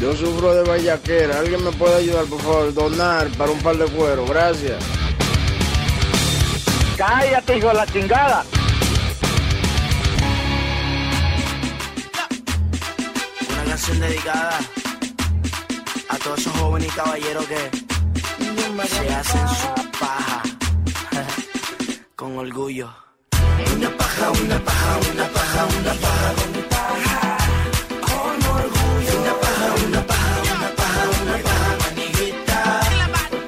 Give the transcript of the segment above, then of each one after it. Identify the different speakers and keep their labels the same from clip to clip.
Speaker 1: Yo sufro de vallaquera. ¿Alguien me puede ayudar, por favor? Donar para un par de cuero. Gracias.
Speaker 2: Cállate, hijo de la chingada.
Speaker 3: Una canción dedicada a todos esos jóvenes y caballeros que se hacen su paja con orgullo. Una paja, una paja, una paja, una paja, una paja con orgullo. Una paja, una paja, una paja, una paja, maniguita.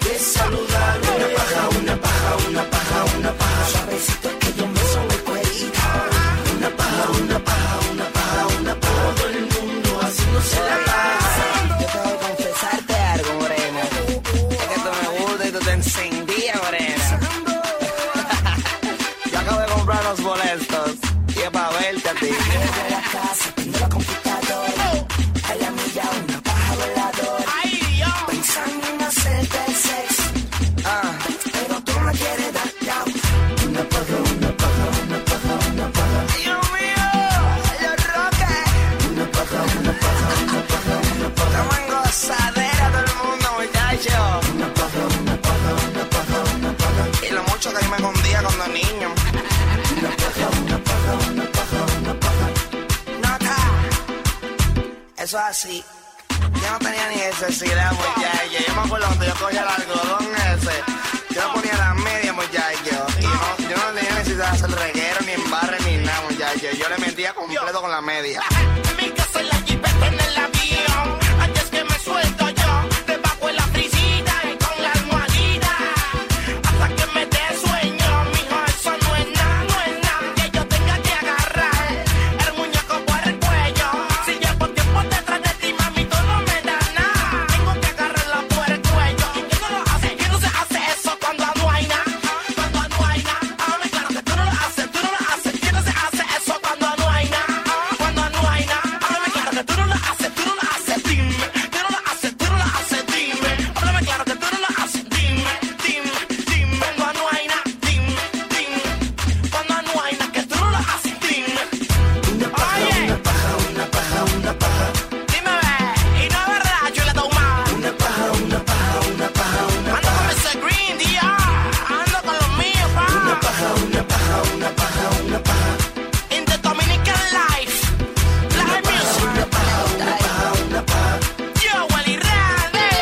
Speaker 3: De saludar, una paja, una paja, una paja, una paja. Suavecito que yo me sobe cuerita. Una paja, una paja, una paja, una paja. Todo el mundo haciéndose la paja. Yo tengo que confesarte algo, morena. Es que tú me gusta y tú te encendías, morena. Yo acabo de comprar los boletos. Y es para verte a ti. la casa, prendo la computadora. A la milla una paja voladora. Pensando en hacerte el sexo. Ah. Pero tú no quieres dar chao. Una paja, una paja, una paja, una paja. Dios mío, yo roca. Una paja, una paja, una paja, una paja. Estamos en gozadera todo el mundo, muchacho. Una paja, una paja, una paja, una paja. Y lo mucho que yo me escondía cuando niño. Una paja, una paja, una paja, una paja. Nota. Eso es así. Yo no tenía ni necesidad, muchacho. Yo me acuerdo cuando yo cogía el algodón ese. Yo no ponía las medias, muchacho. Y no, yo no tenía necesidad de hacer reguero, ni embarre, ni nada, muchacho. Yo le metía completo con la media.
Speaker 4: Mi casa en la jipeta en el avión. Antes que me suelto yo, debajo en la frisita y con la almohadita. Hasta que me dé sueño, mijo, eso no es nada, no es nada. Que yo tenga que agarrar el muñeco por el cuello. Si llevo tiempo detrás de ti, mami, tú no me das nada. Tengo que agarrarla por el cuello. ¿Y quién no lo hace? ¿Quién no se hace eso cuando no hay nada? Cuando no hay nada. Háblame claro que tú no lo haces, tú no lo haces. ¿Quién no se hace eso cuando no hay nada? Cuando no hay nada, háblame claro que tú no lo haces, tú no lo haces, dime. Tú no lo haces, tú no lo haces, dime. Háblame claro que tú no lo haces, dime, dime, dime. Cuando no hay nada, dime, dime. Cuando no hay nada, que tú no lo haces, dime. Oye. Una paja, una paja, una paja. Dime, ve, y no es verdad, chula tomada. Una paja, una paja, una paja, una paja. Ando con ese green, día. Ando con los míos, pa. Una paja, una paja, una paja, una paja. In the Dominican life. Live music. Una paja, una paja, una paja. Yo, Wally Randy.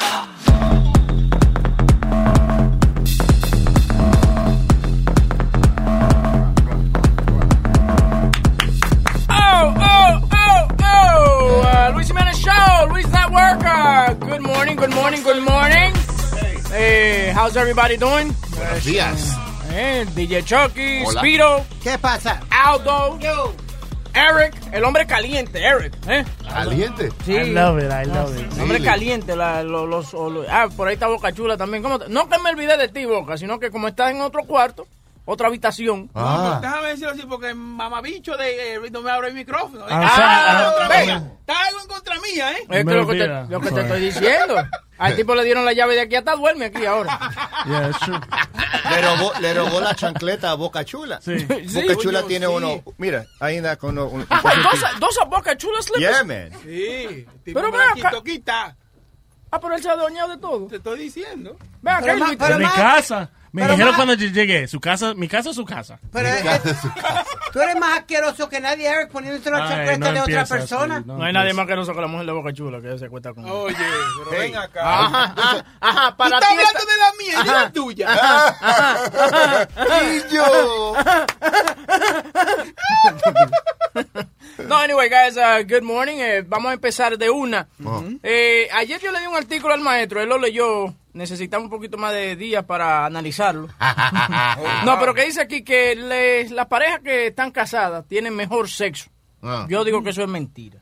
Speaker 5: Oh, oh, oh, oh! Uh, Luis Jimenez Show, Luis Network. Uh, good morning, good morning, good morning. Hey, how's everybody doing?
Speaker 6: Buenos días.
Speaker 5: Eh, DJ Chucky,
Speaker 6: Hola.
Speaker 5: Spiro,
Speaker 7: ¿Qué pasa?
Speaker 5: Aldo, Eric, el hombre caliente, Eric. ¿eh?
Speaker 6: Caliente.
Speaker 5: Sí.
Speaker 7: I love it, I love it.
Speaker 5: El hombre
Speaker 6: Really?
Speaker 5: caliente, la- lo- los, o lo- ah, por ahí está Boca Chula también. ¿Cómo te- no que me olvidé de ti, Boca, sino que como estás en otro cuarto, otra habitación.
Speaker 6: Ah.
Speaker 8: pues, Déjame decirlo así porque mamabicho de eh, no me abre el micrófono.
Speaker 7: Ah, o sea,
Speaker 8: Ah,
Speaker 7: ah,
Speaker 8: otra
Speaker 7: ah,
Speaker 8: vez.
Speaker 7: ah.
Speaker 8: Está algo en contra mía, ¿eh?
Speaker 5: Es que
Speaker 7: Me
Speaker 5: lo que te,
Speaker 7: olvida.
Speaker 5: lo que te
Speaker 7: Sorry.
Speaker 5: estoy diciendo. Al tipo le dieron la llave de aquí hasta duerme aquí ahora.
Speaker 7: Yeah, it's true.
Speaker 6: Le robó, le robó la chancleta a Boca Chula.
Speaker 7: Sí.
Speaker 6: Boca Chula
Speaker 5: Coño,
Speaker 6: tiene
Speaker 5: sí.
Speaker 6: uno. Mira, ahí anda con uno. Un,
Speaker 5: Ah, pues, dos, dos a Boca Chula slippers.
Speaker 6: yeah, man.
Speaker 8: Sí. Tipo
Speaker 5: Pero
Speaker 8: Pero
Speaker 5: ven acá.
Speaker 8: quita.
Speaker 5: Ah, pero él se ha adueñado de todo.
Speaker 8: Te estoy diciendo.
Speaker 5: Ve acá,
Speaker 7: De
Speaker 5: Luis.
Speaker 7: mi casa. Me
Speaker 2: pero
Speaker 7: dijeron
Speaker 2: ma-
Speaker 7: cuando yo llegué, su casa, mi casa o su casa.
Speaker 2: Pero eh, tú eres más asqueroso que nadie, Eric, poniéndose
Speaker 6: Ah,
Speaker 2: la
Speaker 7: Ay,
Speaker 2: chancleta
Speaker 7: no
Speaker 2: de otra
Speaker 7: empiezas,
Speaker 2: persona.
Speaker 7: sí, no.
Speaker 5: No hay nadie más queroso que la mujer de Boca Chula que se cuesta con él.
Speaker 8: Oye, pero ven acá.
Speaker 5: Ajá, ajá, ajá,
Speaker 8: Tú
Speaker 5: para ti
Speaker 8: estás hablando
Speaker 5: está-
Speaker 8: de la mía y de la tuya.
Speaker 6: Y yo.
Speaker 5: No, anyway, guys, uh, good morning. Eh, vamos a empezar de una.
Speaker 6: Oh.
Speaker 5: Eh, ayer yo le di un artículo al maestro, él lo leyó. Necesitamos un poquito más de días para analizarlo. no, pero que dice aquí que les- las parejas que están casadas tienen mejor sexo.
Speaker 6: Ah.
Speaker 5: Yo digo que eso es mentira.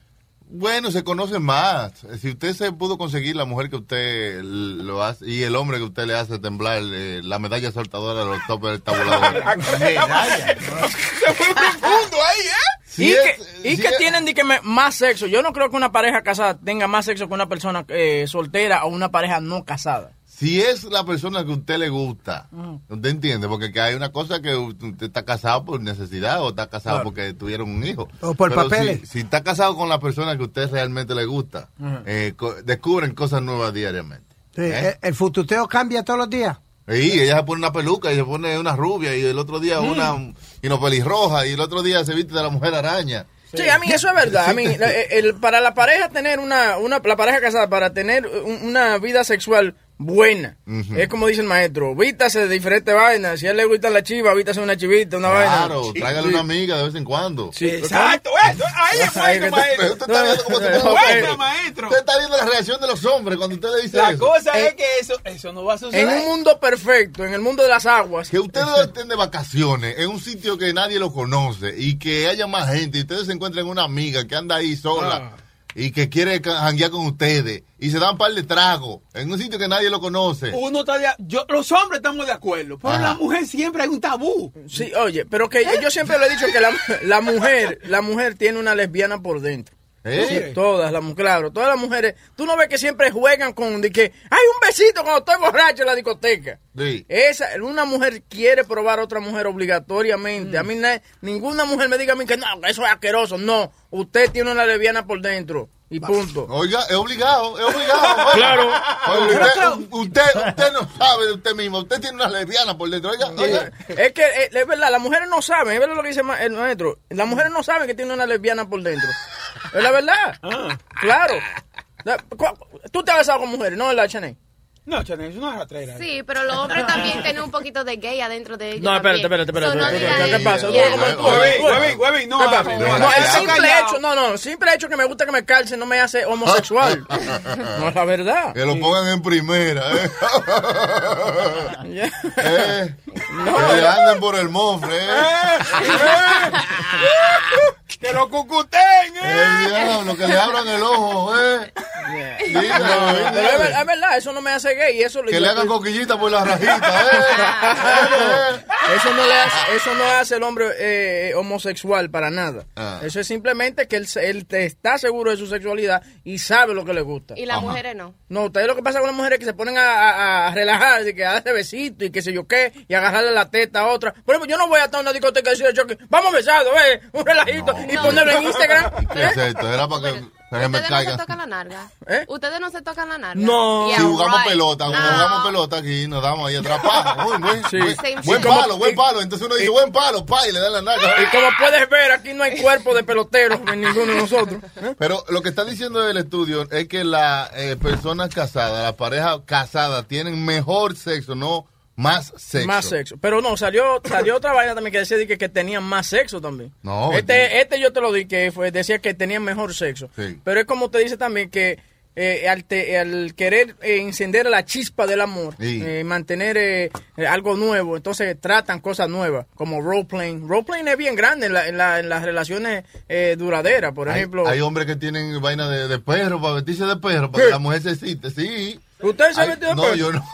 Speaker 6: Bueno, se conoce más. Si usted se pudo conseguir la mujer que usted lo hace y el hombre que usted le hace temblar eh, la medalla saltadora de los topes del tabulador.
Speaker 5: Se fue profundo ahí, ¿eh?
Speaker 6: Sí
Speaker 5: y
Speaker 6: es,
Speaker 5: que, y
Speaker 6: sí
Speaker 5: que
Speaker 6: es.
Speaker 5: tienen di que me- más sexo. Yo no creo que una pareja casada tenga más sexo que una persona eh, soltera o una pareja no casada.
Speaker 6: Si es la persona que a usted le gusta, ¿usted entiende? Porque que hay una cosa que usted está casado por necesidad o está casado
Speaker 2: Claro.
Speaker 6: porque tuvieron un hijo.
Speaker 2: O por
Speaker 6: Pero
Speaker 2: papeles.
Speaker 6: Si, si está casado con la persona que a usted realmente le gusta,
Speaker 2: Ujú.
Speaker 6: eh, co- descubren cosas nuevas diariamente.
Speaker 2: Sí,
Speaker 6: ¿Eh?
Speaker 2: el, el fututeo cambia todos los días.
Speaker 6: Y ella se pone una peluca y se pone una rubia y el otro día una y una pelirroja y el otro día se viste de la mujer araña.
Speaker 5: Sí, a mí eso es verdad. A mí, la- eh, el- para la pareja tener una, una, la pareja casada, para tener un- una vida sexual buena,
Speaker 6: Ujú.
Speaker 5: es como dice el maestro, vítase de diferentes vainas. Si a él le gusta la chiva, vítase una chivita, una vaina.
Speaker 6: Claro, tráigale una amiga de vez en cuando.
Speaker 5: Sí, exacto,
Speaker 6: eso, ahí es bueno, maestro. Usted está viendo cómo se pone bueno, maestro. Usted está viendo la reacción de los hombres cuando usted le dice
Speaker 9: La
Speaker 6: eso.
Speaker 9: cosa
Speaker 5: Eh,
Speaker 9: es que eso, eso no va a suceder.
Speaker 5: En un mundo perfecto, en el mundo de las aguas.
Speaker 6: Que ustedes estén de vacaciones en un sitio que nadie lo conoce y que haya más gente y ustedes se encuentren una amiga que anda ahí
Speaker 9: Ah.
Speaker 6: sola y que quiere ca- janguear con ustedes y se dan un par de tragos en un sitio que nadie lo conoce.
Speaker 9: Uno está de, yo, los hombres estamos de acuerdo, Pues, pero la mujer siempre hay un tabú.
Speaker 5: Sí, oye, pero que yo siempre le he dicho que la, la mujer, la mujer tiene una lesbiana por dentro.
Speaker 6: ¿Eh?
Speaker 5: Sí, todas las mu- claro, todas las mujeres, tú no ves que siempre juegan con de que hay un besito cuando estoy borracho en la discoteca.
Speaker 6: Sí.
Speaker 5: Esa, una mujer quiere probar a otra mujer obligatoriamente.
Speaker 6: Mm.
Speaker 5: A mí na- ninguna mujer me diga a mí que no, eso es asqueroso. No, usted tiene una lesbiana por dentro y punto.
Speaker 6: Oiga, es obligado, es obligado.
Speaker 5: Claro.
Speaker 6: Oye,
Speaker 5: Pero
Speaker 6: usted,
Speaker 5: claro.
Speaker 6: usted, usted no sabe de usted mismo. Usted tiene una lesbiana por dentro. Oiga, oiga.
Speaker 5: Es que eh, es verdad, las mujeres no saben, es verdad lo que dice ma- el maestro.
Speaker 6: Mm.
Speaker 5: Las mujeres no saben que tiene una lesbiana por dentro. Es la verdad.
Speaker 9: Ah.
Speaker 5: Claro. La- cu- Tú te has besado con mujeres, ¿no? ¿Verdad, Chanel?
Speaker 9: No, Chanel, es una ratrera.
Speaker 10: Sí, pero los hombres también tienen un poquito de gay adentro de ellos.
Speaker 5: No, espérate,
Speaker 10: también.
Speaker 5: espérate, espérate.
Speaker 10: So, no digas
Speaker 5: ¿Qué
Speaker 10: eso.
Speaker 5: pasa?
Speaker 10: Yeah.
Speaker 9: Huevín, huevín, huevín, no,
Speaker 5: ¿Qué
Speaker 9: no,
Speaker 5: pasa?
Speaker 9: no,
Speaker 5: No,
Speaker 9: no,
Speaker 5: el
Speaker 9: no,
Speaker 5: simple
Speaker 9: callado.
Speaker 5: hecho, no, no, el simple hecho que me gusta que me calcen no me hace homosexual. No es la verdad.
Speaker 6: Que lo pongan en primera. ¿eh? Eh, Que le anden por el ¿eh? mofre.
Speaker 9: Eh, Que lo cucuten.
Speaker 6: El diablo, que le abran el ojo. ¿eh?
Speaker 5: No,
Speaker 6: Diga, diga.
Speaker 5: pero es ver- es verdad, eso no me hace gay. Eso
Speaker 6: Que le
Speaker 9: Eh,
Speaker 6: hagan coquillita por la rajita.
Speaker 5: Eso Ah, no le hace, eso no hace el hombre eh, homosexual para nada.
Speaker 9: Ah.
Speaker 5: Eso es simplemente que él, se- él te- está seguro de su sexualidad y sabe lo que le gusta.
Speaker 10: Y las mujeres no.
Speaker 5: No, ustedes lo que pasa con las mujeres es que se ponen a, a- a relajar, de que a darse besitos y qué sé yo qué, y agarrarle la teta a otra. Por ejemplo, yo no voy a estar en una discoteca y decirle yo que vamos besado, eh, un relajito, y ponerlo en Instagram.
Speaker 6: ¿Qué es esto? Era para que, para que me
Speaker 10: Ustedes no se
Speaker 6: caigan.
Speaker 10: tocan la narga.
Speaker 5: ¿Eh?
Speaker 10: Ustedes no se tocan la narga. Yeah,
Speaker 6: si jugamos
Speaker 10: right.
Speaker 6: pelota, cuando
Speaker 11: Ah.
Speaker 10: No.
Speaker 6: jugamos pelota aquí, nos damos ahí atrás. pa. Uy, buen, buen-
Speaker 10: Ah. Same
Speaker 6: buen
Speaker 10: shit.
Speaker 6: palo, buen palo. Entonces uno dice, buen palo, pa, y le dan la nalga.
Speaker 5: Y como puedes ver, aquí no hay cuerpo de pelotero en ninguno de nosotros. ¿eh?
Speaker 6: Pero lo que está diciendo el estudio es que las eh, personas casadas, las parejas casadas, tienen mejor sexo, no más sexo.
Speaker 5: Más sexo. Pero no, salió, salió otra vaina también que decía de que, que tenían más sexo también.
Speaker 6: No,
Speaker 5: Este, este yo te lo di que fue, decía que tenían mejor sexo.
Speaker 6: Sí.
Speaker 5: Pero es como te dice también que eh, al, te- al querer eh, encender la chispa del amor,
Speaker 6: Sí.
Speaker 5: eh, mantener eh, eh, algo nuevo, entonces tratan cosas nuevas, como roleplaying. Roleplaying es bien grande en, la- en la- en las relaciones eh, duraderas, por
Speaker 6: Hay,
Speaker 5: ejemplo.
Speaker 6: hay hombres que tienen vaina de, de perro, para vestirse de perro, para que la mujer se excite, sí.
Speaker 5: ¿Usted se
Speaker 6: Ay,
Speaker 5: vestido de
Speaker 6: No,
Speaker 5: perro?
Speaker 6: yo no.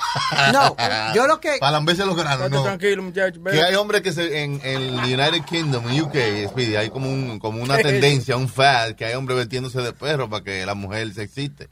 Speaker 5: No, yo lo que-
Speaker 6: Para lamberse los granos,
Speaker 5: Estate
Speaker 6: no.
Speaker 5: tranquilo, muchacho.
Speaker 6: Que hay hombres que se, en el United Kingdom, en UK, Speedy, hay como, un, como una tendencia, un fad, que hay hombres vestiéndose de perro para que la mujer se excite.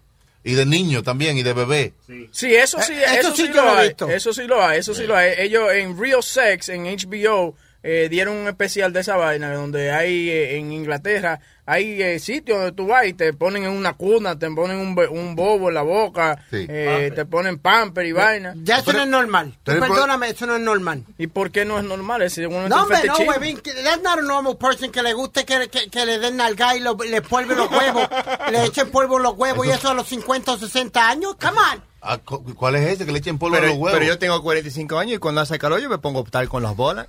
Speaker 6: Y de niño también, y de bebé.
Speaker 5: Sí, eso sí,
Speaker 6: Eh, esto
Speaker 5: eso
Speaker 6: sí
Speaker 5: sí,
Speaker 6: yo
Speaker 5: lo
Speaker 6: lo he
Speaker 5: hay.
Speaker 6: visto.
Speaker 5: Eso sí lo hay, eso sí lo hay. Ellos en Real Sex, en HBO, eh, dieron un especial de esa vaina, donde hay eh, en Inglaterra, hay eh, sitios donde tú vas y te ponen en una cuna, te ponen un, be- un bobo en la boca,
Speaker 2: Sí.
Speaker 5: eh, te ponen pamper y vaina.
Speaker 2: Ya eso no es normal. Tú
Speaker 5: pero-
Speaker 2: perdóname, eso no es normal.
Speaker 5: ¿Y por qué no es normal? Es decir,
Speaker 2: No,
Speaker 5: uno tiene un
Speaker 2: hombre, no,
Speaker 5: fetichismo.
Speaker 2: huevín. que- That's not a normal person que le guste que, que, que le den nalga y lo- le polvo los huevos. le echen polvo los huevos y eso a los 50 o 60 años. Come on.
Speaker 6: Ah, cu- ¿Cuál es ese que le echen polvo
Speaker 12: Pero,
Speaker 6: a los huevos?
Speaker 12: pero yo tengo 45 años y cuando hace calor yo me pongo a optar con las bolas.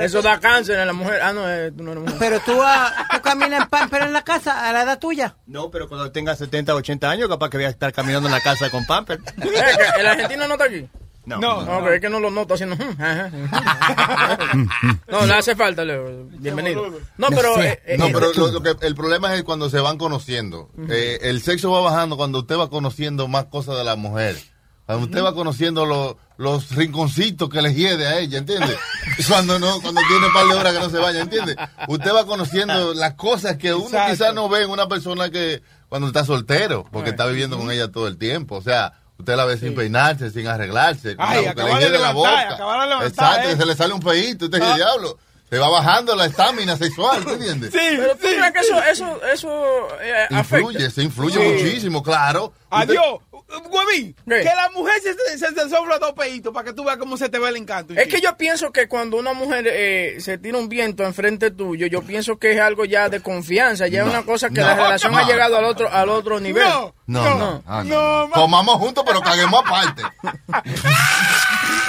Speaker 5: Eso da cáncer en la mujer. Ah, no, eh, tú no eres mujer.
Speaker 2: Pero tú, ah, tú caminas en pamper en la casa a la edad tuya.
Speaker 12: No, pero cuando tenga 70, 80 años capaz que voy a estar caminando en la casa con pamper.
Speaker 5: Eh, que ¿El argentino no está aquí? No, pero es que no lo noto haciendo. "Mm, ajá, mm". no, le hace falta. le- Bienvenido. No, pero. eh, eh,
Speaker 6: No,
Speaker 5: eh,
Speaker 6: pero lo- lo que- el problema es cuando se van conociendo.
Speaker 5: Ujú.
Speaker 6: Eh, el sexo va bajando cuando usted va conociendo más cosas de la mujer. Cuando usted va conociendo lo- los rinconcitos que le hiede a ella, ¿entiende? Cuando no, cuando tiene un par de horas que no se vaya, ¿entiende? Usted va conociendo las cosas que uno quizás no ve en una persona que cuando está soltero, porque está viviendo con ella todo el tiempo. O sea, usted la ve sin peinarse, sin arreglarse, con
Speaker 9: Ay,
Speaker 6: la- que
Speaker 9: acaba de
Speaker 6: hiede
Speaker 9: levantar, acaba de levantar,
Speaker 6: Exacto,
Speaker 9: eh.
Speaker 6: se le sale un peito, usted dice,
Speaker 9: Ah.
Speaker 6: diablo. Se va bajando la estamina sexual, ¿tú entiendes?
Speaker 5: pero tú crees que eso, eso, eso eh, afecta.
Speaker 6: Influye, se influye
Speaker 9: Sí.
Speaker 6: muchísimo, claro.
Speaker 9: Adiós. Güey, que la mujer se, se, se sopla dos peitos para que tú veas cómo se te ve el encanto.
Speaker 5: Es que yo pienso que cuando una mujer eh, se tira un viento enfrente tuyo, yo pienso que es algo ya de confianza, ya es una cosa que
Speaker 6: no,
Speaker 5: la relación
Speaker 6: no.
Speaker 5: ha llegado al otro al otro nivel.
Speaker 6: No, no, ah, no. Comamos juntos, pero caguemos aparte.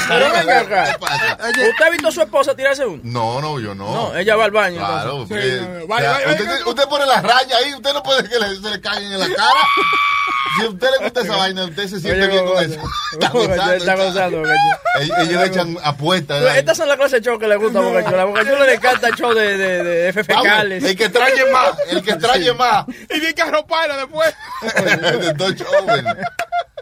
Speaker 5: Pero venga acá. ¿Usted ha visto a su esposa tirarse uno?
Speaker 6: No, no, yo no.
Speaker 5: No, ella va al baño.
Speaker 6: Claro,
Speaker 5: entonces.
Speaker 6: porque, o sea, usted, usted pone la raya ahí, usted no puede que le- se le caigan en la cara. Si a usted le gusta esa vaina, usted se siente
Speaker 5: Oye,
Speaker 6: bien con
Speaker 5: Gogo,
Speaker 6: eso. Está
Speaker 5: Gogo,
Speaker 6: gozando,
Speaker 5: está gozando,
Speaker 6: Ellos ellos le echan apuestas.
Speaker 5: Pero Estas son las clases de show que le gusta a Bocachola. A Bocachola le encanta el show de, de, de F
Speaker 6: Vamos,
Speaker 5: fecales.
Speaker 6: el que trae más, el que trae más.
Speaker 9: Y bien que arroparla después.
Speaker 6: de Dutch Oven.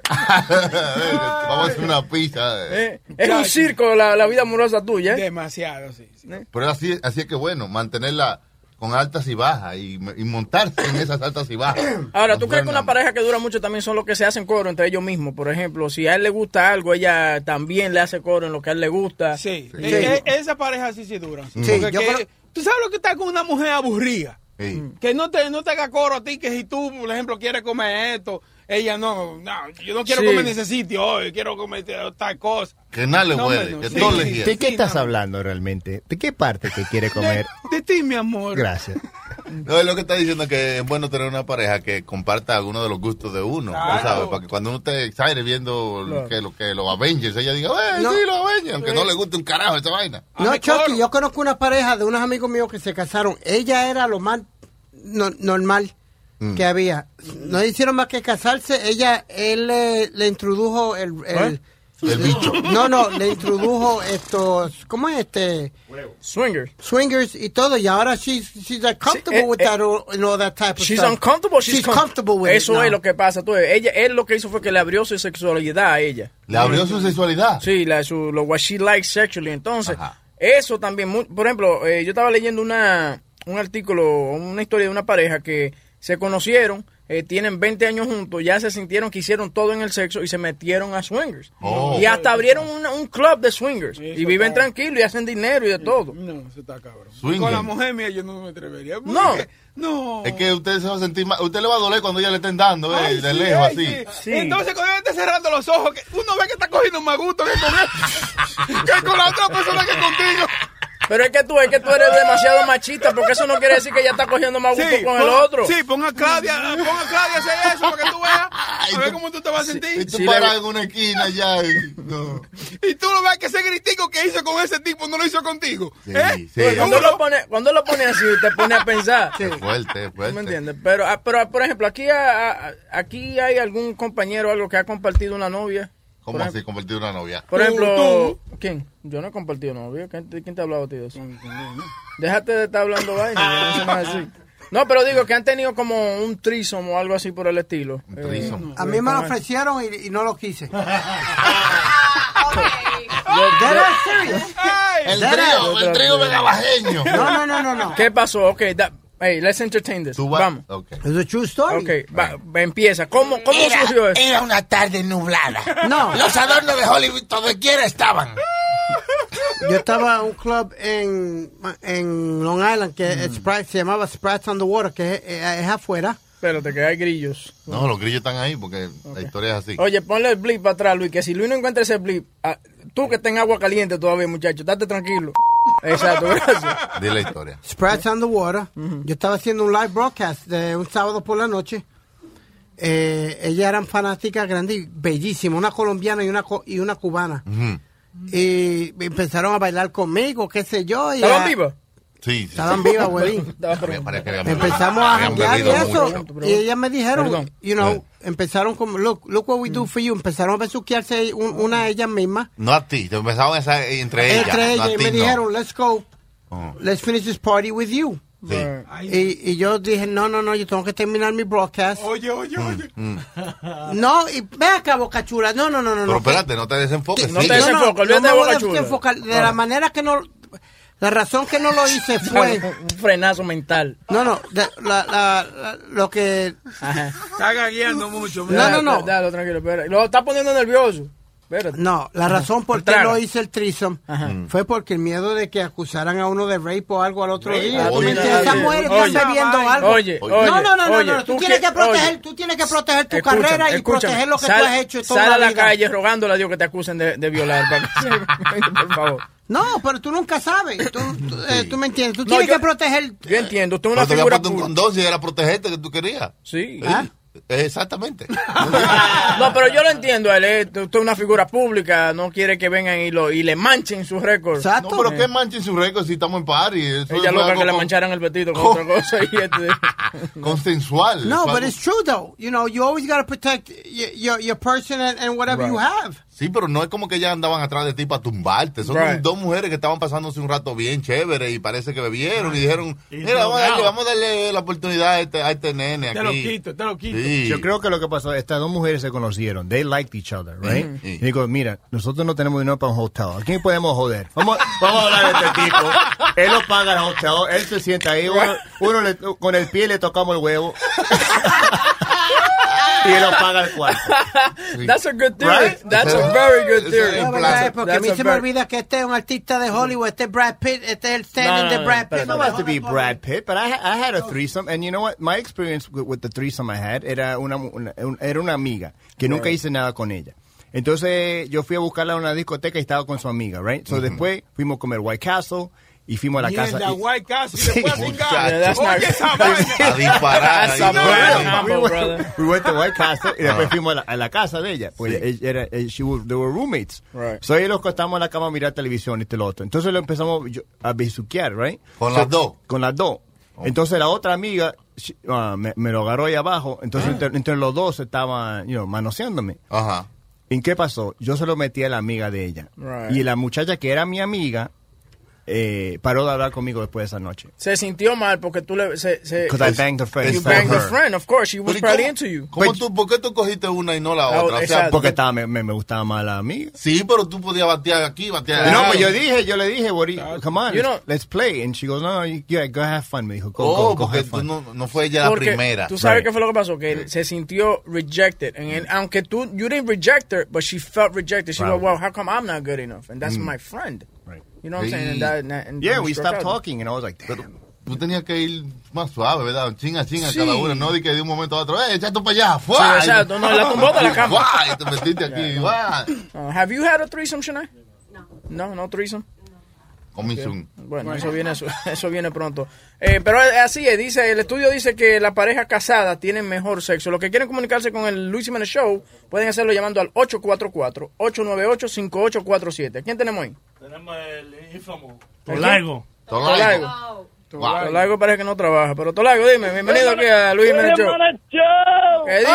Speaker 6: Vamos a hacer una pizza.
Speaker 5: Eh, Es un circo la, la vida amorosa tuya. ¿eh?
Speaker 9: Demasiado, sí.
Speaker 6: Pero así, así es que bueno, mantenerla con altas y bajas y, y montarse en esas altas y bajas.
Speaker 5: Ahora, ¿tú crees que una pareja que dura mucho también son los que se hacen coro entre ellos mismos? Por ejemplo, si a él le gusta algo, ella también le hace coro en lo que a él le gusta.
Speaker 9: Sí. Eh, eh, esa pareja sí se dura.
Speaker 5: Sí,
Speaker 9: Porque
Speaker 5: yo
Speaker 9: que-
Speaker 5: creo-
Speaker 9: Tú sabes lo que está con una mujer aburrida.
Speaker 5: eh.
Speaker 9: Que no te, no te haga coro a ti, que si tú, por ejemplo, quieres comer esto, ella no, no yo no quiero
Speaker 6: Sí.
Speaker 9: comer en ese sitio hoy, quiero comer tal cosa.
Speaker 6: Que nada le
Speaker 9: No,
Speaker 6: huele,
Speaker 9: menos,
Speaker 6: que
Speaker 9: sí,
Speaker 6: todo le
Speaker 9: sí,
Speaker 6: hiede.
Speaker 12: ¿De qué
Speaker 9: Sí,
Speaker 12: estás hablando realmente? ¿De qué parte te quiere comer?
Speaker 9: De ti, mi amor.
Speaker 12: Gracias.
Speaker 6: No, es lo que está diciendo que es bueno tener una pareja que comparta alguno de los gustos de uno, tú ¿sabes? Para que cuando uno esté excited viendo lo que, lo que los Avengers, ella diga, ¡eh,
Speaker 2: No.
Speaker 6: sí, los Avengers! Aunque no le guste un carajo esa vaina.
Speaker 5: Ah,
Speaker 6: Ah,
Speaker 2: No, Chucky, yo conozco una pareja de unos amigos míos que se casaron. Ella era lo más no- normal que había. No hicieron más que casarse. Ella, él le, le introdujo el, el, bicho. No, no, le introdujo estos, ¿cómo es este?
Speaker 5: Swingers.
Speaker 2: Swingers y todo. Y ahora she's, she's uncomfortable
Speaker 5: eh,
Speaker 2: with
Speaker 5: eh,
Speaker 2: that, or- and all that type of
Speaker 5: She's
Speaker 2: stuff.
Speaker 5: uncomfortable, she's, com-
Speaker 2: comfortable with it
Speaker 5: Eso
Speaker 2: now.
Speaker 5: es lo que pasa. Tú, ves, ella, él lo que hizo fue que le abrió su sexualidad a ella.
Speaker 6: ¿Le abrió su sexualidad?
Speaker 5: Sí, la, su, lo what she likes sexually. Entonces, eso también. mu- Por ejemplo, eh, yo estaba leyendo una, un artículo, una historia de una pareja que se conocieron, eh, tienen 20 años juntos, ya se sintieron que hicieron todo en el sexo y se metieron a swingers.
Speaker 9: Oh.
Speaker 5: Y hasta abrieron una- un club de swingers. y
Speaker 9: Eso
Speaker 5: viven
Speaker 9: está-
Speaker 5: tranquilos y hacen dinero y de todo.
Speaker 9: No, eso está cabrón.
Speaker 6: Swinging.
Speaker 9: Con la mujer mía yo no me atrevería.
Speaker 5: No.
Speaker 9: No.
Speaker 6: Es que usted se va a sentir mal. Usted le va a doler cuando ella le estén dando, ¿eh?
Speaker 9: Ay,
Speaker 6: de
Speaker 9: sí,
Speaker 6: lejos,
Speaker 9: ay,
Speaker 6: así.
Speaker 9: sí. Entonces, cuando ella está cerrando los ojos, que uno ve que está cogiendo más gusto que con
Speaker 12: Ah,
Speaker 9: él, que con la otra persona que contigo.
Speaker 5: Pero es que tú, es que tú eres demasiado machista, porque eso no quiere decir que ella está cogiendo más gusto con el
Speaker 9: pon-
Speaker 5: otro.
Speaker 9: Sí, ponga a Claudia, ponga a Claudia a hacer eso para que tú veas. A ver cómo tú te vas a sentir.
Speaker 6: Y tú paras en una esquina ya. y- No.
Speaker 9: Y tú lo ves que ese gritico que hizo con ese tipo no lo hizo contigo. ¿Eh?
Speaker 6: sí. Bueno,
Speaker 5: Cuando lo pone, cuando lo pone así, te pone a pensar.
Speaker 6: Es fuerte, es
Speaker 5: ¿Tú me
Speaker 6: fuerte.
Speaker 5: entiendes? Pero, ah, pero ah, por ejemplo, aquí, ah, ah, aquí hay algún compañero o algo que ha compartido una novia.
Speaker 6: ¿Cómo así convertir una novia?
Speaker 5: Por ejemplo, ¿quién? Yo no he compartido novia. ¿Quién te, quién te ha hablado a ti de eso? Déjate de estar hablando vaina. no, seas así. No, pero digo que han tenido como un trisom o algo así por el estilo. Eh, Un
Speaker 6: threesome.
Speaker 2: A mí me lo ofrecieron y, y no lo quise.
Speaker 6: El trío, el trío megabajeño.
Speaker 2: No, no, no, no,
Speaker 5: ¿Qué pasó? Ok, da- hey, let's entertain this. Vamos.
Speaker 2: It's a true story.
Speaker 5: Ok, va- va, empieza. ¿Cómo, cómo
Speaker 13: Era-
Speaker 5: surgió eso?
Speaker 13: era una tarde nublada.
Speaker 2: No.
Speaker 13: Los adornos de Hollywood doquiera estaban.
Speaker 2: Yo estaba en un club en, en Long Island que es
Speaker 5: Mm.
Speaker 2: Sprite, se llamaba Sprite on the Water, que es, es- es afuera.
Speaker 5: Espérate, que hay grillos.
Speaker 6: No, los grillos están ahí porque la historia es así.
Speaker 5: Oye, ponle el blip para atrás, Luis, que si Luis no encuentra ese blip, ah, tú que estás en agua caliente todavía, muchacho, date tranquilo. Exacto, gracias.
Speaker 6: De la historia.
Speaker 2: Sprats on the Water. Yo estaba haciendo un live broadcast de un sábado por la noche. Eh, ellas eran fanáticas grandes y bellísimas, una colombiana y una, co- y una cubana. Y empezaron a bailar conmigo, qué sé yo. y
Speaker 5: ¿Estaban
Speaker 2: a-
Speaker 5: vivas?
Speaker 6: Sí, sí.
Speaker 2: Estaban vivas, güey.
Speaker 5: Estaban-
Speaker 2: Empezamos a
Speaker 6: Habían
Speaker 2: janguear y
Speaker 6: bebido
Speaker 2: eso.
Speaker 6: mucho.
Speaker 2: Y ellas me dijeron,
Speaker 6: Perdón.
Speaker 2: you know, empezaron como, look, look what we do for you, empezaron a besuquearse un- una de ellas mismas.
Speaker 14: No a ti, te empezaron esa, entre ellas.
Speaker 2: Entre
Speaker 14: no a
Speaker 2: ellas, y
Speaker 14: ti,
Speaker 2: me
Speaker 14: no.
Speaker 2: dijeron, let's go,
Speaker 14: Ujú.
Speaker 2: let's finish this party with you.
Speaker 14: Sí.
Speaker 2: Y, y yo dije, no, no, no, yo tengo que terminar mi broadcast.
Speaker 9: Oye, oye, oye.
Speaker 14: Mm.
Speaker 2: No, y ve acá, Boca Chula. No, no, no, no.
Speaker 14: Pero
Speaker 2: no.
Speaker 14: espérate, no te desenfoques.
Speaker 2: No,
Speaker 14: sigue.
Speaker 2: no, no me voy a desenfocar. De la manera que no. La razón que no lo hice fue.
Speaker 5: Un frenazo mental.
Speaker 2: No, no. de- la- la- la- lo que.
Speaker 9: Está gagueando mucho.
Speaker 2: No, no, no.
Speaker 5: Dale, tranquilo, espera. Lo está poniendo nervioso. Espérate.
Speaker 2: No, la razón por
Speaker 5: El
Speaker 2: qué
Speaker 5: trago.
Speaker 2: no hice el trisom
Speaker 5: Mm.
Speaker 2: fue porque el miedo de que acusaran a uno de rape o algo al otro
Speaker 5: Rape.
Speaker 2: día. ¿Tú
Speaker 5: Oye,
Speaker 2: me entiendes? Esas
Speaker 5: oye,
Speaker 2: mujeres
Speaker 5: oye,
Speaker 2: están bebiendo
Speaker 5: oye,
Speaker 2: algo.
Speaker 5: oye,
Speaker 2: no,
Speaker 5: oye,
Speaker 2: no, no, no,
Speaker 5: oye,
Speaker 2: no, Tú,
Speaker 5: tú
Speaker 2: tienes
Speaker 5: que-
Speaker 2: que proteger,
Speaker 5: oye.
Speaker 2: tú tienes que proteger tu
Speaker 5: Escúchame,
Speaker 2: carrera y
Speaker 5: escúchame.
Speaker 2: proteger lo que
Speaker 5: Sal-
Speaker 2: tú has hecho toda
Speaker 5: Sal
Speaker 2: la
Speaker 5: a la
Speaker 2: vida.
Speaker 5: calle rogándole a Dios que te acusen de, de violar. para- Por favor.
Speaker 2: No, pero tú nunca sabes. Tú, tú, eh, tú me entiendes. Tú
Speaker 5: No,
Speaker 2: tienes
Speaker 5: yo-
Speaker 2: que proteger.
Speaker 5: Yo entiendo, tú eres una
Speaker 14: Pero te había
Speaker 5: figura
Speaker 14: puesto un
Speaker 5: pública.
Speaker 14: condón si era protegerte que tú querías. eh,
Speaker 5: Sí.
Speaker 12: Ah.
Speaker 14: Exactamente.
Speaker 5: No, pero yo lo entiendo, él es, tú- tú eres una figura pública, no quiere que vengan y, lo, y le manchen sus récords.
Speaker 14: No, pero que manchen su récord si estamos en party. Eso
Speaker 5: Ella
Speaker 14: es
Speaker 5: loca
Speaker 14: algo
Speaker 5: que le
Speaker 14: con-
Speaker 5: mancharan el vestido con
Speaker 14: con-
Speaker 5: otra cosa y este...
Speaker 14: consensual.
Speaker 2: No,
Speaker 14: Eso
Speaker 2: but
Speaker 14: algo-
Speaker 2: it's true though. You know, you always got to protect your, your, your person and, and whatever
Speaker 14: Right.
Speaker 2: you have.
Speaker 14: Sí, pero no es como que ellas andaban atrás de ti para tumbarte. Son
Speaker 2: Right.
Speaker 14: dos mujeres que estaban pasándose un rato bien chévere y parece que bebieron y dijeron,
Speaker 12: Y
Speaker 14: mira, vamos a, darle,
Speaker 12: drogado.
Speaker 14: vamos a darle la oportunidad a este, a este nene aquí. Sí.
Speaker 12: Yo creo que lo que pasó, estas dos mujeres se conocieron. They liked each other, right?
Speaker 14: Ujú.
Speaker 12: Y digo, mira, nosotros no tenemos dinero para un hotel. ¿A quién podemos joder? Vamos, vamos a hablar de este tipo. Él nos paga el hotel, él se sienta ahí, uno, uno le- con el pie le tocamos el huevo. y él nos paga el cuarto.
Speaker 5: That's a good theory.
Speaker 12: Right?
Speaker 5: That's a very good theory.
Speaker 2: No, ¿verdad? Porque a mí se me olvida que este es un artista de Hollywood, este es Brad Pitt, este es el stand de Brad Pitt. Oh.
Speaker 12: It don't have to be Brad Pitt, but I, ha- I had a threesome, and you know what? My experience with, with the threesome I had era una, mu- una- un- era una amiga que nunca
Speaker 2: Right.
Speaker 12: hice nada con ella. Entonces yo fui a buscarla a una discoteca y estaba con su amiga, right? So después fuimos a comer White Castle y fuimos a la casa.
Speaker 9: Mierda,
Speaker 12: y-
Speaker 9: White Castle, y después a cingar.
Speaker 12: Yeah, that's
Speaker 9: Oye,
Speaker 12: not-
Speaker 9: esa vaina.
Speaker 12: A disparar,
Speaker 9: That's
Speaker 12: ahí.
Speaker 9: not real.
Speaker 12: We went- We went to White Castle y después
Speaker 9: Ah.
Speaker 12: fuimos a la, a la casa de ella. Pues
Speaker 9: Sí.
Speaker 12: ella era, eh, she was- they were roommates.
Speaker 9: Right.
Speaker 12: So ellos los costamos en la cama a mirar televisión este lo otro. Entonces lo empezamos yo- a besuquear, right?
Speaker 14: Con
Speaker 12: So-
Speaker 14: las dos.
Speaker 12: Con las dos.
Speaker 9: Oh.
Speaker 12: Entonces la otra amiga she- ah, me, me lo agarró ahí abajo.
Speaker 9: Ah.
Speaker 12: Entonces entre, entre los dos estaban, you know, manoseándome.
Speaker 14: Ajá.
Speaker 12: ¿En qué pasó? Yo se lo metí a la amiga de ella.
Speaker 5: Right.
Speaker 12: Y la muchacha que era mi amiga eh, paró de hablar conmigo después de esa noche.
Speaker 5: Se sintió mal porque tú le... Se, se,
Speaker 12: Because I banged her friend
Speaker 5: You
Speaker 12: instead of
Speaker 5: banged her
Speaker 12: her.
Speaker 5: friend, of course. She was
Speaker 14: Pero, ¿y
Speaker 5: probably
Speaker 14: cómo-
Speaker 5: into you.
Speaker 14: cómo tú- ¿Por qué tú cogiste una y no
Speaker 5: Ah,
Speaker 14: la otra? O sea,
Speaker 12: porque estaba, me, me, me gustaba más la amiga.
Speaker 14: Sí, pero tú podías batear aquí, batear allá.
Speaker 12: No, pues yo dije, yo le dije, what do you- come on,
Speaker 14: You know-
Speaker 12: let's play. And she goes, no, you- yeah, go have fun. Me dijo, go,
Speaker 14: Oh,
Speaker 12: go, go
Speaker 14: porque
Speaker 12: have
Speaker 14: tú
Speaker 12: fun.
Speaker 14: no, no fue ella la
Speaker 5: Porque
Speaker 14: primera.
Speaker 5: Tú sabes
Speaker 12: Right. Mm.
Speaker 5: qué fue lo que pasó, que él se sintió rejected. And, and aunque tú, you didn't reject her, but she felt rejected. She was,
Speaker 12: Probably.
Speaker 5: well, how come I'm not good enough? And that's
Speaker 12: Mm.
Speaker 5: my friend. You know what I'm saying? And
Speaker 14: Sí.
Speaker 5: that, and that- and
Speaker 12: Yeah,
Speaker 5: you
Speaker 12: we
Speaker 5: struck
Speaker 12: stopped
Speaker 5: out.
Speaker 12: talking, and I was like, damn.
Speaker 14: Tú tenías que ir más suave, ¿verdad? Chinga, chinga
Speaker 12: Sí.
Speaker 14: cada uno. No de que de un momento a otro, ¡eh, echa tú para allá! ¡Fua!
Speaker 5: Sí, exacto. No, la tumbó de la cama.
Speaker 14: ¡Fua! Y te metiste aquí,
Speaker 5: Yeah, no.
Speaker 14: ¡fua!
Speaker 5: Uh, have you had a threesome, Shanae? No. No, no threesome.
Speaker 14: Comí
Speaker 5: Ok.
Speaker 14: zoom.
Speaker 5: Bueno, eso viene, eso, eso viene pronto. Eh, pero es- así es, dice, el estudio dice que las parejas casadas tienen mejor sexo. Los que quieren comunicarse con el Luis Jiménez Show pueden hacerlo llamando al 844-898-5847. ¿Quién tenemos ahí?
Speaker 15: Tenemos el ínfamo.
Speaker 5: Tolago.
Speaker 15: Tolago.
Speaker 5: Tolago. Tolago parece que no trabaja, pero Tolago, dime, bienvenido aquí a Luis Jiménez Show. ¿Qué dice?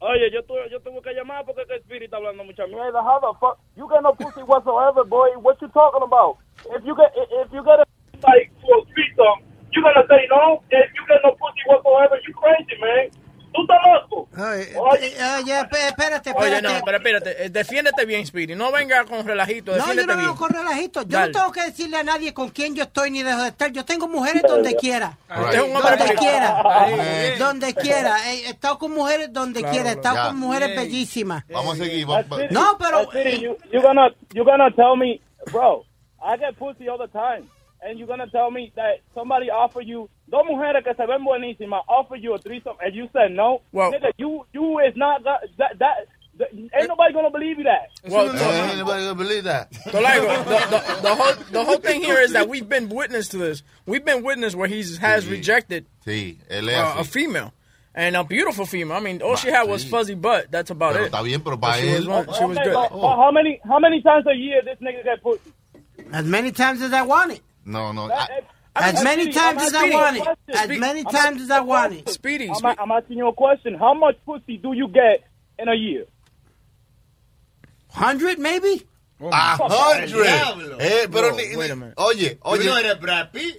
Speaker 16: Oye, yo, tu- yo tuve que llamar porque que Spirit está hablando mucha mierda. How the fuck? You get no pussy whatsoever, boy. What you talking about? If you get if you get a like for a threesome, you gonna say no? If you get no pussy whatsoever, you crazy, man. Tú estás loco.
Speaker 2: Oye, oye, espé- espérate, espérate.
Speaker 5: Oye, no, pero espérate, eh, defiéndete bien, Speedy. No venga con relajito,
Speaker 2: No, yo
Speaker 5: defiéndete
Speaker 2: no
Speaker 5: bien.
Speaker 2: vengo con relajito. Yo
Speaker 5: Dale.
Speaker 2: no tengo que decirle a nadie con quién yo estoy ni dejo de estar. Yo tengo mujeres donde quiera. Este
Speaker 5: Usted es un hombre
Speaker 2: Donde
Speaker 5: marico.
Speaker 2: quiera.
Speaker 5: Ahí.
Speaker 2: Donde quiera. He he estado con mujeres donde
Speaker 16: Claro,
Speaker 2: quiera. He
Speaker 16: claro.
Speaker 2: estado con
Speaker 16: Ya.
Speaker 2: mujeres bellísimas.
Speaker 14: Vamos a seguir.
Speaker 2: No, pero- eh,
Speaker 16: Spirit, you, you gonna you gonna tell me, bro? I get pussy all the time, and you gonna tell me that somebody offer you dos mujeres que se ven buenísimas offer you a threesome, and you said no.
Speaker 5: Well-
Speaker 16: nigga, you you is not that that. that that- Ain't nobody gonna believe you that.
Speaker 5: Well,
Speaker 14: Eh,
Speaker 5: Tol- Tolago, the, the, the whole the whole thing here is that we've been witness to this. We've been witness where he has rejected
Speaker 14: Sí, él es
Speaker 5: uh, a
Speaker 14: así.
Speaker 5: female and a beautiful female. I mean, all she
Speaker 14: Bah,
Speaker 5: had was
Speaker 14: sí.
Speaker 5: fuzzy butt. That's about
Speaker 14: Pero
Speaker 5: it.
Speaker 14: está bien, pero para
Speaker 5: She was
Speaker 14: él. Oh,
Speaker 5: one- she was
Speaker 16: Okay,
Speaker 5: good.
Speaker 16: but- but how many how many times a year this nigga get pussy?
Speaker 2: As many times as I want it.
Speaker 14: No, ah, no.
Speaker 16: That-
Speaker 2: As many times as I want it. As many times as I want it.
Speaker 5: Speedy,
Speaker 16: I'm, I'm asking you a question. How much pussy do you get in a year?
Speaker 2: Hundred, maybe.
Speaker 12: Oh,
Speaker 6: A
Speaker 16: Oh,
Speaker 6: hundred. Eh, pero
Speaker 2: No,
Speaker 6: ni-
Speaker 2: wait a
Speaker 6: ni- oye, oye.
Speaker 2: no eres
Speaker 6: Brad Pitt?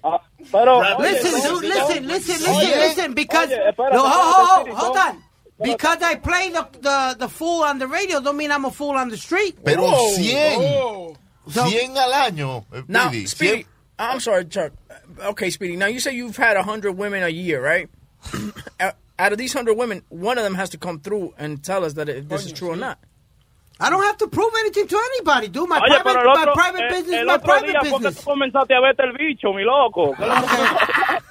Speaker 2: Pero- Listen, dude, listen, listen, listen, listen, because no, ho, ho, ho, hold on. Because I play the, the the fool on the radio, don't mean I'm a fool on the street.
Speaker 6: Pero
Speaker 5: Whoa,
Speaker 6: 100.
Speaker 5: whoa.
Speaker 6: 100 al año. eh,
Speaker 5: Now,
Speaker 6: Speedy,
Speaker 5: Speedy, uh, I'm sorry, Chuck. Okay, Speedy. Now you say you've had hundred women a year, right? Out- Out of these hundred women, one of them has to come through and tell us that if this is true or not.
Speaker 2: I don't have to prove anything to anybody, dude. My
Speaker 16: Oye,
Speaker 2: private,
Speaker 16: pero el otro,
Speaker 2: my private
Speaker 16: el-
Speaker 2: business,
Speaker 16: el
Speaker 2: my
Speaker 16: otro
Speaker 2: private
Speaker 16: día, ¿por qué
Speaker 2: business.
Speaker 16: tú comenzaste a verte el bicho, mi loco?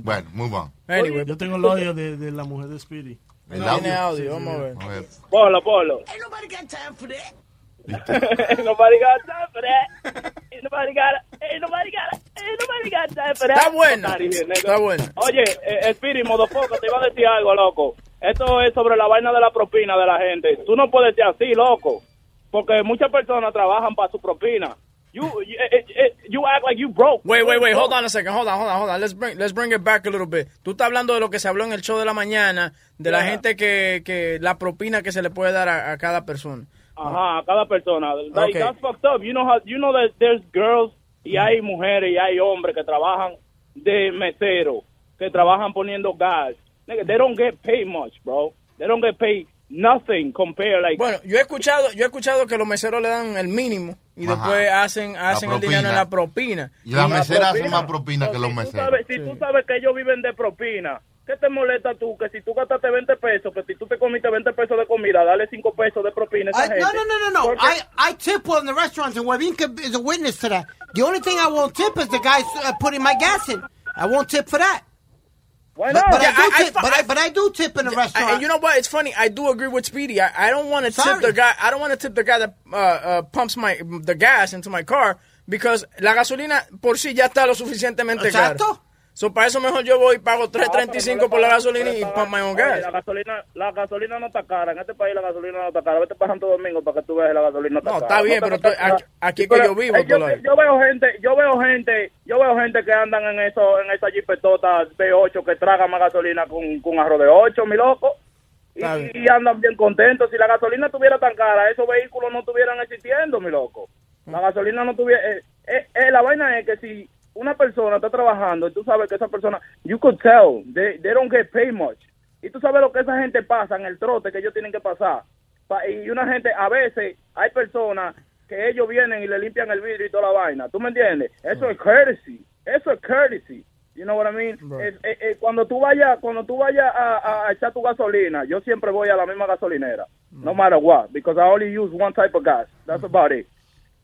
Speaker 6: Bueno, muy bueno.
Speaker 5: Anyway.
Speaker 15: Yo tengo el audio de, de la mujer de Speedy.
Speaker 6: El audio. Tiene
Speaker 5: audio, vamos a ver.
Speaker 16: Polo, polo. Nobody got time for that. Ain't nobody got ain't nobody got ain't nobody got time for that.
Speaker 5: Está bueno.
Speaker 16: Nobody here, nigga.
Speaker 5: Está bueno.
Speaker 16: Oye, eh, Spirit, modofoco, te iba a decir algo, loco. Esto es sobre la vaina de la propina de la gente. Tú no puedes ser así, loco. Porque muchas personas trabajan para su propina. You, you, eh, eh, you act like you broke.
Speaker 5: Wait, wait, wait. Hold on a second. Hold on, hold on, hold on. Let's bring, let's bring it back a little bit. Tú estás hablando de lo que se habló en el show de la mañana, de la
Speaker 16: Yeah.
Speaker 5: gente que, que la propina que se le puede dar a, a cada persona. Ah.
Speaker 16: Ajá, a cada persona.
Speaker 5: Okay.
Speaker 16: Like, that's fucked up. You know, how, you know that there's girls y hay mujeres y hay hombres que trabajan de mesero, que trabajan poniendo gas. Nigga, they don't get paid much, bro. They don't get paid nothing compared, like...
Speaker 5: Bueno, yo he escuchado, yo he escuchado que los meseros le dan el mínimo y
Speaker 16: Ajá.
Speaker 5: después hacen, hacen el dinero en la propina.
Speaker 6: Y las meseras hacen
Speaker 5: propina-
Speaker 6: más propina que los
Speaker 16: tú
Speaker 6: meseros.
Speaker 16: sabes, si tú sabes que ellos viven de propina, ¿qué te molesta tú? Que si tú gastaste 20 pesos, que si tú te comiste 20 pesos de comida, dale 5 pesos de propina a esa
Speaker 2: I,
Speaker 16: gente.
Speaker 2: no, no, no, no, no.
Speaker 16: Porque-
Speaker 2: I, I tip well in the restaurants, and Webin could- is a witness to that. The only thing I won't tip is the guy uh, putting my gas in. I won't tip for that.
Speaker 16: Why
Speaker 2: But,
Speaker 5: not?
Speaker 2: but,
Speaker 5: Yeah,
Speaker 2: I, do
Speaker 5: I- I
Speaker 2: tip,
Speaker 5: fu-
Speaker 2: but, I, but I do tip in the
Speaker 5: I-
Speaker 2: restaurant.
Speaker 5: and you know what? It's funny. I do agree with Speedy. I, I don't want to tip
Speaker 2: Sorry.
Speaker 5: the guy. I don't want to tip the guy that uh, uh, pumps my the gas into my car because la gasolina por sí ya está lo suficientemente cara.
Speaker 2: Exacto.
Speaker 5: So para eso mejor yo voy y pago 3.35 por la
Speaker 16: Ah,
Speaker 5: gasolina y pump my own
Speaker 16: Oye,
Speaker 5: gas.
Speaker 16: La gasolina, la gasolina no está cara. En este país la gasolina no está cara. Vete para Santo Domingo para que tú veas que la gasolina está
Speaker 5: No,
Speaker 16: cara.
Speaker 5: está bien,
Speaker 16: te
Speaker 5: pero
Speaker 16: está
Speaker 5: estoy-
Speaker 16: cara.
Speaker 5: aquí- aquí es
Speaker 16: Pero,
Speaker 5: que yo vivo,
Speaker 16: eh, yo,
Speaker 5: Tolai.
Speaker 16: yo veo gente, yo veo gente, yo veo gente que andan en eso, en esa jipetota B8 que traga más gasolina con, con arroz de 8, mi loco. Y,
Speaker 5: Está bien.
Speaker 16: y andan bien contentos. Si la gasolina estuviera tan cara, esos vehículos no estuvieran existiendo, mi loco. La gasolina no tuviera... eh, eh, eh, la vaina es que si una persona está trabajando y tú sabes que esa persona... You could tell, they, they don't get paid much. Y tú sabes lo que esa gente pasa en el trote que ellos tienen que pasar. Pa- Y una gente, a veces hay personas que ellos vienen y le limpian el vidrio y toda la vaina. ¿Tú me entiendes? Eso es courtesy. Eso es courtesy. You know what I mean?
Speaker 5: Right.
Speaker 16: Eh, eh, eh, cuando tú vayas cuando tú vayas a, a- a echar tu gasolina, yo siempre voy a la misma gasolinera. No
Speaker 17: Mm,
Speaker 16: matter what, because I only use one type of gas. That's about it.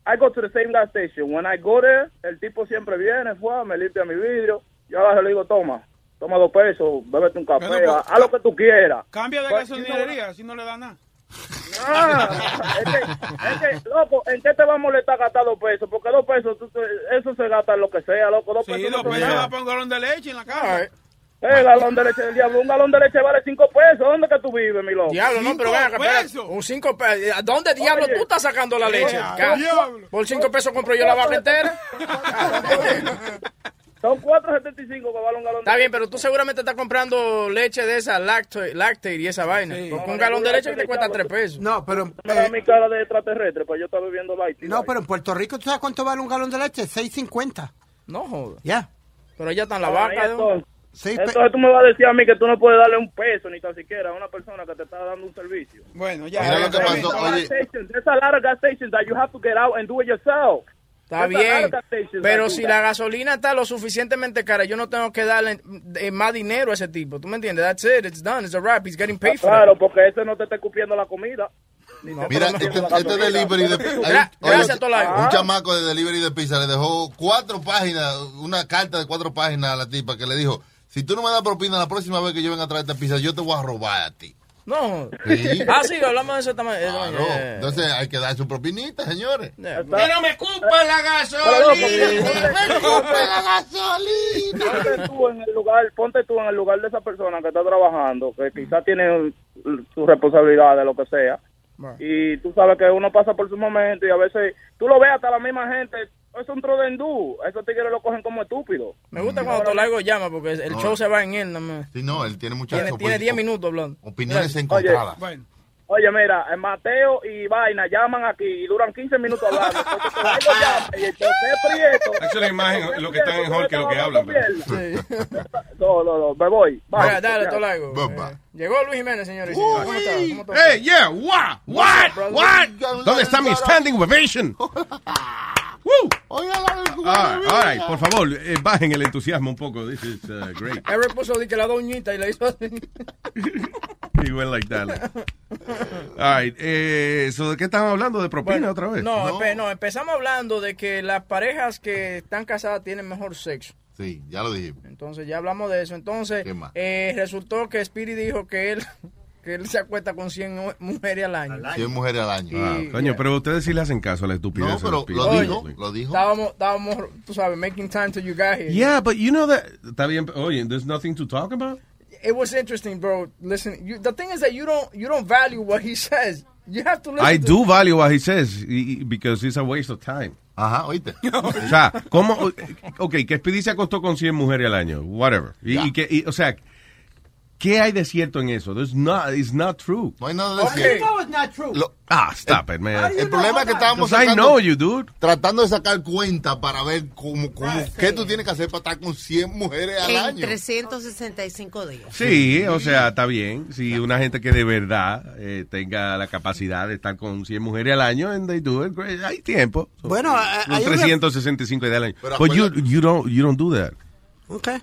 Speaker 16: I go to the same gas station. When I go there, el tipo siempre viene, fue, me limpia mi vidrio. Yo abajo le digo, toma, toma dos pesos, bébete un café,
Speaker 9: Bueno,
Speaker 16: haz lo que tú quieras.
Speaker 9: Cambia de
Speaker 16: Pues,
Speaker 9: gasolinería, si no le da nada.
Speaker 16: Ah, es que, es que, loco, ¿en qué te va a molestar gastar dos pesos? Porque dos pesos, tú- tú- eso se gasta en lo que sea, loco. Dos
Speaker 9: Sí,
Speaker 16: pesos.
Speaker 9: dos
Speaker 16: no son
Speaker 9: pesos
Speaker 16: nada.
Speaker 9: va para un galón de leche en la casa.
Speaker 16: Eh, galón de leche del diablo. Un galón de leche vale cinco pesos. ¿Dónde que tú vives, mi loco?
Speaker 5: Diablo, no, pero ven acá, espérate. Un cinco pesos. ¿A dónde diablo tú estás sacando la leche?
Speaker 16: Oye,
Speaker 5: Ca-
Speaker 16: diablo.
Speaker 5: Por cinco pesos compro yo la vaca entera.
Speaker 16: Son 4.75 que vale un galón de
Speaker 5: Está bien, pero tú seguramente estás comprando leche de esa lactate, lactate y esa vaina. Porque un galón de leche que te cuesta tres pesos.
Speaker 2: No, pero... eh,
Speaker 16: Mira mi cara de extraterrestre, pues yo estaba bebiendo light.
Speaker 2: No, pero en Puerto Rico, ¿tú sabes cuánto vale un galón de leche? 6.50.
Speaker 5: No jodas.
Speaker 2: Ya.
Speaker 5: Pero ya están la
Speaker 16: Ah,
Speaker 5: vaca.
Speaker 16: entonces,
Speaker 2: Sí,
Speaker 16: entonces tú me vas a decir a mí que tú no puedes darle un peso ni tan siquiera a una persona que te está dando un servicio.
Speaker 9: Bueno, ya.
Speaker 6: Mira lo que
Speaker 16: There's
Speaker 6: pasó,
Speaker 16: a lot
Speaker 6: oye.
Speaker 16: of stations- there's a lot of gas stations that you have to get out and do it yourself.
Speaker 5: Está
Speaker 16: There's a lot
Speaker 5: bien,
Speaker 16: of gas stations
Speaker 5: pero
Speaker 16: that do
Speaker 5: si
Speaker 16: that.
Speaker 5: la gasolina está lo suficientemente cara, yo no tengo que darle eh, más dinero a ese tipo. ¿Tú me entiendes? That's it, it's done, it's a wrap, he's getting paid
Speaker 16: Ah,
Speaker 5: for
Speaker 16: Claro,
Speaker 5: it.
Speaker 16: porque ese no te está escupiendo la comida. Ni te
Speaker 6: Mira,
Speaker 16: está
Speaker 6: este,
Speaker 16: metiendo la
Speaker 6: este
Speaker 16: gasolina.
Speaker 6: delivery de
Speaker 16: Gra-
Speaker 6: hay un-
Speaker 16: gracias,
Speaker 6: oye,
Speaker 16: Tolayo.
Speaker 6: Un chamaco de delivery de pizza le dejó cuatro páginas, una carta de cuatro páginas a la tipa que le dijo: Si tú no me das propina la próxima vez que yo venga a traer esta pizza, yo te voy a robar a ti.
Speaker 5: No.
Speaker 6: Sí.
Speaker 5: Ah, sí, hablamos de eso también. eh,
Speaker 6: Claro.
Speaker 5: eh, eh.
Speaker 6: Entonces hay que dar su propinita, señores.
Speaker 9: Que no me culpa la
Speaker 16: Ponte tú en el lugar, ponte tú en el lugar de esa persona que está trabajando, que quizás tiene su responsabilidad de lo que sea. Y tú sabes que uno pasa por su momento y a veces tú lo ves hasta la misma gente es un trodendú. Esos tigres lo cogen como estúpido. Mm.
Speaker 5: Me gusta cuando Tolargo llama porque el
Speaker 16: No.
Speaker 5: show se va en él. nada más.
Speaker 6: Sí, no, él tiene muchas
Speaker 5: Tiene tiene 10 minutos hablando.
Speaker 6: opiniones
Speaker 16: Oye,
Speaker 6: encontradas.
Speaker 16: Oye, mira, eh, Mateo y Vaina llaman aquí y duran 15 minutos hablando. Entonces, Tolargo llama y el José Prieto...
Speaker 18: Esa es la imagen, lo que están en Hulk, que lo que hablan. pero-
Speaker 16: No, no, no, me voy. Bye.
Speaker 5: Mira, dale, Tolargo. Eh, llegó Luis Jiménez, señores. y señores. ¿Cómo está? ¿Cómo está?
Speaker 18: Hey, yeah, what, what, what? ¿Dónde está mi standing ovation? Ah, All right, all right, por favor, eh, bajen el entusiasmo un poco. This is uh, great.
Speaker 5: Eric puso de que la doñita y la hizo así.
Speaker 18: He went like that. All right, eh, so, ¿de qué estaban hablando? ¿De propina otra vez?
Speaker 5: No, empe- no, empezamos hablando de que las parejas que están casadas tienen mejor sexo.
Speaker 6: Sí, ya lo dijimos.
Speaker 5: Entonces ya hablamos de eso. Entonces
Speaker 6: ¿Qué más?
Speaker 5: eh, resultó que Spirit dijo que él que él se acuesta con 100 mu- mujeres al año.
Speaker 6: 100 mujeres al año.
Speaker 18: Ah, coño, pero ustedes sí le hacen caso a la estupidez.
Speaker 6: No,
Speaker 18: de
Speaker 6: pero
Speaker 18: los
Speaker 6: lo
Speaker 18: people.
Speaker 6: dijo, lo dijo.
Speaker 5: Estábamos, estábamos, tú sabes, making time till you got here.
Speaker 18: Yeah, but you know that. Está bien, oye, there's nothing to talk about.
Speaker 5: It was interesting, bro. Listen, you, the thing is that you don't you don't value what he says. You have to listen.
Speaker 18: I
Speaker 5: to-
Speaker 18: do value what he says y- y- because it's a waste of time.
Speaker 6: Ajá, oíste.
Speaker 18: O sea, ¿cómo? Ok, que Speedy se acostó con 100 mujeres al año, whatever. Y, y que, y, o sea, ¿qué hay de cierto en eso? There's not, it's not true.
Speaker 6: No hay nada
Speaker 19: You know it's not true.
Speaker 18: ah, stop it, man.
Speaker 6: El problema es que estábamos
Speaker 18: Because I
Speaker 6: sacando-
Speaker 18: know you, dude.
Speaker 6: tratando de sacar cuenta para ver cómo, cómo, qué tú tienes que hacer para estar con 100 mujeres al
Speaker 11: En
Speaker 6: año.
Speaker 11: 365 días.
Speaker 18: Sí, o sea, está bien. Si una gente que de verdad eh, tenga la capacidad de estar con 100 mujeres al año, and they do it, great. hay tiempo. eh,
Speaker 2: Bueno, a-
Speaker 18: Son
Speaker 2: hay una-
Speaker 18: 365 días al año.
Speaker 2: Pero
Speaker 18: But you, you, don't, you don't do that.
Speaker 2: Okay.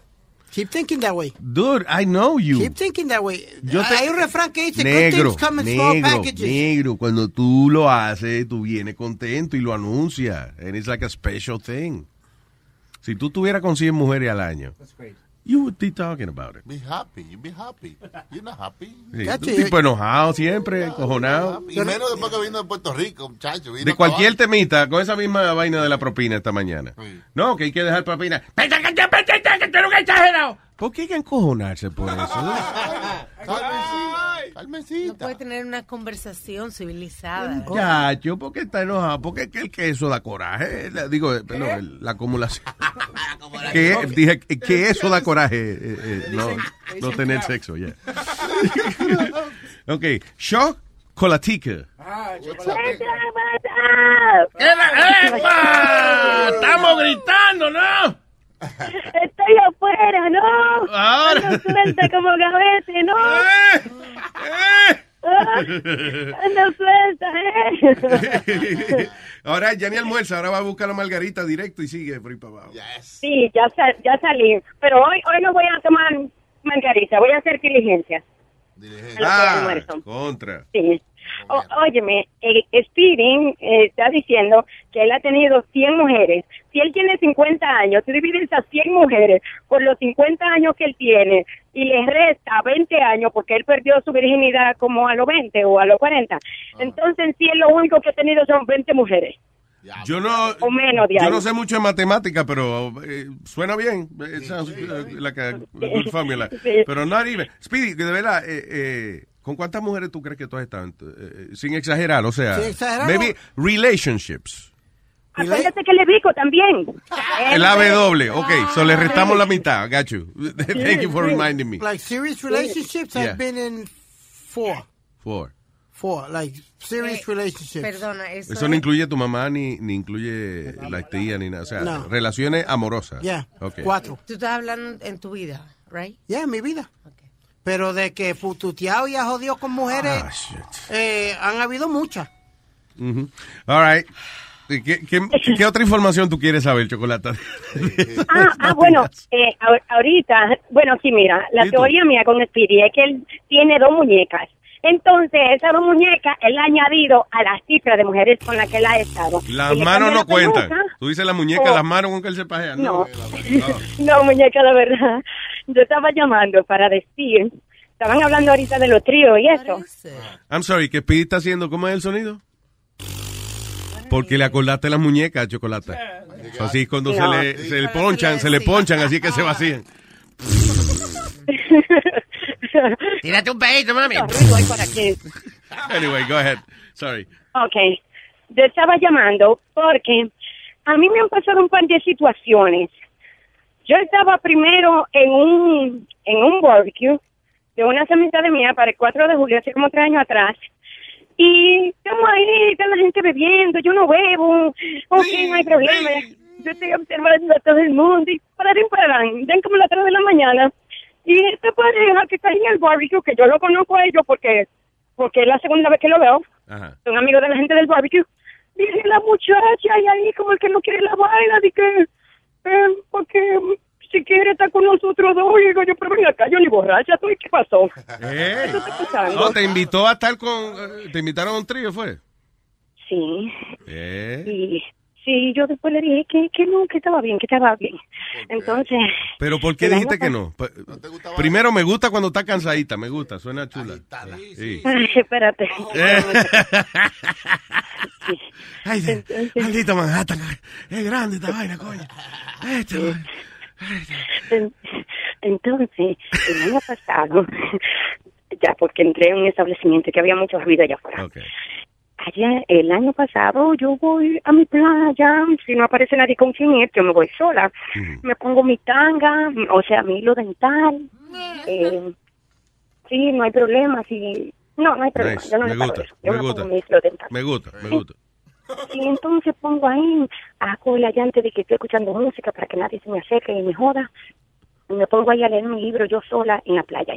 Speaker 2: Keep thinking that way.
Speaker 18: Dude, I know you.
Speaker 2: Keep thinking that way.
Speaker 18: Yo te-
Speaker 2: Hay un refrán que dice,
Speaker 18: negro,
Speaker 2: good things come in small
Speaker 18: negro,
Speaker 2: packages.
Speaker 18: negro. Cuando tú lo haces, tú vienes contento y lo anuncias. And it's like a special thing. Si tú estuvieras con 100 mujeres al año, you would be talking about it.
Speaker 6: Be happy, you be happy. You're not happy.
Speaker 18: Sí, un tipo enojado siempre, encojonado.
Speaker 6: Y menos después que vino de Puerto Rico, muchacho. vino
Speaker 18: De
Speaker 6: a
Speaker 18: cualquier temita, con esa misma vaina de la propina esta mañana. No, que hay que dejar propina. ¿Por qué hay que encojonarse por eso?
Speaker 11: No puede tener una conversación civilizada.
Speaker 20: Oh.
Speaker 18: Muchacho, ¿por qué está enojado? Porque es que el queso da coraje. La- digo, eh, perdón, el- la acumulación. que, dije eh, que eso da coraje. eh, eh, no,
Speaker 20: Dicen-
Speaker 18: no
Speaker 20: dicen
Speaker 18: tener
Speaker 20: claro.
Speaker 18: sexo, ya. ok, shock colatica.
Speaker 3: ¡Epa!
Speaker 18: ¡Estamos gritando, no!
Speaker 3: Estoy afuera, ¿no?
Speaker 18: Ahora.
Speaker 3: Ando suelta como gavete, ¿no?
Speaker 5: Eh.
Speaker 3: Ah, Ando suelta, ¿eh?
Speaker 18: ahora ya ni almuerza, ahora va a buscar a Margarita directo y sigue por ahí para abajo.
Speaker 21: Sí, ya, sa- ya salí. Pero hoy hoy no voy a tomar margarita, voy a hacer diligencia.
Speaker 18: Ah, contra.
Speaker 21: Sí. O- óyeme, eh, Speeding eh, está diciendo que él ha tenido 100 mujeres. Si él tiene 50 años, tú divides esas 100 mujeres por los 50 años que él tiene y le resta 20 años porque él perdió su virginidad como a los 20 o a los 40. Entonces, en sí, él lo único que ha tenido son 20 mujeres.
Speaker 18: Yo no,
Speaker 21: O menos de
Speaker 18: yo
Speaker 21: ahí.
Speaker 18: no sé mucho de matemática, pero eh, suena bien. It sounds like- like a good formula.
Speaker 21: Sí.
Speaker 18: Pero not even. Speedy, que de verdad, eh, eh, ¿con cuántas mujeres tú crees que tú has estado? en tu- eh, eh, sin exagerar, o sea,
Speaker 21: Sin exagerar,
Speaker 18: maybe relationships.
Speaker 21: Acuérdate que le dijo también.
Speaker 18: El AW,
Speaker 21: Ah.
Speaker 18: ok, so le restamos la mitad, got you. Thank you for reminding me.
Speaker 2: Like serious relationships,
Speaker 18: Yeah.
Speaker 2: I've been in four.
Speaker 18: Four.
Speaker 2: Four, like
Speaker 5: Eh,
Speaker 2: serious relationships.
Speaker 11: Perdona, eso.
Speaker 18: Eso no incluye tu mamá, ni, ni incluye las tías, ni nada. O sea,
Speaker 11: No.
Speaker 18: relaciones amorosas.
Speaker 11: Yeah,
Speaker 18: Ok.
Speaker 11: Tú estás hablando en tu vida, right?
Speaker 2: Yeah, mi vida. Pero de que pututeado y ha jodido con
Speaker 18: Ah,
Speaker 2: mujeres, eh, han habido muchas.
Speaker 18: Ujú. All right. ¿Qué, qué, qué otra información tú quieres saber, Chocolata?
Speaker 21: Ah, ah, bueno, eh, ahor- ahorita, bueno, sí, mira, la
Speaker 18: Sí, tú.
Speaker 21: teoría mía con Speedy es que él tiene dos muñecas. Entonces, esas dos muñecas él ha añadido a las cifras de mujeres con las que él ha estado.
Speaker 18: Las
Speaker 21: Y le
Speaker 18: manos
Speaker 21: cambia
Speaker 18: no
Speaker 21: la peluca.
Speaker 18: cuentan. Tú dices la muñeca,
Speaker 21: Oh.
Speaker 18: las manos con que él se pajea. No.
Speaker 21: No, muñeca, la verdad. Yo estaba llamando para decir, estaban hablando ahorita de los tríos y eso.
Speaker 18: I'm sorry, ¿qué Speedy está haciendo? ¿Cómo es el sonido? Porque le acordaste las muñecas, Chocolata. Así es cuando
Speaker 21: No.
Speaker 18: se, le, se le ponchan, se le ponchan, así es que se vacían.
Speaker 21: Tírate un pedito, mami.
Speaker 18: Anyway, go ahead. Sorry.
Speaker 21: Ok, yo estaba llamando porque a a mí me han pasado un par de situaciones. Yo estaba primero en un, en un barbecue de una amistades mía para el 4 de julio, hace como tres años atrás. Y estamos ahí, está la gente bebiendo, yo no bebo, ok, no hay problema. Yo estoy observando a todo el mundo y pararán, pararán, dan como las 3 de la mañana. Y este pareja que está ahí en el barbecue, que yo lo conozco a ellos porque, porque es la segunda vez que lo veo,
Speaker 18: Ajá.
Speaker 21: son amigos de la gente del barbecue. Dice la muchacha y ahí como el que no quiere la vaina, de que, eh, porque si quiere estar con nosotros dos, y digo yo, pero ven acá, yo ni borracha, ¿tú y qué pasó?
Speaker 18: Hey.
Speaker 21: ¿Qué está pasando?
Speaker 18: Oh, te invitó a estar con. eh, Te invitaron a un trío, ¿fue?
Speaker 21: Sí,
Speaker 18: Eh.
Speaker 21: sí, sí, yo después le dije que, que no, que estaba bien, que estaba bien. Entonces,
Speaker 18: Pero ¿por qué dijiste que no? Pa- Primero, me gusta cuando está cansadita, me gusta, suena chula. Sí.
Speaker 21: ay, espérate.
Speaker 18: Eh.
Speaker 22: Ay, de- maldito Manhattan. Es grande esta vaina, coño. Este, va-
Speaker 21: En- Entonces, el año pasado, ya porque entré en un establecimiento que había mucho ruido allá afuera. Allá, el año pasado, yo voy a mi playa, si no aparece nadie con quien ir, yo me voy sola. Me pongo mi tanga, o sea, mi hilo dental. eh, sí, no hay problema, sí. No, no hay problema.
Speaker 18: Nice.
Speaker 21: Yo no
Speaker 18: Me
Speaker 21: pago
Speaker 18: gusta,
Speaker 21: eso. Yo
Speaker 18: me
Speaker 21: pongo
Speaker 18: gusta.
Speaker 21: mi hilo dental.
Speaker 18: Me gusta, me gusta.
Speaker 21: Y entonces pongo ahí, hago el allante de que estoy escuchando música para que nadie se me acerque y me joda. Y me pongo ahí a leer mi libro yo sola en la playa.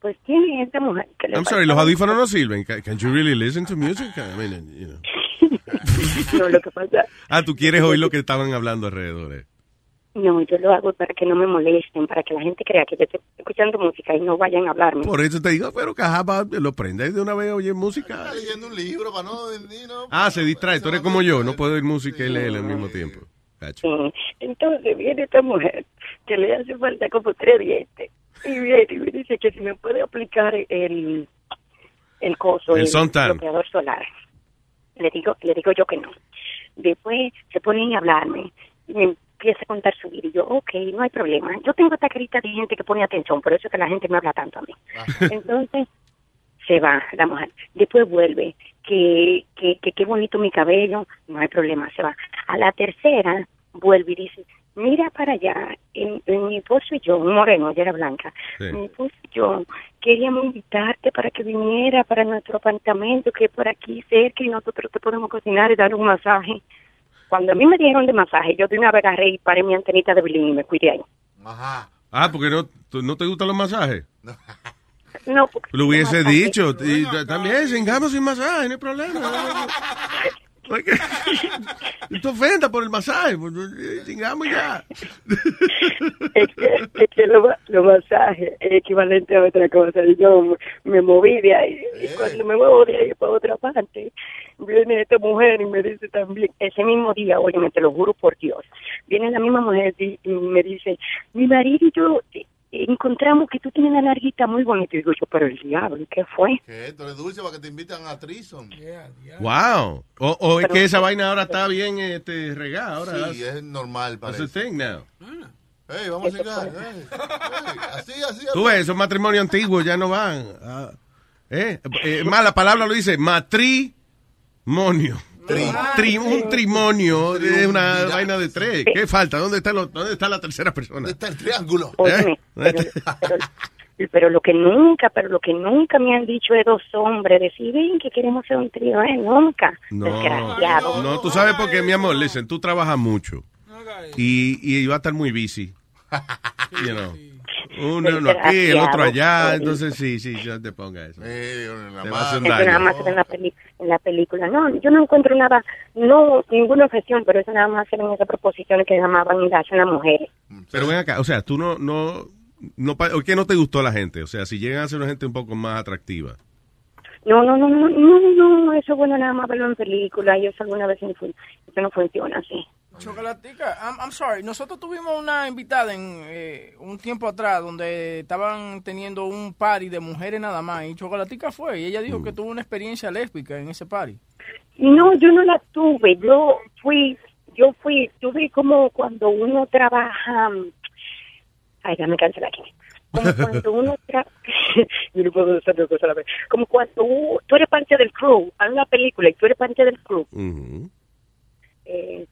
Speaker 21: Pues tiene esta mujer que le
Speaker 18: I'm sorry, los audífonos no sirven. Ca- Can you really listen to music? I mean, you know.
Speaker 21: No, lo que pasa,
Speaker 18: Ah, tú quieres oír lo que estaban hablando alrededor. eh.
Speaker 21: no, yo lo hago para que no me molesten, para que la gente crea que yo estoy escuchando música y no vayan a hablarme.
Speaker 18: Por eso te digo, pero cajaba, lo prendes de una vez, oye música.
Speaker 6: leyendo un libro para no venir, ¿no?
Speaker 18: Ah, se distrae, tú eres como yo, no puedo oír música y leer al mismo tiempo. Gacho.
Speaker 21: Mm, Entonces viene esta mujer que le hace falta como tres dientes. Y viene y me dice que si me puede aplicar el, el coso,
Speaker 18: El suntan.
Speaker 21: bloqueador solar. Le digo, le digo yo que no. Después se ponen a hablarme y me empieza a contar su vida. Y yo, ok, no hay problema. Yo tengo esta carita de gente que pone atención, por eso es que la gente me habla tanto a mí. Entonces se va la mujer. Después vuelve, que que, que qué bonito mi cabello, no hay problema, se va. A la tercera vuelve y dice, mira para allá, en, en mi esposo y yo, un moreno, ya era blanca,
Speaker 18: Sí.
Speaker 21: mi esposo y yo queríamos invitarte para que viniera para nuestro apartamento, que es por aquí cerca y nosotros te podemos cocinar y dar un masaje. Cuando a mí me dieron de masaje, yo de una vez agarré y paré mi antenita de bilín y me cuidé ahí.
Speaker 18: Ah, porque no, tú- no te gustan los masajes.
Speaker 21: No, porque
Speaker 18: Lo hubiese
Speaker 21: masaje.
Speaker 18: dicho. Y ta- también, cingamos sin masaje, no hay problema. Porque- No te ofendas por el masaje. pues, eh, Chingamos ya.
Speaker 21: es que los lo masajes es equivalente a otra cosa. Y yo me moví de ahí. Y cuando me muevo de ahí para otra parte, viene esta mujer y me dice también, ese mismo día, oye, te lo juro por Dios, viene la misma mujer di- y me dice, mi marido y yo eh, encontramos que tú tienes la narguita muy bonita. Y digo yo, pero el diablo, ¿qué fue?
Speaker 6: ¿Qué? Tú eres dulce para que te invitan a Trison.
Speaker 18: Wow. O, o es que esa vaina ahora está bien este, regada. Ahora,
Speaker 6: Sí, es normal,
Speaker 18: That's
Speaker 6: parece.
Speaker 18: the thing now.
Speaker 6: Ey, vamos a llegar. ey, ey, así, así.
Speaker 18: Tú ves, esos matrimonios antiguos ya no van. Ah, eh, eh, más la palabra lo dice, matrimonio. Tri- un trimonio es una vaina de tres. ¿Qué falta? ¿Dónde está, lo- ¿Dónde está la tercera persona? ¿Eh? ¿Dónde está el triángulo?
Speaker 21: Óyeme, Pero lo que nunca, pero lo que nunca me han dicho es dos hombres, decir, ven que queremos ser un trío, ¿eh? Nunca. Desgraciado.
Speaker 18: No, no, tú sabes por qué, mi amor. Listen, tú trabajas mucho y, y va a estar muy busy. You know. Uno, uno aquí, el otro allá. Entonces, sí, sí, yo te ponga eso. Te va a hacer un
Speaker 21: Eso nada
Speaker 18: daño.
Speaker 21: más era en la, peli- en la película. No, yo no encuentro nada, no, ninguna objeción, pero eso nada más eran esas proposiciones que llamaban y le hacen las mujeres.
Speaker 18: Pero ven acá, o sea, tú no, no, no, pa- ¿o qué no te gustó la gente? O sea, si llegan a ser una gente un poco más atractiva.
Speaker 21: No, no, no, no, no, no, no, eso bueno nada más verlo en película y eso alguna vez no fun- eso no funciona así.
Speaker 5: Chocolatica, I'm, I'm sorry. Nosotros tuvimos una invitada en eh, un tiempo atrás donde estaban teniendo un party de mujeres nada más y Chocolatica fue y ella dijo
Speaker 18: Mm.
Speaker 5: que tuvo una experiencia lésbica en ese party.
Speaker 21: No, yo no la tuve. Yo fui, yo fui, tuve como cuando uno trabaja. Ay, ya me cansé aquí. Como cuando uno tra- yo no puedo hacer dos cosas a la vez. Como cuando u- tú eres parte del crew, hay una película y tú eres parte del crew.
Speaker 18: Ujú.
Speaker 21: Eh,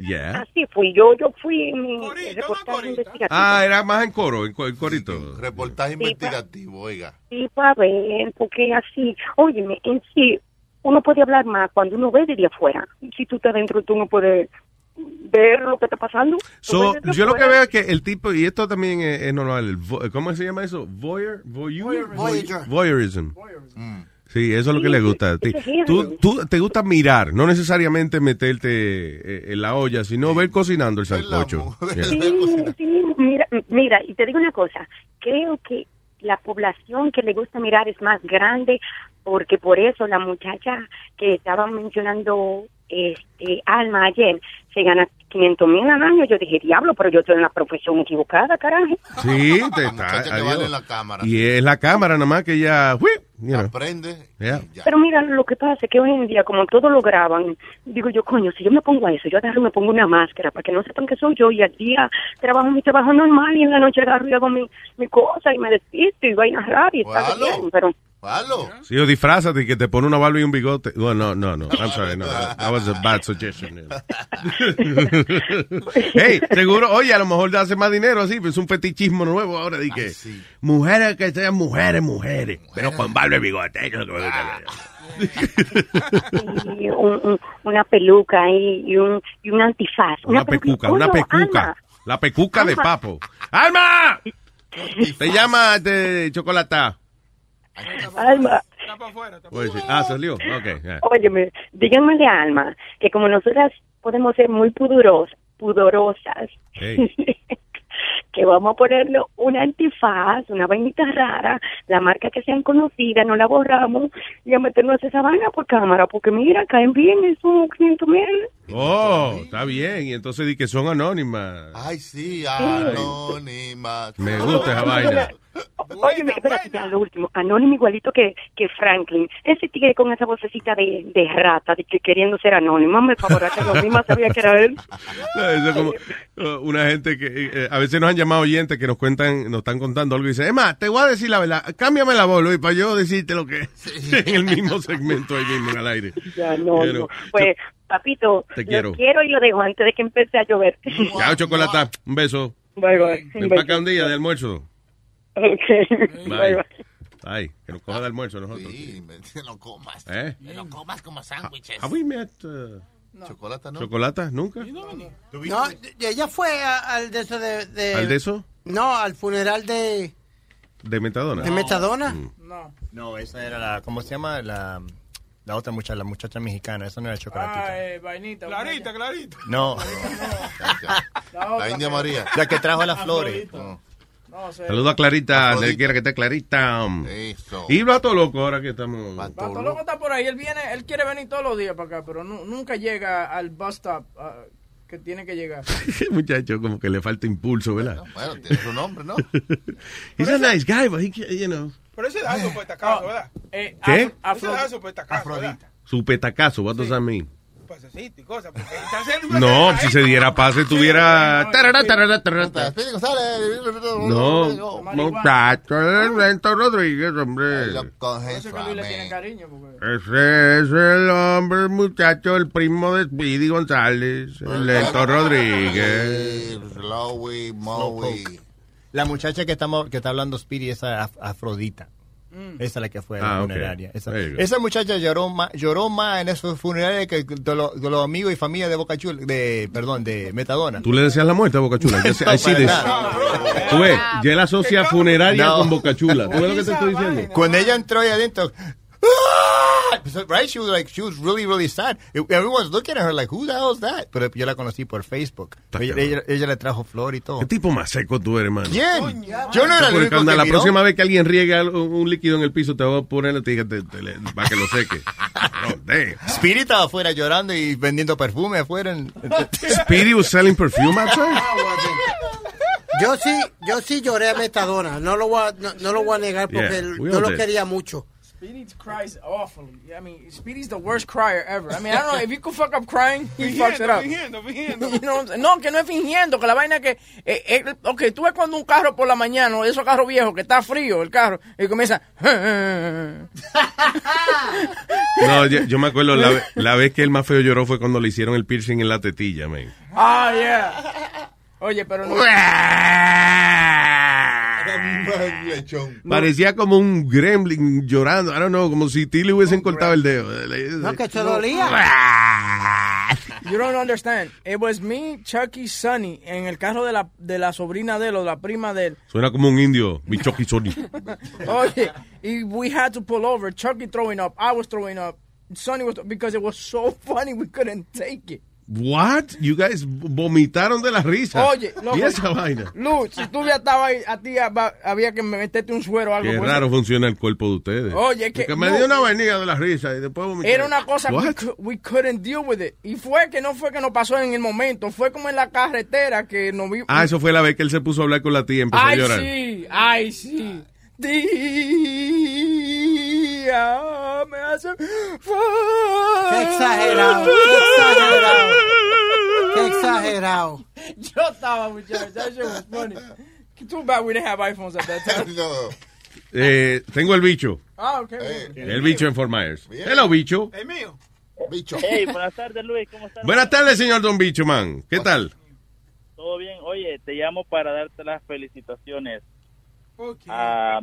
Speaker 18: Yeah.
Speaker 21: Así fui yo, yo fui en mi reportaje investigativo.
Speaker 18: Ah, era más en coro, en, co- en corito.
Speaker 6: Reportaje investigativo, oiga.
Speaker 21: Sí, para ver, porque así, óyeme, en sí, uno puede hablar más cuando uno ve desde afuera. Si tú estás dentro, tú no puedes ver lo que está pasando. Tú
Speaker 18: So,
Speaker 21: ves desde
Speaker 18: yo lo que
Speaker 21: afuera.
Speaker 18: veo es que el tipo, y esto también es, es normal, el vo- ¿cómo se llama eso? Voyeur, voyeur,
Speaker 21: Voyeurism.
Speaker 18: voyeurism.
Speaker 6: Mm.
Speaker 18: Sí, eso es lo que
Speaker 21: Sí,
Speaker 18: le gusta a ti.
Speaker 21: eso es eso.
Speaker 18: Tú, tú- te gusta mirar, no necesariamente meterte eh, en la olla, sino ver cocinando el sancocho. Yeah.
Speaker 21: Sí, sí, mira, mira, y te digo una cosa, creo que la población que le gusta mirar es más grande porque por eso la muchacha que estaba mencionando este Alma ayer se gana 500 mil al año. Yo dije, diablo, pero yo estoy en la profesión equivocada, carajo.
Speaker 18: Sí, te está.
Speaker 6: Muchacha que
Speaker 18: adiós.
Speaker 6: vale la cámara.
Speaker 18: Y es la cámara nada más que ya.
Speaker 6: Aprende.
Speaker 21: Pero mira, lo que pasa es que hoy en día, como todo lo graban, digo yo, coño, si yo me pongo a eso, yo agarro y me pongo una máscara para que no sepan que soy yo y al día trabajo mi trabajo normal y en la noche agarro y hago mi, mi cosa y me despisto y vainas raras y está bien, pero...
Speaker 18: Sí, o disfrázate y que te pone una barba y un bigote. Well, no, no, no. I'm sorry, no. That that was a bad suggestion. hey, seguro, oye, a lo mejor te hace más dinero así, pues es un fetichismo nuevo ahora. Di
Speaker 6: Ah,
Speaker 18: que mujeres que sean mujeres, mujeres, pero con barba y bigote. eso es lo que me gusta.
Speaker 21: y un- un- una peluca y, y un, y un antifaz.
Speaker 18: Una pecuca, una
Speaker 21: Coño,
Speaker 18: pecuca.
Speaker 21: Ana,
Speaker 18: La pecuca de
Speaker 21: Alma.
Speaker 18: papo. ¡Alma! Te llama de chocolata.
Speaker 21: Alma,
Speaker 18: Oye, sí. Ah, salió. Ok. yeah.
Speaker 21: óyeme, díganme de Alma, que como nosotras podemos ser muy pudoros- pudorosas,
Speaker 18: Hey.
Speaker 21: que vamos a ponerle un antifaz, una vainita rara, la marca que sean conocidas, no la borramos, y a meternos esa vaina por cámara, porque mira, caen bien, es un 500 mil.
Speaker 18: Oh, está bien. Y entonces di que son anónimas.
Speaker 6: Ay, sí,
Speaker 9: Ah,
Speaker 6: anónima.
Speaker 18: Me gusta esa vaina.
Speaker 21: Oye, espérate, ya lo último. Anónimo igualito que, que Franklin. Ese tigre con esa vocecita de, de rata, de que queriendo ser anónimo, me favorece lo mismo, sabía que era él.
Speaker 18: No, eso es como eh, una gente que eh, a veces nos han llamado oyentes que nos cuentan, nos están contando algo y dicen, Emma, te voy a decir la verdad, cámbiame la voz, Luis, para yo decirte lo que es en el mismo segmento ahí mismo en el aire.
Speaker 21: Ya, no,
Speaker 18: Pero-
Speaker 21: no. Pues, papito,
Speaker 18: Te
Speaker 21: lo
Speaker 18: quiero.
Speaker 21: quiero y lo dejo antes de que empiece a llover.
Speaker 18: Chao, chocolata, un beso.
Speaker 21: Bye, bye.
Speaker 18: Ven para acá un día de almuerzo.
Speaker 21: Ok.
Speaker 18: Mm. Bye. Bye. Que nos coja de almuerzo nosotros.
Speaker 6: No comas.
Speaker 18: ¿Eh?
Speaker 6: No comas como sándwiches.
Speaker 18: Have we met uh,
Speaker 6: Chocolata, ¿no?
Speaker 18: chocolata? ¿Nunca?
Speaker 2: No, ella fue a- al de eso de, de-
Speaker 18: ¿Al de eso?
Speaker 2: No, al funeral de,
Speaker 18: ¿De metadona? Mm.
Speaker 2: de Metadona.
Speaker 6: Mm.
Speaker 9: No.
Speaker 12: No, esa era la, ¿cómo se llama? La, la otra muchacha, la muchacha mexicana, esa no era chocolatita.
Speaker 9: Ah, eh, vainita. Clarita, clarita.
Speaker 12: No.
Speaker 9: La otra. Ah,
Speaker 6: India María.
Speaker 12: La que trajo las flores.
Speaker 9: No sé.
Speaker 18: Saludos a Clarita, donde quiera que esté Clarita. Y Bato Loco, ahora que estamos.
Speaker 5: Bato Loco está por ahí, él viene, él quiere venir todos los días para acá, pero nu- nunca llega al bus stop ah, que tiene que llegar.
Speaker 18: Muchacho, como que le falta impulso, ¿verdad?
Speaker 6: Bueno, tiene su nombre, ¿no?
Speaker 18: He's a nice guy, but he, ca- you know.
Speaker 9: Pero ese da su puesta casa, ¿verdad?
Speaker 18: ¿Qué?
Speaker 9: Ese da su puesta casa, ¿verdad?
Speaker 18: Su petacazo, what does that mean?
Speaker 9: Pasecito y cosas. porque está haciendo una-
Speaker 18: No, si se diera pase, tuviera. Tarara, tarara, tarara.
Speaker 6: Pide González.
Speaker 18: No, muchacho, Ernesto Rodríguez, hombre.
Speaker 6: Coge
Speaker 5: Eso que Luis le tiene cariño. Porque...
Speaker 18: Ese es el hombre, el muchacho, el primo de Speedy González, Ernesto Rodríguez.
Speaker 6: Slowy,
Speaker 12: Mowy. La muchacha que, estamos, que está hablando Speedy, esa af- afrodita. Esa es la que fue a la
Speaker 18: Ah, ok.
Speaker 12: funeraria. Esa,
Speaker 18: There you go.
Speaker 12: esa muchacha lloró más, lloró más en esos funerales que de, lo- de los amigos y familia de Boca Chula, de, perdón, de Metadona.
Speaker 18: Tú le decías la muerte a Bocachula. Yo sé, I see this. Tú ves, ya él asocia funeraria
Speaker 12: No.
Speaker 18: con Bocachula. ¿Tú ves lo que te estoy diciendo?
Speaker 12: Cuando ella entró ahí adentro, ¡ah! So, right, she was like, she was really, really sad. Everyone's looking at her like, who the hell is that? Pero yo la conocí por Facebook. Ella, ella- ella le trajo flor y todo.
Speaker 18: ¿Qué tipo más seco tú eres, hermano?
Speaker 12: ¿Quién? Yo no era el
Speaker 18: Porque
Speaker 12: único
Speaker 18: cuando
Speaker 12: que
Speaker 18: la
Speaker 12: miró.
Speaker 18: próxima vez que alguien riegue algo- un, líquido en el piso, te voy a poner la tija te- te le- para que lo seque. Oh,
Speaker 12: Spirit estaba afuera llorando y vendiendo perfume afuera. en-
Speaker 18: Speedy was selling perfume outside?
Speaker 2: Yo sí, yo sí lloré a Metadona. No lo voy a, no, no lo voy a negar porque
Speaker 18: Yeah, we all
Speaker 2: yo lo
Speaker 18: did.
Speaker 2: quería mucho.
Speaker 5: Speedy cries awfully. I mean, Speedy's the worst crier ever. I mean, I don't know. If you could fuck up crying, he fucks it up.
Speaker 9: Fingiendo, fingiendo.
Speaker 5: You know what I'm saying? no, que no es fingiendo, que la vaina que... Eh, eh, ok, tú ves cuando un carro por la mañana, o esos carros viejos, que está frío el carro, y comienza...
Speaker 18: No, yo, yo me acuerdo la, ve- la vez que el más feo lloró fue cuando le hicieron el piercing en la tetilla, man.
Speaker 5: Ah, yeah. Oye, pero no...
Speaker 18: Parecía como un gremlin llorando, I don't know, como si ti le hubiesen cortado el dedo.
Speaker 5: No,
Speaker 2: que
Speaker 5: se You don't understand. It was me, Chucky, Sunny, en el carro de la, de la sobrina de él o la prima de él.
Speaker 18: Suena como un indio, Michoki Sony.
Speaker 5: Oye, y Oh, we had to pull over. Chucky throwing up. I was throwing up. Sunny was because it was so funny we couldn't take it.
Speaker 18: What? You guys vomitaron de la risa.
Speaker 5: Oye, loco.
Speaker 18: y esa vaina.
Speaker 5: Luz, si tú ya estabas ahí, a ti haba- había que meterte un suero o algo.
Speaker 18: Qué
Speaker 5: pues.
Speaker 18: raro funciona el cuerpo de ustedes.
Speaker 5: Oye, que-
Speaker 18: Porque me
Speaker 5: no.
Speaker 18: dio una vainilla de la risa y después vomité.
Speaker 5: Era una cosa
Speaker 18: What?
Speaker 5: que cou- we couldn't deal with it. Y fue que no fue que nos pasó en el momento, fue como en la carretera que nos vimos.
Speaker 18: Ah, eso fue la vez que él se puso a hablar con la tía y empezó a
Speaker 5: Ay,
Speaker 18: llorar.
Speaker 5: sí, ay, sí. Día me hace
Speaker 2: Qué exagerado, qué exagerado. Qué exagerado.
Speaker 5: Yo estaba, muchachos. That shit was funny. Too bad we didn't have iPhones at that time.
Speaker 14: no.
Speaker 18: Eh, tengo el bicho.
Speaker 5: Ah, ok.
Speaker 18: El bicho en Fort Myers. Hello, bicho.
Speaker 9: Es mío.
Speaker 14: Bicho.
Speaker 7: Hey, buenas tardes, Luis. ¿Cómo estás?
Speaker 18: Buenas tardes, señor Don Bicho, man. ¿Qué tal?
Speaker 7: ¿Todo bien? Oye, te llamo para darte las felicitaciones. Ah,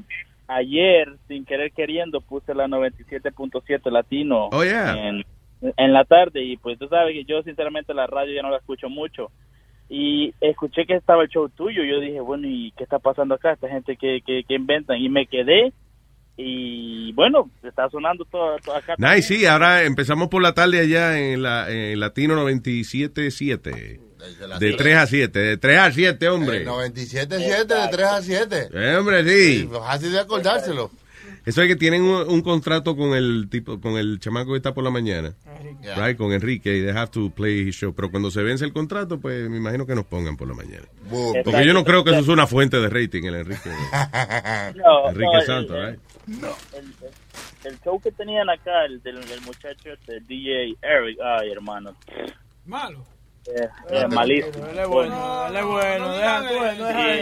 Speaker 7: ayer, sin querer queriendo, puse la 97.7 Latino
Speaker 18: Oh, yeah.
Speaker 7: en, en la tarde. Y pues tú sabes que yo, sinceramente, la radio ya no la escucho mucho. Y escuché que estaba el show tuyo. Yo dije, bueno, ¿y qué está pasando acá? Esta gente que, que, que inventan. Y me quedé. Y bueno, está sonando todo, todo acá.
Speaker 18: Nice, sí. Ahora empezamos por la tarde allá en, la, en Latino 97.7.
Speaker 14: las
Speaker 18: De
Speaker 14: tres.
Speaker 18: 3 a 7. De 3 a 7, hombre.
Speaker 14: 97.7 de 3 a 7.
Speaker 18: Eh, Hombre, sí.
Speaker 14: Así de acordárselo.
Speaker 18: Eso es que tienen un, un contrato con el tipo, con el chamaco que está por la mañana.
Speaker 14: Yeah.
Speaker 18: Right, con Enrique. y They have to play his show. Pero cuando se vence el contrato, pues me imagino que nos pongan por la mañana.
Speaker 14: Boom.
Speaker 18: Porque yo no creo que eso es una fuente de rating, el Enrique.
Speaker 7: No,
Speaker 18: Enrique
Speaker 7: no,
Speaker 18: Santos,
Speaker 7: el-
Speaker 18: right?
Speaker 7: el, el- el show que tenían acá, el del, del muchacho, el DJ Eric, ay hermano.
Speaker 9: Malo.
Speaker 7: Eh, eh, malísimo.
Speaker 5: Él es bueno, él es bueno. Deja tú, él no es
Speaker 7: Sí,
Speaker 5: ahí.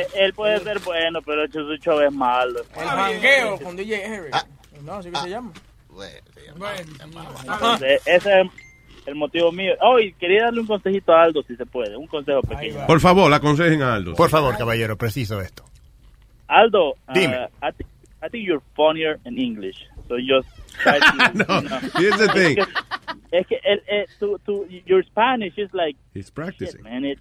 Speaker 7: eh, él puede ser bueno, pero su show es malo.
Speaker 5: El jangueo con DJ Henry.
Speaker 2: Ah.
Speaker 5: No, así que se llama.
Speaker 7: Entonces, Ese es el motivo mío. Oh, y quería darle un consejito a Aldo, si se puede. Un consejo pequeño.
Speaker 18: Por favor, aconsejen a Aldo.
Speaker 12: Por favor, caballero, preciso esto.
Speaker 7: Aldo,
Speaker 12: Dime.
Speaker 7: uh, I, thi- I think you're funnier in English. So just try to. you know.
Speaker 18: here's the thing.
Speaker 7: Es que, es que el, eh, tu- tu- your Spanish is like,
Speaker 18: He's practicing.
Speaker 7: shit, man, it's,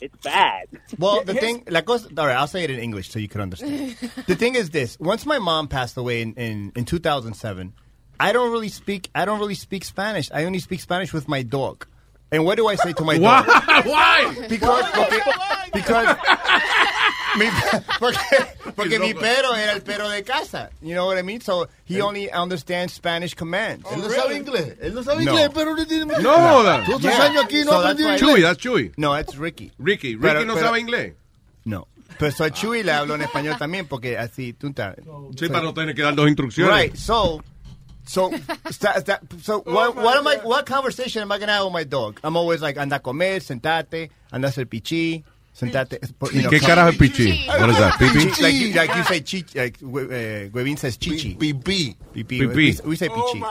Speaker 7: it's bad.
Speaker 12: Well, the thing, la cosa, all right, I'll say it in English so you can understand. the thing is this: once my mom passed away in, in, in 2007, I don't really speak. I don't really speak Spanish. I only speak Spanish with my dog. And what do I say to my dog?
Speaker 3: Why?
Speaker 12: Because, because mi, porque, porque mi
Speaker 14: loco.
Speaker 12: perro era el perro de casa. You know what I mean? So he only understands Spanish commands.
Speaker 14: Él no sabe inglés. Él no sabe
Speaker 12: No.
Speaker 14: inglés, pero no tiene. Tú tus
Speaker 12: Yeah.
Speaker 14: años aquí no
Speaker 12: So
Speaker 14: has
Speaker 12: that's why-
Speaker 14: aprendido inglés.
Speaker 12: No, that's Ricky.
Speaker 18: Ricky, Ricky
Speaker 12: Pero-
Speaker 18: no
Speaker 12: pero-
Speaker 18: sabe inglés.
Speaker 12: No. Pero so a Chuy le hablo en español también porque así, tú sabes.
Speaker 18: Sí,
Speaker 12: So-
Speaker 18: para no tener que dar dos instrucciones.
Speaker 12: Right. So, so, sta- sta- so
Speaker 18: Oh
Speaker 12: what, what am I? What conversation am I gonna have with my dog? I'm always like, anda a comer, sentate, anda a hacer pichi, sentate. eh,
Speaker 18: ¿Y qué carajo es pichi? What is that, pipí?
Speaker 12: Like, you- like you say, chichi. Like uh, Guevin says chichi.
Speaker 14: Pipí.
Speaker 12: Pipí.
Speaker 18: Pipí. Oh
Speaker 12: We, we say pichi.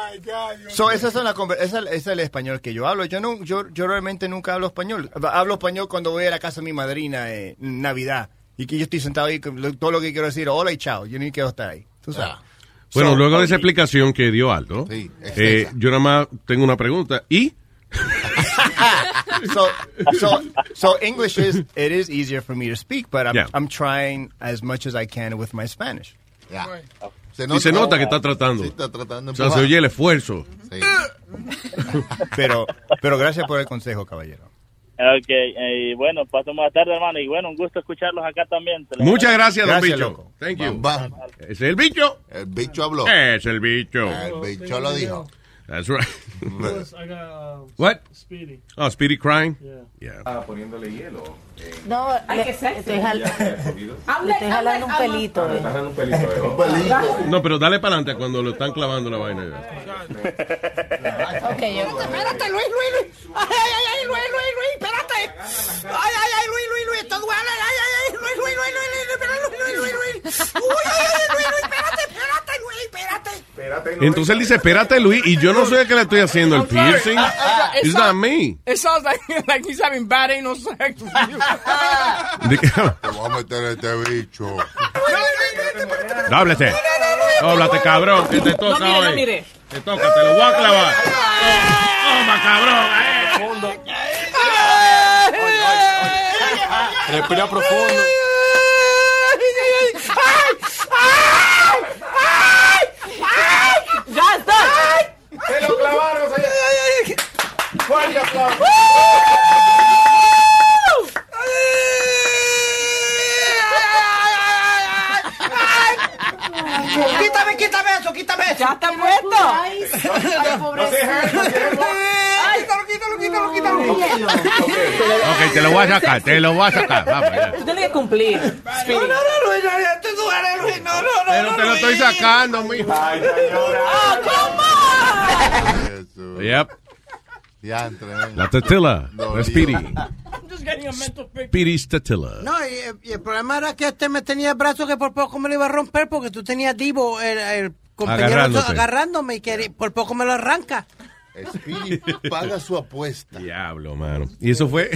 Speaker 12: So, esa es, la conver- esa esa es el español que yo hablo. Yo, no, yo, yo realmente nunca hablo español. Hablo español cuando voy a la casa de mi madrina eh, en Navidad. Y que yo estoy sentado ahí, con lo- todo lo que quiero decir, hola y chao. Yo ni quiero estar ahí. Tú sabes.
Speaker 18: Bueno,
Speaker 12: So-
Speaker 18: luego de esa explicación que dio Aldo, eh, yo nada más tengo una pregunta. ¿Y?
Speaker 12: so, so, so English is it is easier for me to speak, but I'm,
Speaker 18: Yeah.
Speaker 12: I'm trying as much as I can with my Spanish.
Speaker 14: Se
Speaker 18: y se nota que está tratando.
Speaker 14: Sí, está tratando.
Speaker 18: O sea, se oye el esfuerzo.
Speaker 12: Pero, pero gracias por el consejo, caballero.
Speaker 7: Ok, eh, y bueno, paso más tarde, hermano. Y bueno, un gusto escucharlos acá también. Te lo
Speaker 18: Muchas gracias,
Speaker 7: agradezco.
Speaker 18: don
Speaker 14: Gracias,
Speaker 18: Bicho.
Speaker 14: loco.
Speaker 18: Thank you.
Speaker 14: Bam,
Speaker 18: Es el bicho.
Speaker 14: El bicho habló.
Speaker 18: Es el bicho.
Speaker 14: El bicho lo dijo.
Speaker 18: That's right.
Speaker 15: Plus, I got, um,
Speaker 18: What?
Speaker 15: Speedy.
Speaker 18: Oh, Speedy crying?
Speaker 15: Yeah.
Speaker 18: Yeah.
Speaker 23: Ah, Poniéndole hielo.
Speaker 11: No, le, estoy, jal- le estoy jalando un
Speaker 23: Ah,
Speaker 11: pelito. eh.
Speaker 23: un pelito, eh.
Speaker 18: No, pero dale para adelante cuando lo están clavando la vaina. ya.
Speaker 3: Espérate, Luis, Luis, Luis. Ay, ay, ay, Luis, Luis, Luis, espérate. Ay, ay, ay, Luis, Luis, Luis, esto duele. Ay, ay, ay, Luis, Luis, Luis, Luis, Luis, espera, Luis, Luis, Luis, Luis. Uy, ay, ay, Luis, Luis, espérate, espérate, Luis, espérate.
Speaker 18: Entonces él dice, espérate Luis, y yo no soy el que le estoy haciendo el piercing.
Speaker 5: Ah,
Speaker 18: It's not me.
Speaker 5: It sounds like, like he's having bad anal sex with you.
Speaker 18: De que-
Speaker 6: Te voy a meter este bicho.
Speaker 18: Dóblate. Dóblate, cabrón, que te toca
Speaker 3: No mire, no
Speaker 18: hoy.
Speaker 3: mire.
Speaker 18: Te toca, te lo voy a clavar.
Speaker 3: Toma, cabrón. eh,
Speaker 23: Respira profundo.
Speaker 3: ¡Ya está! ¡Se lo clavaron! ¡Guardia,
Speaker 19: Quítame, quítame eso, quítame eso. Ya está muerto. Ay, Ay, quítalo, quítalo, quítalo, quítalo.
Speaker 18: Ok, te lo voy a sacar, te lo voy a sacar. Vamos, ya.
Speaker 23: Tú tienes que cumplir. No, no, no, Luis, no, te duele, Luis. No, no, no.
Speaker 18: Pero te lo estoy sacando, mijo.
Speaker 23: ¡Ah,
Speaker 18: Yep. La tetila. La Speedy. Speedy tetila.
Speaker 2: No, y, y el problema era que este me tenía el brazo que por poco me lo iba a romper porque tú tenías Divo, el, el compañero
Speaker 6: Agarrándote.
Speaker 2: agarrándome y que por poco me lo arranca.
Speaker 6: Paga su apuesta.
Speaker 18: Diablo, mano. Y eso fue,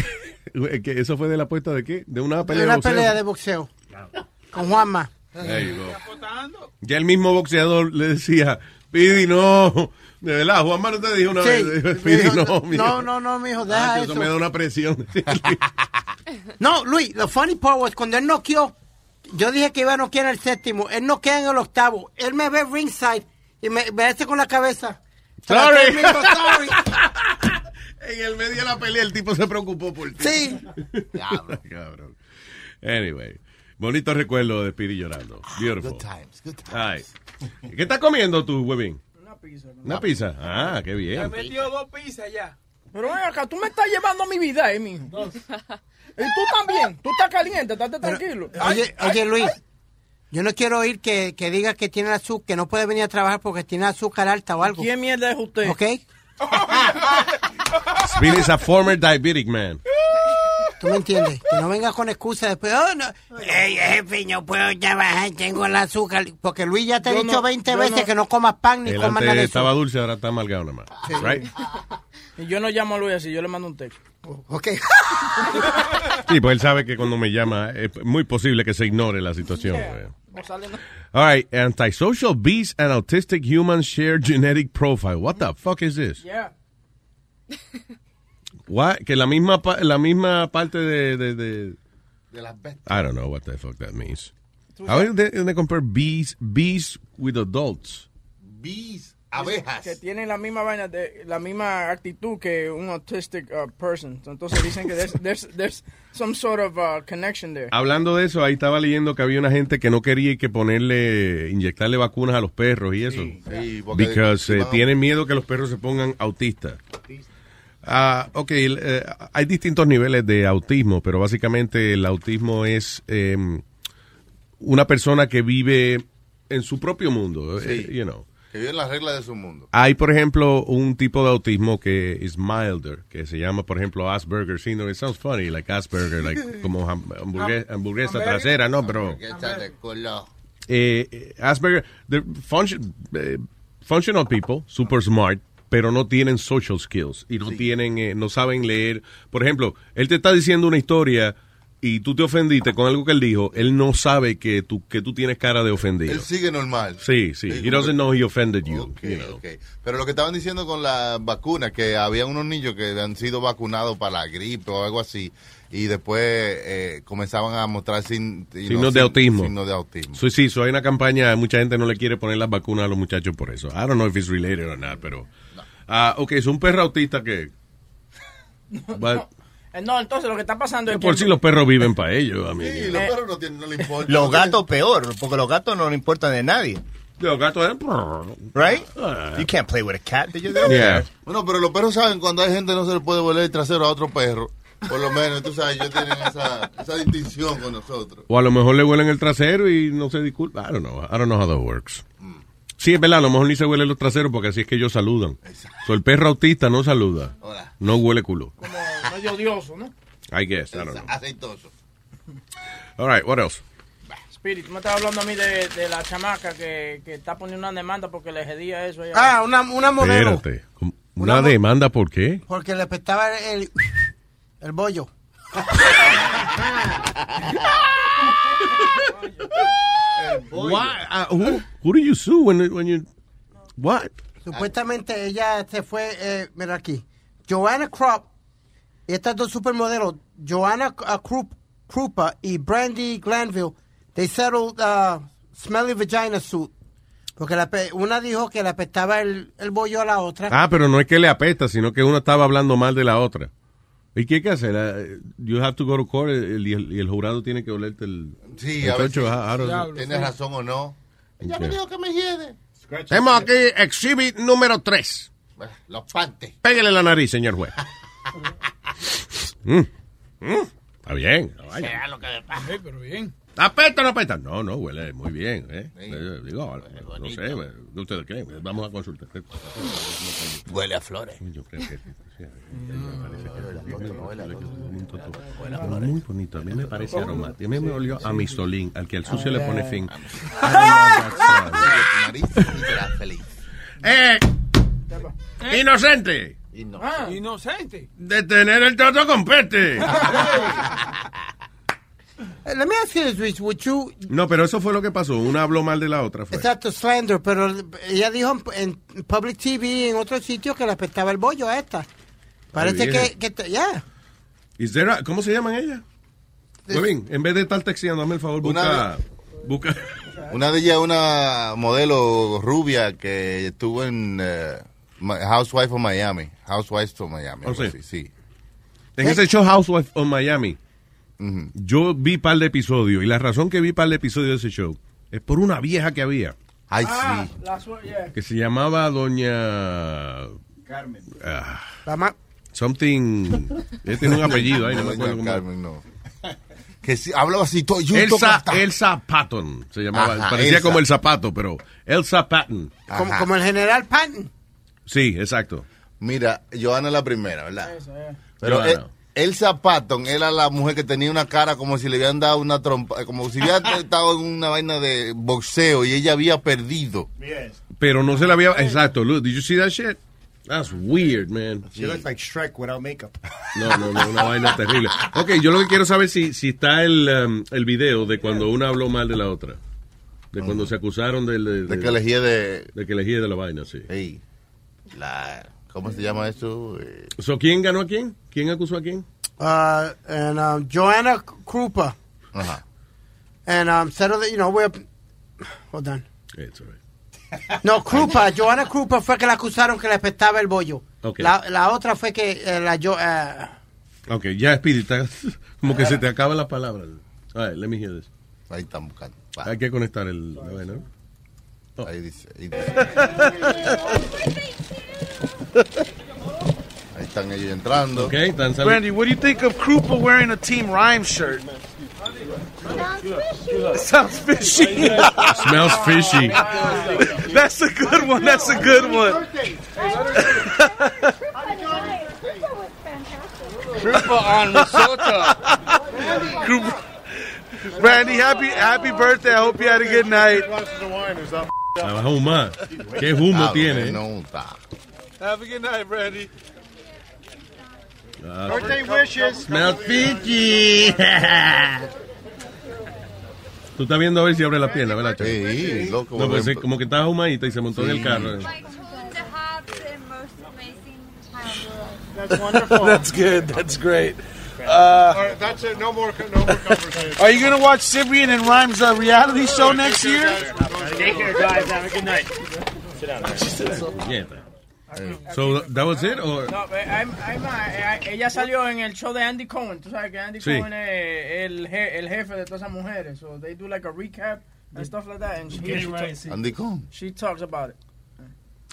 Speaker 18: que eso fue de la apuesta de qué? De una pelea
Speaker 2: Una
Speaker 18: de boxeo.
Speaker 2: pelea de boxeo con Juanma.
Speaker 18: There you go. Ya el mismo boxeador le decía, Pidi, no. De verdad, Juan Manuel te dijo una
Speaker 2: Sí.
Speaker 18: vez, Pidi, no,
Speaker 2: No,
Speaker 18: mira.
Speaker 2: no, no, mijo, deja
Speaker 18: Ah,
Speaker 2: eso.
Speaker 18: eso me da una presión.
Speaker 2: No, Luis, lo funny part was cuando él noqueó, yo dije que iba a noquear en el séptimo, él noquea en el octavo, él me ve ringside y me, me hace con la cabeza.
Speaker 18: Sorry.
Speaker 2: Me dijo, sorry.
Speaker 18: en el medio de la pelea el tipo se preocupó por ti.
Speaker 2: Sí.
Speaker 18: Diablo, cabrón. Anyway, bonito recuerdo de Piri llorando. Beautiful. Ah, Good times, good times. ¿Qué estás comiendo tú, huevín?
Speaker 9: Una pizza. ¿no?
Speaker 18: ¿Una pizza? Ah, qué
Speaker 9: Me
Speaker 18: bien.
Speaker 9: metió dos pizzas ya.
Speaker 5: Pero ven acá, tú me estás llevando mi vida, eh, mijo. Y tú también. Tú estás caliente, estate tranquilo.
Speaker 2: Oye, oye, Luis, yo no quiero oír que, que diga que tiene azúcar, que no puede venir a trabajar porque tiene azúcar alta o algo.
Speaker 5: ¿Quién mierda es usted?
Speaker 2: ¿Ok?
Speaker 18: Speedy is a former diabetic man.
Speaker 2: ¿Tú me entiendes? Que no vengas con excusas después. Oh, no. Ey, jefe, yo puedo trabajar, tengo el azúcar. Porque Luis ya te ha
Speaker 5: Yo
Speaker 2: dicho
Speaker 5: no,
Speaker 2: 20
Speaker 5: yo
Speaker 2: veces
Speaker 5: no.
Speaker 2: que no comas pan ni
Speaker 18: Él
Speaker 2: comas nada
Speaker 18: antes
Speaker 2: de eso.
Speaker 18: estaba dulce, ahora está amargado nada más. Right?
Speaker 5: Y yo no llamo a Luis así, yo le mando un texto.
Speaker 2: Ok.
Speaker 18: Sí, pues él sabe que cuando me llama es muy posible que se ignore la situación. güey.
Speaker 5: No sale nada.
Speaker 18: All right, antisocial beasts and autistic humans share genetic profile. What the fuck is this?
Speaker 5: Yeah.
Speaker 18: What? Que la misma pa- la misma parte de, de, de
Speaker 6: De las bestias.
Speaker 18: I don't know what the fuck that means. How do they, they compare bees bees with adults?
Speaker 6: Bees, abejas.
Speaker 5: Que tienen la misma vaina, de, la misma actitud que un autistic uh, person. Entonces dicen que there's, there's, there's some sort of uh, connection there.
Speaker 18: Hablando de eso, ahí estaba leyendo que había una gente que no quería que ponerle inyectarle vacunas a los perros y eso.
Speaker 6: Sí, porque-
Speaker 18: Because eh,
Speaker 6: Vamos.
Speaker 18: tienen miedo que los perros se pongan autistas. Ah, ok, el, eh, hay distintos niveles de autismo, pero básicamente el autismo es eh, una persona que vive en su propio mundo,
Speaker 6: Sí.
Speaker 18: eh, you know.
Speaker 6: Que viven las reglas de su mundo.
Speaker 18: Hay, por ejemplo, un tipo de autismo que es milder, que se llama, por ejemplo, Asperger syndrome. It sounds funny, like Asperger, like como ham- hamburgue- hamburguesa trasera, ¿no? Pero
Speaker 6: Hamburguesa de culo.
Speaker 18: eh, eh, Asperger, the function- eh, functional people, super smart, pero no tienen social skills y no tienen, eh, no saben leer. Por ejemplo, él te está diciendo una historia y tú te ofendiste con algo que él dijo. Él no sabe que tú que tú tienes cara de ofendido.
Speaker 6: Él sigue normal.
Speaker 18: Sí, sí. He doesn't know he offended you. you know.
Speaker 6: Ok. Pero lo que estaban diciendo con la vacuna, que había unos niños que han sido vacunados para la gripe o algo así, y después eh, comenzaban a mostrar sin- y no,
Speaker 18: Signos de
Speaker 6: sin-
Speaker 18: autismo.
Speaker 6: Signos de autismo.
Speaker 18: Sí, sí, so hay una campaña, mucha gente no le quiere poner las vacunas a los muchachos por eso. I don't know if it's related or not, pero... Ah, ok, es un perro autista que... But- Eh,
Speaker 5: Eh, No, entonces lo que está pasando es que... Eh,
Speaker 18: por si los perros viven para ellos, amigo.
Speaker 6: Sí, los perros no, tienen, no le importa.
Speaker 12: Los gatos peor, porque los gatos no le importan de nadie.
Speaker 18: Los gatos eh, Ah. eran.
Speaker 12: Right? You can't play with a cat, did you?
Speaker 18: Yeah.
Speaker 6: Bueno, pero los perros saben cuando hay gente no se le puede volver el trasero a otro perro. Por lo menos, tú sabes, ellos tienen esa, esa distinción con nosotros.
Speaker 18: O a lo mejor le huelen el trasero y no se disculpa. I don't know. I don't know how that works.
Speaker 6: Mm.
Speaker 18: Sí, es verdad, a lo mejor ni se huelen los traseros porque así es que ellos saludan. So, el perro autista no saluda. No huele culo.
Speaker 5: Medio odioso, ¿no?
Speaker 18: I guess. I don't know.
Speaker 6: Aceitoso.
Speaker 18: All right, what else?
Speaker 5: Spirit, tú me estabas hablando a mí de, de la chamaca que, que está poniendo una demanda porque le jedía eso. a ella.
Speaker 2: Ah, una, una modelo.
Speaker 18: Espérate. ¿Una, demanda por qué?
Speaker 2: Porque le apestaba el, el bollo.
Speaker 18: Why? Uh, who, who do you sue when, when you. What?
Speaker 2: Supuestamente ella se fue, eh, mira aquí, Joanna Krupp, y estas dos supermodelos, Joanna uh, Krupp, Krupa y Brandy Glanville, they settled uh, smelly vagina suit. Porque la, pe- una dijo que le apestaba el, el bollo a la otra.
Speaker 18: Ah, pero no es que le apesta, sino que una estaba hablando mal de la otra. ¿Y qué hay que hacer? Eh, You have to go to court eh, el- y el, y el jurado tiene que olerte el.
Speaker 6: Sí,
Speaker 18: el
Speaker 6: a ver
Speaker 18: chocho, ah, I don't know.
Speaker 6: si tienes razón o no.
Speaker 13: Ya me
Speaker 18: Ok.
Speaker 13: dijo que me hiede.
Speaker 18: Tenemos aquí exhibit número 3.
Speaker 6: Los pantes.
Speaker 18: Pégale la nariz, señor juez. Mm, mm, Está bien. no vaya.
Speaker 13: Será lo que me pasa.
Speaker 9: Sí, pero bien.
Speaker 18: ¿Apesta o no apesta? No, no, huele muy bien. ¿eh? Eh, Digo, no sé, eh, ¿qué ustedes creen? Vamos a consultar.
Speaker 13: Huele a flores.
Speaker 18: Yo creo que sí, eh,
Speaker 13: Huele a
Speaker 18: Muy
Speaker 13: flores. Oh.
Speaker 18: bonito, a mí me parece aromático. A mí me olió a mistolín, al que el sucio
Speaker 13: Ah,
Speaker 18: le pone fin.
Speaker 13: Nariz y será feliz.
Speaker 18: ¡Eh! ¡Inocente!
Speaker 9: Ah, inocente.
Speaker 18: De tener el trato con peste.
Speaker 2: Eh, Let me ask you this, Rich, would you,
Speaker 18: No, pero eso fue lo que pasó. Una habló mal de la otra. Fue.
Speaker 2: exacto, slander, pero ella dijo en, en public TV, en otros sitios, que le apestaba el bollo a esta. Parece
Speaker 18: Ay,
Speaker 2: que,
Speaker 18: bien.
Speaker 2: que te- yeah.
Speaker 18: Is there a- ¿Cómo se llaman ellas? Muy bien, en vez de estar texteando, dame el favor,
Speaker 6: Una
Speaker 18: busca. busca.
Speaker 6: Una de ellas, una modelo rubia que estuvo en eh, Ma- Housewife of Miami. Housewife of Miami.
Speaker 18: Oh,
Speaker 6: algo
Speaker 18: sí.
Speaker 6: así, sí.
Speaker 18: En
Speaker 6: Eh.
Speaker 18: ese show Housewife of Miami, yo vi par de episodios. Y la razón que vi par de episodios de ese show es por una vieja que había. Ay,
Speaker 5: Ah, la su- yeah.
Speaker 18: Que se llamaba Doña.
Speaker 5: Carmen.
Speaker 18: ah,
Speaker 2: La ma-
Speaker 18: something. Ella tiene un apellido ahí, no me acuerdo
Speaker 6: Doña
Speaker 18: cómo.
Speaker 6: Carmen, no. Que sí, hablaba así todo. yo
Speaker 18: Elsa,
Speaker 6: toco hasta-
Speaker 18: Elsa Patton se llamaba.
Speaker 6: Ajá,
Speaker 18: Parecía
Speaker 6: Elsa.
Speaker 18: como el zapato, pero Elsa Patton.
Speaker 2: Como, como el general Patton.
Speaker 18: Sí, exacto.
Speaker 6: Mira, Joana es la primera, ¿verdad? Pero
Speaker 18: Johanna.
Speaker 6: el- Elsa Patton era la mujer que tenía una cara como si le hubieran dado una trompa, como si hubiera estado en una vaina de boxeo y ella había perdido.
Speaker 18: Pero no se la había. Exacto, Lou, did you see that shit? That's weird, man.
Speaker 12: She looks like Shrek without makeup.
Speaker 18: No, no, no, una vaina terrible. Ok, yo lo que quiero saber es si, si está el, um, el video de cuando una habló mal de la otra. De cuando se acusaron del- de,
Speaker 6: De que elegía de...
Speaker 18: de que elegía de la vaina, sí.
Speaker 6: La, ¿Cómo se llama eso? Eh,
Speaker 18: So, ¿Quién ganó a quién? ¿Quién acusó a quién?
Speaker 2: Uh, and um, Joanna Krupa.
Speaker 6: Ajá.
Speaker 2: And um, settled it, you know, we're, hold on.
Speaker 18: It's all right.
Speaker 2: No, Krupa, Joanna Krupa fue que la acusaron que le apestaba el bollo.
Speaker 18: Ok.
Speaker 2: La, la otra fue que eh, la yo. eh,
Speaker 18: Ok, ya, Spirit, estás- como que se te acaban las palabras. A ver, let me hear this.
Speaker 6: Ahí están buscando.
Speaker 18: Hay que conectar el, la vaina. ¿no?
Speaker 6: Ahí dice. Ahí, ahí están ellos entrando.
Speaker 18: Ok, están
Speaker 17: Brandy, what do you think of Krupa wearing a Team Rhyme shirt? It sounds fishy.
Speaker 18: Smells fishy.
Speaker 23: Ah.
Speaker 17: That's a good one. That's a good one. Krupa on risotto. Brandy, happy happy birthday. I hope you had a good night.
Speaker 18: Trabajó más. Qué humo
Speaker 6: Ah,
Speaker 18: tiene. eh.
Speaker 6: No, está.
Speaker 17: Have a good night, Brandy.
Speaker 15: Uh,
Speaker 18: Ah,
Speaker 17: Birthday wishes.
Speaker 18: Smells fishy. Tú estás viendo a ver si abre la pierna, ¿verdad? Sí,
Speaker 6: loco.
Speaker 18: No, pues, sí, como que estaba humadita y se montó en el carro.
Speaker 17: That's wonderful. that's good. That's great. Uh,
Speaker 24: All right, that's it. No more, no more conversation.
Speaker 17: are you gonna watch Cyprian and Rhymes' uh, reality show next year?
Speaker 24: Take care, guys. Have a good night. Sit down.
Speaker 18: Puñeta. So, that was it? Or...
Speaker 5: No, eh, hay- hay más. Eh, Ella salió en el show de Andy Cohen. Tú sabes que Andy
Speaker 18: Sí.
Speaker 5: Cohen es el, je- el jefe de todas esas mujeres. So they do like a recap and stuff like that. And she,
Speaker 24: Get it
Speaker 5: she
Speaker 24: right,
Speaker 5: talk-
Speaker 24: sí.
Speaker 6: Andy Cohen.
Speaker 5: she talks about it.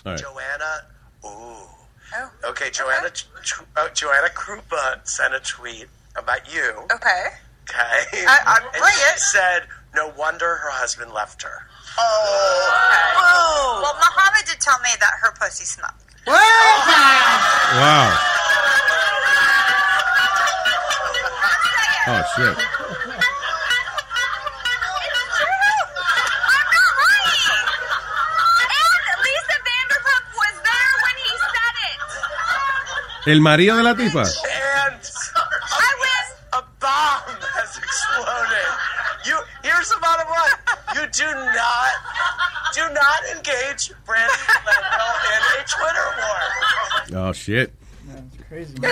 Speaker 25: Joanna, ooh. Okay, Joanna, Ch- uh, Joanna Krupa sent a tweet about you.
Speaker 26: Okay.
Speaker 25: Okay.
Speaker 26: Oh. I- I'm
Speaker 25: and
Speaker 26: brilliant.
Speaker 25: she said, no wonder her husband left her.
Speaker 26: Oh. Okay.
Speaker 18: Oh.
Speaker 26: Well, Muhammad did tell me that her pussy smelled.
Speaker 18: Wow. Oh, shit.
Speaker 26: Lisa Vanderpump was there when he said it.
Speaker 18: El marido de la tipa.
Speaker 25: And I win. A bomb has exploded. You here's the bottom line. You do not do not engage Brandon Leno in a Twitter war.
Speaker 18: Oh, shit.
Speaker 5: Crazy.
Speaker 6: Se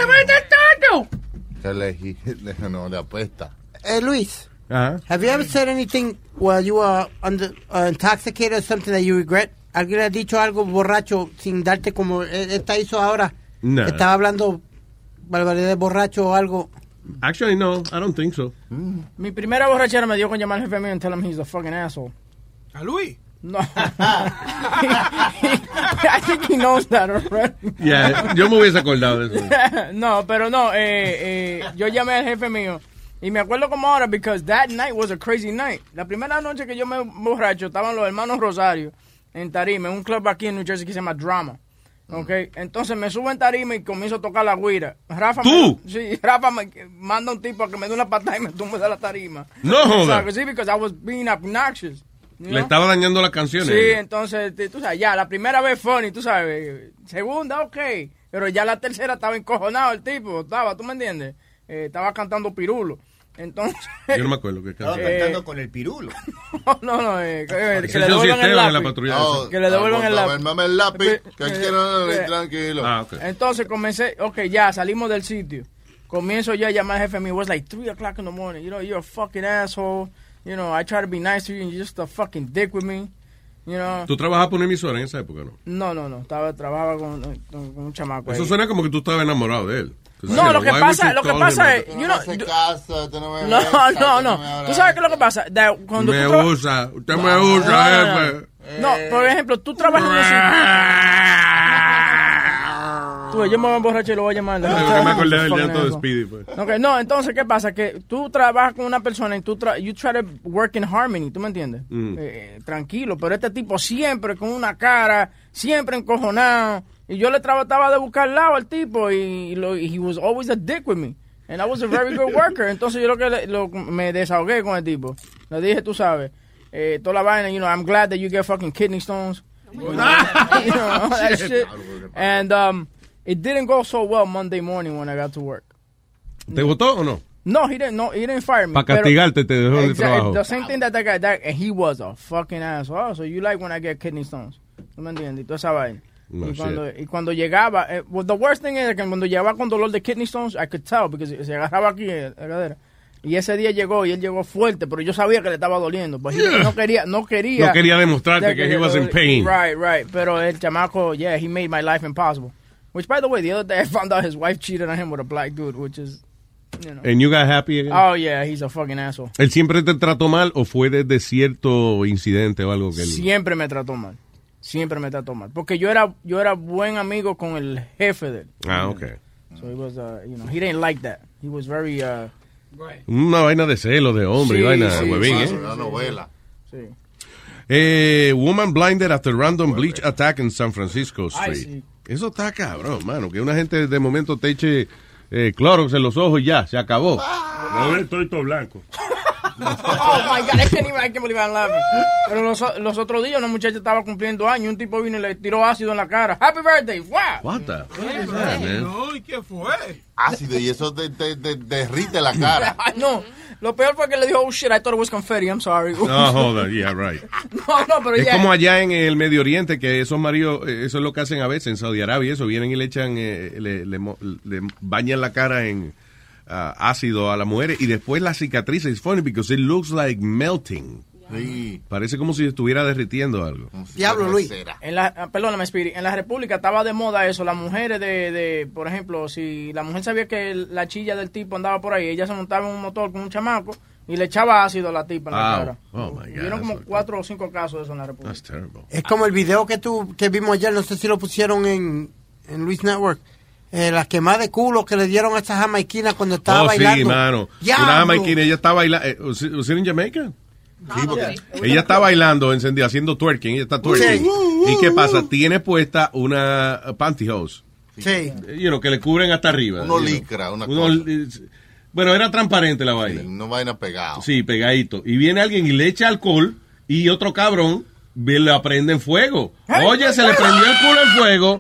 Speaker 6: le, le- no, le apesta.
Speaker 2: Eh, Luis.
Speaker 18: Ajá.
Speaker 2: Have you ever said anything while you were under, uh, intoxicated or something that you regret? ¿Alguien ha dicho algo borracho sin darte como eh, esta hizo ahora?
Speaker 18: No.
Speaker 2: Estaba hablando barbaridad de borracho o algo.
Speaker 18: Actually, no, I don't think so.
Speaker 5: Mi primera borrachera me dio con llamar al jefe mío and tell him he's a fucking asshole. ¿A Luis? No. I think he knows that already.
Speaker 18: Yeah, yo me hubiese acordado de eso.
Speaker 5: no, pero no, eh, eh, yo llamé al jefe mío. Y me acuerdo como ahora, because that night was a crazy night. La primera noche que yo me borracho, estaban los hermanos Rosario en Tarima, en un club aquí en New Jersey que se llama Drama.
Speaker 18: Mm.
Speaker 5: Ok, entonces me subo en tarima y comienzo a tocar la guira. Rafa
Speaker 18: ¿Tú?
Speaker 5: Me, sí, Rafa me manda un tipo a que me dé una patada y me tumbe de la tarima.
Speaker 18: No joda.
Speaker 5: Exacto, Sí, because I was being obnoxious. you
Speaker 18: Le
Speaker 5: know?
Speaker 18: estaba dañando las canciones.
Speaker 5: Sí, entonces, te- tú sabes, ya, la primera vez funny, tú sabes. Segunda, ok. Pero ya la tercera estaba encojonado el tipo, estaba, ¿tú me entiendes? Eh, estaba cantando pirulo. Entonces.
Speaker 18: Yo no me acuerdo qué canción.
Speaker 5: Eh,
Speaker 12: con el pirulo.
Speaker 5: No, no, no. eh, que, que
Speaker 18: Ese
Speaker 5: le
Speaker 18: es el
Speaker 5: devuelvan el
Speaker 18: sistema de la
Speaker 5: lápiz.
Speaker 18: patrulla.
Speaker 6: Oh,
Speaker 5: que le devuelvan el
Speaker 6: aguanta,
Speaker 5: lápiz.
Speaker 6: dame el lápiz, que
Speaker 5: Eh,
Speaker 6: quiero
Speaker 5: eh,
Speaker 6: tranquilo.
Speaker 18: Ah, ok.
Speaker 5: Entonces comencé, ok, ya salimos del sitio. Comienzo yo a llamar al jefe mío. It was like 3 o'clock in the morning. You know, you're a fucking asshole. You know, I try to be nice to you and you're just a fucking dick with me. You know.
Speaker 18: Tú trabajabas por una emisora en esa época, ¿no?
Speaker 5: No, no, no. Estaba, trabajaba con, eh, con con un chamaco.
Speaker 18: Eso
Speaker 5: ahí.
Speaker 18: suena como que tú estabas enamorado de él.
Speaker 5: No, lo que pasa, lo que pasa es, you know, yo- no, no, no. Tú sabes qué es lo que pasa. Da- cuando
Speaker 18: me
Speaker 5: tú tra-
Speaker 18: usa, usted me usa,
Speaker 5: No, no,
Speaker 18: jefe.
Speaker 5: No, por ejemplo, tú trabajas en un sitio- Tú, yo me voy a emborrachar y lo voy a llamar.
Speaker 18: Yo me acordé del
Speaker 5: Fucking
Speaker 18: llanto de
Speaker 5: asshole.
Speaker 18: Speedy. pues.
Speaker 5: Ok, no, entonces, ¿qué pasa? Que tú trabajas con una persona y tú tra- you try to work in harmony, ¿tú me entiendes?
Speaker 18: Mm.
Speaker 5: Eh, tranquilo, pero este tipo siempre con una cara, siempre encojonado. Y yo le trataba de buscar lado al tipo y, y lo, y he was always a dick with me. And I was a very good worker. Entonces yo lo que le- lo- me desahogué con el tipo. Le dije, tú sabes, eh, toda la vaina, you know, I'm glad that you get fucking kidney stones. You know, you know, all that shit. And um, it didn't go so well Monday morning when I got to work.
Speaker 18: ¿Te votó o no?
Speaker 5: No, he didn't. No, he didn't fire me.
Speaker 18: Pa'
Speaker 5: pero-
Speaker 18: castigarte te dejó de
Speaker 5: Exact-
Speaker 18: trabajo.
Speaker 5: The same thing that that guy, that, and he was a fucking asshole. Oh, so you like when I get kidney stones? ¿No me entiendes? Y Toda esa vaina.
Speaker 18: No
Speaker 5: y,
Speaker 18: shit.
Speaker 5: cuando, y cuando llegaba, eh, well, the worst thing is que cuando llegaba con dolor de kidney stones, I could tell, porque se, se agarraba aquí eh, la cadera. Y ese día llegó y él llegó fuerte, pero yo sabía que le estaba doliendo. But he-
Speaker 18: Yeah.
Speaker 5: No quería, no quería.
Speaker 18: No quería demostrarte
Speaker 5: Ya
Speaker 18: que he was in pain.
Speaker 5: Right, right. Pero el chamaco, yeah, he made my life impossible. Which, by the way, the other day I found out his wife cheated on him with a black dude, which is, you know.
Speaker 18: And you got happy again?
Speaker 5: Oh, yeah, he's a fucking asshole.
Speaker 18: ¿Él siempre te trató mal o fue desde cierto incidente o algo que él...
Speaker 5: Siempre me trató mal. Siempre me trató mal. Porque yo era, yo era buen amigo con el jefe de él.
Speaker 18: Ah, ok.
Speaker 5: So he was, uh, you know, he didn't like that. He was very, uh,
Speaker 18: Una vaina de celo, de hombre y
Speaker 5: Sí,
Speaker 18: vaina,
Speaker 5: sí,
Speaker 18: huevín,
Speaker 5: sí,
Speaker 18: ¿eh?
Speaker 5: sí,
Speaker 6: Una novela.
Speaker 5: sí.
Speaker 18: Eh, woman blinded after random bleach attack in San Francisco Street.
Speaker 5: sí.
Speaker 18: Eso está cabrón, mano. Que una gente de momento te eche eh, Clorox en los ojos y ya, se acabó.
Speaker 5: No,
Speaker 18: estoy todo blanco.
Speaker 5: Oh my God, I can't even, I can't believe I'm laughing. Pero los, los otros días una muchacha estaba cumpliendo años y un tipo vino y le tiró ácido en la cara. Happy birthday, wow.
Speaker 18: What the fuck is that, man?
Speaker 9: No, ¿y qué fue?
Speaker 6: Ácido y eso te, te- te- derrite la cara.
Speaker 5: No, lo peor fue que le dijo, oh shit, I thought it was confetti, I'm sorry.
Speaker 18: No, joda, yeah, right.
Speaker 5: no, no, pero
Speaker 18: Es
Speaker 5: ya.
Speaker 18: como allá en el Medio Oriente, que esos maridos, eh, eso es lo que hacen a veces en Saudi Arabia, eso, vienen y le echan, eh, le, le mo- le bañan la cara en ah, ácido a las mujeres y después la cicatriz es funny because it looks like melting. Parece como si estuviera derritiendo algo.
Speaker 5: Diablo, Luis. En la, ah, perdóname, Spirit. En la República estaba de moda eso. Las mujeres de, de, por ejemplo, si la mujer sabía que el- la chilla del tipo andaba por ahí, ella se montaba en un motor con un chamaco y le echaba ácido a la tipa en la
Speaker 18: Wow.
Speaker 5: cara.
Speaker 18: Oh, my God.
Speaker 5: Vieron como cuatro o cinco casos de eso en la República.
Speaker 18: That's terrible.
Speaker 2: Es como el video que tú que vimos ayer, no sé si lo pusieron en, en Luis Network. Eh, la quemada de culo que le dieron a esta jamaiquina cuando estaba
Speaker 18: oh,
Speaker 2: bailando.
Speaker 18: sí, mano.
Speaker 2: ¡Diablo!
Speaker 18: Una jamaiquina, ella está eh, bailando. ¿Was it- was it in Jamaica?
Speaker 2: Ah,
Speaker 18: Ella está bailando, encendida, haciendo twerking. Ella está twerking. ¿Y qué pasa? Tiene puesta una uh, pantyhose.
Speaker 2: Sí.
Speaker 18: You know, que le cubren hasta arriba.
Speaker 6: Uno
Speaker 18: you know.
Speaker 6: licra, una
Speaker 18: Uno li- Bueno, era transparente la vaina.
Speaker 6: No vaina pegada.
Speaker 18: Sí, pegadito. Y viene alguien y le echa alcohol y otro cabrón ve- le prende en fuego. Oye, se le prendió el culo en fuego.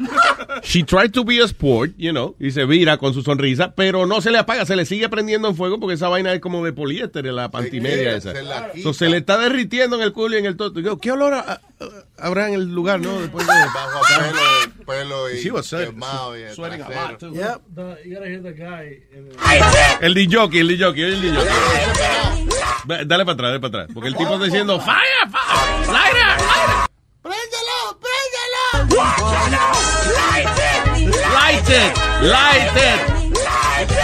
Speaker 18: She tried to be a sport, you know, y se vira con su sonrisa, pero no se le apaga, se le sigue prendiendo en fuego porque esa vaina es como de poliéster, la pantimedia esa.
Speaker 6: eh, Se la quita.
Speaker 18: So, se le está derritiendo en el culo y en el toto. Yo, ¿Qué olor a- a- habrá en el lugar, no? Después de...
Speaker 6: Bajo a pelo, pelo y
Speaker 18: She was sweat-
Speaker 6: quemado y el
Speaker 18: sweating a
Speaker 6: trasero.
Speaker 18: lot, too.
Speaker 15: The, you gotta hear the guy. In the,
Speaker 18: El DJ, el DJ, oye el DJ. Ve, Dale para atrás, dale para atrás, porque el tipo está diciendo, "Fire, fire, lighter, lighter". Light it, light it.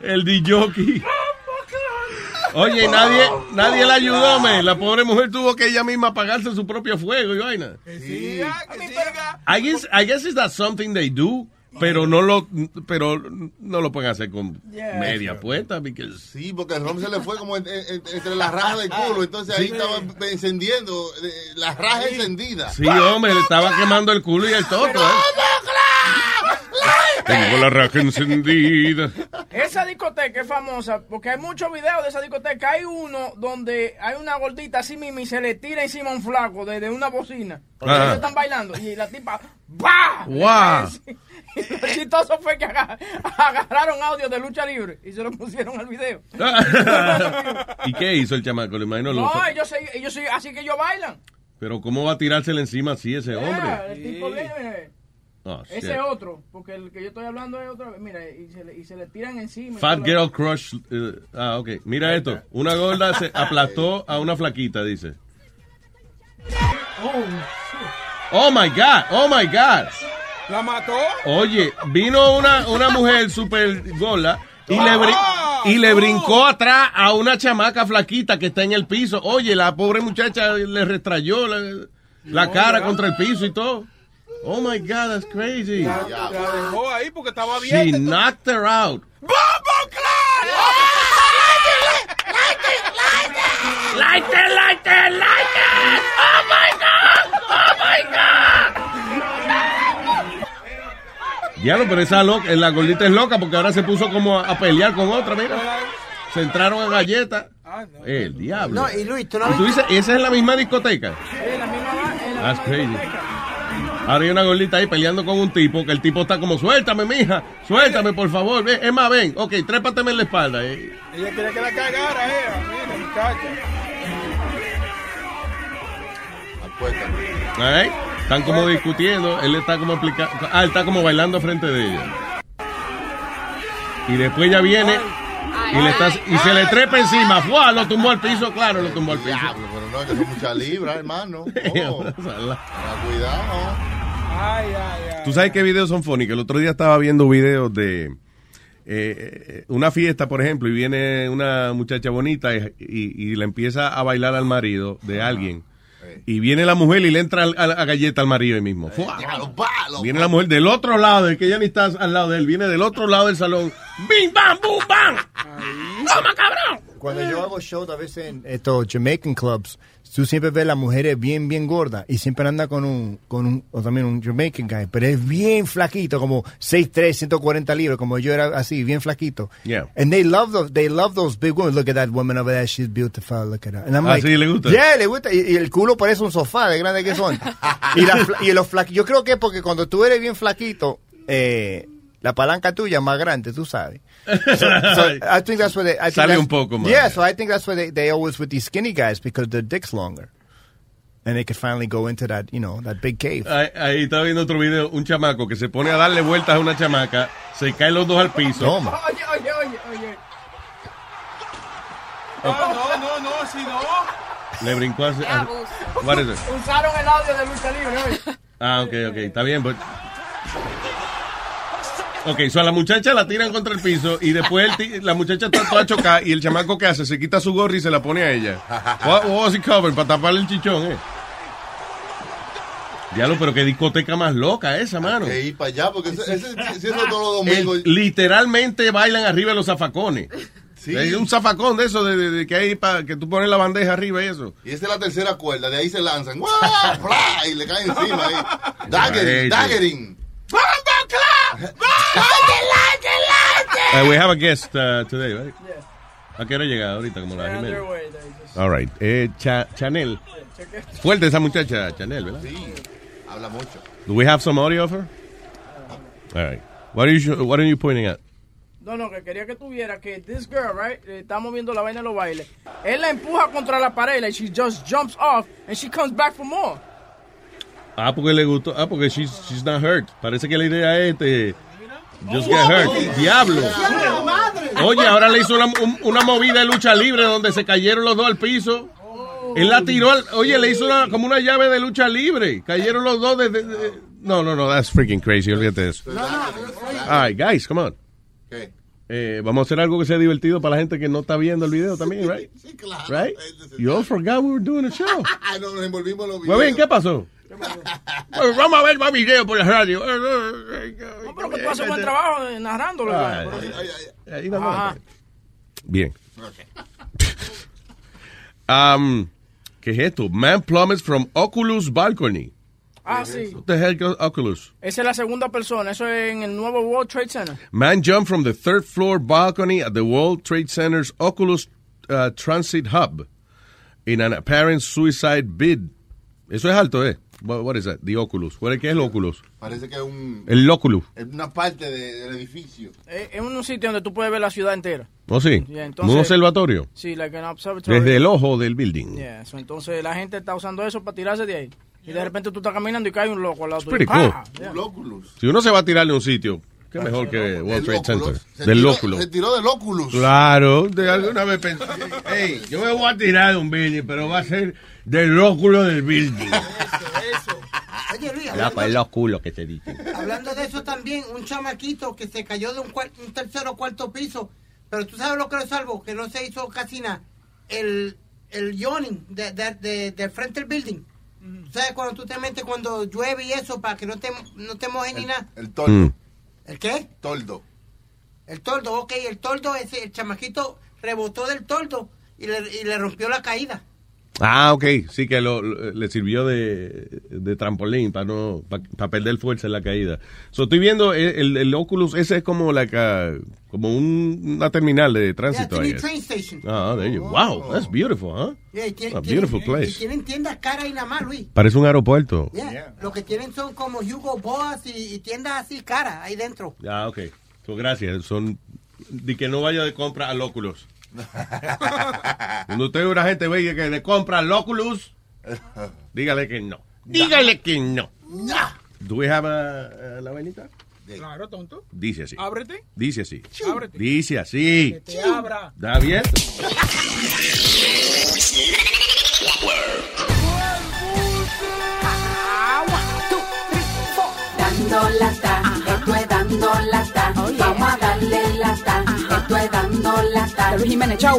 Speaker 18: El DJ. Oye, y nadie, nadie la ayudó, me. La pobre mujer tuvo que ella misma apagarse su propio fuego y vaina. I guess, I guess is that something they do, pero no lo, pero no lo pueden hacer con
Speaker 6: Yeah.
Speaker 18: media puesta, because
Speaker 6: Sí, porque el rom se le fue como en- en- en- entre las rajas del culo. Entonces ahí
Speaker 18: Sí.
Speaker 6: estaba encendiendo, eh, las rajas encendidas.
Speaker 18: sí, hombre, le estaba quemando el culo y el toto. ¿eh? Tengo la raja encendida.
Speaker 5: Esa discoteca es famosa porque hay muchos videos de esa discoteca. Hay uno donde hay una gordita así misma y se le tira encima un flaco desde una bocina.
Speaker 18: Ah.
Speaker 5: Ellos están bailando y la tipa ¡Bah!
Speaker 18: Wow.
Speaker 5: Lo chistoso fue que aga- agarraron audio de lucha libre y se lo pusieron al video.
Speaker 18: ¿Y qué hizo el chamaco? Le imagino lo.
Speaker 5: No, ellos, se- ellos se- así que ellos bailan.
Speaker 18: Pero cómo va a tirársele encima así ese
Speaker 5: Ah,
Speaker 18: hombre.
Speaker 5: el tipo leve.
Speaker 18: Oh, shit.
Speaker 5: Ese es otro, porque el que yo estoy hablando es otro. Mira, y se le, y se le tiran encima. y
Speaker 18: Fat
Speaker 5: todo.
Speaker 18: Girl Crush. eh, ah, ok. Mira esto. Una gorda se aplastó a una flaquita, dice. Oh my God, oh my God.
Speaker 9: ¿La mató?
Speaker 18: Oye, vino una, una mujer super gorda y le, brin- y le brincó atrás a una chamaca flaquita que está en el piso. Oye, la pobre muchacha le restrayó la, la cara contra el piso y todo. Oh my God, that's crazy.
Speaker 9: La, la dejó ahí porque estaba
Speaker 18: She
Speaker 9: abierta.
Speaker 18: knocked her out.
Speaker 3: Light it, light it, light it! Oh my god! Oh my god!
Speaker 18: Diablo, pero esa loca, la gordita es loca porque ahora se puso como a, a pelear con otra, mira. Se entraron a galletas. El diablo.
Speaker 2: No, y Luis, tú no
Speaker 18: Y tú
Speaker 2: viste-
Speaker 18: dices, esa es la misma discoteca. That's crazy. Ahora hay una gordita ahí peleando con un tipo, que el tipo está como, suéltame, mija, suéltame, por favor. Ven, es más, ven. Ok, trépateme en la espalda. eh.
Speaker 9: Ella quería que la cagara, ella. Mira, muchacha.
Speaker 18: All right. Están como discutiendo, él está como explicando, ah, él está como bailando frente de ella. Y después ya viene y, le está, y se le trepa encima, ¡Fua! lo tumbó al piso, claro, lo tumbó al piso.
Speaker 6: Pero no, que son muchas libras, hermano. Oh, tenga cuidado.
Speaker 9: Ay, ay, ay.
Speaker 18: Tú sabes qué videos son funny, que el otro día estaba viendo videos de eh, eh, una fiesta, por ejemplo, y viene una muchacha bonita y, y- y le empieza a bailar al marido de alguien. Y viene la mujer y le entra al- a la galleta al marido ahí mismo. ¡Fua! Viene la mujer del otro lado, es que ya ni está al lado de él, viene del otro lado del salón. ¡Bim, bam, bum, bam! ¡Toma, cabrón!
Speaker 12: Cuando yo hago shows a veces en estos Jamaican clubs, tú siempre ves las mujeres bien, bien gordas y siempre anda con un, con un, o también un Jamaican guy, pero es bien flaquito, como 6'3", 140 libras, como yo era así, bien flaquito.
Speaker 18: Yeah.
Speaker 12: And they love those, they love those big women. Look at that woman over there, she's beautiful, look at her. And I'm
Speaker 18: Ah,
Speaker 12: like,
Speaker 18: sí, le gusta.
Speaker 12: Yeah, le gusta. Y, y el culo parece un sofá de grande que son. y, la fla- y los flaquitos, yo creo que es porque cuando tú eres bien flaquito, eh, la palanca tuya es más grande, tú sabes. So I think that's what they, I think
Speaker 18: Sale
Speaker 12: that's-
Speaker 18: un poco más.
Speaker 12: Yeah, so I think that's why they, they always with these skinny guys because their dick's longer, and they could finally go into that you know that big cave.
Speaker 18: Ahí, ahí estaba viendo otro video, un chamaco que se pone a darle vueltas a una chamaca, se caen los dos al piso.
Speaker 12: Toma.
Speaker 5: Oye, oye, oye, oye.
Speaker 9: No, no, no, no, ácido.
Speaker 18: Le brincó a... a- what is it?
Speaker 5: Usaron el audio de lucha libre hoy.
Speaker 18: Ah, ok, ok, está bien. but- Ok, so a la muchacha la tiran contra el piso y después el ti- la muchacha está toda chocada y el chamaco que hace se quita su gorra y se la pone a ella. What, what was he covering? Para taparle el chichón, eh. Diablo, pero qué discoteca más loca esa, mano.
Speaker 6: Y para allá, porque ese, ese, si eso todos los domingos.
Speaker 18: El- literalmente bailan arriba de los zafacones.
Speaker 6: Sí.
Speaker 18: Hay un zafacón de eso de, de- de que hay para que tú pones la bandeja arriba y eso.
Speaker 6: Y esa es la tercera cuerda, de ahí se lanzan. ¡guau! ¡Fla! Y le caen encima ahí. Daggering,
Speaker 18: Right.
Speaker 6: daggering.
Speaker 18: Eh, we have a guest uh, today, right? ¿A qué hora llega ahorita? Como las media. All right. Eh, Cha- Chanel. Fuerte esa muchacha, Chanel, ¿verdad?
Speaker 6: Sí, habla mucho.
Speaker 18: Do we have some audio of her? All right. What are you, sho- what are you pointing at?
Speaker 5: No, no, que quería que tuviera que this girl, right? eh, Estamos viendo la vaina de los bailes. Él la empuja contra la pared y she just jumps off and she comes back for more.
Speaker 18: Ah, porque le gustó. Ah, porque she's, she's not hurt. Parece que la idea es este, just
Speaker 3: Oh,
Speaker 18: get hurt. Diablo. Oye, ahora le hizo una, un- una movida de lucha libre donde se cayeron los dos al piso. Él la tiró al, oye, le hizo una- como una llave de lucha libre. Cayeron los dos desde... de- no, no, no, that's freaking crazy. Olvídate de eso. All right, guys, come on.
Speaker 6: ¿Qué?
Speaker 18: Eh, vamos a hacer algo que sea divertido para la gente que no está viendo el video también, right?
Speaker 6: Sí, claro.
Speaker 18: Right? You all forgot we were doing a show.
Speaker 6: Ah, no, nos envolvimos en los
Speaker 18: Muy bien,
Speaker 6: videos.
Speaker 18: ¿qué pasó? Bueno, vamos a ver más video por la radio. No,
Speaker 5: pero que tú haces buen trabajo eh, narrándolo.
Speaker 18: Ay,
Speaker 5: güey.
Speaker 18: ay, ay, ay.
Speaker 5: Ajá.
Speaker 18: Bien. Um, ¿Qué es esto? Man plummets from Oculus balcony.
Speaker 5: Ah, sí.
Speaker 18: What the hell is Oculus?
Speaker 5: Esa es la segunda persona. Eso es en el nuevo World Trade Center.
Speaker 18: Man jumped from the third floor balcony at the World Trade Center's Oculus uh, Transit Hub in an apparent suicide bid. Eso es alto, ¿eh? What, what is that? The Oculus. ¿Cuál es- ¿Qué es el Oculus?
Speaker 6: Parece que es un.
Speaker 18: El Oculus.
Speaker 6: es una parte de- del edificio.
Speaker 5: Es, Eh, es un sitio donde tú puedes ver la ciudad entera.
Speaker 18: ¿O ¿Oh, sí?
Speaker 5: Yeah,
Speaker 18: ¿Un observatorio?
Speaker 5: Sí, like an observatory.
Speaker 18: Desde el ojo del building.
Speaker 5: Yeah, so entonces la gente está usando eso para tirarse de ahí. Y de repente tú estás caminando y cae un loco al lado tuyo.
Speaker 18: pretty
Speaker 5: ¡Pah!
Speaker 18: cool.
Speaker 5: Yeah.
Speaker 18: Si uno se va a tirar de un sitio, qué mejor que World Trade Center. Del óculo.
Speaker 6: Se tiró del óculo.
Speaker 18: Claro, de alguna vez pensé, hey, yo me voy a tirar de un building, pero va a ser del óculo del building.
Speaker 2: Ah, Oye, Luis,
Speaker 18: Loco, es
Speaker 2: hablando,
Speaker 18: los culos que te dicen.
Speaker 2: hablando de eso también, un chamaquito que se cayó de un, cuar- un tercero o cuarto piso, pero tú sabes lo que lo salvo, que no se hizo casi nada. El, el yawning de, de- de- del frente del building. ¿Tú ¿Sabes cuando tú te metes cuando llueve y eso para que no te, no te mojes ni nada?
Speaker 6: El toldo.
Speaker 2: ¿El qué?
Speaker 6: Toldo.
Speaker 2: El toldo, ok, el toldo, ese, el chamaquito rebotó del toldo y le, y le rompió la caída.
Speaker 18: Ah, ok, sí que lo- lo- le sirvió de, de trampolín para no para perder fuerza en la caída. So, estoy viendo el, el, el Oculus, ese es como la ca- como un- una terminal de tránsito.
Speaker 2: Yeah, tiene
Speaker 18: I guess.
Speaker 2: train station.
Speaker 18: Ah, there you- wow, that's beautiful, huh?
Speaker 2: Yeah, y tiene-
Speaker 18: A
Speaker 2: tiene-
Speaker 18: beautiful place. Oh.
Speaker 2: Y tienen tiendas caras y nada más, Luis.
Speaker 18: Parece un aeropuerto.
Speaker 2: Yeah. Lo que tienen son como Hugo Boss y, y tiendas así caras ahí dentro.
Speaker 18: Ah, ok. So, gracias. Son de que no vaya de compra al Oculus. Cuando usted ve una gente ve que de compra al Oculus, dígale que no. Dígale que no. Do we have a, a la vainita?
Speaker 9: Claro, tonto.
Speaker 18: Dice así.
Speaker 9: Ábrete.
Speaker 18: Dice así.
Speaker 9: Ábrete.
Speaker 18: Dice así.
Speaker 9: Que te abra.
Speaker 18: Da abierto.
Speaker 3: Dando lata, esto es dando lata. Vamos a darle lata, esto es dando lata. Luis Jiménez, chau.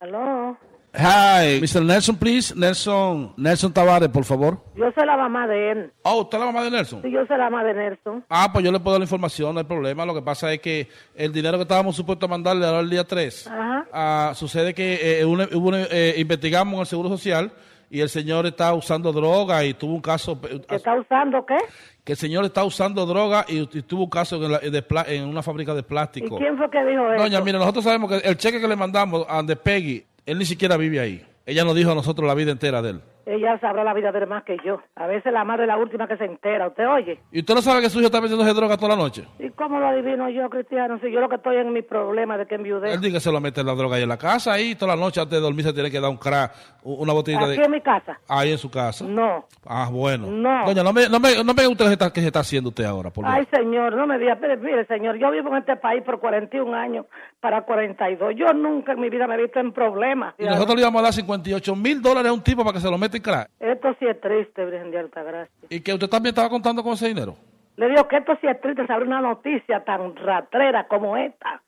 Speaker 10: Aló.
Speaker 16: Hi, Mr. Nelson, please. Nelson, Nelson Tavares, por favor.
Speaker 10: Yo soy la mamá de él.
Speaker 16: Oh, ¿usted es la mamá de Nelson?
Speaker 10: Sí, yo soy la mamá de Nelson.
Speaker 16: Ah, pues yo le puedo dar la información, no hay problema. Lo que pasa es que el dinero que estábamos supuestos a mandarle ahora el día 3,
Speaker 10: Ajá.
Speaker 16: ah, sucede que eh, una- hubo una- eh, investigamos en el Seguro Social y el señor está usando droga y tuvo un caso... eh,
Speaker 10: ¿Está usando qué?
Speaker 16: Que el señor está usando droga y, y tuvo un caso en, la- de pla- en una fábrica de
Speaker 10: ¿Y
Speaker 16: plástico.
Speaker 10: quién fue que dijo eso?
Speaker 16: Doña, mira, nosotros sabemos que el cheque que le mandamos a de Peggy, él ni siquiera vive ahí. Ella nos dijo a nosotros la vida entera de él.
Speaker 10: Ella sabrá la vida de él más que yo. A veces la madre es la última que se entera. ¿Usted oye?
Speaker 9: ¿Y usted no sabe que su hijo está metiéndose droga toda la noche?
Speaker 10: ¿Y cómo lo adivino yo, Cristiano? Si yo lo que estoy en mi problema de que enviudé.
Speaker 9: Él dice que se lo mete la droga ahí en la casa ahí toda la noche antes de dormir se tiene que dar un crack, u- una botellita
Speaker 10: Aquí en
Speaker 9: de...
Speaker 10: mi casa.
Speaker 9: Ahí en su casa.
Speaker 10: No.
Speaker 9: Ah, bueno.
Speaker 10: No.
Speaker 9: Doña, no me, no me, no me gusta lo que está, que se está haciendo usted ahora, por Dios.
Speaker 10: Ay, señor, no me diga, mire, mire, señor, yo vivo en este país por 41 años para 42. Yo nunca en mi vida me he visto en problemas.
Speaker 9: Y nosotros le íbamos a dar 58 mil dólares a un tipo para que se lo meta en crack.
Speaker 10: Esto sí es triste, Virgen de Altagracia.
Speaker 9: Y que usted también estaba contando con ese dinero.
Speaker 10: Le digo que esto sí es triste saber una noticia tan ratrera como esta.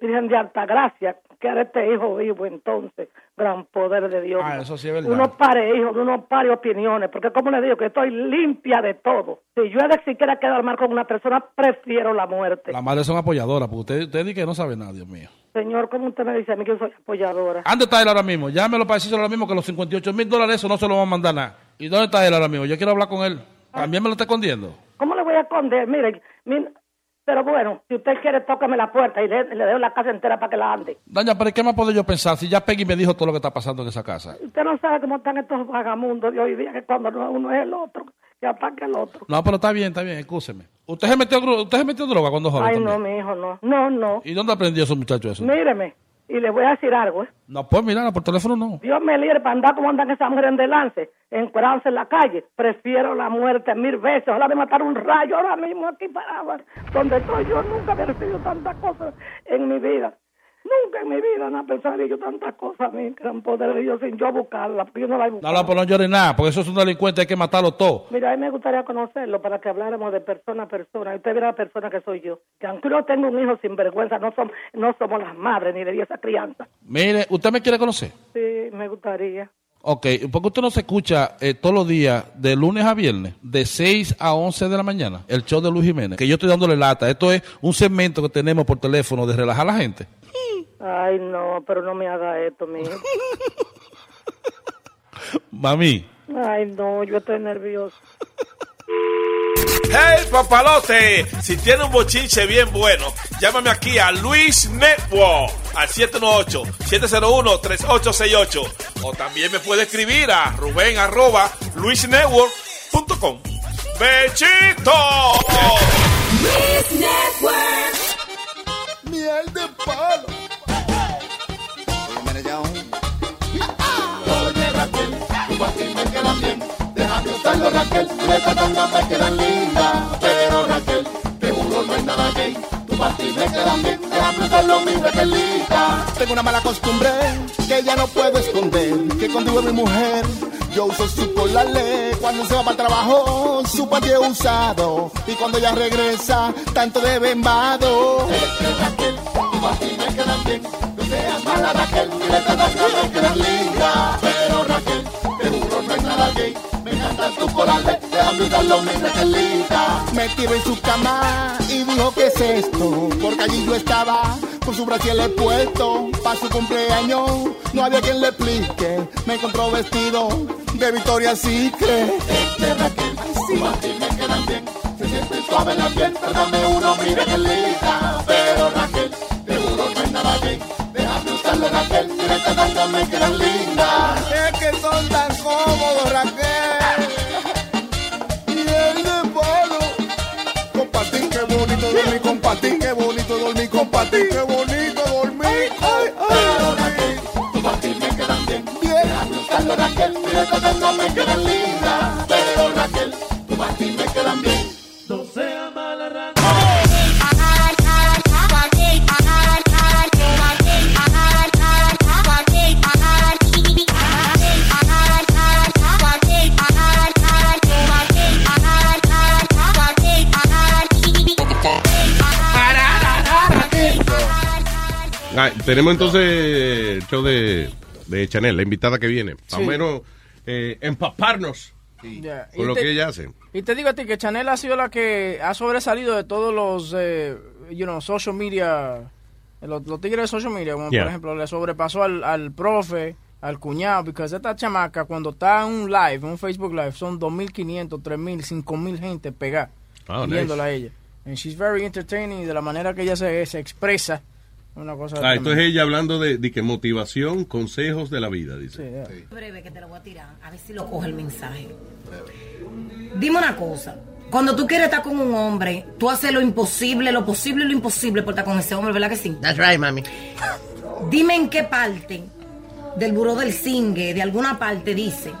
Speaker 10: Virgen de Altagracia, que era este hijo vivo entonces, gran poder de Dios.
Speaker 9: Ah, eso sí es verdad.
Speaker 10: uno pare hijos, uno pare opiniones, porque como le digo que estoy limpia de todo. Si yo he de siquiera quedar mal con una persona, prefiero la muerte.
Speaker 9: Las madres son apoyadoras, porque usted, usted dice que no sabe nada, Dios mío.
Speaker 10: Señor, ¿cómo usted me dice a mí que yo soy apoyadora?
Speaker 9: ¿Dónde está él ahora mismo? Llámelo para decirle ahora mismo que los 58 mil dólares eso no se lo van a mandar nada. ¿Y dónde está él ahora mismo? Yo quiero hablar con él. También me lo está escondiendo.
Speaker 10: ¿Cómo le voy a esconder? Mire, mire, pero bueno, si usted quiere, tócame la puerta y le, le dejo la casa entera para que la ande.
Speaker 9: Daña, pero ¿qué más puedo yo pensar si ya Peggy me dijo todo lo que está pasando en esa casa?
Speaker 10: Usted no sabe cómo están estos vagamundos de hoy día, que cuando no- uno es el otro, que ataca el otro.
Speaker 9: No, pero está bien, está bien, escúcheme. ¿Usted se metió, gru- usted se metió droga cuando joven
Speaker 10: Ay,
Speaker 9: también?
Speaker 10: no, mi hijo, no. No, no.
Speaker 9: ¿Y dónde aprendió ese muchacho eso?
Speaker 10: Míreme, y le voy a decir algo. ¿eh?
Speaker 9: No, pues mira, por teléfono no.
Speaker 10: Dios me libre para andar como andan esas mujeres en delance, encueradas en la calle. Prefiero la muerte mil veces. Ojalá me matar un rayo ahora mismo aquí parada. Donde estoy yo nunca había recibido tantas cosas en mi vida. Nunca en mi vida una persona yo tantas cosas, mi gran poder de Dios, sin yo buscarla, porque yo no la he
Speaker 9: No,
Speaker 10: buscado.
Speaker 9: no, pues no llores nada, porque eso es un delincuente, hay que matarlo todo.
Speaker 10: Mira, a mí me gustaría conocerlo para que habláramos de persona a persona. Y Usted verá la persona que soy yo. Que aunque uno tenga un hijo sin vergüenza, no, som- no somos las madres ni le di esa crianza.
Speaker 9: Mire, ¿usted me quiere conocer?
Speaker 10: Sí, me gustaría.
Speaker 9: Ok, ¿por qué usted no se escucha eh, todos los días, de lunes a viernes, de 6 a 11 de la mañana, el show de Luis Jiménez? Que yo estoy dándole lata. Esto es un segmento que tenemos por teléfono de relajar a la gente.
Speaker 10: Ay, no, pero no me haga esto, mi hijo.
Speaker 9: Mami.
Speaker 10: Ay, no, yo estoy nervioso.
Speaker 23: ¡Hey, papalote! Si tiene un bochinche bien bueno, llámame aquí a Luis Network al 718-701-3868. O también me puede escribir a Rubén arroba luisnetwork.com. ¡Bechito!
Speaker 6: Miel de palo. Oye, Raquel, tu patín me queda bien. Deja de usarlo, Raquel. Las catangas me quedan lindas. Pero, Raquel, te juro, no es nada gay. Tu patín me queda bien. Deja de usarlo, mi Raquelita. Tengo una mala costumbre que ya no puedo esconder. Que contigo es mi mujer. Yo uso su colale cuando se va para el trabajo, su patio usado. Y cuando ella regresa, tanto de bembado. mala Raquel, que le tratas como que eres linda. Pero Raquel, te juro no es nada gay. Me encanta tu coral, déjame usarlo, mi Raquelita. Me tiró en su cama y dijo, ¿qué es esto? Porque allí yo estaba con su brasil puesto. Para su cumpleaños no había quien le explique. Me encontró vestido de Victoria Secret. Este Raquel, sí. me quedan bien. Se siente suave la piel, dame uno, mi Raquelita. Pero Raquel, te juro no es nada gay. Déjame usarlo, Raquel, mira esta tanga me queda linda. Es que son tan cómodos, Raquel. Y el de palo. Compartí, qué bonito dormir, compartí, qué bonito dormir, compartí, qué bonito dormir. Ay, ay, ay. Compartí me quedan bien. Déjame usarlo, Raquel, mira esta tanga me queda linda. Pero Raquel, compartí me quedan bien. No sea mala, Raquel.
Speaker 21: Ah, tenemos entonces el show de, de Chanel, la invitada que viene. Más o
Speaker 5: Sí.
Speaker 21: menos eh, empaparnos
Speaker 5: Ya, y
Speaker 21: con lo
Speaker 5: te-
Speaker 21: que ella hace.
Speaker 5: Y te digo a ti que Chanel ha sido la que ha sobresalido de todos los, eh, you know, social media, eh, los, los tigres de social media, como
Speaker 21: Yeah.
Speaker 5: por ejemplo, le sobrepasó al, al profe, al cuñado, porque esta chamaca cuando está en un live, en un Facebook live, son 2.500, 3.000, 5.000 gente pegada,
Speaker 21: Oh, nice.
Speaker 5: viéndola a ella. And she's very entertaining y de la manera que ella se, se expresa Una cosa
Speaker 18: Ah, esto es
Speaker 5: tremenda.
Speaker 18: ella hablando de, de que motivación, consejos de la vida, dice.
Speaker 5: Sí, ya.
Speaker 25: Breve que te lo voy a tirar, a ver si lo coge el mensaje. Dime una cosa. Cuando tú quieres estar con un hombre, tú haces lo imposible, lo posible y lo imposible por estar con ese hombre, ¿verdad que sí?
Speaker 2: That's right, mami.
Speaker 25: Dime en qué parte del buró del singe, de alguna parte, dice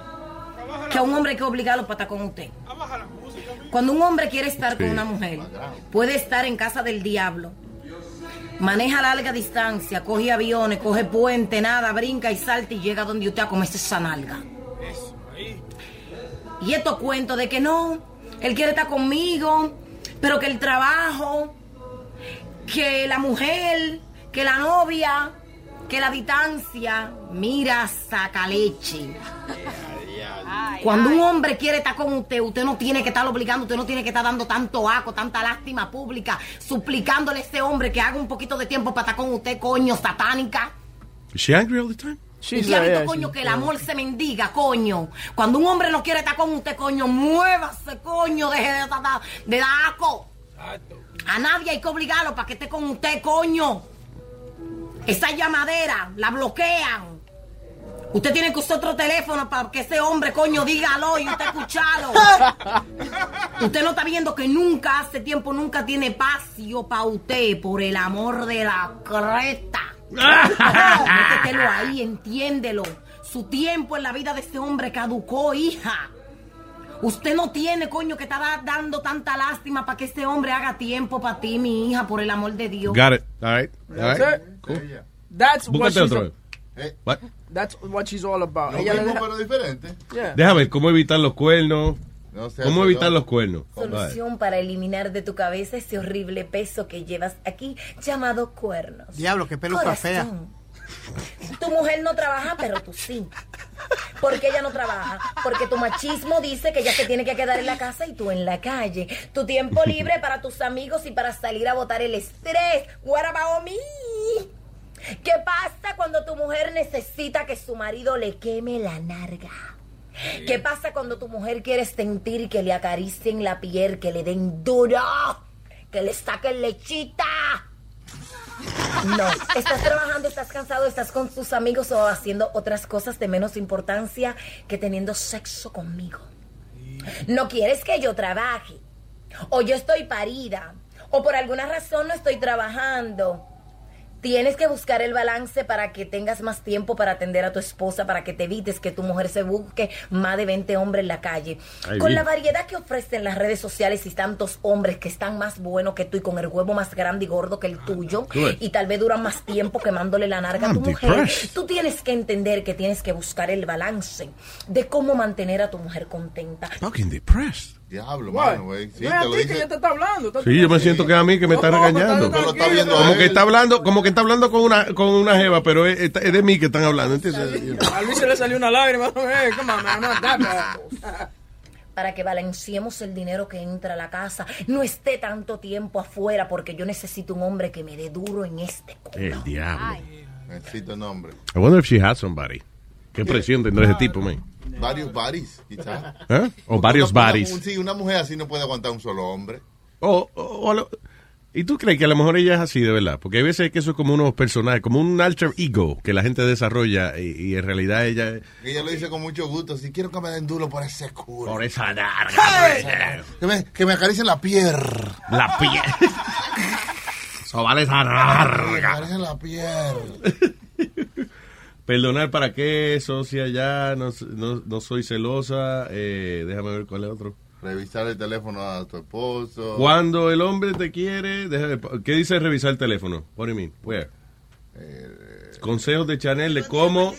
Speaker 25: que a un hombre hay que obligarlo para estar con usted. Cuando un hombre quiere estar con
Speaker 14: Sí.
Speaker 25: una mujer, puede estar en casa del diablo. Maneja larga distancia, coge aviones, coge puente, nada, brinca y salta y llega donde usted a comerse esa nalga. Y estos cuentos de que no, él quiere estar conmigo, pero que el trabajo, que la mujer, que la novia, que la distancia, mira, saca leche. Cuando un hombre quiere estar con usted, usted no tiene que estar obligando, usted no tiene que estar dando tanto aco, tanta lástima pública, suplicándole a ese hombre que haga un poquito de tiempo para estar con usted, coño, satánica.
Speaker 18: Is she angry all the time?
Speaker 25: Y diablito, coño, que el amor se mendiga, coño. Cuando un hombre no quiere estar con usted, coño, muévase, coño, deje de, dar- de dar aco. A nadie hay que obligarlo para que esté con usted, coño. Esa llamadera la bloquean. Usted tiene que usar otro teléfono para que ese hombre, coño, dígalo y usted escuchalo. usted no está viendo que nunca hace tiempo, nunca tiene espacio para usted, por el amor de la creta. Métetelo ahí, entiéndelo. Su tiempo en la vida de este hombre caducó, hija. Usted no tiene, coño, que está dando tanta lástima para que este hombre haga tiempo para ti, mi hija, por el amor de Dios.
Speaker 18: Got it. All right. All
Speaker 5: That's
Speaker 18: right.
Speaker 5: it.
Speaker 18: Cool.
Speaker 5: That's what
Speaker 18: Búscate
Speaker 5: she's
Speaker 18: otro. What?
Speaker 5: That's what she's all about.
Speaker 6: Lo
Speaker 5: Ella le
Speaker 6: mismo,
Speaker 5: deja-
Speaker 6: pero diferente.
Speaker 5: Yeah.
Speaker 18: Deja ver cómo evitar los cuernos.
Speaker 6: No sea
Speaker 18: ¿Cómo evitar
Speaker 6: celoso.
Speaker 18: los cuernos? Right.
Speaker 25: Solución para eliminar de tu cabeza ese horrible peso que llevas aquí, llamado cuernos.
Speaker 2: Diablo, qué peluca fea.
Speaker 25: Corazón. Tu mujer no trabaja, pero tú sí. Porque ella no trabaja. Porque tu machismo dice que ella se tiene que quedar en la casa y tú en la calle. Tu tiempo libre para tus amigos y para salir a botar el estrés. What about me? ¿Qué pasa cuando tu mujer necesita que su marido le queme la narga? ¿Qué pasa cuando tu mujer quiere sentir que le acaricien la piel, que le den duro, que le saquen lechita? No, estás trabajando, estás cansado, estás con tus amigos o haciendo otras cosas de menos importancia que teniendo sexo conmigo. No quieres que yo trabaje, o yo estoy parida, o por alguna razón no estoy trabajando. Tienes que buscar el balance para que tengas más tiempo para atender a tu esposa, para que te evites que tu mujer se busque más de 20 hombres en la calle.
Speaker 3: Ay,
Speaker 25: Con
Speaker 3: vi.
Speaker 25: la variedad que ofrecen las redes sociales y tantos hombres que están más buenos que tú y con el huevo más grande y gordo que el tuyo
Speaker 3: Ah, Good.
Speaker 25: y tal vez duran más tiempo quemándole la narga a
Speaker 3: I'm
Speaker 25: tu mujer,
Speaker 3: depressed.
Speaker 25: tú tienes que entender que tienes que buscar el balance de cómo mantener a tu mujer contenta.
Speaker 18: Fucking depressed.
Speaker 6: Diablo,
Speaker 5: Why?
Speaker 6: mano, güey. Sí,
Speaker 5: No es a
Speaker 6: te lo
Speaker 5: ti que
Speaker 6: dije.
Speaker 5: ella te está hablando.
Speaker 18: Sí, yo me siento que es a mí que me está regañando.
Speaker 6: Pero lo está viendo
Speaker 18: Como
Speaker 6: a
Speaker 18: que
Speaker 6: él.
Speaker 18: está hablando, como que está hablando con una con una jeva, pero es, es de mí que están hablando, ¿entiendes?
Speaker 5: A Luis se le salió una lágrima. Hey, come on, man, I'm not that bad.
Speaker 25: para que balanceemos el dinero que entra a la casa. No esté tanto tiempo afuera porque yo necesito un hombre que me dé duro en este.
Speaker 18: El diablo.
Speaker 6: Necesito nombre.
Speaker 18: I wonder if she had somebody. Qué presión tendrá ese tipo, man.
Speaker 6: Varios baris, quizás.
Speaker 18: ¿Eh? O
Speaker 6: Porque
Speaker 18: varios
Speaker 6: una- una-
Speaker 18: baris.
Speaker 6: Sí, una mujer así no puede aguantar un solo hombre.
Speaker 18: O, o- o a lo- ¿Y tú crees que a lo mejor ella es así, de verdad? Porque hay veces que eso es como unos personajes, como un alter ego que la gente desarrolla y, y en realidad ella es...
Speaker 6: Y Ella lo dice con mucho gusto. Si quiero que me den duro por ese culo. Por
Speaker 18: esa narga.
Speaker 6: Que me, que me acaricien la pierna.
Speaker 18: La piel. Eso vale esa
Speaker 6: Que me
Speaker 18: larga.
Speaker 6: acaricien la pierna.
Speaker 18: Perdonar para qué, socia ya, no, no, no soy celosa, eh, déjame ver cuál es otro.
Speaker 6: Revisar el teléfono a tu esposo.
Speaker 18: Cuando el hombre te quiere, déjame, ¿qué dice revisar el teléfono? What do you mean? Where? Consejos de Chanel de cómo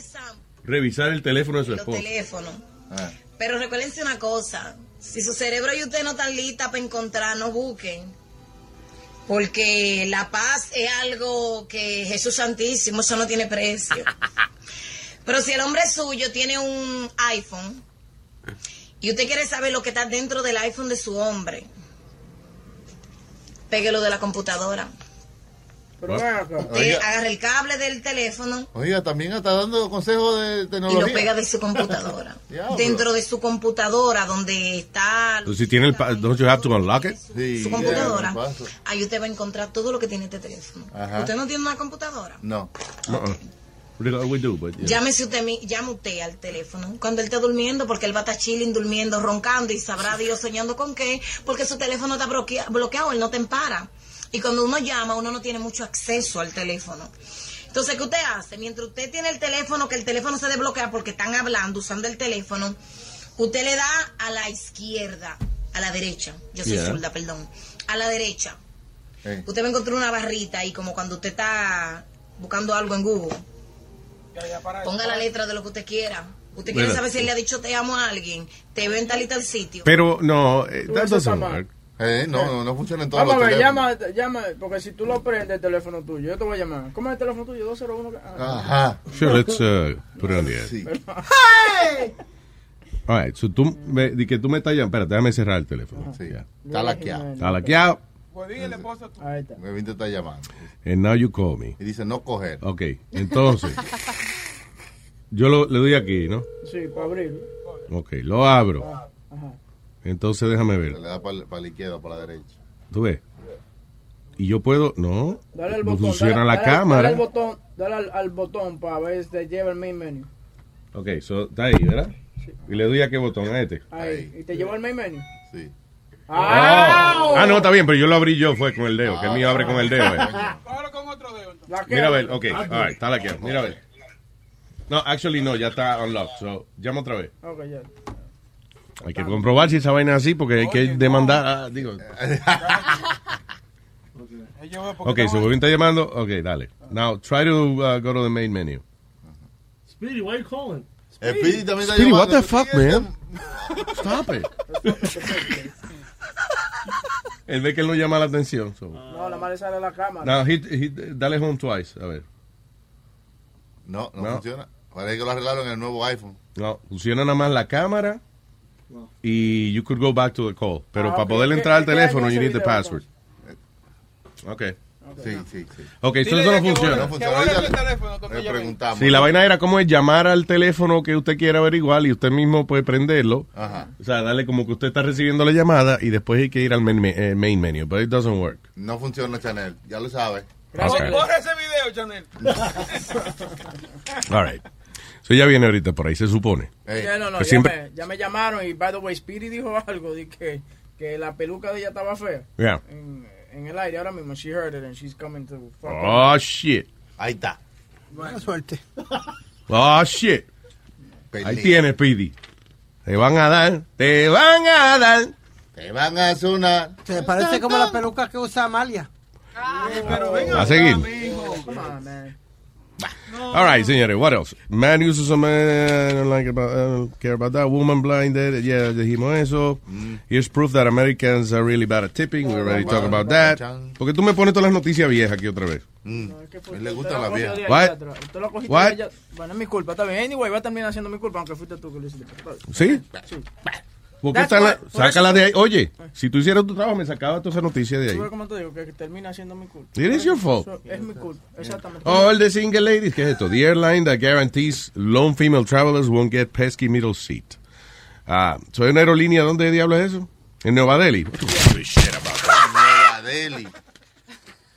Speaker 18: revisar el teléfono de su
Speaker 27: los
Speaker 18: esposo.
Speaker 27: teléfonos.
Speaker 18: Ah.
Speaker 27: Pero recuérdense una cosa, si su cerebro y usted no están listas para encontrar, no busquen. Porque la paz es algo que Jesús Santísimo, eso no tiene precio. Pero si el hombre suyo tiene un iPhone y usted quiere saber lo que está dentro del iPhone de su hombre, péguelo de la computadora.
Speaker 5: Pero ven acá.
Speaker 6: Oiga.
Speaker 25: Usted agarra el cable del teléfono
Speaker 6: Oiga, también está dando consejos de
Speaker 25: y
Speaker 6: tecnología.
Speaker 25: lo pega de su computadora. Dentro de su computadora, donde está
Speaker 18: Si tiene el. pa- Don't you have to unlock it?
Speaker 6: Sí.
Speaker 25: su computadora, ahí usted va a encontrar todo lo que tiene este teléfono.
Speaker 18: Ajá.
Speaker 25: Usted no tiene una computadora.
Speaker 6: No.
Speaker 18: Uh-uh. We do- we do, but yeah.
Speaker 25: Llámese usted, mi- llame usted al teléfono cuando él esté durmiendo, porque él va a estar chilling, durmiendo, roncando y sabrá Dios soñando con qué, porque su teléfono está bloquea- bloqueado, él no te empara. Y cuando uno llama, uno no tiene mucho acceso al teléfono. Entonces, ¿qué usted hace? Mientras usted tiene el teléfono, que el teléfono se desbloquea porque están hablando, usando el teléfono, usted le da a la izquierda, a la derecha, yo soy
Speaker 6: Yeah.
Speaker 25: zurda, perdón, a la derecha.
Speaker 6: Eh.
Speaker 25: Usted va a encontrar una barrita ahí, como cuando usted está buscando algo en Google. Ponga la letra de lo que usted quiera. Usted quiere
Speaker 18: Mira.
Speaker 25: saber si él le ha dicho te amo a alguien, te veo en tal y tal sitio.
Speaker 18: Pero no, eh,
Speaker 5: Tú
Speaker 18: that
Speaker 5: eso está
Speaker 18: doesn't
Speaker 5: mal.
Speaker 18: work.
Speaker 6: Eh, no, no, no funciona en todos
Speaker 5: Vamos a
Speaker 6: los
Speaker 5: ver,
Speaker 6: teléfonos.
Speaker 5: llama, llama, porque si tú lo prendes el teléfono tuyo, yo te voy a llamar. ¿Cómo es el teléfono tuyo? 201.
Speaker 18: Ah,
Speaker 6: Ajá.
Speaker 18: Sure, let's uh, put it on the air. All right, so tú me, di que tú me estás llamando. Espérate, déjame cerrar el teléfono. Yeah.
Speaker 6: Está laqueado.
Speaker 18: Está laqueado.
Speaker 5: Ahí está.
Speaker 6: Me te está llamando.
Speaker 18: And now you call me.
Speaker 6: Y dice no coger.
Speaker 18: Ok, entonces. yo lo, le doy aquí, ¿no?
Speaker 5: Sí, para abrir. Ah,
Speaker 18: Ok, lo abro.
Speaker 5: Ajá.
Speaker 18: Entonces déjame ver.
Speaker 6: Le da para la izquierda o para la derecha.
Speaker 18: ¿Tú ves? Y yo puedo. No.
Speaker 5: Dale al
Speaker 18: no
Speaker 5: botón. dale-
Speaker 18: funciona la
Speaker 5: dale-
Speaker 18: cámara.
Speaker 5: Dale al botón, dale al, al botón para ver si te lleva el main menu.
Speaker 18: ok, so, está ahí, ¿verdad? Y le doy a qué botón, a este.
Speaker 5: Ahí. ¿Y te lleva el main menu?
Speaker 6: Sí.
Speaker 5: ¡Ah!
Speaker 18: Ah, no, está bien, pero yo lo abrí yo, fue con el dedo, que el mío abre con el dedo. eh.
Speaker 5: Ah, La que-
Speaker 18: Mira a ver, ok,
Speaker 5: Ah,
Speaker 18: all right, está la que, mira a ver. No, actually no, ya está unlocked, so llama otra vez.
Speaker 5: Ok, ya.
Speaker 18: Hay que comprobar si esa vaina es así, porque hay que demandar, ah, digo. Ok, se so, está llamando, ok, dale. Now, try to uh, go to the main menu.
Speaker 7: Speedy, why you calling?
Speaker 6: Speedy también está
Speaker 18: Speedy, what
Speaker 6: llamando.
Speaker 18: the fuck, man? Stop it. Él ve que él no llama la atención, so.
Speaker 5: No, la madre sale a la cámara.
Speaker 18: Now, hit, hit, dale home twice, a ver.
Speaker 6: No, no,
Speaker 18: No.
Speaker 6: funciona. Parece que lo arreglaron en el nuevo iPhone.
Speaker 18: No, funciona nada más la cámara y you could go back to the call. Pero
Speaker 6: Ah,
Speaker 18: para
Speaker 6: ok.
Speaker 18: poder
Speaker 6: ¿Qué-
Speaker 18: entrar al
Speaker 6: qué queda en
Speaker 18: teléfono,
Speaker 6: ese
Speaker 18: you need the
Speaker 6: video,
Speaker 18: password. Ok.
Speaker 6: Sí, sí, sí.
Speaker 18: Ok, so eso no funciona.
Speaker 6: No funciona. Ahorita le preguntamos.
Speaker 18: Si la vaina era como es llamar al teléfono que usted quiera averiguar y usted mismo puede prenderlo.
Speaker 6: Ajá.
Speaker 18: O sea, dale como que usted está recibiendo la llamada y después hay que ir al main, me- eh, main menu. But it doesn't work.
Speaker 6: No funciona, Chanel. Ya lo sabes.
Speaker 18: Gracias, Ok.
Speaker 28: Borra ese video, Chanel.
Speaker 18: All right. So ya viene ahorita por ahí, se supone.
Speaker 5: Ya, no, no,
Speaker 18: Pues
Speaker 5: ya,
Speaker 18: siempre-
Speaker 5: me, ya me llamaron y, by the way, Speedy dijo algo de que, que la peluca de ella estaba fea.
Speaker 18: Yeah.
Speaker 5: En, en el aire ahora mismo. She heard it and she's coming to... fuck
Speaker 18: Oh,
Speaker 5: up.
Speaker 18: shit.
Speaker 6: Ahí está.
Speaker 5: Bueno.
Speaker 18: Oh, shit. Ahí
Speaker 6: Pelea.
Speaker 18: tienes, Pidi. Te van a dar, te van a dar.
Speaker 6: Te van a sonar.
Speaker 2: Se parece como la peluca que usa Amalia.
Speaker 18: A seguir. All right, señores, what else? Man uses a man, I don't, like about, I don't care about that. Woman blinded, yeah, dijimos eso. Here's proof that Americans are really bad at tipping. We already talked about that. Porque tú me pones todas las noticias viejas aquí otra vez.
Speaker 6: Mm. A él le gusta la vieja.
Speaker 18: What?
Speaker 5: Tú lo cogiste
Speaker 18: What?
Speaker 5: de ella- Bueno, es mi culpa, está bien. Anyway, va a terminar siendo mi culpa, aunque fuiste tú que lo hiciste.
Speaker 18: ¿Sí?
Speaker 5: Sí.
Speaker 18: ¿Por qué
Speaker 5: That's
Speaker 18: está la-
Speaker 5: why- por
Speaker 18: sácala
Speaker 5: eso-
Speaker 18: de ahí. Oye, si tú hicieras tu trabajo, me sacabas todas esas noticias de
Speaker 5: ¿Tú
Speaker 18: ahí.
Speaker 5: ves cómo te digo? Que termina siendo mi culpa.
Speaker 18: It is your fault. Oh,
Speaker 5: Eso Es mi culpa, exactamente.
Speaker 18: All the single ladies, ¿qué es esto? The airline that guarantees lone female travelers won't get pesky middle seat. Ah, ¿soy una aerolínea? ¿Dónde diablo es eso? En Nueva Delhi.
Speaker 6: Nueva Delhi.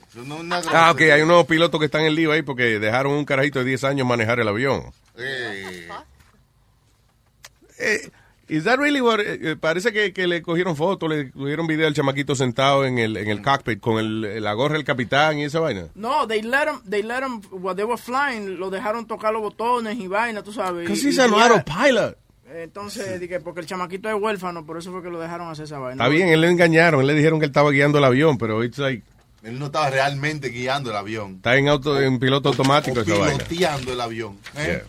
Speaker 6: Eso no es una
Speaker 18: Ah, ok,
Speaker 6: grosería.
Speaker 18: hay unos pilotos que están en lío ahí porque dejaron un carajito de 10 años manejar el avión.
Speaker 6: Eh,
Speaker 18: Eh, is that really what- eh, eh, parece que, que le cogieron fotos, le cogieron video al chamaquito sentado en el, en el cockpit con el, la gorra del capitán y esa vaina.
Speaker 5: No, they let them, they let them, while they were flying, lo dejaron tocar los botones y vaina, tú sabes.
Speaker 18: Because
Speaker 5: y-
Speaker 18: he's
Speaker 5: y
Speaker 18: an
Speaker 5: tenía-
Speaker 18: autopilot.
Speaker 5: Entonces, dije, porque el chamaquito es huérfano, por eso fue que lo dejaron hacer esa vaina.
Speaker 18: Está bien, él le engañaron, él le dijeron que él estaba guiando el avión, pero it's like,
Speaker 6: él no estaba realmente guiando el avión.
Speaker 18: está en, auto, en piloto automático esa vaina.
Speaker 6: Piloteando el avión. ¿eh?
Speaker 18: Yeah.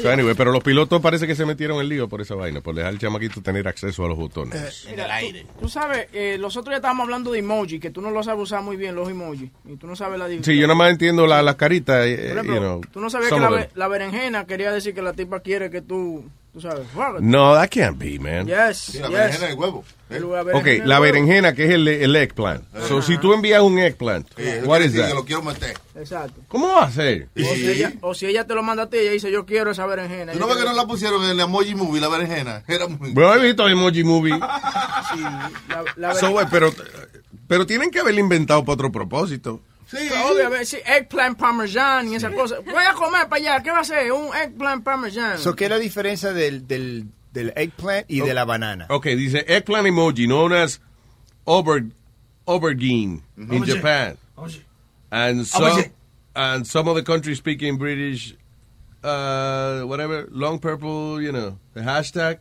Speaker 18: So anyway, pero los pilotos parece que se metieron en lío por esa vaina, por dejar al chamaquito tener acceso a los botones.
Speaker 5: Mira, tú- Tú, sabes, eh, los otros ya estábamos hablando de emoji, que tú no lo sabes usar muy bien, los emojis. Y tú no sabes la diferencia.
Speaker 18: Sí, yo nada más entiendo la- las caritas. eh,
Speaker 5: Por
Speaker 18: you
Speaker 5: ejemplo,
Speaker 18: know,
Speaker 5: tú no sabías que
Speaker 18: some
Speaker 5: la,
Speaker 18: of
Speaker 5: be-
Speaker 18: them.
Speaker 5: la berenjena quería decir que la tipa quiere que tú Tú sabes, fuck it.
Speaker 18: No, that can't be, man.
Speaker 5: Yes,
Speaker 6: Y la
Speaker 5: yes.
Speaker 6: berenjena de huevo.
Speaker 5: El berenjena
Speaker 18: Ok,
Speaker 5: de
Speaker 18: la
Speaker 5: huevo.
Speaker 18: berenjena, que es el, el eggplant. So, si tú envías un eggplant,
Speaker 6: eso
Speaker 18: what
Speaker 6: quiere
Speaker 18: is
Speaker 6: decir
Speaker 18: that?
Speaker 6: que lo quiero meter.
Speaker 5: Exacto.
Speaker 18: ¿Cómo va a ser?
Speaker 5: O, si ella, o si ella te lo manda a ti, ella dice, yo quiero esa berenjena.
Speaker 6: ¿Tú no ves que no la pusieron en el emoji movie, la berenjena? Era muy...
Speaker 18: Bro, he visto Emoji Movie.
Speaker 5: Sí, la, la
Speaker 18: So,
Speaker 5: berenjena.
Speaker 18: güey, pero, pero tienen que haberlo inventado para otro propósito.
Speaker 5: Sí. Obviamente, sí, eggplant parmesan y esas cosas. Voy a comer para allá, ¿qué va a ser? Un eggplant parmesan.
Speaker 12: So, ¿Qué es la diferencia del, del, del eggplant y
Speaker 18: Oh.
Speaker 12: de la banana?
Speaker 18: Ok, dice eggplant emoji, known as auber, aubergine in
Speaker 12: Aubergine.
Speaker 18: Japan.
Speaker 15: Aubergine.
Speaker 6: Ah,
Speaker 18: And some,
Speaker 15: Aubergine.
Speaker 18: and some of the countries speaking British, uh, whatever, long purple, you know, the hashtag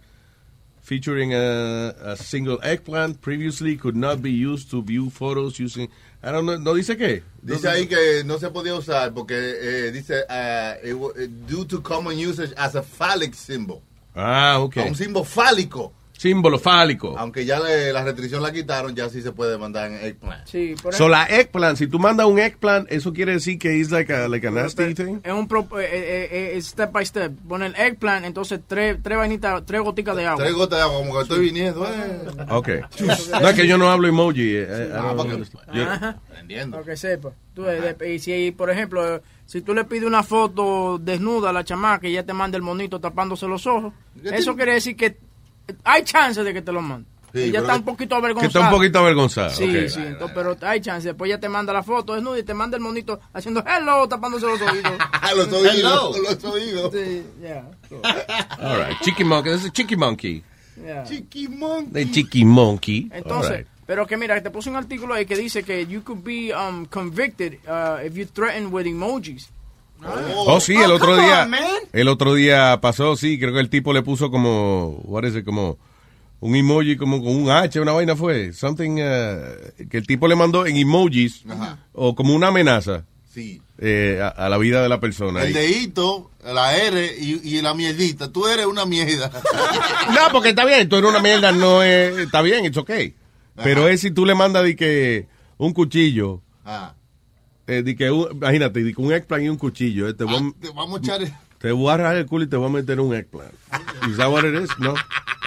Speaker 18: featuring a, a single eggplant previously could not be used to view photos using. I don't know, no dice qué.
Speaker 6: Dice ahí que no se podía usar porque eh, dice ah, it wa- eh, due to common usage as a phallic symbol.
Speaker 18: Ah, ok.
Speaker 6: A Un símbolo fálico.
Speaker 18: Símbolo fálico.
Speaker 6: Aunque ya le- la restricción la quitaron, ya sí se puede mandar en eggplant.
Speaker 5: Sí, por
Speaker 18: So,
Speaker 5: ejemplo,
Speaker 18: la eggplant, si tú mandas un eggplant, eso quiere decir que es like a, like a nasty thing?
Speaker 5: es un pro- eh, eh, eh, eh, step by step. Pon el eggplant, entonces tres, tres vainitas, tres goticas de agua.
Speaker 6: Tres gotas de agua, como que estoy viniendo. eh.
Speaker 18: Ok. No, es que yo no hablo emoji. eh, I- I
Speaker 6: Ah,
Speaker 18: don't
Speaker 6: porque-
Speaker 18: understand. Yo-
Speaker 6: Aprendiendo.
Speaker 5: Para que sepa. Tú, eh, de- y si, por ejemplo, eh, si tú le pides una foto desnuda a la chamaca y ya te manda el monito tapándose los ojos, eso quiere decir que hay chance de que te lo mande.
Speaker 18: Sí,
Speaker 5: Ella
Speaker 18: pero
Speaker 5: está
Speaker 18: que-
Speaker 5: un poquito
Speaker 18: que
Speaker 5: avergonzada.
Speaker 18: está un poquito avergonzada.
Speaker 5: Sí,
Speaker 18: ok.
Speaker 5: sí, entonces, pero hay chance. Después ya te manda la foto desnuda y te manda el monito haciendo hello, tapándose los oídos.
Speaker 6: los oídos, los oídos.
Speaker 5: Sí, ya.
Speaker 18: All right. Chicky monkey. This is chicky monkey.
Speaker 5: ya.
Speaker 18: The chicky monkey.
Speaker 5: Entonces,
Speaker 18: All right.
Speaker 5: pero que mira, te puse un artículo ahí que dice que you could be um, convicted uh, if you threaten with emojis.
Speaker 18: Oh, sí, el
Speaker 5: Oh,
Speaker 18: otro
Speaker 5: come
Speaker 18: día.
Speaker 5: on, man.
Speaker 18: el otro día pasó, sí. Creo que el tipo le puso como. What is it? Como. Un emoji como con un H, una vaina fue. Something. uh, que el tipo le mandó en emojis. O como una amenaza.
Speaker 6: Sí.
Speaker 18: eh, a, a la vida de la persona.
Speaker 6: El
Speaker 18: Y-
Speaker 6: deito, la R y, y la mierdita. Tú eres una mierda.
Speaker 18: No, porque está bien, tú eres una mierda, no es, está bien, it's okay. Pero es si tú le mandas de que un cuchillo,
Speaker 6: Ah,
Speaker 18: eh, de que un- imagínate, de que un eggplant y un cuchillo, eh, te,
Speaker 5: Ah.
Speaker 18: voy, a-
Speaker 6: te vamos a echar.
Speaker 18: te voy a agarrar el culo y te voy a meter un eggplant. Is that what it is? No,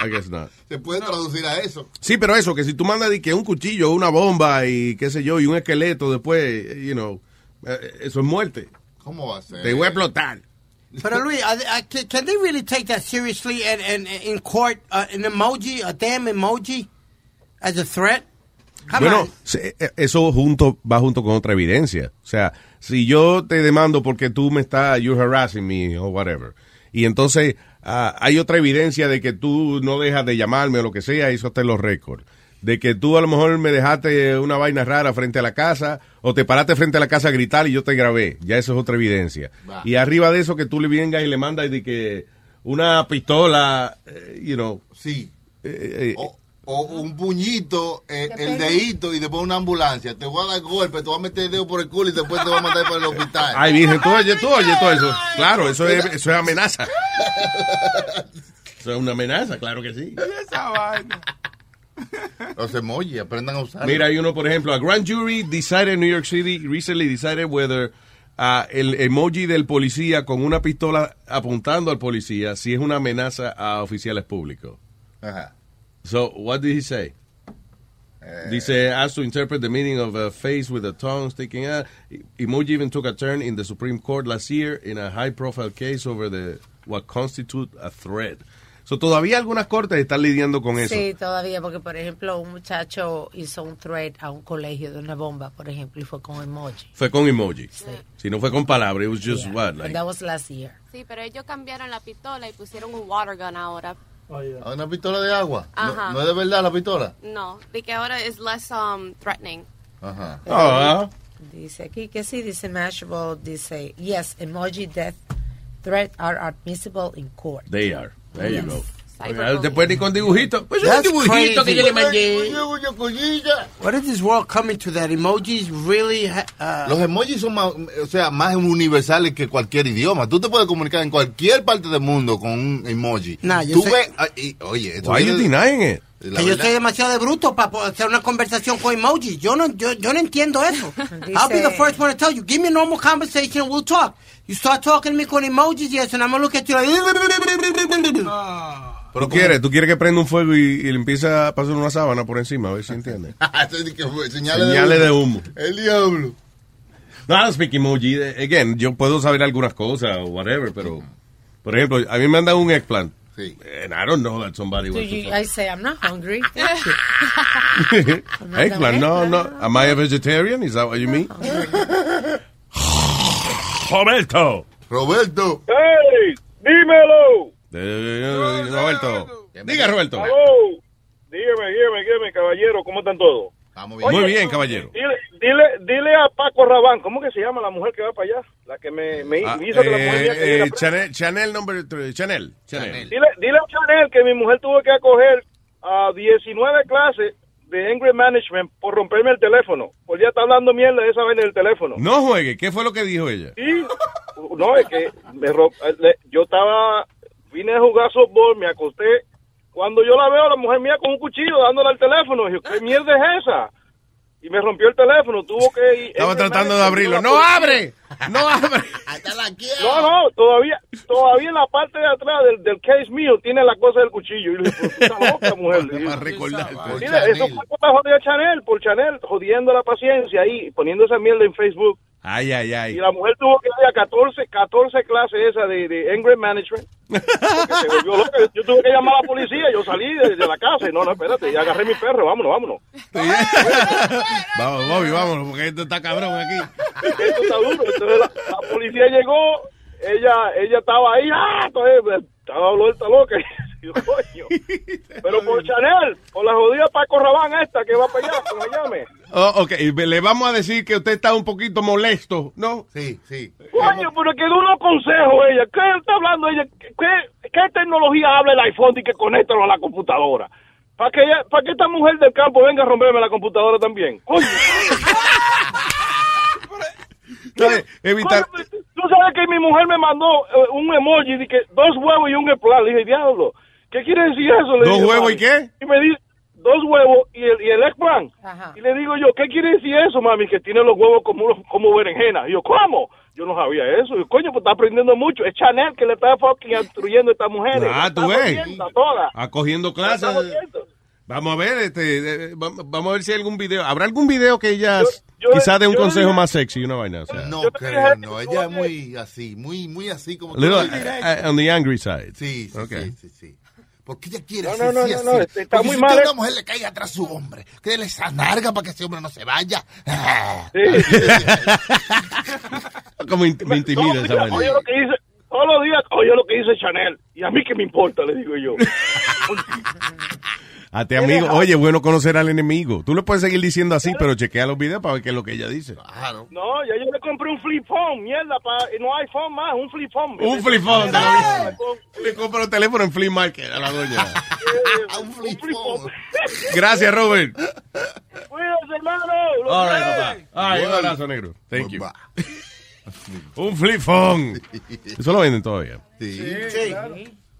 Speaker 18: I guess not.
Speaker 6: Se puede traducir a eso.
Speaker 18: Sí, pero eso, que si tú mandas de que un cuchillo, una bomba y qué sé yo, y un esqueleto después, you know, eh, eso es muerte.
Speaker 6: ¿Cómo va a ser?
Speaker 18: Te voy a explotar.
Speaker 19: Pero Luis, are they, uh, can, can they really take that seriously and, and, and in court uh, an emoji, a damn emoji, as a threat? Come
Speaker 18: Bueno,
Speaker 19: on.
Speaker 18: se- eh, eso junto va junto con otra evidencia. O sea, si yo te demando porque tú me estás, you're harassing me o whatever, y entonces ah, hay otra evidencia de que tú no dejas de llamarme o lo que sea, eso está en los récords. De que tú a lo mejor me dejaste una vaina rara frente a la casa o te paraste frente a la casa a gritar y yo te grabé. Ya eso es otra evidencia.
Speaker 6: Va.
Speaker 18: Y arriba de eso que tú le vengas y le mandas de que una pistola, eh, you know.
Speaker 6: Sí.
Speaker 18: eh, eh,
Speaker 6: O un puñito, eh, el dedito y después una ambulancia. Te voy a dar golpe, te voy a meter el dedo por el culo y después te voy a mandar para el hospital.
Speaker 18: Ay, virgen, tú oyes, tú oyes todo eso. Claro, eso es, eso es amenaza. Eso es una amenaza, claro que sí.
Speaker 9: Esa vaina.
Speaker 6: Los emojis, aprendan a usar.
Speaker 18: Mira, hay uno, por ejemplo, a grand jury decided in New York City recently decided whether ah, el emoji del policía con una pistola apuntando al policía si es una amenaza a oficiales públicos.
Speaker 6: Ajá.
Speaker 18: So, what did he say? Dice, as to interpret the meaning of a face with a tongue sticking out, emoji even took a turn in the Supreme Court last year in a high-profile case over the what constitute a threat. So, todavía algunas cortes están lidiando con eso.
Speaker 14: Sí, todavía, porque por ejemplo un muchacho hizo un thread a un colegio de una bomba, por ejemplo, y fue con emoji.
Speaker 18: Fue con emoji.
Speaker 14: Sí.
Speaker 18: Si no fue con palabras, it was just what,
Speaker 14: And
Speaker 18: like,
Speaker 14: that was last year.
Speaker 11: Sí, pero ellos cambiaron la pistola y pusieron un water gun ahora.
Speaker 6: ¿Hay una pistola de agua? No-
Speaker 11: Ajá.
Speaker 6: No, es de verdad la pistola?
Speaker 11: No, de que ahora es less um, threatening.
Speaker 6: Ajá.
Speaker 18: Ah.
Speaker 14: Dice aquí que sí, dice Mashable, dice, yes, emoji death threat are admissible in court.
Speaker 18: they are. There you go. ah,
Speaker 14: Cyberbullying.
Speaker 18: Después ni con dibujitos. Pues es un
Speaker 19: That's
Speaker 18: dibujito que yo le mandé.
Speaker 19: What is this world coming to that emojis really? ha- Uh,
Speaker 6: Los emojis son más, o sea, más universales que cualquier idioma. Tú te puedes comunicar en cualquier parte del mundo con un emoji.
Speaker 19: Nah, yo
Speaker 6: Tú
Speaker 19: sé-
Speaker 6: ves- ah, y- oye, esto
Speaker 18: Why you
Speaker 6: tiene-
Speaker 18: denying it?
Speaker 6: la
Speaker 19: que yo
Speaker 6: verdad-
Speaker 19: soy demasiado de bruto para hacer una conversación con emojis. Yo no, yo, yo no entiendo eso. I'll be the
Speaker 14: Dice-
Speaker 19: first one to tell you. Give me a normal conversation and we'll talk. You start talking to me con emojis, yes, and I'm gonna look at you like.
Speaker 18: ¿Tú quieres, ¿Tú quieres que prenda un fuego y, y le empieza a pasar una sábana por encima? A ver si entiendes.
Speaker 6: Señales,
Speaker 18: Señales de humo.
Speaker 6: El diablo.
Speaker 18: No, I don't speak emoji. eh, Again, yo puedo saber algunas cosas o whatever, pero... Por ejemplo, a mí me han dado un eggplant. Sí. And I don't know that somebody
Speaker 14: Do
Speaker 18: wants
Speaker 14: you, I say, I'm not hungry. Thank you.
Speaker 18: to... eggplant, no, no. Am I a vegetarian? Is that what you mean? Roberto.
Speaker 6: Roberto.
Speaker 23: ¡Hey! ¡Dímelo!
Speaker 18: Eh, Roberto. Diga, Roberto.
Speaker 23: Aló. Dígame, dígame, dígame, caballero, ¿cómo están todos?
Speaker 18: bien. Muy bien, caballero.
Speaker 23: Dile, dile, dile a Paco Rabán, ¿cómo que se llama la mujer que va para allá? La que me, me
Speaker 18: Ah,
Speaker 23: hizo que la mujer mía
Speaker 18: eh,
Speaker 23: que
Speaker 18: eh, Chanel, Chanel number three, Chanel. Chanel.
Speaker 23: Dile, dile a Chanel que mi mujer tuvo que acoger a 19 clases de angry management por romperme el teléfono. Porque ya está hablando mierda de esa vaina del teléfono.
Speaker 18: No juegue. ¿Qué fue lo que dijo ella?
Speaker 23: Sí, no, es que me ro- le- yo estaba, vine a jugar softball, me acosté. Cuando yo la veo a la mujer mía con un cuchillo dándole al teléfono, dije, ¿qué mierda es esa? Y me rompió el teléfono, tuvo que ir.
Speaker 18: Estaba tratando de abrirlo. ¡No abre! ¡No abre!
Speaker 23: No, no, todavía, todavía en la parte de atrás del, del case mío tiene la cosa del cuchillo. Y le dije, "Pues, puta loca, mujer. Le dije, Mira, eso fue por la jodida Chanel, por Chanel, jodiendo la paciencia ahí, poniendo esa mierda en Facebook.
Speaker 18: Ay, ay, ay.
Speaker 23: Y la mujer tuvo que ir a 14, 14 clases esa de, de anger management. porque se volvió loca. Yo tuve que llamar a la policía, yo salí de, de la casa y no, no, espérate, ya agarré mi perro, vámonos, vámonos.
Speaker 18: Vamos, Bobby, vámonos, porque esto está cabrón aquí.
Speaker 23: Esto está duro. Entonces la, la policía llegó, ella ella estaba ahí, ¡ah! Entonces estaba vuelta loca. Y yo, coño. Pero por Chanel, por la jodida Paco Rabán esta que va para allá, que la llame.
Speaker 18: Oh, ok, le vamos a decir que usted está un poquito molesto, ¿no?
Speaker 6: Sí, sí.
Speaker 23: Coño, pero que de unos consejos ella. ¿Qué está hablando ella? ¿Qué, qué tecnología habla el iPhone y que conéctalo a la computadora? Para que, ella- pa' que esta mujer del campo venga a romperme la computadora también. Coño. Coño, pero Tú sabes que mi mujer me mandó eh, un emoji de que dos huevos y un ejemplar. Le dije, diablo, ¿qué quiere decir eso? Le
Speaker 18: ¿Dos
Speaker 23: dije,
Speaker 18: huevos
Speaker 23: mami.
Speaker 18: y qué?
Speaker 23: Y me dice, dos huevos y el, y el eggplant. Y le digo yo, ¿qué quiere decir eso, mami? Que tiene los huevos como, unos- como berenjena. Y yo, ¿cómo? Yo no sabía eso. Y yo, coño, pues está aprendiendo mucho. Es Chanel que le está fucking instruyendo a estas mujeres.
Speaker 18: Ah, tú
Speaker 23: Está
Speaker 18: ves.
Speaker 23: jodiendo a todas.
Speaker 18: Acogiendo clases. Vamos a ver, este, eh, va- vamos a ver si hay algún video. ¿Habrá algún video que ella,
Speaker 6: yo-
Speaker 18: quizás de un
Speaker 6: yo-
Speaker 18: consejo más sexy, una vaina? O sea,
Speaker 6: No creo, no. Ella es muy así, muy, muy así como
Speaker 18: little,
Speaker 6: Muy directa.
Speaker 18: eh, on the angry side.
Speaker 6: Sí, sí,
Speaker 18: Okay.
Speaker 6: sí, sí, sí. Porque ella quiere
Speaker 23: No,
Speaker 6: así,
Speaker 23: no, no,
Speaker 6: sí,
Speaker 23: no,
Speaker 6: así.
Speaker 23: no, está
Speaker 6: Porque
Speaker 23: muy
Speaker 6: si
Speaker 23: mal,
Speaker 6: usted a
Speaker 23: eh.
Speaker 6: una mujer le caiga atrás su hombre, que le esa narga para que ese hombre no se vaya.
Speaker 18: Como in- me intimida esa
Speaker 23: Mira,
Speaker 18: vaina.
Speaker 23: Oye lo que dice, todos los días, oye lo que dice Chanel. Y a mí que me importa, le digo yo.
Speaker 18: A ti, amigo. Oye, bueno conocer al enemigo. Tú le puedes seguir diciendo así, pero chequea los videos para ver qué es lo que ella dice.
Speaker 23: No, ya yo le compré un flip phone, mierda, pa, no iPhone más, un flip phone.
Speaker 18: Un flip phone, te lo- Le compro el teléfono en Flea Market a la doña.
Speaker 23: un flip phone.
Speaker 18: Gracias, Robert.
Speaker 23: Cuídense, hermano. Los
Speaker 18: All right,
Speaker 23: quiero.
Speaker 18: papá. All right, un abrazo, negro. Thank you. Un flip phone. Eso lo venden todavía.
Speaker 6: Sí.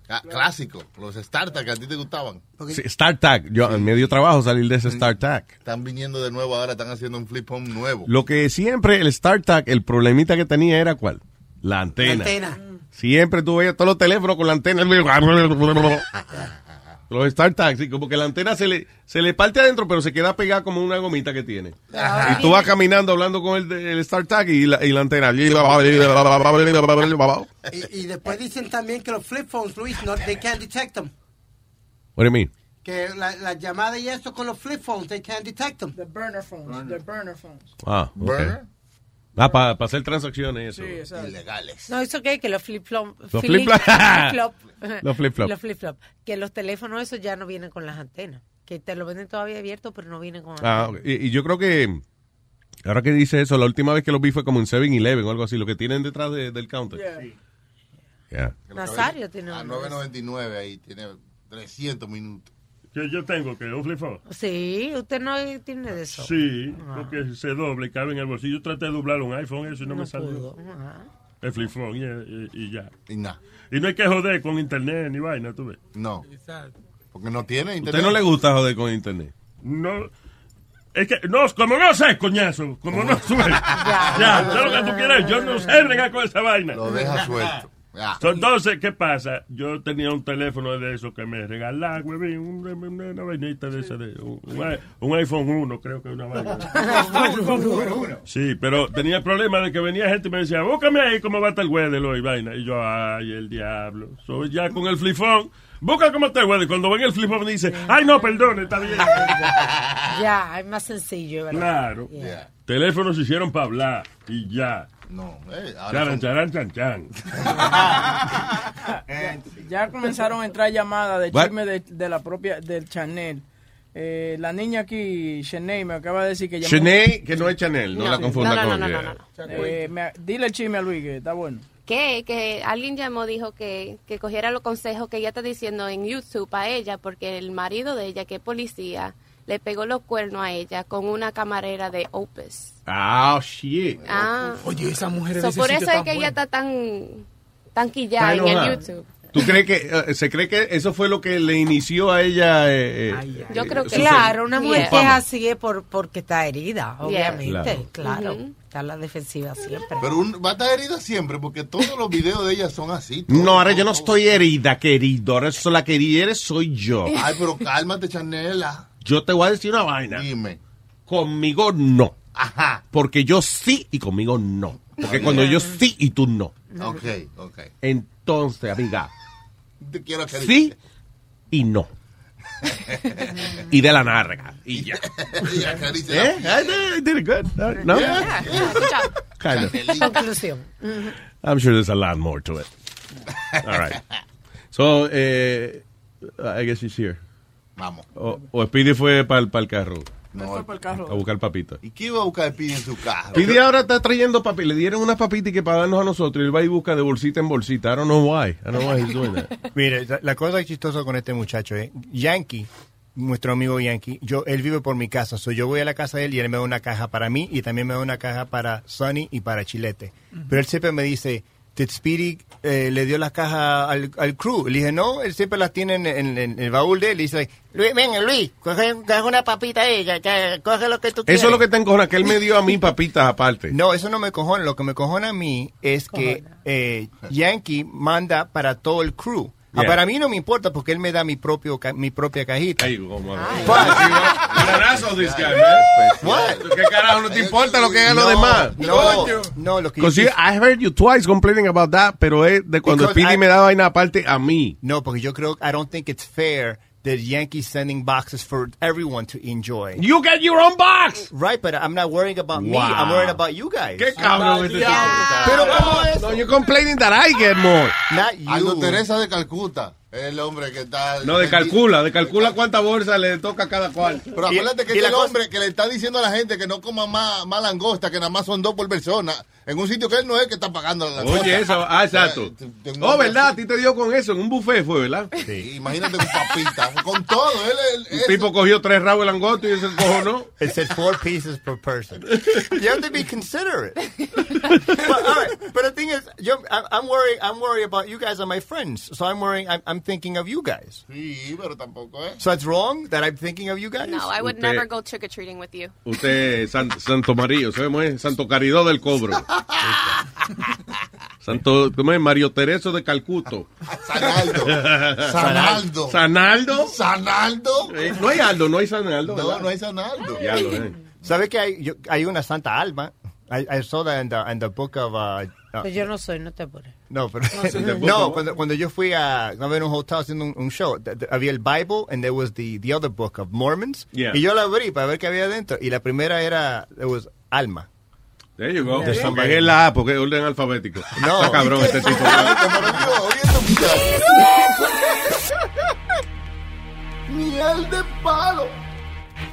Speaker 6: Ah, clásico, los startups que a ti te gustaban.
Speaker 18: Sí, Star Tag. Yo, me dio trabajo salir de ese Star Tag.
Speaker 6: Están viniendo de nuevo ahora, están haciendo un flip home nuevo.
Speaker 18: Lo que siempre el Star Tag, el problemita que tenía era cuál? La antena. Siempre tú veías todos los teléfonos con la antena.
Speaker 5: Ah,
Speaker 18: Los Star Tags, sí, como que la antena se le, se le parte adentro, pero se queda pegada como una gomita que tiene. Y tú vas caminando hablando con el, de- el Star Tag y la, y la antena. What
Speaker 19: y, y después dicen también que los flip phones, Luis, no, they can't detect them.
Speaker 18: do you mean?
Speaker 19: Que la, la llamada y eso con los flip phones, they can't detect them. The burner phones, the burner phones.
Speaker 18: Ah, ok. Ah, para hacer transacciones y eso.
Speaker 19: Ilegales.
Speaker 14: No, eso que que los flip flop.
Speaker 18: Los flip-flop. Los flip-flop.
Speaker 14: Los flip flop. Que los teléfonos esos ya no vienen con las antenas. Que te lo venden todavía abierto, pero no vienen con
Speaker 18: Ah,
Speaker 14: antenas.
Speaker 18: ok. y, y yo creo que ahora que dice eso, la última vez que los vi fue como en 7-Eleven o algo así, lo que tienen detrás de- del counter. Yeah.
Speaker 14: Nazario tiene
Speaker 6: A
Speaker 14: uno de esos.
Speaker 6: 9.99 ahí, tiene 300 minutos.
Speaker 15: Yo, yo tengo que un flip phone.
Speaker 14: Sí, usted no tiene de eso.
Speaker 15: Sí,
Speaker 14: Ah.
Speaker 15: porque se doble, cabe en el bolsillo. Yo traté de doblar un iPhone, eso y no,
Speaker 14: No
Speaker 15: me salió.
Speaker 14: pudo. Ajá.
Speaker 15: El flip phone y, y- y ya.
Speaker 6: Y nada.
Speaker 15: Y no hay que joder con internet ni vaina, tú ves.
Speaker 6: No. Porque no tiene
Speaker 18: ¿Usted no le gusta joder con internet?
Speaker 15: No. Es que, no, como no sé, coñazo, como no suelto. ya, sé lo que tú quieres, yo no sé regar con esa vaina.
Speaker 6: Lo deja suelto. Ya.
Speaker 15: So, Entonces, ¿qué pasa? Yo tenía un teléfono de eso que me regalaba, huevín, un- una, una vainita de esa, de, un, un i- un iPhone 1, creo que una vaina. Sí, pero tenía el problema de que venía gente y me decía, búscame ahí cómo va a estar el weather hoy, vaina. Y yo, ay, el diablo. Soy ya con el flifón. Busca cómo está el weather. Cuando ven el flifón dice, ay, no, perdón, está bien.
Speaker 14: Yeah, Ah, es más sencillo, ¿verdad?
Speaker 15: Claro.
Speaker 14: Yeah.
Speaker 15: Teléfonos se hicieron para hablar y ya. No,
Speaker 6: eh, ahora son-
Speaker 15: charan, charan, chan, chan.
Speaker 5: Ya comenzaron a entrar llamadas de
Speaker 15: What?
Speaker 5: chisme de, de la propia del Chanel. Eh, la niña aquí, Shanae, me acaba de decir que llamó.
Speaker 18: Chanel, que no es Chanel, no, la confunda
Speaker 11: No, no,
Speaker 18: con.
Speaker 11: no, no,
Speaker 18: eh,
Speaker 11: no,
Speaker 5: Eh, me- dile el chisme a Luis, que está bueno.
Speaker 11: Que, que alguien llamó, dijo que, que cogiera los consejos que ella está diciendo en YouTube a ella, porque el marido de ella, que es policía, le pegó los cuernos a ella con una camarera de Opus.
Speaker 18: Ah, shit.
Speaker 11: Ah.
Speaker 18: Oye, esa mujer
Speaker 11: So, por eso es que ella está tan, tan quillada
Speaker 18: Está
Speaker 11: en el
Speaker 18: enojada.
Speaker 11: YouTube.
Speaker 18: ¿Tú crees que eh, se cree que eso fue lo que le inició a ella? eh, eh,
Speaker 14: Yo creo que
Speaker 18: su-
Speaker 14: claro, una mujer
Speaker 18: su
Speaker 14: que es
Speaker 18: fama?
Speaker 14: así es por, porque está herida, obviamente,
Speaker 6: Claro.
Speaker 14: claro.
Speaker 6: Ujú.
Speaker 14: Está en la defensiva siempre.
Speaker 6: Pero un- va a estar herida siempre porque todos los videos de ella son así.
Speaker 18: No, ahora yo no estoy herida, querido. Ahora eso, la que herida soy yo.
Speaker 11: Ah.
Speaker 6: Ay, pero cálmate, Chanela.
Speaker 18: Yo te voy a decir una vaina.
Speaker 6: Dime.
Speaker 18: Conmigo no. Ajá. Ah. Porque yo sí y conmigo no. Porque
Speaker 6: Está
Speaker 18: cuando
Speaker 6: bien.
Speaker 18: yo sí y tú no.
Speaker 6: Ok, ok.
Speaker 18: Entonces, amiga,
Speaker 6: Te quiero que
Speaker 18: sí y no. y de la narga. Y ya. ¿Eh? I did it good. No?
Speaker 14: Yeah, yeah, good job.
Speaker 18: Kind of.
Speaker 14: Conclusión. Ujú.
Speaker 18: I'm sure there's a lot more to it. All right. So, eh, I guess she's here.
Speaker 6: Vamos.
Speaker 18: O, o Speedy fue para el, carro.
Speaker 6: No. Fue pa'l carro.
Speaker 18: A buscar papita.
Speaker 6: ¿Y qué iba a buscar Pidi en su carro?
Speaker 18: Speedy ah. ahora está trayendo papita. Le dieron unas papitas que para darnos a nosotros. Y él va y busca de bolsita en bolsita. I don't know why. I don't know why he's doing that.
Speaker 12: Mire, la, la cosa chistosa con este muchacho es, Yankee, nuestro amigo Yankee, yo, él vive por mi casa, so yo voy a la casa de él y él me da una caja para mí y también me da una caja para Sonny y para Chilete. Pero él siempre me dice, Ted Speedy eh, le dio las cajas al, al crew. Le dije, no, él siempre las tiene en, en- en el baúl de él. Y dice, Luis, venga, Luis, coge, coge una papita ahí, ya- ya, coge lo que tú quieras.
Speaker 18: Eso es lo que te encojona, que él me dio a mí papitas aparte.
Speaker 12: No, eso no me cojona. Lo que me cojona a mí es que eh, Yankee manda para todo el crew. Ah,
Speaker 18: Yeah.
Speaker 12: para mí no me importa porque él me da mi propio ca- mi propia cajita. Pues,
Speaker 18: Bananazo this guy, man. ¿Qué carajo? No te importa lo que hagan los demás.
Speaker 12: No, no, lo que yo
Speaker 18: Because you- I heard you twice complaining about that, pero es de cuando
Speaker 12: Because
Speaker 18: Speedy
Speaker 12: I-
Speaker 18: me da vaina aparte a mí.
Speaker 12: No, porque yo creo, I don't think it's fair that Yankees sending boxes for everyone to enjoy.
Speaker 18: You get your own box!
Speaker 12: Right, but I'm not worrying about me. I'm
Speaker 18: Wow.
Speaker 12: worrying about you guys.
Speaker 18: Qué cabrón este tipo.
Speaker 12: Pero ¿cómo es?
Speaker 18: No, you're complaining that I get more.
Speaker 6: Aldo Teresa de Calcuta. El hombre que está.
Speaker 18: No, de calcula, de calcula cuánta bolsa le toca a cada cual.
Speaker 6: Pero acuérdate que
Speaker 18: Y- y
Speaker 6: es
Speaker 18: la
Speaker 6: el
Speaker 18: cosa-
Speaker 6: hombre que le está diciendo a la gente que no coma más, más langosta, que nada más son dos por persona, en un sitio que él no es que está pagando la langosta.
Speaker 18: Oye, eso, ah, exacto. Oh, ¿verdad? A ti te dio con eso, en un buffet fue, ¿verdad?
Speaker 6: Sí. Imagínate con papita, con todo. Él, él-
Speaker 18: Un tipo cogió tres rabos de langosta y se encojonó.
Speaker 12: It said four pieces per person. You have to be considerate. but, all right, but the thing is, you're, I'm, I'm worried. I'm worried about you guys are my friends, so I'm worrying. I'm, I'm thinking of you guys.
Speaker 6: Sí, pero tampoco es.
Speaker 12: So it's wrong that I'm thinking of you guys.
Speaker 11: No, I would
Speaker 18: Usted-
Speaker 11: never go trick or treating with you.
Speaker 18: Usted, San- Santo María, ¿sabe cómo es? Santo Caridó del Cobro. Santo, ¿cómo es? Mario Tereso de Calcuto.
Speaker 6: Sanaldo. Sanaldo.
Speaker 18: Sanaldo.
Speaker 6: Sanaldo.
Speaker 18: Eh, No hay Aldo, no hay Sanaldo.
Speaker 6: No,
Speaker 18: ¿verdad?
Speaker 6: no es Sanaldo.
Speaker 18: Ya lo es.
Speaker 12: ¿Sabe que hay, yo- hay una Santa Alma? I, I saw that in the, in the book of... uh, uh,
Speaker 14: Pues yo no soy, no te apures.
Speaker 12: no, pero,
Speaker 14: No, sí.
Speaker 12: no cuando, cuando yo fui a, estaba en un hotel haciendo un, un show, th- th- había el Bible and there was the, the other book of Mormons.
Speaker 18: Yeah.
Speaker 12: Y yo la abrí para ver qué había dentro. Y la primera era, it was Alma.
Speaker 18: There you go.
Speaker 12: De San
Speaker 18: Porque es la A, porque es orden alfabético.
Speaker 12: No.
Speaker 18: Está cabrón este tipo.
Speaker 6: Miel de palo.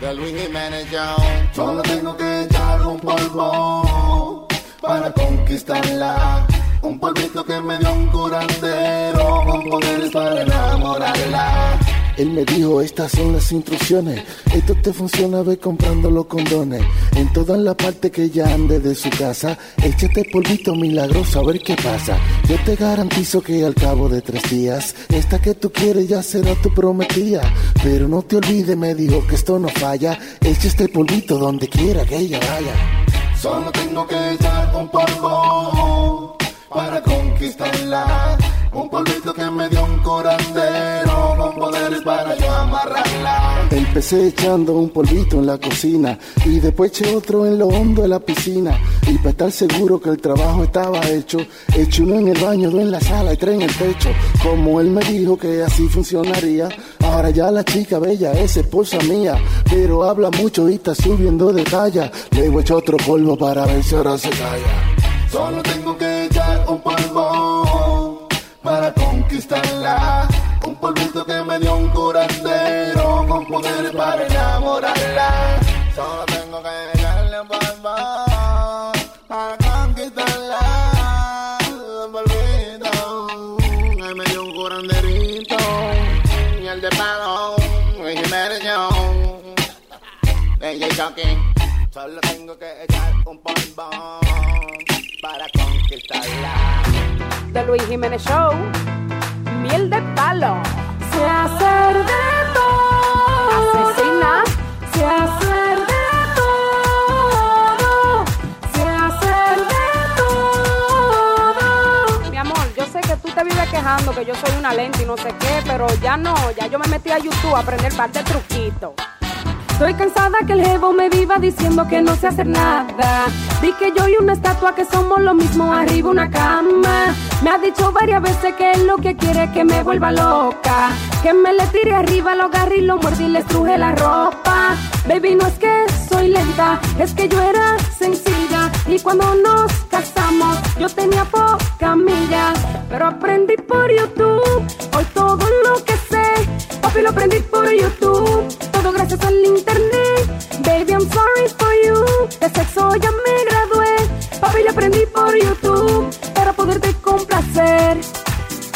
Speaker 6: De Luis Jiménez Young. Solo tengo que echar un polvo para conquistarla. Un polvito que me dio un curandero con poderes para enamorarla.
Speaker 17: Él me dijo, estas son las instrucciones. Esto te funciona, ve comprando los condones. En toda la parte que ella ande de su casa, échate polvito milagroso a ver qué pasa. Yo te garantizo que al cabo de tres días, esta que tú quieres ya será tu prometida. Pero no te olvides, me dijo que esto no falla. Echa este polvito donde quiera que ella vaya.
Speaker 3: Solo tengo que echar un polvo para conquistarla. Un polvito que me dio un curandero con poderes para yo amarrarla.
Speaker 17: Empecé echando un polvito en la cocina y después eché otro en lo hondo de la piscina. Y para estar seguro que el trabajo estaba hecho, eché uno en el baño, dos en la sala y tres en el techo. Como él me dijo que así funcionaría, ahora ya la chica bella es esposa mía, pero habla mucho y está subiendo de talla. Luego eché otro polvo para ver si ahora se calla.
Speaker 3: Solo tengo que echar un polvo para conquistarla. Un polvito que me dio un curandero con poderes para enamorarla. Solo tengo que echarle un polvo para conquistarla. Un polvito que me dio un curanderito. Y el de palo, y Jiménez Young. DJ Jockey. Solo tengo que echar un polvo para conquistarla.
Speaker 24: de Luis Jiménez Show, miel de palo. Se hacer de todo. Asesina. Se hacer de todo. Se hacer de todo. Mi amor, yo sé que tú te vives quejando que yo soy una lenta y no sé qué, pero ya no, ya yo me metí a YouTube a aprender parte de truquitos. Estoy cansada que el jevo me viva diciendo que no sé hacer nada. Di que yo y una estatua que somos lo mismo arriba una cama. Me ha dicho varias veces que él lo que quiere es que me vuelva loca. Que me le tire arriba, lo agarre y lo muerde y le estruje la ropa. Baby, no es que soy lenta, es que yo era sencilla. Y cuando nos casamos, yo tenía poca milla. Pero aprendí por YouTube, hoy todo lo que sé. Papi, lo aprendí por YouTube, todo gracias al internet. Baby, I'm sorry for you, de sexo ya me gradué. Papi, lo aprendí por YouTube, para poderte complacer.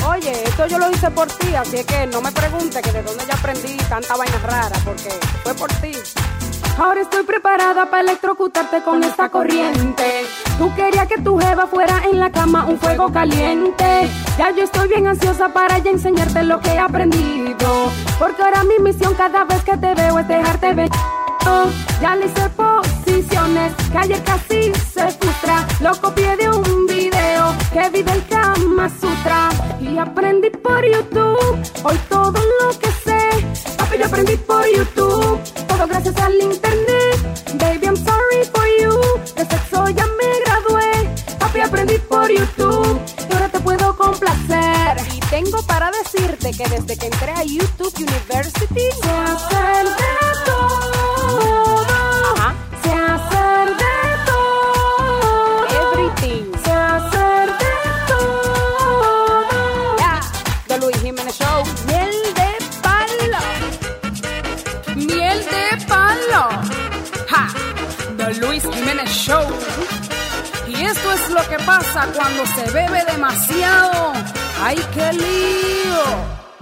Speaker 24: Oye, esto yo lo hice por ti, así es que no me preguntes que de dónde yo aprendí tanta vaina rara, porque fue por ti. Ahora estoy preparada para electrocutarte con esta corriente. Tú querías que tu jeva fuera en la cama un fuego caliente. Ya yo estoy bien ansiosa para ya enseñarte lo que he aprendido. Porque ahora mi misión cada vez que te veo es dejarte ver. Ya le hice posiciones que ayer casi se frustra. Lo copié de un video que vi del Kama Sutra. Y aprendí por YouTube hoy todo lo que sé. Papi, yo aprendí por YouTube, todo gracias al internet. Baby, I'm sorry for you, de sexo ya me gradué. Papi, aprendí por YouTube, y ahora te puedo complacer. Y tengo para decirte que desde que entré a YouTube University, se hacer de todo. Se hacer de todo. Everything. Se hacer de todo. Ya, The Luis Jiménez Show, miel de palo. Miel de palo. Ja. The Luis Jiménez Show. Y esto es lo que pasa cuando se bebe demasiado. ¡Ay, qué lío!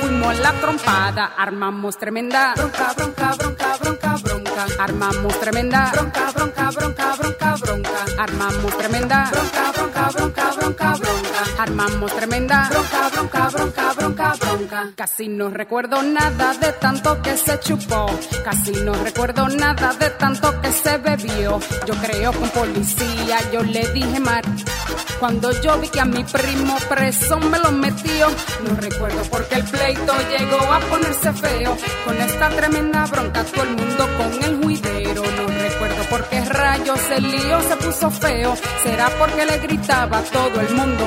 Speaker 24: fuimos a la trompada. Armamos tremenda bronca, bronca, bronca, bronca, bronca. Armamos tremenda bronca, bronca, bronca, bronca, bronca. Armamos tremenda bronca, bronca, bronca, bronca, bronca. Armamos tremenda bronca, bronca, bronca, bronca, bronca. Casi no recuerdo nada de tanto que se chupó. Casi no recuerdo nada de tanto que se bebió. Yo creo con policía, yo le dije mar. Cuando yo vi que a mi primo preso me lo metió, no recuerdo porque el pleito llegó a ponerse feo. Con esta tremenda bronca todo el mundo con el juidero, no recuerdo por qué rayos el lío se puso feo. Será porque le gritaba a todo el mundo.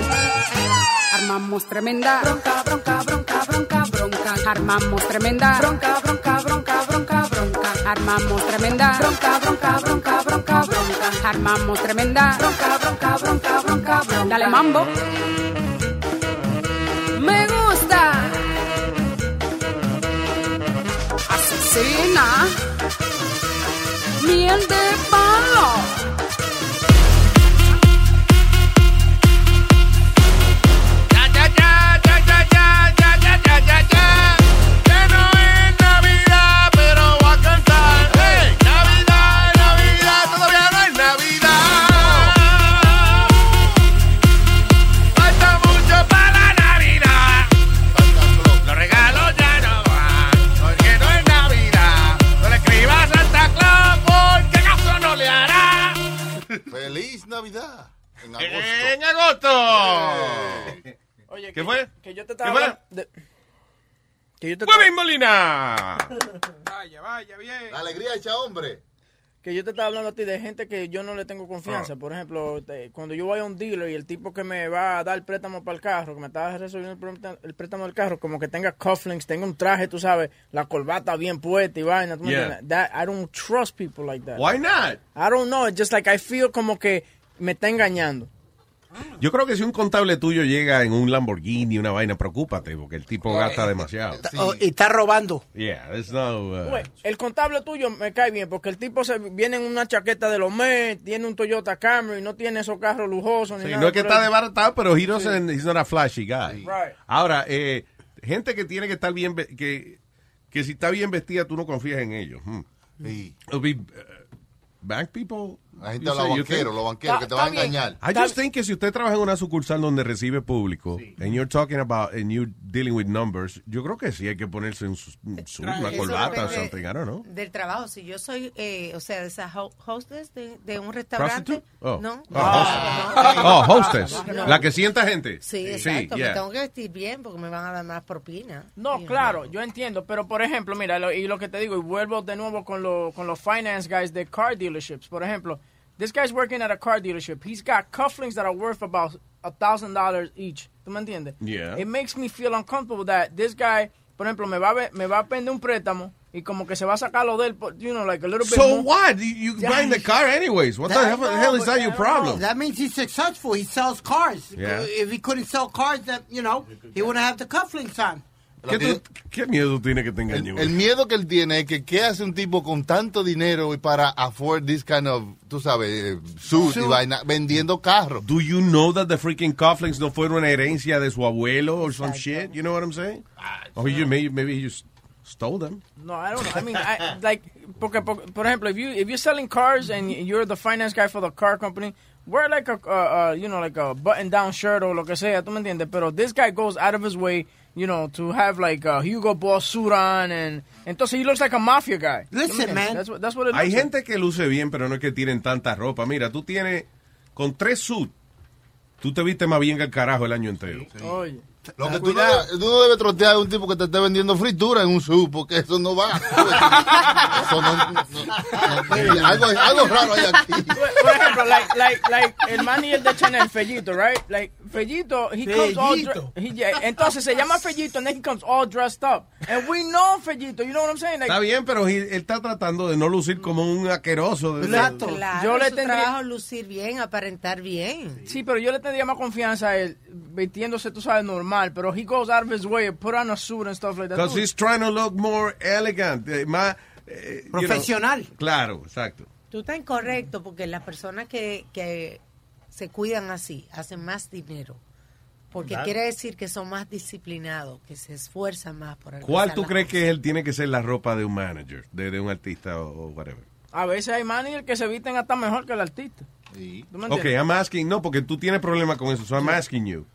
Speaker 24: Armamos tremenda bronca, bronca, bronca, bronca, bronca. Armamos tremenda bronca, bronca, bronca, bronca, bronca. Armamos tremenda bronca, bronca, bronca, bronca, bronca. Armamos tremenda bronca, bronca, bronca, bronca, bronca. Dale mambo. Me gusta. Asesina. Miel de palo.
Speaker 3: Ya, ya, ya, ya, ya, ya, ya, ya, ya, ya, ya. Que no es Navidad, pero voy a cantar. ¡Hey! Navidad, Navidad, todavía no es Navidad. Falta mucho para la Navidad. Los regalos ya no van, porque no es Navidad. No le escribas a Santa Claus, porque caso no le hará.
Speaker 6: ¡Feliz Navidad! En
Speaker 3: En
Speaker 6: agosto.
Speaker 3: Eh.
Speaker 5: Oye,
Speaker 6: ¿Qué fue?
Speaker 5: Que yo te estaba
Speaker 6: ¿Qué fue?
Speaker 5: hablando de- Que yo te
Speaker 6: ¡Muy bien,
Speaker 5: Molina!
Speaker 9: Vaya, vaya, bien.
Speaker 6: La alegría hecha hombre.
Speaker 5: Que yo te estaba hablando a ti de gente que yo no le tengo confianza. Por ejemplo, te- cuando yo voy a un dealer y el tipo que me va a dar el préstamo para el carro, que me estaba resolviendo el préstamo, el préstamo del carro, como que tenga cufflinks, tenga un traje, tú sabes, la corbata bien puesta y vaina. ¿tú me
Speaker 15: Yeah.
Speaker 5: entiendes? That- I don't trust people like that.
Speaker 15: Why not?
Speaker 5: I don't know. It's just like I feel como que me está engañando.
Speaker 18: Yo creo que si un contable tuyo llega en un Lamborghini, una vaina, preocúpate, porque el tipo gasta demasiado.
Speaker 19: Oh, y está robando.
Speaker 18: Yeah, there's no... uh,
Speaker 5: Güey, Pues, el contable tuyo me cae bien porque el tipo se viene en una chaqueta de los Mets, tiene un Toyota Camry, no tiene esos carros lujosos ni
Speaker 18: Sí,
Speaker 5: nada.
Speaker 18: no es que
Speaker 5: pero-
Speaker 18: está desbaratado, pero he
Speaker 5: Sí.
Speaker 18: doesn't- he's not a flashy guy.
Speaker 5: Right.
Speaker 18: Ahora, eh, gente que tiene que estar bien, ve- que, que si está bien vestida, tú no confías en ellos. Hmm. It'll be, uh, bank people.
Speaker 6: La gente
Speaker 18: you
Speaker 6: habla
Speaker 18: say, you
Speaker 6: banquero,
Speaker 18: think?
Speaker 6: los banqueros que te van a engañar.
Speaker 18: I just think que si usted trabaja en una sucursal donde recibe público, and you're talking about, and you're dealing with numbers, yo creo que sí hay que ponerse un su- un suit, una
Speaker 14: Eso
Speaker 18: corbata o
Speaker 14: depende
Speaker 18: something, I don't know.
Speaker 14: Del trabajo, si yo soy, eh, o sea, de esa ho- hostess de, de un restaurante.
Speaker 18: Prostitute? Oh.
Speaker 14: No.
Speaker 18: Oh, hostess.
Speaker 14: No.
Speaker 18: Oh, hostess.
Speaker 14: No.
Speaker 18: La que sienta gente.
Speaker 14: Sí,
Speaker 18: Sí,
Speaker 14: exacto.
Speaker 18: yeah.
Speaker 14: Me tengo que vestir bien porque me van a dar más propina.
Speaker 5: No, claro, yo entiendo, pero por ejemplo, mira, lo- y lo que te digo, y vuelvo de nuevo con, lo- con los finance guys de car dealerships. Por ejemplo, this guy's working at a car dealership. He's got cufflinks that are worth about a thousand dollars each. ¿Tú me entiendes?
Speaker 3: Yeah.
Speaker 5: It makes me feel uncomfortable that this guy, por ejemplo, me va a, ve- me va a prender un préstamo y como que se va a sacar lo de él, por- you know, like a little bit
Speaker 18: So
Speaker 5: more.
Speaker 18: what? You, you
Speaker 5: Yeah.
Speaker 18: buy the car anyways. What the
Speaker 5: That-
Speaker 18: hell, the hell is that your problem?
Speaker 19: That means he's successful. He sells cars.
Speaker 18: Yeah.
Speaker 19: If he couldn't sell cars, that you know, he wouldn't have the cufflinks on.
Speaker 18: ¿Qué, tú- qué miedo tiene que te engañe?
Speaker 6: El miedo que él tiene es que qué hace un tipo con tanto dinero y para afford this kind of, tú sabes, eh, suit y
Speaker 18: Suit.
Speaker 6: vaina, vendiendo carros.
Speaker 18: Do you know that the freaking cufflinks no fueron una herencia de su abuelo or some shit? You know what I'm saying? Oh, Or you maybe maybe you s- stole them.
Speaker 5: No, I don't know. I mean, I, like, porque, por, por ejemplo, if you if you're selling cars and you're the finance guy for the car company, wear like a uh, uh, you know like a button down shirt o lo que sea, tú me entiendes. Pero this guy goes out of his way, you know, to have like a Hugo Boss suit on, and entonces he looks like a mafia guy. ¿Tú me
Speaker 19: Listen,
Speaker 5: entiendes?
Speaker 19: man.
Speaker 5: that's what that's what it
Speaker 18: Hay
Speaker 5: looks like.
Speaker 18: gente que luce bien, pero no es que tienen tanta ropa. Mira, tú tienes con tres suits, tú te viste más bien que el carajo el año entero.
Speaker 5: Oye.
Speaker 6: Lo que tú no, tú no debes trotear a un tipo que te esté vendiendo fritura en un sub, porque eso no va. Eso no- no- no- no- algo, algo raro hay aquí.
Speaker 5: Por ejemplo, like, like, like el manager de Chanel, Fellito, right? Like, Fellito, he comes all
Speaker 3: Fellito.
Speaker 5: dre- he- yeah, Entonces se llama Fellito and then he comes all dressed up. And we know Fellito, you know what I'm saying? Like,
Speaker 18: Está bien, pero he- él está tratando de no lucir como un aqueroso. de-
Speaker 14: Claro,
Speaker 5: Yo le
Speaker 14: su
Speaker 5: tendría-
Speaker 14: trabajo lucir bien, aparentar bien.
Speaker 5: Sí, pero yo le tendría más confianza a él vistiéndose, tú sabes, normal. Pero he goes out of his way, put on a suit and stuff like that.
Speaker 18: Because
Speaker 5: Dude,
Speaker 18: he's trying to look more elegant, eh, más... eh, you know.
Speaker 14: Profesional.
Speaker 18: claro, exacto.
Speaker 14: Tú estás incorrecto porque las personas que, que se cuidan así hacen más dinero. Porque
Speaker 18: Claro.
Speaker 14: quiere decir que son más disciplinados, que se esfuerzan más por alcanzar
Speaker 18: ¿Cuál tú
Speaker 14: las
Speaker 18: crees que él tiene que ser la ropa de un manager, de, de un artista o, o whatever?
Speaker 5: A veces hay managers que se visten hasta mejor que el artista. ¿Tú me
Speaker 18: Ok,
Speaker 5: entiendes?
Speaker 18: I'm asking, no, porque tú tienes problema con eso, so I'm asking you.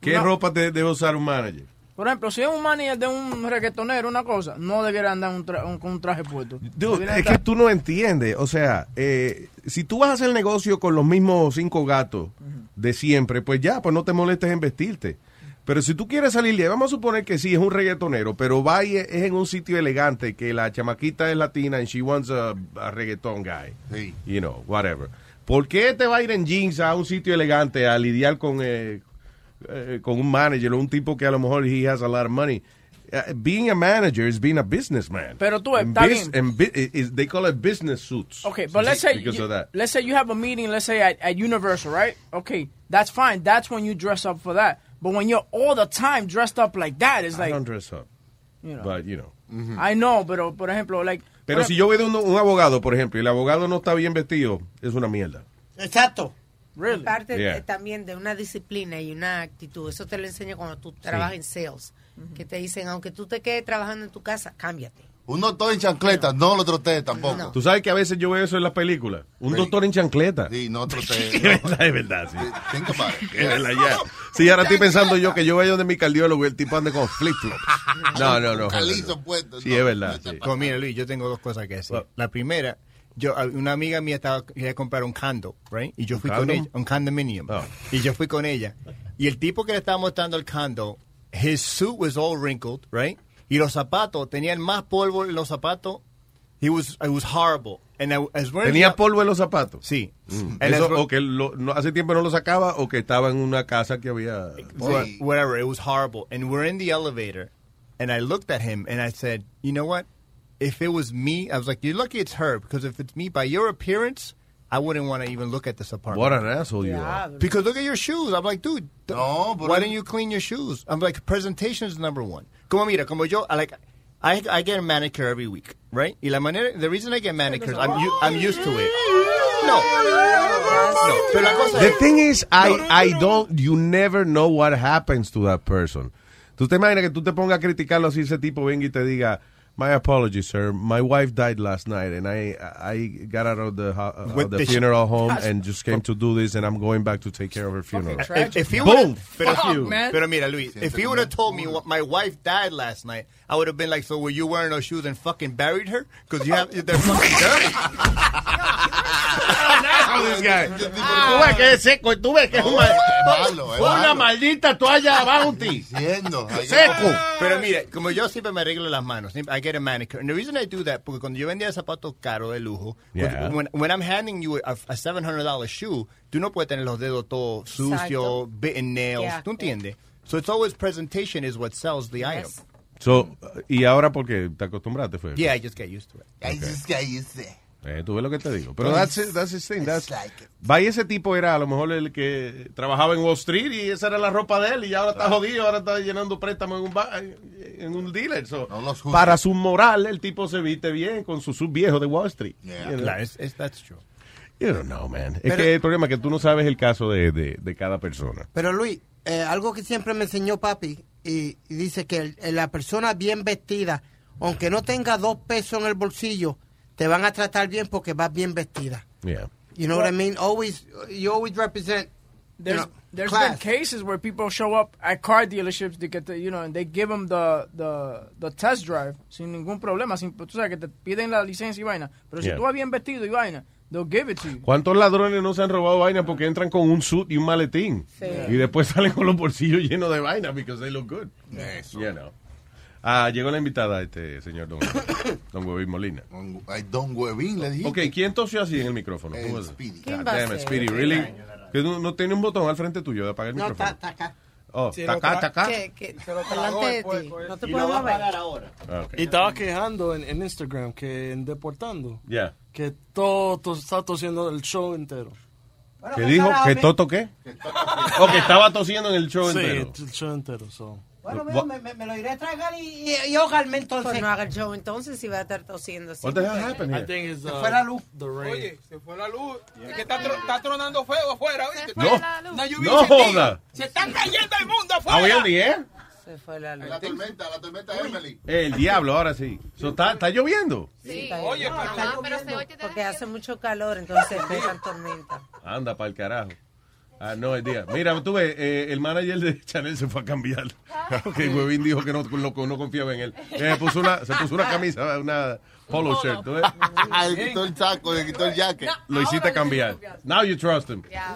Speaker 18: ¿Qué
Speaker 5: No.
Speaker 18: ropa te debe usar un manager?
Speaker 5: Por ejemplo, si es un manager de un reggaetonero, una cosa, no debiera andar un tra- un- con un traje puesto.
Speaker 18: Dude,
Speaker 5: Debiera
Speaker 18: es
Speaker 5: andar-
Speaker 18: que tú no entiendes, o sea, eh, si tú vas a hacer negocio con los mismos cinco gatos de siempre, pues ya, pues no te molestes en vestirte. Pero si tú quieres salir de, vamos a suponer que sí, es un reggaetonero, pero va y es es en un sitio elegante que la chamaquita es latina and she wants a, a reggaeton guy. You know, whatever. ¿Por qué te va a ir en jeans a un sitio elegante a lidiar con, eh, eh, con un manager o un tipo que a lo mejor he has a lot of money? Uh, being a manager is being a businessman.
Speaker 5: Pero tú,
Speaker 18: En
Speaker 5: está
Speaker 18: bus- en bu- i- is- they call it business suits.
Speaker 5: Okay, but let's say
Speaker 18: Because
Speaker 5: you,
Speaker 18: of that.
Speaker 5: let's say you have a meeting, let's say at, at Universal, right? Okay, that's fine. That's when you dress up for that. But when you're all the time dressed up like that, it's
Speaker 18: I
Speaker 5: like,
Speaker 18: don't dress up.
Speaker 5: you know. Mm-hmm.
Speaker 18: But, you know.
Speaker 6: Ujú.
Speaker 5: I know, pero por ejemplo, like.
Speaker 18: Pero si yo veo un, un abogado, por ejemplo, y el abogado no está bien vestido, es una mierda.
Speaker 19: Exacto.
Speaker 14: Parte
Speaker 18: Yeah.
Speaker 14: de- también de una disciplina y una actitud. Eso te lo enseño cuando tú trabajas en sales. Que te dicen, aunque tú te quedes trabajando en tu casa, cámbiate.
Speaker 6: Uno todo en chancleta, no lo trotee tampoco.
Speaker 18: Tú sabes que a veces yo veo eso en las películas. Un doctor en chancleta.
Speaker 6: Sí, no trotee.
Speaker 18: Es verdad, es verdad, sí.
Speaker 6: Think about it.
Speaker 18: Es verdad, ya. Sí, ahora estoy pensando yo que yo vaya donde mi cardiólogo y el tipo ande con flip-flops. No, no, no.
Speaker 12: Calizo
Speaker 6: puesto.
Speaker 18: Sí, es verdad. sí.
Speaker 12: Pues mira, Luis, yo tengo dos cosas que decir. La primera, yo una amiga mía estaba quería comprar un condo, right? Y yo fui con
Speaker 18: condom?
Speaker 12: ella, un condominium. Y yo fui con ella. Y el tipo que le estaba mostrando el condo, his suit was all wrinkled, right? Y los zapatos tenían más polvo en los zapatos. He was it was horrible. And I, as well as-
Speaker 18: ¿Tenía polvo en los zapatos?
Speaker 12: Sí.
Speaker 18: Mm.
Speaker 12: And
Speaker 18: Eso,
Speaker 12: as-
Speaker 18: o que lo- no- hace tiempo no lo sacaba o que estaba en una casa que había...
Speaker 12: Wha- whatever. It was horrible. And we're in the elevator, and I looked at him and I said, "You know what? If it was me, I was like, you're lucky it's her because if it's me, by your appearance, I wouldn't want to even look at this apartment.
Speaker 18: What an asshole you are.
Speaker 12: Because look at your shoes. I'm like, dude, th- why didn't you clean your shoes? I'm like, presentation is number one. Como mira, como yo, I like, I, I get a manicure every week, right? Y la manera, the reason I get manicures, I'm, u- I'm used to it. No. No, pero la cosa
Speaker 18: The
Speaker 12: es-
Speaker 18: thing is, I, I don't, you never know what happens to that person. Tú te imaginas que tú te pongas a criticarlo así, ese tipo venga y te diga, my apologies, sir, my wife died last night and I, I got out of the, ho- of
Speaker 12: With
Speaker 18: the
Speaker 12: the-
Speaker 18: funeral home and just came to do this and I'm going back to take care of her funeral.
Speaker 12: If, if he
Speaker 18: Boom!
Speaker 12: would've- pero,
Speaker 18: Fuck you.
Speaker 12: pero mira, Luis, if he would have told me what my wife died last night, I would have been like, "So were you wearing those shoes and fucking buried her? Because you have they're fucking dirty."
Speaker 3: Ah,
Speaker 5: Ah.
Speaker 26: Tú ves que es seco, tú ves que es una,
Speaker 6: eh.
Speaker 12: malo, es
Speaker 26: una
Speaker 12: malo.
Speaker 26: maldita
Speaker 3: Ah.
Speaker 26: toalla bounty. Seco.
Speaker 12: Pero mira, como yo siempre me arreglo las manos, siempre- I get a manicure. And the reason I do that, porque cuando yo vendía zapatos caros de lujo,
Speaker 18: Yeah.
Speaker 12: when, when I'm handing you a, a $700 shoe, tú no puedes tener los dedos todos
Speaker 18: Exacto.
Speaker 12: sucios, bitten nails,
Speaker 18: Yeah.
Speaker 12: ¿tú entiendes? So it's always presentation is what sells the item.
Speaker 18: So, y ahora porque te acostumbraste fue.
Speaker 12: Yeah, I just get used to it.
Speaker 18: I
Speaker 6: just get used to it.
Speaker 18: Eh, tú ves lo que te digo. Pero that's, it, that's his thing. That's, By ese tipo era a lo mejor el que trabajaba en Wall Street y esa era la ropa de él y ahora está jodido, ahora está llenando préstamo en un, ba- en un dealer. So, para su moral, el tipo se viste bien con su sub viejo de Wall Street. You know?
Speaker 12: Claro, es- es- that's true.
Speaker 18: You don't know, man. es
Speaker 2: Pero-
Speaker 18: que el problema es que tú no sabes el caso de, de, de cada persona.
Speaker 2: Pero Luis, eh, algo que siempre me enseñó papi, y, y dice que el- la persona bien vestida, aunque no tenga dos pesos en el bolsillo, te van a tratar bien porque vas bien vestida.
Speaker 18: Yeah.
Speaker 2: You know what I mean? Always, you always represent, you
Speaker 5: There's,
Speaker 2: know,
Speaker 5: there's been
Speaker 2: class.
Speaker 5: cases where people show up at car dealerships to get the, you know, and they give them the, the, the test drive sin ningún problema. Sin, tú sabes que te piden la licencia y vaina. Pero
Speaker 18: Yeah.
Speaker 5: si tú vas bien vestido y vaina, they'll give it to you.
Speaker 18: ¿Cuántos ladrones no se han robado vaina porque entran con un suit y un maletín?
Speaker 5: Sí.
Speaker 18: Y después salen con los bolsillos llenos de vaina because they look good. You know. Ah, llegó la invitada, este señor Don, don Huevín Molina.
Speaker 6: Don Huevín, le dije.
Speaker 18: Ok, ¿quién tosió así en el micrófono? Who was it?
Speaker 6: ¿Quién
Speaker 18: God
Speaker 6: va a
Speaker 18: damn it,
Speaker 6: ser?
Speaker 18: Speedy, really? Que no, no tiene un botón al frente tuyo de apagar el
Speaker 2: No,
Speaker 18: micrófono.
Speaker 2: está acá.
Speaker 18: Oh, está acá, está acá.
Speaker 14: Que- que-
Speaker 2: tragó
Speaker 14: delante de
Speaker 2: después,
Speaker 14: ti.
Speaker 2: pues.
Speaker 14: No te
Speaker 2: Y
Speaker 14: puedo
Speaker 2: lo va a
Speaker 14: mover.
Speaker 2: pagar ahora.
Speaker 18: Ah, ok.
Speaker 13: Y estaba quejando en, en Instagram que en Deportando
Speaker 18: Ya.
Speaker 13: que todo to- está tosiendo el show entero.
Speaker 18: ¿Qué dijo? ¿Que Toto qué? O que estaba tosiendo en el show
Speaker 13: Sí,
Speaker 18: entero.
Speaker 13: el show entero. so.
Speaker 2: Bueno, mijo, me, me- me lo iré a tragar y, y, y ahogarme entonces.
Speaker 14: Pues no haga el show entonces si va a estar tosiendo.
Speaker 18: What the hell happened here?
Speaker 13: I think it's,
Speaker 2: Se
Speaker 13: uh,
Speaker 2: fue la luz.
Speaker 13: the rain.
Speaker 9: Oye, se fue la luz. Es que está, tro- está tronando fuego afuera, ¿oíste?
Speaker 18: No.
Speaker 9: Una lluvia
Speaker 18: No
Speaker 9: incendiaria.
Speaker 18: joda.
Speaker 9: Se está cayendo el mundo afuera.
Speaker 18: ¿Ah, hoy el día?
Speaker 14: Se fue la luz.
Speaker 6: La tormenta, la tormenta Emily.
Speaker 18: El diablo, ahora sí. So, está, está lloviendo.
Speaker 14: Sí,
Speaker 6: Oye,
Speaker 14: no,
Speaker 6: pero-
Speaker 14: está lloviendo porque hace mucho calor, entonces pegan tormenta.
Speaker 18: Anda para el carajo. Ah, no, el día. Mira, tú ves, eh, el manager de Chanel se fue a cambiar. Porque Huevín dijo que no, no- no confiaba en él. Eh, puso una- se puso una camisa, una polo shirt. ¿tú ves?
Speaker 6: Ah, le quitó el saco, le quitó el jacket.
Speaker 18: Lo hiciste cambiar. Now you trust him. All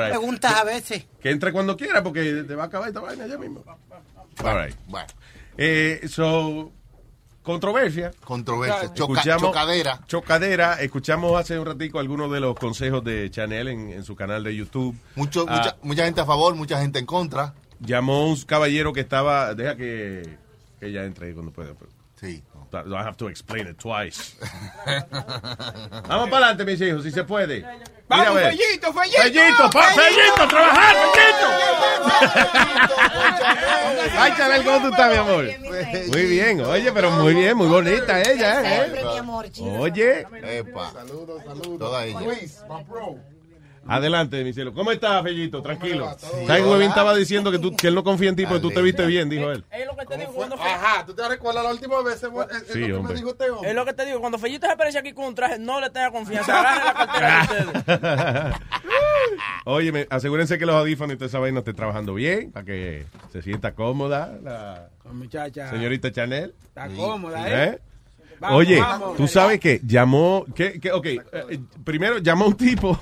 Speaker 18: right.
Speaker 2: Preguntas a veces.
Speaker 18: Que entre cuando quiera porque te va a acabar esta vaina ya mismo. All right. Eh, so, controversia.
Speaker 6: Controversia, choca-
Speaker 18: Escuchamos-
Speaker 6: chocadera.
Speaker 18: Chocadera. Escuchamos hace un ratico algunos de los consejos de Chanel en, en su canal de YouTube.
Speaker 6: Mucho,
Speaker 18: Ah,
Speaker 6: mucha, mucha gente a favor, mucha gente en contra.
Speaker 18: Llamó un caballero que estaba. Deja que, que ella entre ahí cuando pueda. pues.
Speaker 6: Sí.
Speaker 18: I have to explain it twice. Vamos pues, para adelante, mis hijos, si se puede. Mira, a
Speaker 9: Vamos,
Speaker 18: ver.
Speaker 9: Fellito, Fellito.
Speaker 18: Fellito, pa- Fellito, trabajar, Ay, Chanel, ¿cómo tú estás, mi amor? Muy bien, oye, pero muy bien, muy bonita ella, ¿eh?
Speaker 6: Siempre, mi amor, chido.
Speaker 18: Oye,
Speaker 6: Epa. Saludos, saludos. Toda ella.
Speaker 26: Luis, my bro.
Speaker 18: adelante, mi cielo. ¿Cómo estás, Fellito? Tranquilo.
Speaker 26: todo
Speaker 18: ¿Sabes
Speaker 26: bien?
Speaker 18: Huevín estaba diciendo que, tú, que él no confía en ti porque tú te viste bien, dijo él.
Speaker 5: Es lo que te digo
Speaker 26: Fue-
Speaker 5: cuando Fe-
Speaker 26: Ajá, tú te recuerdas la última vez. eh, eh,
Speaker 18: Sí,
Speaker 26: lo que
Speaker 18: hombre.
Speaker 26: me dijo usted, hombre.
Speaker 5: Es lo que te digo, cuando Fellito se aparece aquí con un traje, no le tenga confianza. Agarre la cartera de ustedes.
Speaker 18: Oye, asegúrense que los audífonos y toda esa vaina esté trabajando bien para que se sienta cómoda la
Speaker 9: La Muchacha.
Speaker 18: señorita Chanel.
Speaker 9: Está cómoda, ¿eh?
Speaker 18: ¿Eh?
Speaker 9: Vamos,
Speaker 18: Oye,
Speaker 9: vamos.
Speaker 18: tú sabes que llamó, que, que- ok, eh, eh, primero llamó un tipo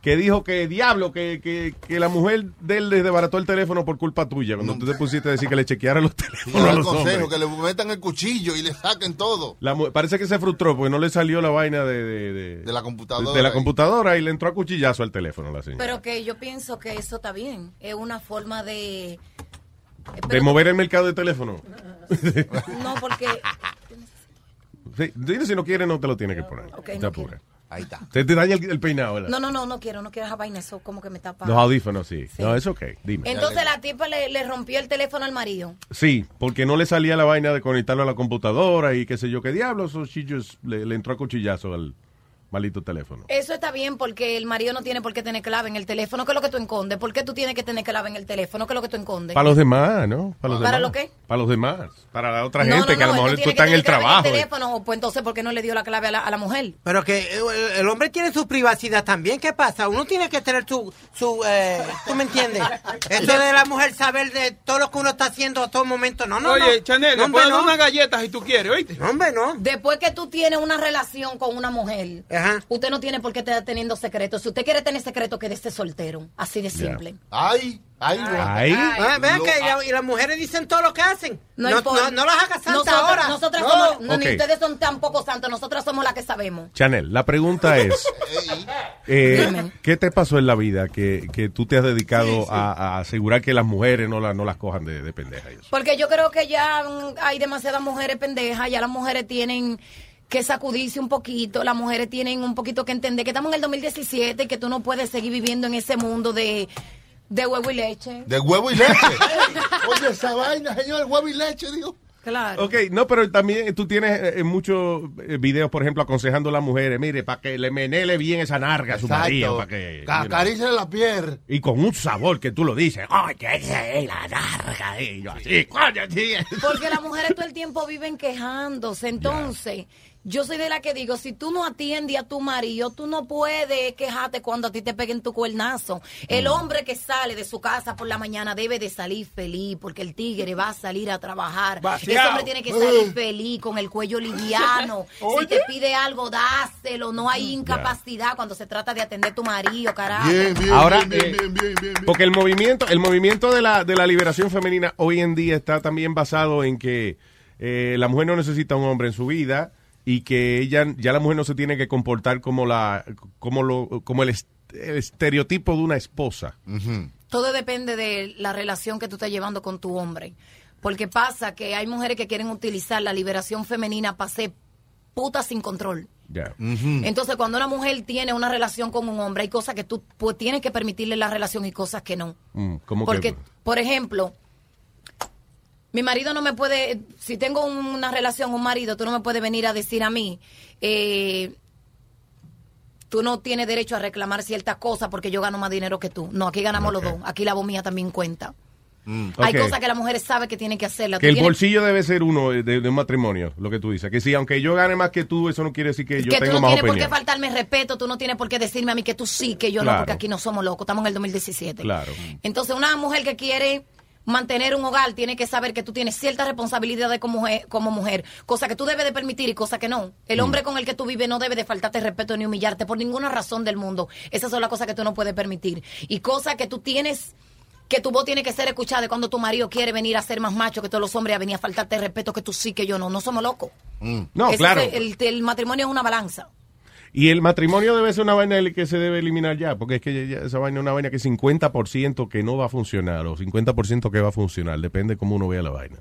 Speaker 18: que dijo que diablo, que, que, que la mujer de él les desbarató el teléfono por culpa tuya, cuando tú te pusiste a decir que le chequearan los
Speaker 6: Yo
Speaker 18: teléfonos a
Speaker 6: le
Speaker 18: los
Speaker 6: aconsejo
Speaker 18: hombres.
Speaker 6: que le metan el cuchillo y le saquen todo.
Speaker 18: La mu- parece que se frustró porque no le salió la vaina de, de, de-
Speaker 6: De la computadora.
Speaker 18: de la computadora y le entró a cuchillazo al teléfono la señora.
Speaker 25: Pero que yo pienso que eso está bien. Es una forma de. eh,
Speaker 18: de mover el mercado de teléfono.
Speaker 25: No, porque.
Speaker 18: Sí, dile si no quiere, no te lo tiene que poner.
Speaker 25: Ok,
Speaker 18: Está
Speaker 25: no
Speaker 18: pura.
Speaker 6: Ahí está.
Speaker 18: Te, te daña el, el peinado, ¿verdad?
Speaker 25: No, no, no, no quiero, no quiero esa vaina. Eso como que me tapa.
Speaker 18: Los audífonos, sí. No, es ok. Dime.
Speaker 25: Entonces la tipa le, le rompió el teléfono al marido.
Speaker 18: Sí, porque no le salía la vaina de conectarlo a la computadora y qué sé yo qué diablos. O she just- le, le entró a cuchillazo al malito teléfono.
Speaker 25: Eso está bien porque el marido no tiene por qué tener clave en el teléfono. ¿Qué es lo que tú escondes? ¿Por qué tú tienes que tener clave en el teléfono? ¿Qué es lo que tú escondes?
Speaker 18: Para los demás, ¿no? Para los
Speaker 25: ¿Para
Speaker 18: demás.
Speaker 25: lo qué?
Speaker 18: Para los demás. Para la otra
Speaker 25: No,
Speaker 18: gente
Speaker 25: no,
Speaker 18: que a lo
Speaker 25: no, él
Speaker 18: mejor
Speaker 25: no tiene
Speaker 18: tú
Speaker 25: que
Speaker 18: estás en
Speaker 25: tener
Speaker 18: el
Speaker 25: clave
Speaker 18: trabajo.
Speaker 25: El teléfono, o pues entonces, ¿por qué no le dio la clave a la, a la mujer?
Speaker 19: Pero que eh, el hombre tiene su privacidad también. ¿Qué pasa? Uno tiene que tener su... su eh, ¿Tú me entiendes? Eso de la mujer saber de todo lo que uno está haciendo a todo momento. No, no,
Speaker 9: Oye,
Speaker 19: no.
Speaker 9: Chanel,
Speaker 19: no,
Speaker 9: le puedo
Speaker 19: hombre,
Speaker 9: dar
Speaker 19: no.
Speaker 9: una galleta si tú quieres, ¿oíste?
Speaker 19: No, hombre, no.
Speaker 25: Después que tú tienes una relación con una mujer,
Speaker 19: Ajá.
Speaker 25: usted no tiene por qué estar teniendo secretos. Si usted quiere tener secretos, quédese soltero. Así de simple.
Speaker 6: Ay, ay,
Speaker 18: Ay.
Speaker 19: Ah, vean que la- y las mujeres dicen todo lo que hacen. No, no,
Speaker 25: importa.
Speaker 19: no las hagas santa
Speaker 25: Nosotras-
Speaker 19: ahora.
Speaker 25: Nosotras
Speaker 19: No.
Speaker 25: somos, no,
Speaker 18: Ok.
Speaker 25: ni ustedes son tampoco santos, nosotras somos las que sabemos.
Speaker 18: Chanel, la pregunta es, eh, ¿qué te pasó en la vida que, que tú te has dedicado A, a asegurar que las mujeres no, la- no las cojan de, de pendeja?
Speaker 25: Porque yo creo que ya mm, hay demasiadas mujeres pendejas, ya las mujeres tienen que sacudirse un poquito, las mujeres tienen un poquito que entender que estamos en el 2017 y que tú no puedes seguir viviendo en ese mundo de, de huevo y leche.
Speaker 6: De huevo y leche.
Speaker 25: Oye, esa vaina, señor, huevo y leche, digo. Claro.
Speaker 18: Ok, no, pero también tú tienes eh, muchos eh, videos, por ejemplo, aconsejando a las mujeres, mire, para que le menele bien esa narga a su
Speaker 6: Exacto.
Speaker 18: marido, para que...
Speaker 6: Ca-
Speaker 18: you know.
Speaker 6: acaríciale la piel.
Speaker 18: y con un sabor que tú lo dices, oye, esa es la narga, y yo así, coño, sí.
Speaker 25: Porque las mujeres todo el tiempo viven quejándose. Entonces, yo soy de la que digo, si tú no atiendes a tu marido, tú no puedes quejarte cuando a ti te peguen tu cuernazo. El
Speaker 18: Mm.
Speaker 25: hombre que sale de su casa por la mañana debe de salir feliz, porque el tigre va a salir a trabajar.
Speaker 16: Vaciado.
Speaker 25: Ese hombre tiene que salir
Speaker 16: Mm.
Speaker 25: feliz, con el cuello liviano. si
Speaker 16: Oye.
Speaker 25: te pide algo, dáselo. No hay incapacidad cuando se trata de atender a tu marido, carajo.
Speaker 18: Bien, bien, Ahora, bien, bien, eh, Porque el movimiento, el movimiento de la, de la liberación femenina hoy en día está también basado en que eh, la mujer no necesita un hombre en su vida y que ella, ya la mujer no se tiene que comportar como la, como lo, como el, est- el estereotipo de una esposa.
Speaker 25: Todo depende de la relación que tú estás llevando con tu hombre. Porque pasa que hay mujeres que quieren utilizar la liberación femenina para ser puta sin control.
Speaker 18: Ya.
Speaker 3: Mm.
Speaker 25: Entonces, cuando una mujer tiene una relación con un hombre, hay cosas que tú pues, tienes que permitirle la relación y cosas que no.
Speaker 18: Mm, ¿cómo
Speaker 25: Porque,
Speaker 18: que?
Speaker 25: por ejemplo, mi marido no me puede, si tengo una relación, un marido, tú no me puedes venir a decir a mí, eh, tú no tienes derecho a reclamar ciertas cosas porque yo gano más dinero que tú. No, aquí ganamos los dos, aquí la bomilla también cuenta. Hay
Speaker 18: mm. Ok.
Speaker 25: cosas que las mujeres saben que tienen que hacerlas.
Speaker 18: Que
Speaker 25: Tú
Speaker 18: el
Speaker 25: tienes-
Speaker 18: bolsillo debe ser uno eh, de, de un matrimonio, lo que tú dices. Que sí, aunque yo gane más que tú, eso no quiere decir que yo
Speaker 25: que tú
Speaker 18: tengo
Speaker 25: no
Speaker 18: más
Speaker 25: tienes por
Speaker 18: opinión.
Speaker 25: qué faltarme respeto, tú no tienes por qué decirme a mí que tú sí, que yo
Speaker 18: Claro.
Speaker 25: no, porque aquí no somos locos, estamos en el 2017.
Speaker 18: Claro.
Speaker 25: Entonces, una mujer que quiere mantener un hogar tiene que saber que tú tienes ciertas responsabilidades como mujer, como mujer, cosa que tú debes de permitir y cosa que no. El
Speaker 18: Mm.
Speaker 25: hombre con el que tú vives no debe de faltarte respeto ni humillarte por ninguna razón del mundo. Esas son las cosas que tú no puedes permitir. Y cosas que tú tienes que tu voz tiene que ser escuchada y cuando tu marido quiere venir a ser más macho que todos los hombres a venir a faltarte respeto que tú sí que yo no no somos locos
Speaker 18: No,
Speaker 25: Ese es
Speaker 18: claro.
Speaker 25: el- el matrimonio es una balanza
Speaker 18: Y el matrimonio debe ser una vaina que se debe eliminar ya, porque es que ya- ya esa vaina es una vaina que 50% que no va a funcionar o 50% que va a funcionar, depende cómo uno vea la vaina.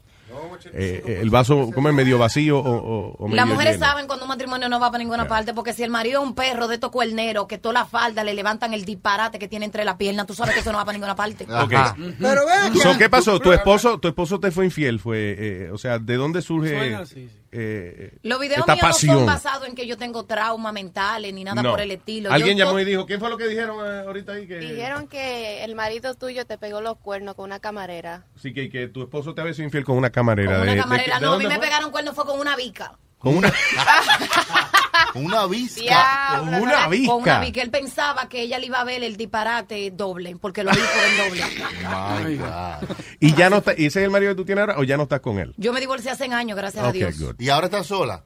Speaker 18: eh, eh, el vaso, como es medio vacío o, o- o medio
Speaker 25: Las mujeres
Speaker 18: lleno.
Speaker 25: saben cuando un matrimonio no va para ninguna parte, porque si el marido es un perro de estos cuerneros, que toda la falda le levantan el disparate que tiene entre la pierna, tú sabes que eso no va para ninguna parte.
Speaker 18: Ok.
Speaker 2: Pero ve acá.
Speaker 18: So, ¿Qué pasó? ¿Tu esposo, tu esposo te fue infiel, fue, eh, o sea, ¿de dónde surge
Speaker 25: Suena así,
Speaker 18: eh,
Speaker 25: Los videos
Speaker 18: esta
Speaker 25: míos no
Speaker 18: pasión?
Speaker 25: son basados en que yo tengo trauma mentales ni nada
Speaker 18: No.
Speaker 25: por el estilo.
Speaker 18: Alguien
Speaker 25: Yo
Speaker 18: llamó
Speaker 25: to-
Speaker 18: y dijo, ¿qué fue lo que dijeron eh, ahorita ahí? Que,
Speaker 11: Dijeron que el marido tuyo te pegó los cuernos con una camarera.
Speaker 18: sí, que, que tu esposo te había sido infiel con una camarera.
Speaker 11: Con
Speaker 18: de-
Speaker 11: una
Speaker 18: de-
Speaker 11: camarera,
Speaker 18: ¿de
Speaker 25: no, a mí
Speaker 18: dónde
Speaker 25: me
Speaker 18: fue?
Speaker 25: pegaron cuernos fue con una vica.
Speaker 18: Con una...
Speaker 6: una visca.
Speaker 25: Diablo,
Speaker 18: Con
Speaker 25: no
Speaker 18: una
Speaker 25: era-
Speaker 18: visca.
Speaker 25: Con una vica. Él pensaba que ella le iba a ver el disparate doble, porque lo vi por el doble.
Speaker 18: Y ya no está, ¿y ese es el marido que tú tienes ahora o ya no estás con él?
Speaker 25: Yo me divorcié hace años, gracias
Speaker 18: Ok,
Speaker 25: a Dios.
Speaker 18: good.
Speaker 6: ¿Y ahora estás sola?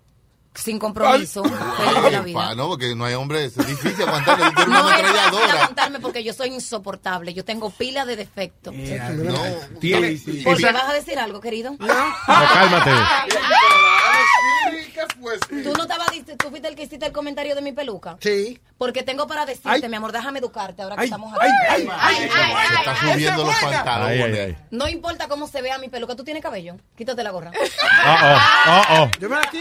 Speaker 25: Sin compromiso. feliz de la vida.
Speaker 6: Pa, no, porque no hay hombre, es difícil aguantar. que tú eres una
Speaker 25: No es fácil
Speaker 6: ametralladora.
Speaker 25: aguantarme porque yo soy insoportable. Yo tengo pila de defectos.
Speaker 6: No.
Speaker 18: Tiene-
Speaker 25: ¿Por qué
Speaker 18: esa-
Speaker 25: vas a decir algo, querido?
Speaker 18: No, cálmate.
Speaker 25: Tú no estabas, dist- tú fuiste el que hiciste el comentario de mi peluca.
Speaker 2: Sí.
Speaker 25: Porque tengo para decirte, mi amor, déjame educarte ahora que estamos aquí.
Speaker 2: ay, ay,
Speaker 25: Ay, ay,
Speaker 6: Se
Speaker 25: ay,
Speaker 6: está
Speaker 25: ay.
Speaker 6: subiendo los pantalones.
Speaker 18: Ay, ay, ay.
Speaker 25: No importa cómo se vea mi peluca, tú tienes cabello. Quítate la gorra.
Speaker 18: Uh-oh,
Speaker 2: uh-oh.
Speaker 18: Oh,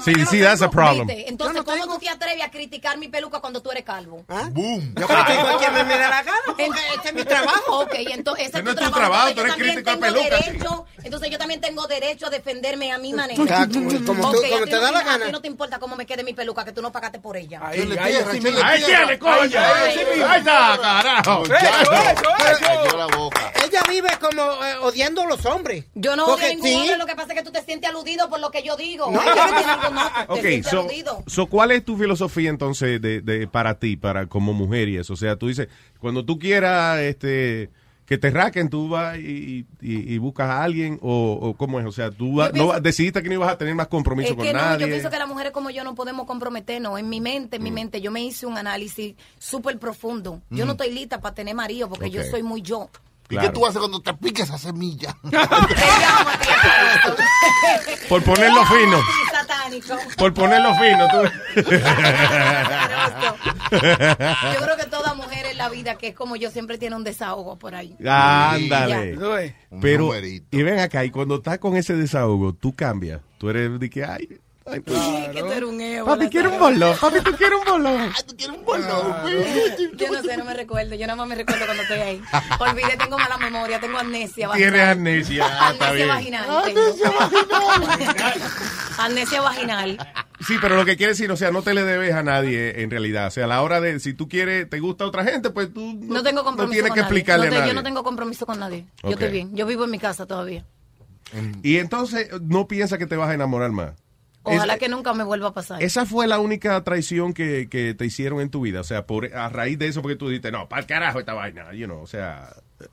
Speaker 18: Sí, sí, that's a problem.
Speaker 25: Viste, Entonces, ¿cómo tú te atreves a criticar mi peluca cuando tú eres calvo?
Speaker 2: Ah.
Speaker 6: Boom.
Speaker 19: Yo critico a quien me me da la gana.
Speaker 25: Ese este es mi trabajo. Ok, entonces ese
Speaker 19: Ese no
Speaker 25: tu
Speaker 19: es tu trabajo,
Speaker 25: entonces
Speaker 19: tú
Speaker 25: yo
Speaker 19: eres
Speaker 25: también
Speaker 19: crítico de
Speaker 25: tengo
Speaker 19: peluca,
Speaker 25: derecho- entonces yo también tengo derecho a defenderme a mi manera.
Speaker 2: Claro, como tú- como
Speaker 25: Ok, a
Speaker 2: te
Speaker 25: ti
Speaker 2: da
Speaker 25: no-
Speaker 2: la
Speaker 25: a ti
Speaker 2: gana.
Speaker 25: no te importa cómo me quede mi peluca, que tú no pagaste por ella.
Speaker 2: Ahí,
Speaker 6: le
Speaker 2: ahí,
Speaker 6: tienes,
Speaker 2: Franchella.
Speaker 6: ahí tienes, coño.
Speaker 2: Ahí,
Speaker 6: Sí,
Speaker 2: ahí,
Speaker 6: mismo.
Speaker 2: ahí está,
Speaker 6: carajo.
Speaker 2: Eso, eso,
Speaker 6: Ay,
Speaker 2: eso.
Speaker 6: yo la boca.
Speaker 2: Ella vive como eh, odiando a los hombres.
Speaker 25: Yo no odio
Speaker 2: Porque
Speaker 25: a ningún
Speaker 2: sí,
Speaker 25: hombre, lo que pasa es que tú te sientes aludido por lo que yo digo.
Speaker 2: No.
Speaker 25: Yo me siento algo- no, te
Speaker 18: Ok,
Speaker 25: sientes
Speaker 18: so,
Speaker 25: aludido.
Speaker 18: so, ¿cuál es tu filosofía entonces de, de- para ti, para como mujer y eso? O sea, tú dices, cuando tú quieras este, que te raquen, tú vas y, y- y buscas a alguien, o, o cómo es, o sea, tú vas- no
Speaker 25: Yo pienso-
Speaker 18: vas- decidiste que no ibas a tener más compromiso
Speaker 25: Es
Speaker 18: con
Speaker 25: que no,
Speaker 18: nadie.
Speaker 25: yo pienso que las mujeres como yo no podemos comprometernos. En mi mente, en mi mente, yo me hice un análisis súper profundo. Yo
Speaker 6: Mm.
Speaker 25: no estoy lista para tener marido porque yo
Speaker 6: Ok.
Speaker 25: soy muy yo.
Speaker 6: ¿Y qué
Speaker 18: Claro.
Speaker 6: tú haces cuando te pica esa semilla?
Speaker 18: Por ponerlo fino.
Speaker 25: Sí, satánico.
Speaker 18: Por ponerlo fino, tú.
Speaker 25: Yo creo que toda mujer en la vida, que es como yo, siempre tiene un desahogo por ahí.
Speaker 18: Ah. Ándale.
Speaker 25: Ya.
Speaker 18: Pero, y ven acá, y cuando estás con ese desahogo, tú cambias. Tú eres de que, ay, ay, pues,
Speaker 25: Que tú eres un ébola,
Speaker 18: papi, quiero un
Speaker 25: ¿sabes?
Speaker 18: bolón. Papi, tú quieres un bolón.
Speaker 25: Yo no sé, no me recuerdo. Yo nada más me recuerdo cuando estoy ahí. Olvidé, tengo mala memoria, tengo amnesia.
Speaker 18: Tienes
Speaker 25: vaginal.
Speaker 18: amnesia. Ah, está
Speaker 25: Amnesia
Speaker 18: bien.
Speaker 25: vaginal. tengo. Amnesia vaginal.
Speaker 18: Sí, pero lo que quiere decir, o sea, no te le debes a nadie en realidad. O sea, a la hora de, si tú quieres, te gusta otra gente, pues tú no,
Speaker 25: No tengo compromiso
Speaker 18: no tienes
Speaker 25: con
Speaker 18: que
Speaker 25: nadie.
Speaker 18: explicarle
Speaker 25: No
Speaker 18: a
Speaker 25: te-
Speaker 18: nadie.
Speaker 25: Yo no tengo compromiso con nadie. Yo
Speaker 18: Ok.
Speaker 25: estoy bien. Yo vivo en mi casa todavía.
Speaker 18: Y entonces, no piensa que te vas a enamorar más.
Speaker 25: Ojalá
Speaker 18: Es-
Speaker 25: que nunca me vuelva a pasar.
Speaker 18: Esa fue la única traición que, que te hicieron en tu vida. O sea, por, a raíz de eso, porque tú dijiste, no, para carajo esta vaina. You know, o sea. eh,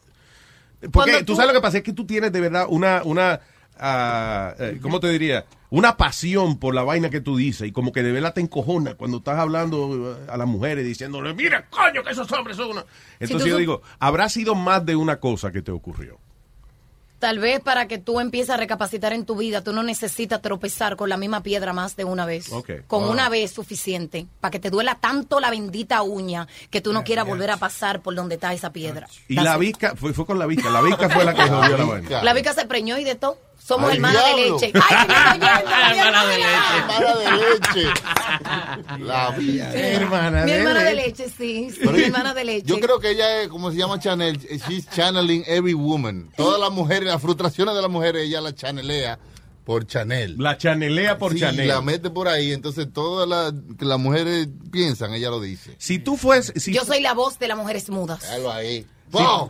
Speaker 18: Porque
Speaker 10: Cuando
Speaker 18: tú,
Speaker 10: tú-
Speaker 18: sabes lo que pasa es que tú tienes de verdad una. una ah, eh, ¿Cómo te diría? Una pasión por la vaina que tú dices. Y como que de verdad te encojona cuando estás hablando eh, a las mujeres diciéndole, mira, coño, que esos hombres son una. Entonces
Speaker 25: tú
Speaker 18: yo
Speaker 25: su-
Speaker 18: digo, habrá sido más de una cosa que te ocurrió.
Speaker 25: Tal vez para que tú empieces a recapacitar en tu vida, tú no necesitas tropezar con la misma piedra más de una vez.
Speaker 18: Ok.
Speaker 25: Con
Speaker 18: Ah.
Speaker 25: una vez es suficiente. Para que te duela tanto la bendita uña que tú no quieras volver a pasar por donde está esa piedra.
Speaker 18: Y la visca, fue, fue con la visca. La visca fue la que jodió la vaina.
Speaker 25: La vica se preñó y de todo. Somos
Speaker 18: Ay,
Speaker 25: hermanas de
Speaker 18: diablo.
Speaker 25: leche. Ay, que me estoy yendo, mi hermana de
Speaker 6: Hermana de leche. La vida.
Speaker 18: hermana
Speaker 25: Mi hermana de leche, sí. sí, mi hermana de leche.
Speaker 6: Yo creo que ella es, como se llama Chanel, she's channeling every woman. Todas las mujeres, las frustraciones de las mujeres, ella las chanelea por Chanel.
Speaker 18: La chanelea por
Speaker 6: Sí,
Speaker 18: Chanel.
Speaker 6: la mete por ahí, entonces todas las que las mujeres piensan, ella lo dice.
Speaker 18: Si tú fues, si
Speaker 25: Yo soy la voz de las mujeres mudas.
Speaker 6: ahí.
Speaker 18: ¡Wow!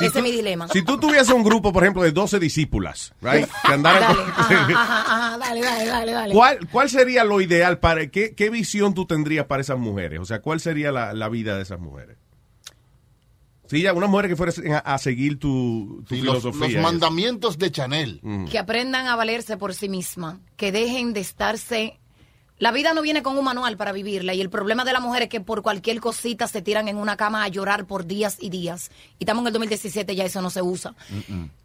Speaker 25: Ese es mi dilema.
Speaker 18: Si tú tuvieses un grupo, por ejemplo, de 12 discípulas, right, que andaran con-
Speaker 25: Ah, Ajá, ajá, dale, dale, dale, dale.
Speaker 18: ¿Cuál, ¿Cuál sería lo ideal para qué, qué visión tú tendrías para esas mujeres? O sea, ¿cuál sería la, la vida de esas mujeres? Sí, ya, una mujer que fuera a, a seguir tu, tu
Speaker 6: Sí, los,
Speaker 18: filosofía.
Speaker 6: los mandamientos de Chanel.
Speaker 25: que aprendan a valerse por sí misma, que dejen de estarse... La vida no viene con un manual para vivirla y el problema de la mujer es que por cualquier cosita se tiran en una cama a llorar por días y días. Y estamos en el 2017, ya eso no se usa.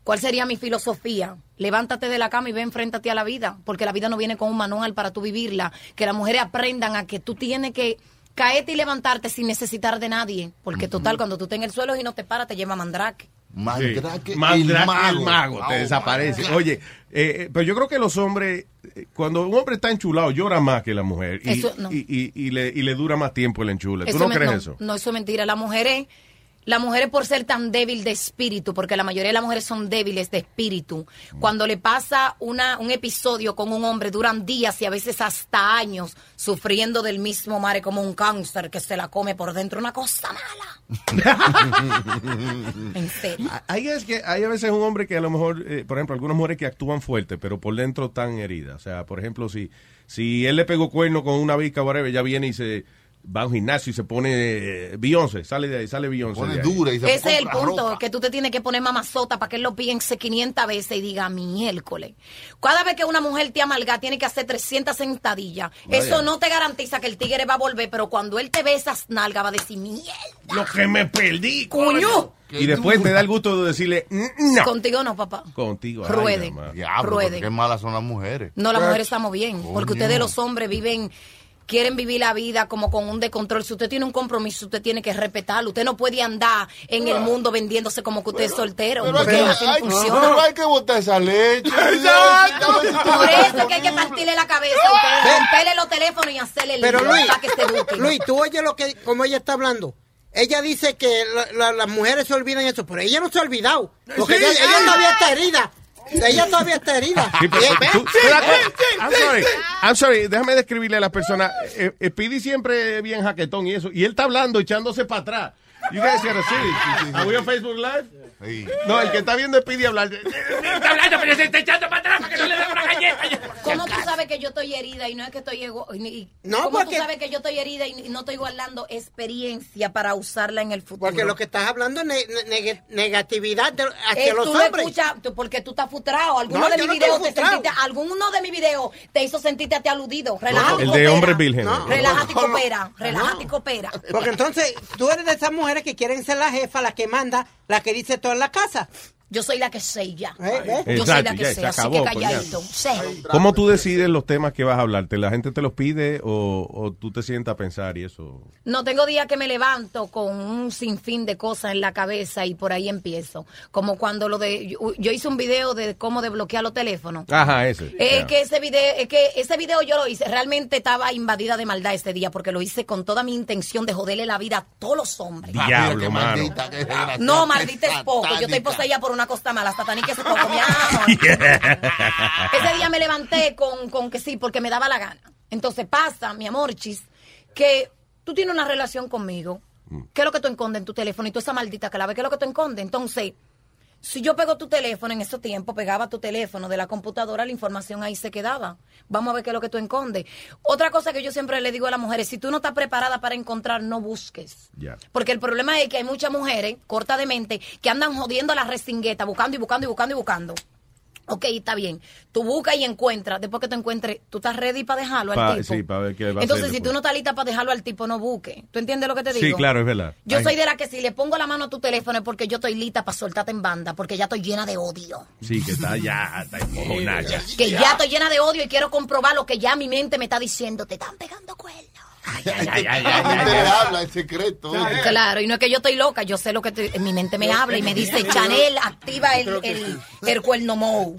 Speaker 25: ¿Cuál sería mi filosofía? Levántate de la cama y ve enfréntate a la vida, porque la vida no viene con un manual para tú vivirla. Que las mujeres aprendan a que tú tienes que caerte y levantarte sin necesitar de nadie, porque total, cuando tú estés en el suelo y no te paras, te lleva mandrake.
Speaker 6: Mandrake el
Speaker 18: Mandrake
Speaker 6: mago.
Speaker 18: el mago, te
Speaker 6: Oh,
Speaker 18: desaparece.
Speaker 6: my God.
Speaker 18: Oye, eh, eh, pero yo creo que los hombres, eh, cuando un hombre está enchulado, llora más que la mujer. Y,
Speaker 25: Eso no.
Speaker 18: y, y- y le, y le dura más tiempo el enchule. ¿Tú no
Speaker 25: me-
Speaker 18: crees eso?
Speaker 25: No, eso es mentira. Las mujeres, las mujeres por ser tan débil de espíritu, porque la mayoría de las mujeres son débiles de espíritu,
Speaker 18: Mm.
Speaker 25: cuando le pasa una, un episodio con un hombre, duran días y a veces hasta años sufriendo del mismo mare como un cáncer que se la come por dentro, una cosa mala. En serio.
Speaker 18: Hay, es que, hay a veces un hombre que a lo mejor, eh, por ejemplo, algunas mujeres que actúan fuerte, pero por dentro están heridas. O sea, por ejemplo, si, si él le pegó cuerno con una bica o whatever, ya viene y se va a un gimnasio y se pone eh, Beyoncé, sale de ahí, sale Beyoncé.
Speaker 6: pone
Speaker 18: de ahí.
Speaker 6: dura y
Speaker 25: Ese es el punto, que tú te tienes que poner mamazota para que él lo piense 500 veces y diga miércoles. Cada vez que una mujer te amalga, tiene que hacer 300 sentadillas.
Speaker 18: Vaya.
Speaker 25: Eso no te garantiza que el tigre va a volver, pero cuando él te ve esas nalgas, va a decir mierda.
Speaker 18: Lo que me perdí,
Speaker 25: coño.
Speaker 18: Y después te da el gusto de decirle, "Mm, no.
Speaker 25: Contigo no, papá.
Speaker 18: Contigo.
Speaker 25: ay, Ruede,
Speaker 6: Diablo,
Speaker 25: ruede.
Speaker 6: pero Qué malas son las mujeres.
Speaker 25: No, las mujeres estamos bien, porque
Speaker 6: Pues, Coño.
Speaker 25: ustedes los hombres viven, quieren vivir la vida como con un descontrol. Si usted tiene un compromiso, usted tiene que respetarlo. Usted no puede andar en el mundo vendiéndose como que usted es soltero.
Speaker 6: Pero hay
Speaker 25: porque
Speaker 6: que,
Speaker 25: así no
Speaker 6: hay-
Speaker 25: funciona.
Speaker 6: pero hay que botar esa leche.
Speaker 25: Por eso es que hay que partirle la cabeza a ustedes, romperle los teléfonos y hacerle el
Speaker 2: Pero
Speaker 25: libro
Speaker 2: Luis,
Speaker 25: para que se eduquen.
Speaker 2: Luis, tú oyes lo que, como ella está hablando. Ella dice que la- la- las mujeres se olvidan eso, pero ella no se ha olvidado. Porque
Speaker 3: Sí.
Speaker 2: ella, ella todavía está herida. Ella todavía está herida.
Speaker 18: Sí, pero
Speaker 2: Y-
Speaker 18: tú-
Speaker 2: Sí,
Speaker 18: tú-
Speaker 2: sí, sí,
Speaker 18: I'm
Speaker 2: sí,
Speaker 18: sorry,
Speaker 2: sí.
Speaker 18: I'm sorry, déjame describirle a las personas. Eh, eh, Speedy siempre es bien jaquetón y eso. Y él está hablando, echándose para atrás. You guys are serious. Are we on Facebook Live? No, el que está viendo a Speedy hablar. Está hablando, pero se está echando para atrás para que no le dé una galleta.
Speaker 25: ¿Cómo tú sabes que yo estoy herida y no es que estoy ego- y- y-
Speaker 2: No,
Speaker 25: ¿Cómo
Speaker 2: porque-
Speaker 25: tú sabes que yo estoy herida y y no estoy guardando experiencia para usarla en el futuro?
Speaker 2: Porque lo que estás hablando es ne- ne- neg- negatividad de- hacia
Speaker 25: Eh,
Speaker 2: los
Speaker 25: tú lo
Speaker 2: hombres.
Speaker 25: escuchas tú- porque tú estás frustrado. Alguno
Speaker 2: No,
Speaker 25: de
Speaker 2: yo
Speaker 25: mis
Speaker 2: no estoy
Speaker 25: videos te
Speaker 2: frustrado.
Speaker 25: sentiste, alguno de mis videos te hizo sentirte a ti aludido. Relájate y
Speaker 18: El de
Speaker 25: coopera.
Speaker 18: hombres vírgenes.
Speaker 25: Relájate y coopera. Relájate y coopera.
Speaker 2: Porque entonces tú eres de esas mujeres que quieren ser la jefa, la que manda, la que dice todo en la casa. ¿Eh?
Speaker 25: Yo soy la que sé ya.
Speaker 2: Yo soy la
Speaker 18: Exacto,
Speaker 2: que
Speaker 18: ya,
Speaker 2: sé,
Speaker 18: se
Speaker 2: así
Speaker 18: acabó,
Speaker 25: que
Speaker 18: coñazo.
Speaker 25: calladito. sé.
Speaker 18: ¿Cómo tú decides los temas que vas a hablar? ¿Te- ¿La gente te los pide o, o tú te sientas a pensar y eso?
Speaker 25: No tengo día que me levanto con un sinfín de cosas en la cabeza y por ahí empiezo. Como cuando lo de yo, yo hice un video de cómo desbloquear los teléfonos.
Speaker 18: Ajá, ese.
Speaker 25: Es
Speaker 18: Yeah.
Speaker 25: que ese video, es que ese video yo lo hice, realmente estaba invadida de maldad ese día porque lo hice con toda mi intención de joderle la vida a todos los hombres.
Speaker 18: Diablo, mano.
Speaker 25: No,
Speaker 18: pues,
Speaker 25: maldita es poco. Yo estoy poseída por una costa mala, satánica es poco. mi amor. Ese día me levanté con, con que sí, porque me daba la gana. Entonces pasa, mi amor, chis, que tú tienes una relación conmigo. ¿Qué es lo que tú escondes en tu teléfono? Y tú esa maldita clave, ¿qué es lo que tú escondes? Entonces, si yo pego tu teléfono en ese tiempo, pegaba tu teléfono de la computadora, la información ahí se quedaba. Vamos a ver qué es lo que tú escondes. Otra cosa que yo siempre le digo a las mujeres, si tú no estás preparada para encontrar, no busques.
Speaker 18: Ya.
Speaker 25: Porque el problema es que hay muchas mujeres, corta de mente, que andan jodiendo a la resingueta, buscando y buscando y buscando y buscando. Ok, está bien. Tú buscas y encuentras. Después que tú encuentres, tú estás ready para dejarlo
Speaker 18: Pa-
Speaker 25: al tipo.
Speaker 18: sí, para ver qué va a
Speaker 25: Entonces,
Speaker 18: hacer
Speaker 25: si
Speaker 18: después.
Speaker 25: tú no estás lista para dejarlo al tipo, no busques. ¿Tú entiendes lo que te digo?
Speaker 18: Sí, claro, es verdad.
Speaker 25: Yo
Speaker 18: Ay.
Speaker 25: soy de la que si le pongo la mano a tu teléfono es porque yo estoy lista para soltarte en banda, porque ya estoy llena de odio.
Speaker 18: Sí, que está ya, está encojonada ya.
Speaker 25: Que ya estoy llena de odio y quiero comprobar lo que ya mi mente me está diciendo. Te están pegando.
Speaker 6: Usted le habla, es secreto.
Speaker 25: Claro, y no es que yo estoy loca, yo sé lo que te- mi mente me habla y me dice, Chanel, activa el, el, el cuerno mou.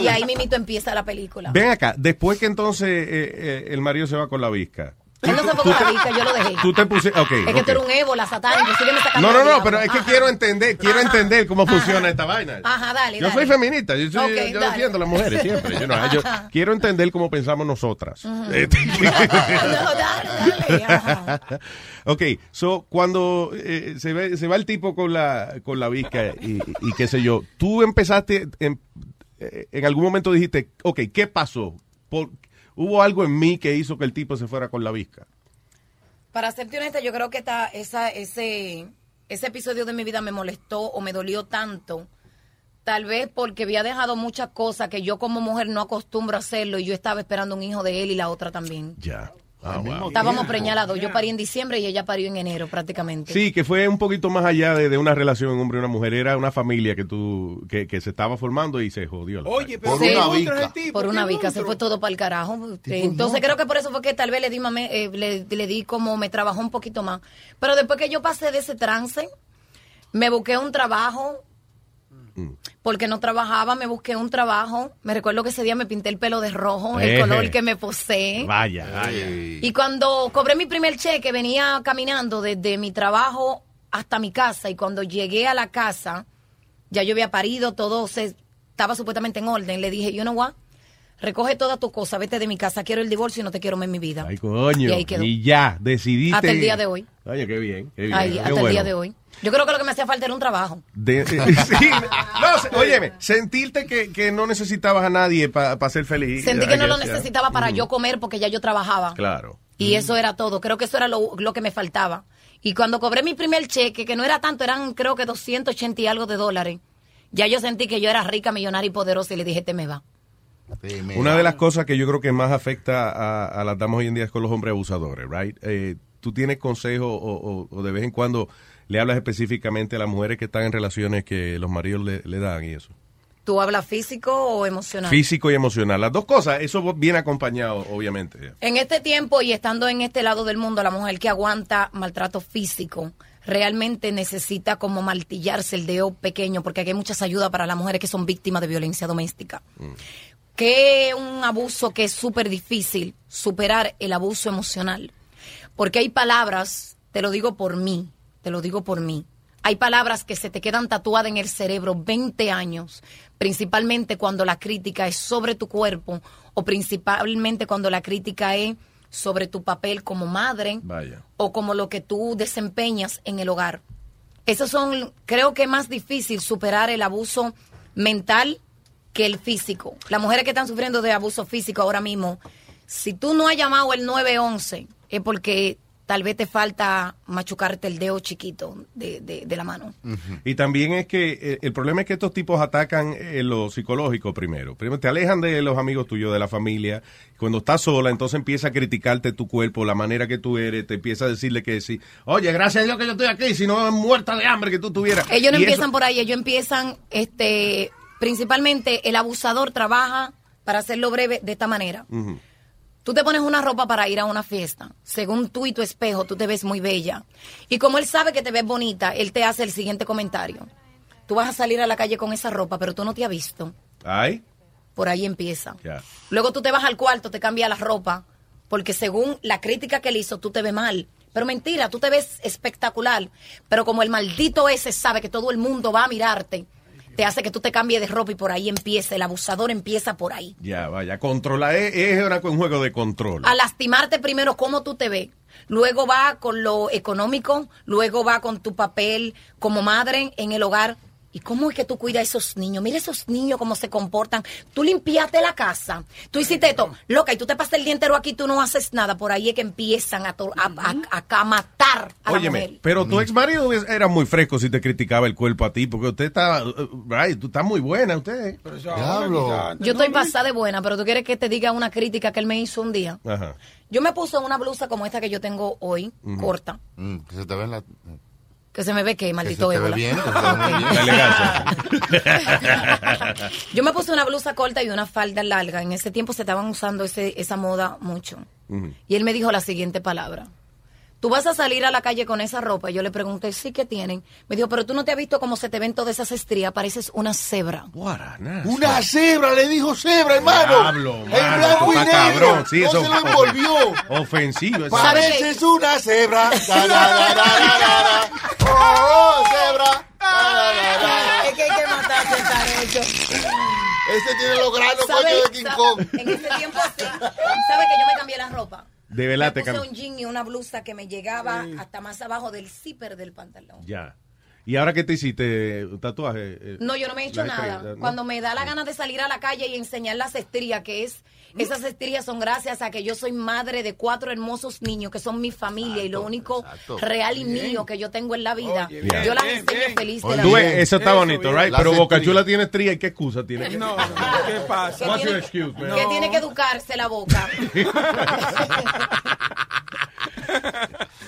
Speaker 25: Y ahí mimito empieza la película.
Speaker 18: Ven acá, después que entonces eh, eh, el marido se va con la visca.
Speaker 25: Él no se fue con la vista, yo lo dejé.
Speaker 18: Tú te pusiste. Ok.
Speaker 25: Es que
Speaker 18: ok.
Speaker 25: tú eres un ébola, satánico, sígueme sacando
Speaker 18: No, no,
Speaker 25: del
Speaker 18: no,
Speaker 25: diablo.
Speaker 18: pero es que
Speaker 25: Ajá.
Speaker 18: quiero entender, quiero entender cómo funciona esta vaina.
Speaker 25: Ajá, dale,
Speaker 18: Yo soy
Speaker 25: dale.
Speaker 18: feminista, yo, soy,
Speaker 25: Ok,
Speaker 18: yo
Speaker 25: dale.
Speaker 18: defiendo a las mujeres siempre. you know, yo quiero entender cómo pensamos nosotras.
Speaker 25: Ujú.
Speaker 18: Este- ok, so cuando eh, se, ve- se va el tipo con la, con la visca y, y qué sé yo, tú empezaste, en, eh, en algún momento dijiste, ok, ¿qué pasó? Por- ¿Hubo algo en mí que hizo que el tipo se fuera con la visca?
Speaker 25: Para serte honesta, yo creo que esta- esa, ese, ese episodio de mi vida me molestó o me dolió tanto. Tal vez porque había dejado muchas cosas que yo como mujer no acostumbro a hacerlo y yo estaba esperando un hijo de él y la otra también.
Speaker 18: Ya. Ah, wow.
Speaker 25: Estábamos preñalados. Yo parí en diciembre y ella parió en enero prácticamente.
Speaker 18: Sí, que fue un poquito más allá de, de una relación hombre y una mujer. Era una familia que tú que, que se estaba formando y se jodió. la vaina.
Speaker 25: Sí, por una bica, se fue todo para el carajo. Eh, Entonces creo que por eso fue que tal vez le di, mame- eh, le, le di como me trabajó un poquito más. Pero después que yo pasé de ese trance, Me busqué un trabajo porque no trabajaba, me busqué un trabajo. Me recuerdo que ese día me pinté el pelo de rojo, el
Speaker 10: Eje.
Speaker 25: color que me posee.
Speaker 10: Vaya, vaya.
Speaker 25: ¿Eh? Y cuando cobré mi primer cheque, venía caminando desde mi trabajo hasta mi casa. Y cuando llegué a la casa, ya yo había parido, todo se, estaba supuestamente en orden. Le dije, you know what? Recoge todas tus cosas, vete de mi casa. Quiero el divorcio y no te quiero más en mi vida.
Speaker 10: Ay, coño.
Speaker 25: Y
Speaker 10: Y,
Speaker 25: ahí quedó.
Speaker 10: ya, decidiste.
Speaker 25: Hasta el día de hoy.
Speaker 10: Coño, qué bien. Qué bien.
Speaker 25: Ahí,
Speaker 10: Qué
Speaker 25: hasta el
Speaker 10: bueno.
Speaker 25: día de hoy. Yo creo que lo que me hacía falta era un trabajo.
Speaker 18: De- sí, no, se- óyeme, sentirte que, que no necesitabas a nadie para ser feliz.
Speaker 25: Sentí que no
Speaker 18: I
Speaker 25: lo
Speaker 18: guess, yeah.
Speaker 25: necesitaba para
Speaker 18: Mm,
Speaker 25: yo comer porque ya yo trabajaba.
Speaker 18: Claro.
Speaker 25: Y eso era todo. Creo que eso era lo, lo que me faltaba. Y cuando cobré mi primer cheque, que no era tanto, eran creo que 280 y algo de dólares, ya yo sentí que yo era rica, millonaria y poderosa y le dije, te me va.
Speaker 18: Una de las cosas que yo creo que más afecta a, a las damas hoy en día es con los hombres abusadores, right? Eh, ¿Tú tienes consejos o, o- o de vez en cuando le hablas específicamente a las mujeres que están en relaciones que los maridos le, le dan y eso?
Speaker 25: ¿Tú hablas físico o emocional?
Speaker 18: Físico y emocional. Las dos cosas, eso viene acompañado, obviamente.
Speaker 25: En este tiempo y estando en este lado del mundo, la mujer que aguanta maltrato físico realmente necesita como martillarse el dedo pequeño, porque aquí hay muchas ayudas para las mujeres que son víctimas de violencia doméstica.
Speaker 18: Eh.
Speaker 25: Que es un abuso que es súper difícil superar el abuso emocional. Porque hay palabras, te lo digo por mí, te lo digo por mí. Hay palabras que se te quedan tatuadas en el cerebro 20 años, principalmente cuando la crítica es sobre tu cuerpo o principalmente cuando la crítica es sobre tu papel como madre
Speaker 18: Vaya.
Speaker 25: o como lo que tú desempeñas en el hogar. Esos son, creo que es más difícil superar el abuso mental que el físico. Las mujeres que están sufriendo de abuso físico ahora mismo, si tú no has llamado el 911, es porque tal vez te falta machucarte el dedo chiquito de, de- de la mano.
Speaker 18: Y también es que eh, el problema es que estos tipos atacan eh, lo psicológico primero. Primero te alejan de los amigos tuyos, de la familia. Cuando estás sola, entonces empieza a criticarte tu cuerpo, la manera que tú eres, te empieza a decirle que sí. Oye, gracias a Dios que yo estoy aquí, si no muerta de hambre que tú tuvieras.
Speaker 25: Ellos no
Speaker 18: Y eso-
Speaker 25: empiezan por ahí, ellos empiezan, este, principalmente el abusador trabaja, para hacerlo breve, de esta manera.
Speaker 3: Ujú.
Speaker 25: Tú te pones una ropa para ir a una fiesta. Según tú y tu espejo, tú te ves muy bella. Y como él sabe que te ves bonita, él te hace el siguiente comentario. Tú vas a salir a la calle con esa ropa, pero tú no te has visto.
Speaker 18: Ay,
Speaker 25: Por ahí empieza.
Speaker 18: ya.
Speaker 25: Luego tú te vas al cuarto, te cambias la ropa, porque según la crítica que él hizo, tú te ves mal. Pero mentira, tú te ves espectacular. Pero como el maldito ese sabe que todo el mundo va a mirarte, te hace que tú te cambies de ropa y por ahí empieza. El abusador empieza por ahí.
Speaker 18: Ya, vaya, controla, es, es una- un juego de control.
Speaker 25: A lastimarte primero cómo tú te ves. Luego va con lo económico, luego va con tu papel como madre en el hogar. ¿Y cómo es que tú cuidas a esos niños? Mira esos niños cómo se comportan. Tú limpiaste la casa, tú hiciste esto, loca, y tú te pasas el día entero aquí, tú no haces nada. Por ahí es que empiezan a, to- a, a- a- a matar a la mujer.
Speaker 18: Óyeme, pero tu ex marido era muy fresco si te criticaba el cuerpo a ti, porque usted está, eh, right, tú estás muy buena, usted. Diablo.
Speaker 25: Yo estoy pasada de buena, pero tú quieres que te diga una crítica que él me hizo un día.
Speaker 18: Ajá.
Speaker 25: Yo me puse una blusa como esta que yo tengo hoy,
Speaker 6: Ujú.
Speaker 25: corta,
Speaker 6: Mm, que se te ve en la...
Speaker 25: que se me ve que
Speaker 6: Que se
Speaker 25: maldito
Speaker 6: te ve
Speaker 25: ébola.
Speaker 6: bien, que se te ve muy bien.
Speaker 25: Ok. Yo me puse una blusa corta y una falda larga. En ese tiempo se estaban usando ese, esa moda mucho. Y él me dijo la siguiente palabra. Tú vas a salir a la calle con esa ropa. Y yo le pregunté, sí, ¿qué tienen? Me dijo, pero tú no te has visto cómo se te ven todas esas estrías. Pareces una cebra.
Speaker 6: Una cebra, le dijo cebra, hermano.
Speaker 18: Diablo,
Speaker 6: en
Speaker 18: mano,
Speaker 6: blanco y
Speaker 18: tú
Speaker 6: negro.
Speaker 18: estás cabrón, sí,
Speaker 6: no
Speaker 18: eso-
Speaker 6: se lo envolvió.
Speaker 18: Ofensivo. eso.
Speaker 6: Pareces Pues una cebra. Da, da, da, da, da, da, da. Oh, oh, cebra.
Speaker 7: Es que hay que matarse, Tarecho.
Speaker 6: Ese tiene los granos, pues.
Speaker 25: ¿Sabe-
Speaker 6: coño, de King
Speaker 25: sabe-
Speaker 6: Kong.
Speaker 25: En ese tiempo sí. ¿Sabes que yo me cambié la ropa?
Speaker 18: De verdad te
Speaker 25: Puse
Speaker 18: cam-
Speaker 25: un jean y una blusa que me llegaba hasta más abajo del zipper del pantalón.
Speaker 18: Ya. ¿Y ahora qué te hiciste? ¿Un tatuaje? Eh,
Speaker 25: No, yo no me he hecho
Speaker 18: la
Speaker 25: nada.
Speaker 18: estrella, ¿no?
Speaker 25: Cuando me da la gana de salir a la calle y enseñar las estrías, que es,
Speaker 18: ¿Mm?
Speaker 25: esas estrías son gracias a que yo soy madre de cuatro hermosos niños que son mi familia y lo único
Speaker 18: exacto.
Speaker 25: real y
Speaker 18: Bien.
Speaker 25: mío que yo tengo en la vida,
Speaker 18: bien,
Speaker 25: yo las
Speaker 18: bien,
Speaker 25: enseño feliz de
Speaker 18: Oye,
Speaker 25: la
Speaker 18: tú
Speaker 25: vida.
Speaker 18: ves, eso está bonito, right?
Speaker 6: La
Speaker 18: Pero
Speaker 6: hace
Speaker 18: Bocachula tiene estría y qué excusa tiene.
Speaker 9: No, no, ¿qué pasa?
Speaker 18: What's your excuse, man?
Speaker 25: Que tiene que educarse la boca.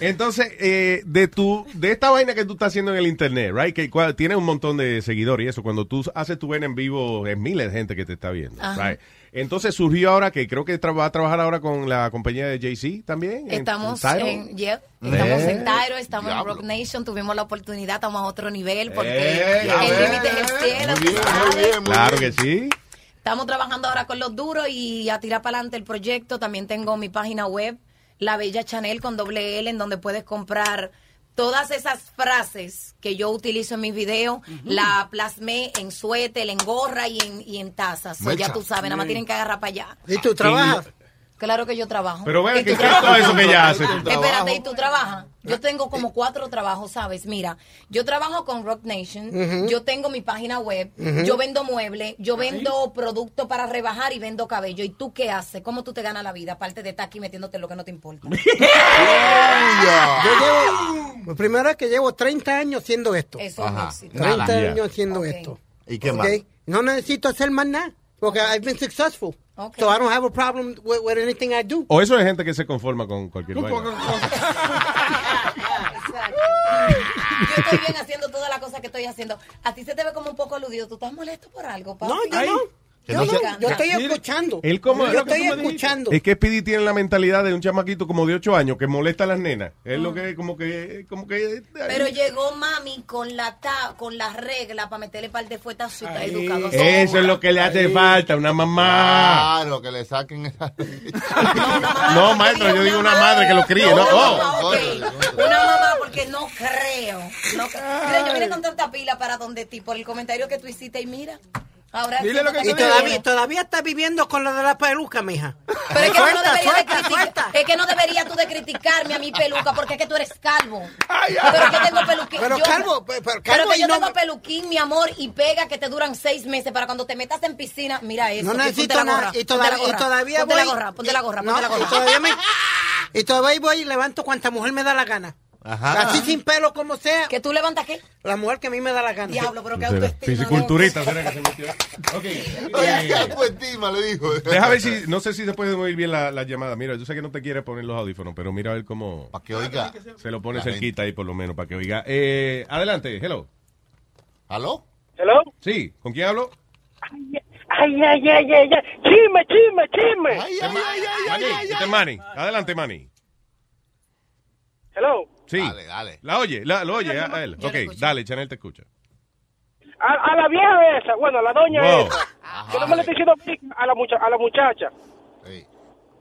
Speaker 18: Entonces, eh, de tu, de esta vaina que tú estás haciendo en el internet, right? Que cua- tienes un montón de seguidores y eso. Cuando tú haces tu vaina en vivo, es miles de gente que te está viendo,
Speaker 25: Ajá.
Speaker 18: right? Entonces surgió ahora que creo que tra- va a trabajar ahora con la compañía de Jay-Z también. en-
Speaker 25: Estamos
Speaker 18: Tidal.
Speaker 25: en, yeah, estamos
Speaker 18: Eh,
Speaker 25: en Tyro, estamos
Speaker 18: diablo.
Speaker 25: en Rock Nation, tuvimos la oportunidad, estamos a otro nivel porque
Speaker 18: Eh, ya
Speaker 25: el
Speaker 18: ves.
Speaker 25: límite es el cielo. tú sabes.
Speaker 18: Claro que sí.
Speaker 25: Estamos trabajando ahora con los duros y a tirar para adelante el proyecto. También tengo mi página web, La Bella Chanel con doble L, en donde puedes comprar todas esas frases que yo utilizo en mis videos. La plasmé en suéter, en gorra y en, y en tazas. So, ya
Speaker 18: Mecha.
Speaker 25: tú sabes, nada más
Speaker 18: Bien.
Speaker 25: tienen que agarrar para allá.
Speaker 2: ¿Y tú trabajas?
Speaker 25: Claro que yo trabajo.
Speaker 18: Pero
Speaker 25: ¿Y
Speaker 18: vean
Speaker 25: tú
Speaker 18: que qué es
Speaker 25: trabajas?
Speaker 18: todo eso que ella hace.
Speaker 25: Espérate, ¿y tú trabajas? Yo tengo como cuatro trabajos, ¿sabes? Mira, yo trabajo con Rock Nation,
Speaker 22: Ujú.
Speaker 25: yo tengo mi página web,
Speaker 22: Ujú.
Speaker 25: yo vendo muebles, yo vendo producto para rebajar y vendo cabello. ¿Y tú qué haces? ¿Cómo tú te ganas la vida? Aparte de estar aquí metiéndote en lo que no te importa.
Speaker 2: Yo llevo, lo primero es que llevo 30 años haciendo esto.
Speaker 25: Eso es
Speaker 6: Ajá.
Speaker 25: éxito.
Speaker 2: 30
Speaker 6: Nada.
Speaker 2: años haciendo esto.
Speaker 6: ¿Y qué más?
Speaker 2: Okay? No necesito hacer más nada, porque I've been successful.
Speaker 25: Okay.
Speaker 2: So I don't have a problem with, with anything I do.
Speaker 18: O eso es gente que se conforma con cualquier
Speaker 2: Un
Speaker 18: vaina.
Speaker 2: poco-
Speaker 25: Ah, Yo estoy bien haciendo todas las cosas que estoy haciendo. A ti se te ve como un poco aludido. ¿Tú estás molesto por algo, papi?
Speaker 2: No, yo no.
Speaker 18: Que no
Speaker 2: Yo,
Speaker 18: se- Ah,
Speaker 2: no, yo estoy escuchando.
Speaker 18: Él como-
Speaker 2: yo
Speaker 18: lo que tú
Speaker 2: estoy
Speaker 18: me dijiste.
Speaker 2: escuchando.
Speaker 18: Es que Speedy tiene la mentalidad de un chamaquito como de 8 años que molesta a las nenas. Es
Speaker 25: Ah.
Speaker 18: lo que como que como que
Speaker 25: Pero llegó mami con la ta- con la regla para meterle par de fuetas su educador.
Speaker 18: eso es lo que le hace falta una mamá.
Speaker 6: Claro, Ah, que le saquen esa.
Speaker 18: No, maestro, yo digo una madre que lo críe, no. Oh.
Speaker 25: Una mamá, porque no creo. No creo. Mira, yo vine con tanta pila para donde ti, por el comentario que tú hiciste y mira. Ahora sí, no te
Speaker 2: y todavía, todavía estás viviendo con lo de la peluca, mija.
Speaker 25: Pero es que, uno no
Speaker 2: Suelta,
Speaker 25: debería de
Speaker 2: suelta,
Speaker 25: criticar- es que no deberías tú de criticarme a mi peluca porque es que tú eres calvo.
Speaker 2: ay.
Speaker 25: Pero yo tengo peluquín.
Speaker 2: Pero
Speaker 25: yo-
Speaker 2: calvo, pe- pero calvo
Speaker 25: pero que
Speaker 2: y
Speaker 25: yo
Speaker 2: no-
Speaker 25: tengo peluquín, mi amor, y pega que te duran seis meses para cuando te metas en piscina. Mira eso.
Speaker 2: No
Speaker 25: que
Speaker 2: necesito
Speaker 25: ponte la
Speaker 2: nada.
Speaker 25: gorra,
Speaker 2: Y
Speaker 25: ponte la
Speaker 2: todavía,
Speaker 25: gorra,
Speaker 2: y todavía
Speaker 25: ponte
Speaker 2: voy.
Speaker 25: la gorra, ponte la gorra,
Speaker 2: No,
Speaker 25: ponte la gorra.
Speaker 2: Y todavía, me, y todavía voy y levanto cuanta mujer me da la gana.
Speaker 18: Ajá.
Speaker 2: Así sin pelo, como sea.
Speaker 25: ¿Que tú levantas qué?
Speaker 2: La mujer que a mí me da la gana.
Speaker 25: Diablo, pero
Speaker 18: Fisiculturista, será que se metió.
Speaker 6: Oye, qué
Speaker 3: Pues
Speaker 6: autoestima le pues, dijo.
Speaker 18: Deja ver si, no sé si se puede oír bien la, la llamada. Mira, yo sé que no te quieres poner los audífonos, pero mira a ver cómo. Para
Speaker 6: que oiga.
Speaker 18: Se lo pone
Speaker 6: La gente.
Speaker 18: cerquita ahí por lo menos, para que oiga. Eh, adelante, hello.
Speaker 6: ¿Aló?
Speaker 16: ¿Hello?
Speaker 18: Sí, ¿con quién hablo?
Speaker 16: Ay, ay, ay, ay, ay. Chisme, chisme, chisme.
Speaker 18: Manny, este es Manny. Adelante, Manny.
Speaker 16: Hello.
Speaker 18: Sí. Dale,
Speaker 6: dale.
Speaker 18: La oye, la, lo oye a, a él.
Speaker 16: Yo
Speaker 18: Ok,
Speaker 16: lo escucho.
Speaker 18: dale, Chanel te escucha.
Speaker 16: A, a la vieja esa, bueno, a la doña
Speaker 18: Wow.
Speaker 16: esa. Yo no me le estoy diciendo pic a la, mucha, a la muchacha.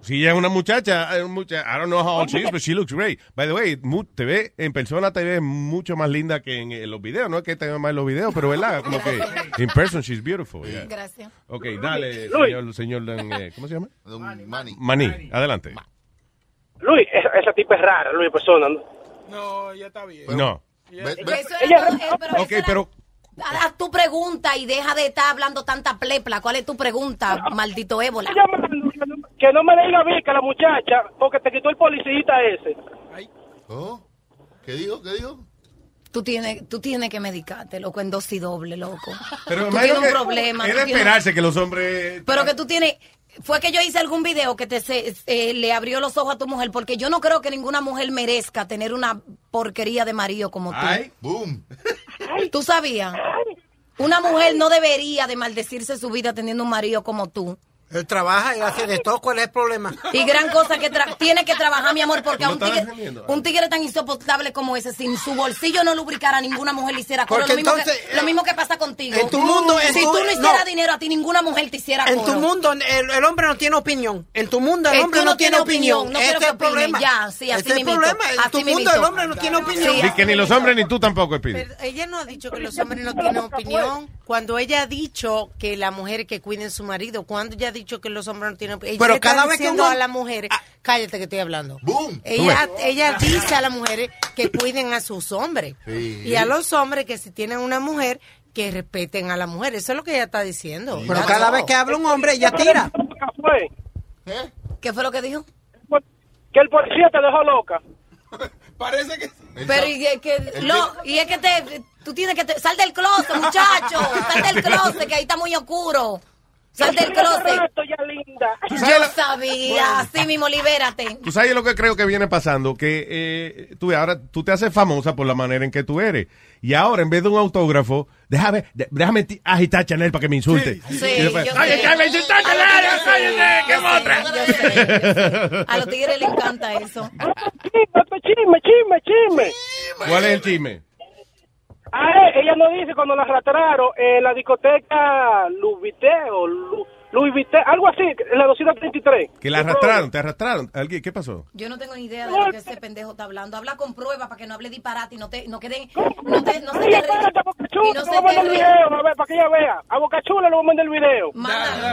Speaker 18: Si ella es una muchacha, eh, mucha- I don't know how old she is, but she looks great. By the way, mu- te ve, en persona te ve mucho más linda que en, eh, los videos. No es que te ve más en los videos, pero ¿verdad? Como que in person she's beautiful. yeah.
Speaker 25: Gracias.
Speaker 18: Ok, dale,
Speaker 16: Luis.
Speaker 18: señor, señor don, eh, ¿cómo se llama?
Speaker 6: Manny.
Speaker 18: Maní, adelante.
Speaker 16: Luis, esa, esa tipa es rara, Luis, persona. ¿no?
Speaker 18: No.
Speaker 25: Eso era
Speaker 16: Ella-
Speaker 25: todo, eh, pero
Speaker 18: Ok, pero
Speaker 25: haz haz tu pregunta y deja de estar hablando tanta plepla. ¿Cuál es tu pregunta, maldito ébola?
Speaker 16: Que no me diga pic a la muchacha porque te quitó el policita ese.
Speaker 6: Oh, ¿Qué dijo? ¿Qué dijo?
Speaker 25: Tú tienes, tú tienes que medicarte, loco, en dosis doble, loco.
Speaker 18: Pero
Speaker 25: tú
Speaker 18: imagino
Speaker 25: tienes un
Speaker 18: que
Speaker 25: problema.
Speaker 18: Es
Speaker 25: tú
Speaker 18: de
Speaker 25: tienes-
Speaker 18: esperarse que los hombres.
Speaker 25: Pero que tú tienes... Fue que yo hice algún video que te se- eh, le abrió los ojos a tu mujer, porque yo no creo que ninguna mujer merezca tener una porquería de marido como tú.
Speaker 18: Ay,
Speaker 6: boom.
Speaker 25: ¿Tú sabías? Una mujer no debería de maldecirse su vida teniendo un marido como tú.
Speaker 2: Él trabaja y hace de todo. ¿Cuál es el problema?
Speaker 25: Y gran cosa que tra- tiene que trabajar, mi amor, porque a
Speaker 2: Lo
Speaker 25: un
Speaker 2: está
Speaker 25: tigre,
Speaker 2: defendiendo.
Speaker 25: un tigre tan insoportable como ese, sin su bolsillo no lubricara, ninguna mujer le hiciera coro.
Speaker 2: Porque
Speaker 25: Lo mismo,
Speaker 2: entonces, eh,
Speaker 25: que, lo mismo que pasa contigo.
Speaker 2: en tu mundo, en
Speaker 25: si
Speaker 2: tu-
Speaker 25: tú no hicieras
Speaker 2: no.
Speaker 25: dinero, a ti ninguna mujer te hiciera coro.
Speaker 2: En tu mundo el, el hombre no tiene opinión. En tu mundo el
Speaker 25: Eh,
Speaker 2: hombre
Speaker 25: tú
Speaker 2: no, tiene opinión.
Speaker 25: no
Speaker 2: Ese
Speaker 25: quiero
Speaker 2: es
Speaker 25: que
Speaker 2: el
Speaker 25: opine,
Speaker 2: problema.
Speaker 25: ya, sí, así
Speaker 2: Ese es el
Speaker 25: mimito,
Speaker 2: problema. En
Speaker 25: así
Speaker 2: tu mundo
Speaker 25: mimito.
Speaker 2: el hombre no tiene opinión.
Speaker 18: ni que ni los hombres ni tú tampoco, Speedy.
Speaker 14: Pero ella no ha dicho que los hombres no tienen opinión. Cuando ella ha dicho que la mujer que cuiden su marido, cuando ella ha dicho que los hombres no tienen opinión. Ella
Speaker 2: Pero
Speaker 14: le está
Speaker 2: cada vez que Ah.
Speaker 14: diciendo
Speaker 2: un hom-
Speaker 14: a las mujeres, cállate que estoy hablando.
Speaker 6: Boom.
Speaker 14: Ella, ella dice a las mujeres que cuiden a sus hombres.
Speaker 6: Sí.
Speaker 14: Y a los hombres que si tienen una mujer, que respeten a la mujer. Eso es lo que ella está diciendo.
Speaker 2: Pero cada vez que habla un hombre, ella tira.
Speaker 25: ¿Qué fue lo que dijo?
Speaker 16: Que el policía te dejó loca.
Speaker 9: Parece que...
Speaker 25: Pero y, es que, lo- y es que te, tú tienes que... te- sal del closet, muchacho. Sal del closet, que ahí está muy oscuro. Salte del closet. Yo
Speaker 18: sabes-
Speaker 25: sabía. Así mismo, libérate.
Speaker 18: Tú sabes lo que creo que viene pasando, que eh, tú ves, ahora tú te haces famosa por la manera en que tú eres. Y ahora, en vez de un autógrafo, déjame, de- déjame ti- agitar a Chanel para que me insulte.
Speaker 25: Sí,
Speaker 18: Y después-
Speaker 25: yo
Speaker 18: Oye,
Speaker 25: sé.
Speaker 18: Chanel, insultate, Lara, cállate, que
Speaker 25: motra. A los tigres les encanta eso.
Speaker 16: este Chisme, chisme, chisme.
Speaker 18: ¿Cuál es el chisme?
Speaker 16: Ah, eh, ella nos dice cuando la rastraron en eh, la discoteca Lubité o Lu- Louis Vuitton, algo así, en la 233.
Speaker 18: Que la arrastraron, te arrastraron. ¿Alguien? ¿Qué pasó?
Speaker 25: Yo no tengo ni idea de lo que ese pendejo está hablando. Habla con pruebas para que no hable disparate y no te, no queden, no te, no se te rían.
Speaker 16: Chulo, te voy a mandar el video, a ver, para que ella vea. A Boca Chula le voy a mandar el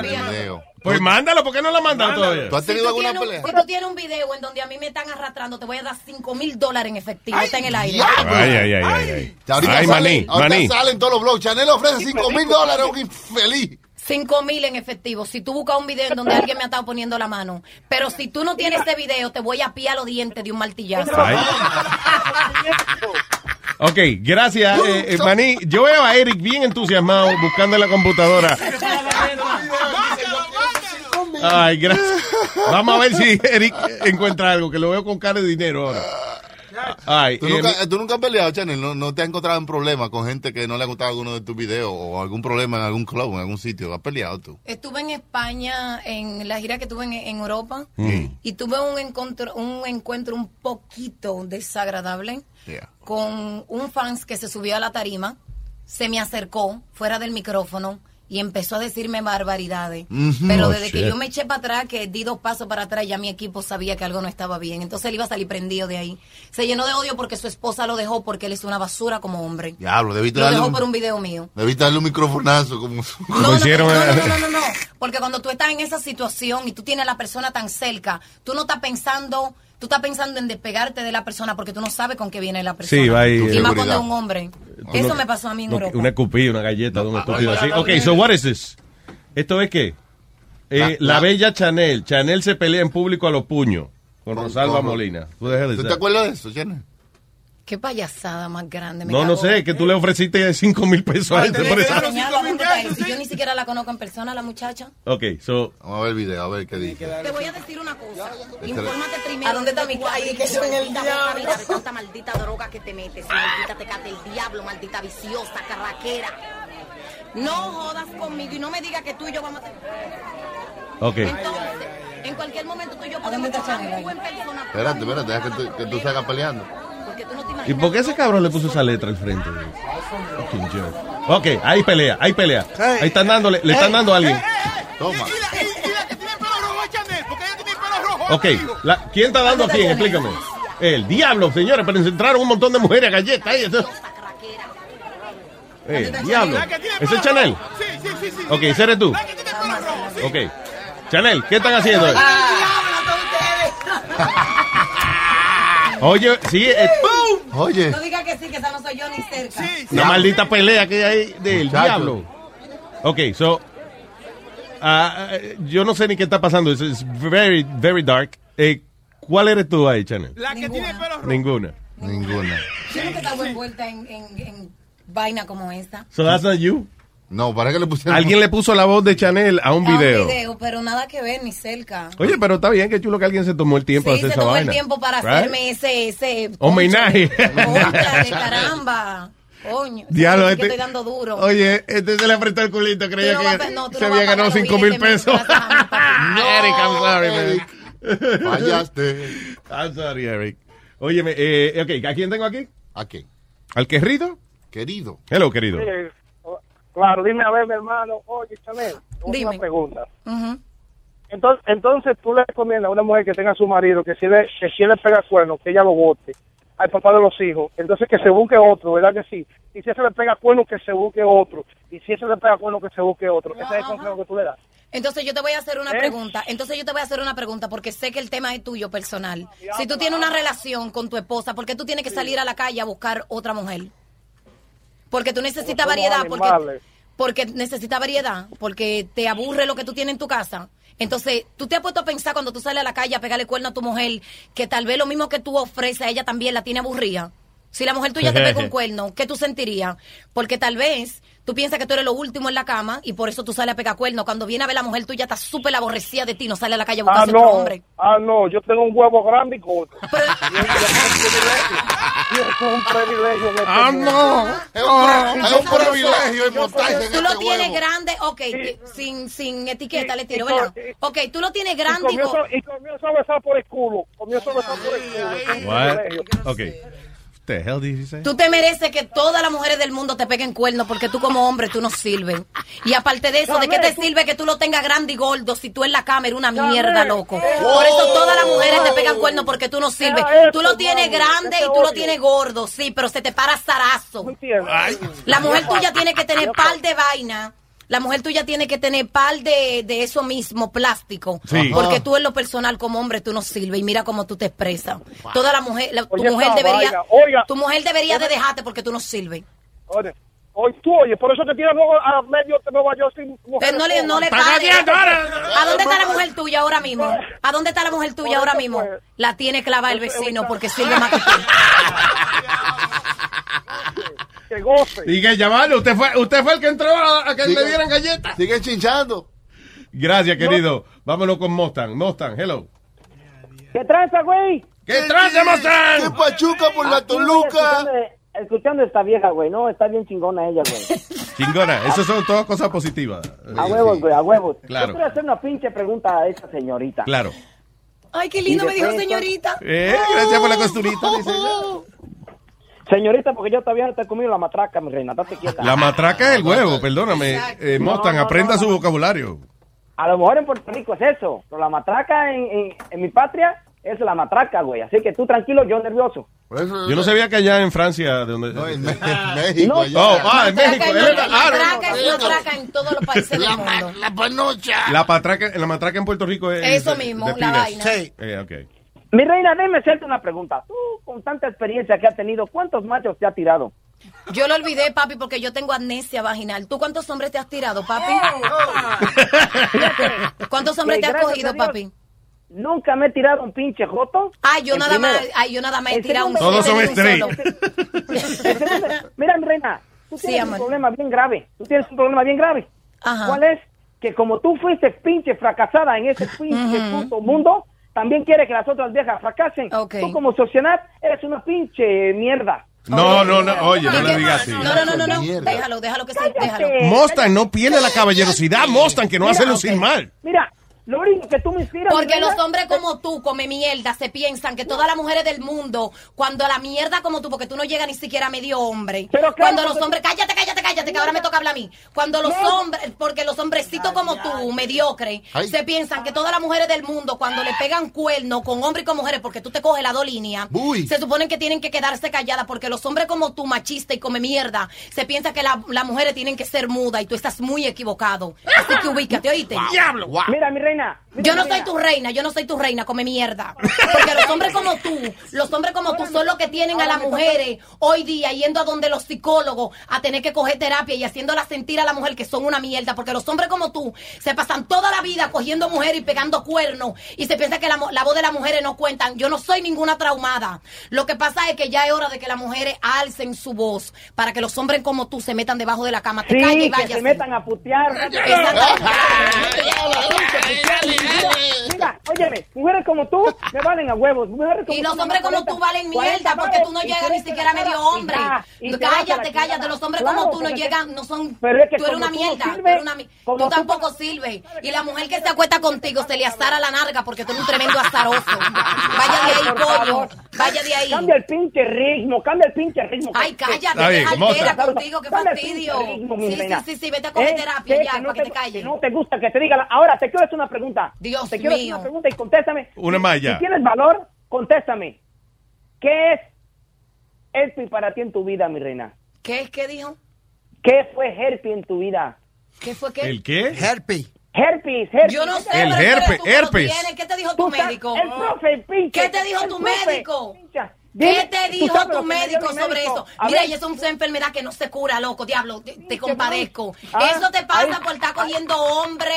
Speaker 16: video.
Speaker 18: Pues mándalo, ¿por qué no la mandan
Speaker 6: Mándalo.
Speaker 18: todavía?
Speaker 6: ¿Tú has tenido
Speaker 25: Si tú tienes un- Si tú tienes un video en donde a mí me están arrastrando, te voy a dar 5 mil dólares en efectivo. Está en el aire.
Speaker 18: Ay, ay, ay, ay. ay.
Speaker 6: Ya ahorita
Speaker 18: Ay,
Speaker 6: salen-
Speaker 18: maní,
Speaker 6: ahorita
Speaker 18: maní.
Speaker 6: salen todos los blogs. Chanel ofrece 5 mil dólares a un infeliz.
Speaker 25: 5 mil en efectivo. Si tú buscas un video en donde alguien me ha estado poniendo la mano. Pero si tú no tienes ese video, te voy a pillar los dientes de un martillazo.
Speaker 18: Ay. Ok, gracias, eh, eh, Maní. Yo veo a Eric bien entusiasmado buscando en la computadora. Ay, gracias. Vamos a ver si Eric encuentra algo, que lo veo con cara de dinero ahora. Ay,
Speaker 6: ¿Tú,
Speaker 18: eh,
Speaker 6: nunca, eh, tú nunca has peleado, Chanel? ¿No, ¿No te has encontrado en problemas con gente que no le ha gustado alguno de tus videos o algún problema en algún club, en algún sitio? ¿Has peleado tú?
Speaker 25: Estuve en España en la gira que tuve en, en Europa
Speaker 6: Mm.
Speaker 25: y tuve un encuentro, un encuentro un poquito desagradable con un fans que se subió a la tarima, se me acercó fuera del micrófono y empezó a decirme barbaridades.
Speaker 3: Mhm.
Speaker 25: Pero
Speaker 3: Oh,
Speaker 25: desde que
Speaker 3: shit.
Speaker 25: yo me eché para atrás, que di dos pasos para atrás, ya mi equipo sabía que algo no estaba bien. Entonces él iba a salir prendido de ahí. Se llenó de odio porque su esposa lo dejó porque él es una basura como hombre.
Speaker 6: Diablo, debiste
Speaker 25: Lo
Speaker 6: darle,
Speaker 25: dejó
Speaker 6: un,
Speaker 25: por un video mío.
Speaker 6: debiste darle un microfonazo como, como
Speaker 18: hicieron. eh.
Speaker 25: No, no, no, no, no. Porque cuando tú estás en esa situación y tú tienes a la persona tan cerca, tú no estás pensando, tú estás pensando en despegarte de la persona porque tú no sabes con qué viene la persona.
Speaker 18: Sí, va ahí,
Speaker 25: Y
Speaker 18: eh,
Speaker 25: más
Speaker 18: seguridad.
Speaker 25: cuando es un hombre.
Speaker 18: No,
Speaker 25: Eso
Speaker 18: no,
Speaker 25: me pasó a mí en
Speaker 18: no,
Speaker 25: Europa.
Speaker 18: una cupilla, una galleta de un estúpido
Speaker 25: ah,
Speaker 18: así.
Speaker 25: ah,
Speaker 18: Ok,
Speaker 25: ah,
Speaker 18: so
Speaker 25: ah.
Speaker 18: what is this? ¿Esto es qué? Eh, la, bella Chanel. Chanel se pelea en público a los puños con Rosalba
Speaker 6: con-
Speaker 18: Molina. What the hell is
Speaker 6: ¿Tú te
Speaker 18: that?
Speaker 6: acuerdas de eso, Chanel?
Speaker 25: Qué payasada más grande. Me
Speaker 18: No, no
Speaker 25: cago.
Speaker 18: sé, que tú le ofreciste 5 mil pesos a este por eso.
Speaker 25: Señala, ¿dónde está él? Si yo ni siquiera la conozco en persona, la muchacha.
Speaker 18: Ok, so.
Speaker 6: Vamos a ver el video, a ver qué dice.
Speaker 25: Te voy a decir una cosa.
Speaker 6: Infórmate
Speaker 25: primero. ¿A dónde está mi
Speaker 22: Ay,
Speaker 25: calle?
Speaker 22: que son el diablo.
Speaker 25: Tanta maldita droga que te metes. Maldita tecate el diablo, maldita viciosa, carraquera. No jodas conmigo y no me digas que tú y yo vamos a...
Speaker 18: Ok.
Speaker 25: Entonces, en cualquier momento tú y yo podemos estar muy buen persona.
Speaker 6: Espérate, espérate, deja que tú, que tú salgas peleando.
Speaker 18: ¿Y por qué ese cabrón le puso esa letra al frente? Fucking jerk. Ok, ahí pelea, ahí pelea. Ahí están dándole, le están dando a alguien.
Speaker 6: Toma.
Speaker 18: Ok, la- ¿quién está dando a quién? Explícame. El diablo, señores, pero entraron un montón de mujeres a galletas. ahí, eso- Eh, diablo. ¿Ese es Chanel? Ok, ese eres tú. Ok. Chanel, ¿qué están haciendo? ahí?
Speaker 16: Ah.
Speaker 18: Oye, sí, eh, Oye,
Speaker 25: No digas que sí, que esa no soy yo ni cerca.
Speaker 18: una maldita pelea que hay del
Speaker 6: Muchacho.
Speaker 18: diablo. Ok, so. ah, ah, yo no sé ni qué está pasando. It's, it's very, very dark. Eh, ¿Cuál eres tú ahí, Chanel?
Speaker 9: La que tiene pelo
Speaker 18: Ninguna. Ninguna.
Speaker 25: Yo nunca estaba envuelta en, en, en vaina como esta.
Speaker 18: So that's not you.
Speaker 6: No, para que le pusieron.
Speaker 18: Alguien le puso la voz de Chanel a un
Speaker 25: A
Speaker 18: video.
Speaker 25: un video, pero nada que ver ni cerca.
Speaker 18: Oye, pero está bien que chulo que alguien se tomó el tiempo de
Speaker 25: Sí,
Speaker 18: hacer
Speaker 25: se
Speaker 18: Pues esa
Speaker 25: tomó
Speaker 18: vaina.
Speaker 25: el tiempo para
Speaker 18: Right? Oh,
Speaker 25: hacerme ese, ese
Speaker 18: Homenaje.
Speaker 25: Concha de caramba. Coño.
Speaker 18: Diablo,
Speaker 25: Sí,
Speaker 18: este-
Speaker 25: que estoy dando duro.
Speaker 18: Oye, este se le apretó el culito,
Speaker 25: Tú
Speaker 18: creía
Speaker 25: no vas a-
Speaker 18: que
Speaker 25: no, tú
Speaker 18: se
Speaker 25: no
Speaker 18: había
Speaker 25: vas a
Speaker 18: ganado
Speaker 25: pagar
Speaker 18: 5
Speaker 25: los
Speaker 18: mil
Speaker 25: billetes, me
Speaker 18: pesos.
Speaker 25: vas a-
Speaker 18: Eric, I'm sorry, man.
Speaker 6: Fallaste.
Speaker 18: I'm sorry, Eric. Óyeme, eh, ok, ¿a quién tengo aquí?
Speaker 6: ¿A quién?
Speaker 18: ¿Al querido?
Speaker 6: Querido.
Speaker 18: Hello, querido.
Speaker 16: Eh, Claro, dime a ver, mi hermano. Oye, Chanel, dime. una pregunta. Entonces, entonces tú le recomiendas a una mujer que tenga a su marido que si le, que si le pega cuerno, que ella lo bote al papá de los hijos, entonces que se busque otro, ¿verdad que sí? Y si ese le pega cuerno, que se busque otro. Y si ese le pega cuerno, que se busque otro. Ese es el consejo que tú le das.
Speaker 25: Entonces yo te voy a hacer una pregunta. Entonces yo te voy a hacer una pregunta porque sé que el tema es tuyo personal. Si tú tienes una relación con tu esposa, ¿por qué tú tienes que salir a la calle a buscar otra mujer? Porque tú
Speaker 16: Somos
Speaker 25: necesitas variedad, porque
Speaker 16: animales.
Speaker 25: porque necesitas variedad, porque te aburre lo que tú tienes en tu casa. Entonces, tú te has puesto a pensar cuando tú sales a la calle a pegarle cuerno a tu mujer que tal vez lo mismo que tú ofreces a ella también la tiene aburrida. Si la mujer tuya te pega un cuerno, ¿qué tú sentirías? Porque tal vez tú piensas que tú eres lo último en la cama y por eso tú sales a pegar cuerno. Cuando viene a ver la mujer tuya, está súper aborrecida de ti, no sale a la calle a
Speaker 16: Ah,
Speaker 25: buscarse otro
Speaker 16: no.
Speaker 25: hombre.
Speaker 16: Ah, no. Yo tengo un huevo grande y corto. Y es un privilegio. de este
Speaker 3: Ah,
Speaker 16: mundo.
Speaker 3: no.
Speaker 16: Es un
Speaker 3: Es
Speaker 16: privilegio.
Speaker 3: un privilegio inmortal.
Speaker 25: Tú
Speaker 16: este
Speaker 25: lo tienes grande, ok, sin, sin etiqueta le tiro,
Speaker 16: y con-
Speaker 25: ¿verdad? Ok, tú lo tienes
Speaker 16: Y
Speaker 25: grande y
Speaker 16: comió
Speaker 25: co-
Speaker 16: so- y comió esa besada por el culo. Comió esa besada por el culo. Es un
Speaker 10: What?
Speaker 16: privilegio.
Speaker 10: Okay. What the hell did you say?
Speaker 25: Tú te mereces que todas las mujeres del mundo te peguen cuernos porque tú como hombre tú no sirves. Y aparte de eso, ¿de qué te sirve que tú lo tengas grande y gordo si tú en la cama eres una mierda, loco? Por eso todas las mujeres te pegan cuernos porque tú no sirves.
Speaker 3: Deja
Speaker 25: Tú
Speaker 3: eso,
Speaker 25: lo tienes
Speaker 3: mami,
Speaker 25: grande
Speaker 3: yo te
Speaker 25: y tú lo
Speaker 3: odio.
Speaker 25: tienes gordo, sí, pero se te para zarazo. La mujer tuya tiene que tener par de vaina. La mujer tuya tiene que tener par de, de eso mismo, plástico.
Speaker 3: Sí.
Speaker 25: Porque
Speaker 3: Ajá.
Speaker 25: tú en lo personal como hombre tú no sirves y mira cómo tú te expresas. Toda la mujer, la- tu
Speaker 16: Oye,
Speaker 25: mujer
Speaker 16: esta
Speaker 25: debería,
Speaker 16: vaina, oiga.
Speaker 25: tu mujer debería de
Speaker 16: Oiga.
Speaker 25: dejarte porque tú no sirves.
Speaker 16: Oye, Hoy tú, oye, por eso te tiras luego a medio de Nueva York sin mujeres.
Speaker 25: Pero Eh, no le, no le
Speaker 16: Paga
Speaker 25: pague.
Speaker 16: 10 dólares.
Speaker 25: ¿A dónde está la mujer tuya ahora mismo? ¿A dónde está la mujer tuya ahora mismo? La tiene clavada el vecino porque sirve más que tú.
Speaker 16: Que goce.
Speaker 18: Y que llamarlo, usted fue, usted fue el que entró a, a que
Speaker 6: Sigue-
Speaker 18: le dieran galletas.
Speaker 6: Sigue chinchando.
Speaker 18: Gracias, querido. Vámonos con Mostan. Mostan, hello.
Speaker 22: ¿Qué tranza, güey?
Speaker 18: ¿Qué Ah, tranza, Mostán?
Speaker 22: ¡Qué pachuca por la Toluca! Escuchando esta vieja, güey, ¿no? Está bien chingona ella, güey.
Speaker 18: Chingona, eso son todas cosas positivas.
Speaker 22: A huevos, güey, a huevos.
Speaker 18: Claro.
Speaker 22: Yo quiero hacer una pinche pregunta a esta señorita.
Speaker 18: Claro.
Speaker 25: Ay, qué lindo
Speaker 22: Y
Speaker 25: me dijo
Speaker 22: después,
Speaker 25: señorita.
Speaker 18: Eh, gracias por la costurita. dice.
Speaker 22: Señorita, porque yo todavía no te he comido la matraca, mi reina, date quieta.
Speaker 18: La matraca es el huevo, perdóname. Eh, Mostan,
Speaker 22: No, no,
Speaker 18: aprenda
Speaker 22: no,
Speaker 18: su vocabulario.
Speaker 22: A lo mejor en Puerto Rico es eso, pero la matraca en, en- en mi patria es la matraca, güey. Así que tú tranquilo, yo nervioso.
Speaker 18: Yo no sabía que allá en Francia, de donde. No, en México. ah, en México.
Speaker 25: Matraca
Speaker 18: es
Speaker 25: es
Speaker 18: verdad. Ah, no, no.
Speaker 25: matraca, es matraca en todos los países del mundo.
Speaker 6: La panocha.
Speaker 18: La patraca, la matraca en Puerto Rico es.
Speaker 22: Eso
Speaker 18: de-
Speaker 22: mismo,
Speaker 18: de
Speaker 22: la
Speaker 18: pibes.
Speaker 22: vaina. Sí.
Speaker 18: Eh, ok.
Speaker 22: Mi reina, déjame hacerte una pregunta. Tú, con tanta experiencia que has tenido, ¿cuántos machos te ha tirado?
Speaker 25: Yo lo olvidé, papi, porque yo tengo amnesia vaginal. ¿Tú cuántos hombres te has tirado, papi? ¿Cuántos hombres
Speaker 22: Y
Speaker 25: te has
Speaker 22: oh. gracias a
Speaker 25: cogido,
Speaker 22: Dios,
Speaker 25: papi?
Speaker 22: Nunca me he tirado un pinche joto.
Speaker 25: Ay, yo
Speaker 22: El
Speaker 25: nada más,
Speaker 22: primero.
Speaker 25: ay, yo nada más he
Speaker 22: El
Speaker 25: tirado un
Speaker 22: segundo-
Speaker 25: solo de un solo.
Speaker 22: Mira, mi reina, tú
Speaker 25: Sí,
Speaker 22: tienes
Speaker 25: amor.
Speaker 22: un problema bien grave. Tú tienes un problema bien grave. ¿Cuál es? Que como tú fuiste pinche fracasada en ese pinche puto mundo, también quiere que las otras viejas fracasen. Tú como sociedad eres una pinche mierda.
Speaker 18: No, no, no, oye, no le digas así.
Speaker 25: No, no, no, no, no. Déjalo, déjalo que sí, déjalo.
Speaker 18: Mostan no pierde la caballerosidad, Mostan, que no hace lucir mal.
Speaker 22: Mira, lo único que tú me inspiras.
Speaker 25: Porque los hombres como tú, come mierda, se piensan que todas las mujeres del mundo, cuando la mierda como tú, porque tú no llegas ni siquiera a medio hombre. cuando los hombres, cállate, cállate, cállate, que ahora me toca hablar a mí. Cuando los hombres, porque los hombrecitos como tú, mediocre,
Speaker 3: Ay.
Speaker 25: se piensan que todas las mujeres del mundo, cuando le pegan cuerno con hombres y con mujeres, porque tú te coges las dos líneas,
Speaker 3: Uy.
Speaker 25: se suponen que tienen que quedarse calladas, porque los hombres como tú, machista y come mierda, se piensa que la- las mujeres tienen que ser mudas y tú estás muy equivocado. Así que ubícate, oíste.
Speaker 22: ¡Diablo! Mira, mi reina.
Speaker 25: Yo no soy tu reina, yo no soy tu reina, come mierda. Porque los hombres como tú, los hombres como tú son los que tienen a las mujeres hoy día yendo a donde los psicólogos a tener que coger terapia y haciéndola sentir a la mujer que son una mierda. Porque los hombres como tú se pasan toda la vida cogiendo mujeres y pegando cuernos y se piensa que la, mo- la voz de las mujeres no cuentan. Yo no soy ninguna traumada. Lo que pasa es que ya es hora de que las mujeres alcen su voz para que los hombres como tú se metan debajo de la cama. Te
Speaker 22: Sí,
Speaker 25: calles y
Speaker 22: que
Speaker 25: vayas.
Speaker 22: se metan a putear. Mira, óyeme, mujeres como tú me valen a huevos. Mujeres como
Speaker 25: Y los
Speaker 22: tú,
Speaker 25: hombres como
Speaker 22: 40,
Speaker 25: tú valen
Speaker 22: 40
Speaker 25: mierda porque tú no
Speaker 22: vales, y
Speaker 25: llegas
Speaker 22: te
Speaker 25: ni
Speaker 22: meten
Speaker 25: siquiera a
Speaker 22: la cara
Speaker 25: medio
Speaker 22: y
Speaker 25: hombre.
Speaker 22: ya, y te vas a la
Speaker 25: Cállate,
Speaker 22: chingada.
Speaker 25: cállate. Los hombres
Speaker 22: Claro,
Speaker 25: como tú no
Speaker 22: pero es que-
Speaker 25: llegan, no son. Tú
Speaker 22: pero es que
Speaker 25: eres
Speaker 22: como
Speaker 25: una
Speaker 22: tú no
Speaker 25: mierda.
Speaker 22: sirves,
Speaker 25: Tú eres una mi-
Speaker 22: como
Speaker 25: Tú
Speaker 22: tú
Speaker 25: tampoco sirves. Y la mujer que se acuesta contigo se le azara la narga porque tú eres un tremendo azaroso. Vaya de ahí,
Speaker 22: Por
Speaker 25: pollo.
Speaker 22: favor.
Speaker 25: Vaya de ahí.
Speaker 22: Cambia el pinche ritmo, cambia el pinche ritmo.
Speaker 25: Ay, cállate,
Speaker 22: Está
Speaker 25: qué
Speaker 22: bien,
Speaker 25: altera
Speaker 22: Mota.
Speaker 25: contigo, qué
Speaker 22: Cambia el pinche
Speaker 25: fastidio.
Speaker 22: ritmo, mi
Speaker 25: Sí, sí,
Speaker 22: reina.
Speaker 25: sí, sí, vete a coger
Speaker 22: Eh,
Speaker 25: terapia
Speaker 22: sé
Speaker 25: ya,
Speaker 22: que no
Speaker 25: para que te
Speaker 22: te-
Speaker 25: calles.
Speaker 22: No te gusta que te diga. la- Ahora te quiero hacer una pregunta. Dios Te quiero hacer
Speaker 25: mío.
Speaker 22: una pregunta y contéstame.
Speaker 18: Una más ya.
Speaker 22: Si tienes valor, contéstame. ¿Qué es Herpy para ti en tu vida, mi reina?
Speaker 25: ¿Qué es que dijo?
Speaker 22: ¿Qué fue Herpy en tu vida?
Speaker 25: ¿Qué fue qué?
Speaker 18: ¿El qué? Herpes.
Speaker 22: Herpes, herpes.
Speaker 25: Yo no sé,
Speaker 18: El
Speaker 25: pero espera,
Speaker 18: herpes,
Speaker 25: tú que lo
Speaker 18: herpes.
Speaker 25: tienes, ¿Qué te dijo tu
Speaker 22: sabes,
Speaker 25: médico?
Speaker 22: el profe, pinche,
Speaker 25: ¿Qué te dijo
Speaker 22: el
Speaker 25: tu
Speaker 22: profe,
Speaker 25: médico? ¿Qué
Speaker 22: Dime,
Speaker 25: te
Speaker 22: tú
Speaker 25: dijo
Speaker 22: sabes
Speaker 25: tu
Speaker 22: lo que me dio
Speaker 25: médico
Speaker 22: mi
Speaker 25: sobre eso?
Speaker 22: médico. A
Speaker 25: Mira,
Speaker 22: ver.
Speaker 25: y es una enfermedad que no se cura, loco, diablo, te, te compadezco.
Speaker 22: Ah,
Speaker 25: eso te pasa
Speaker 22: ay,
Speaker 25: por estar cogiendo hombre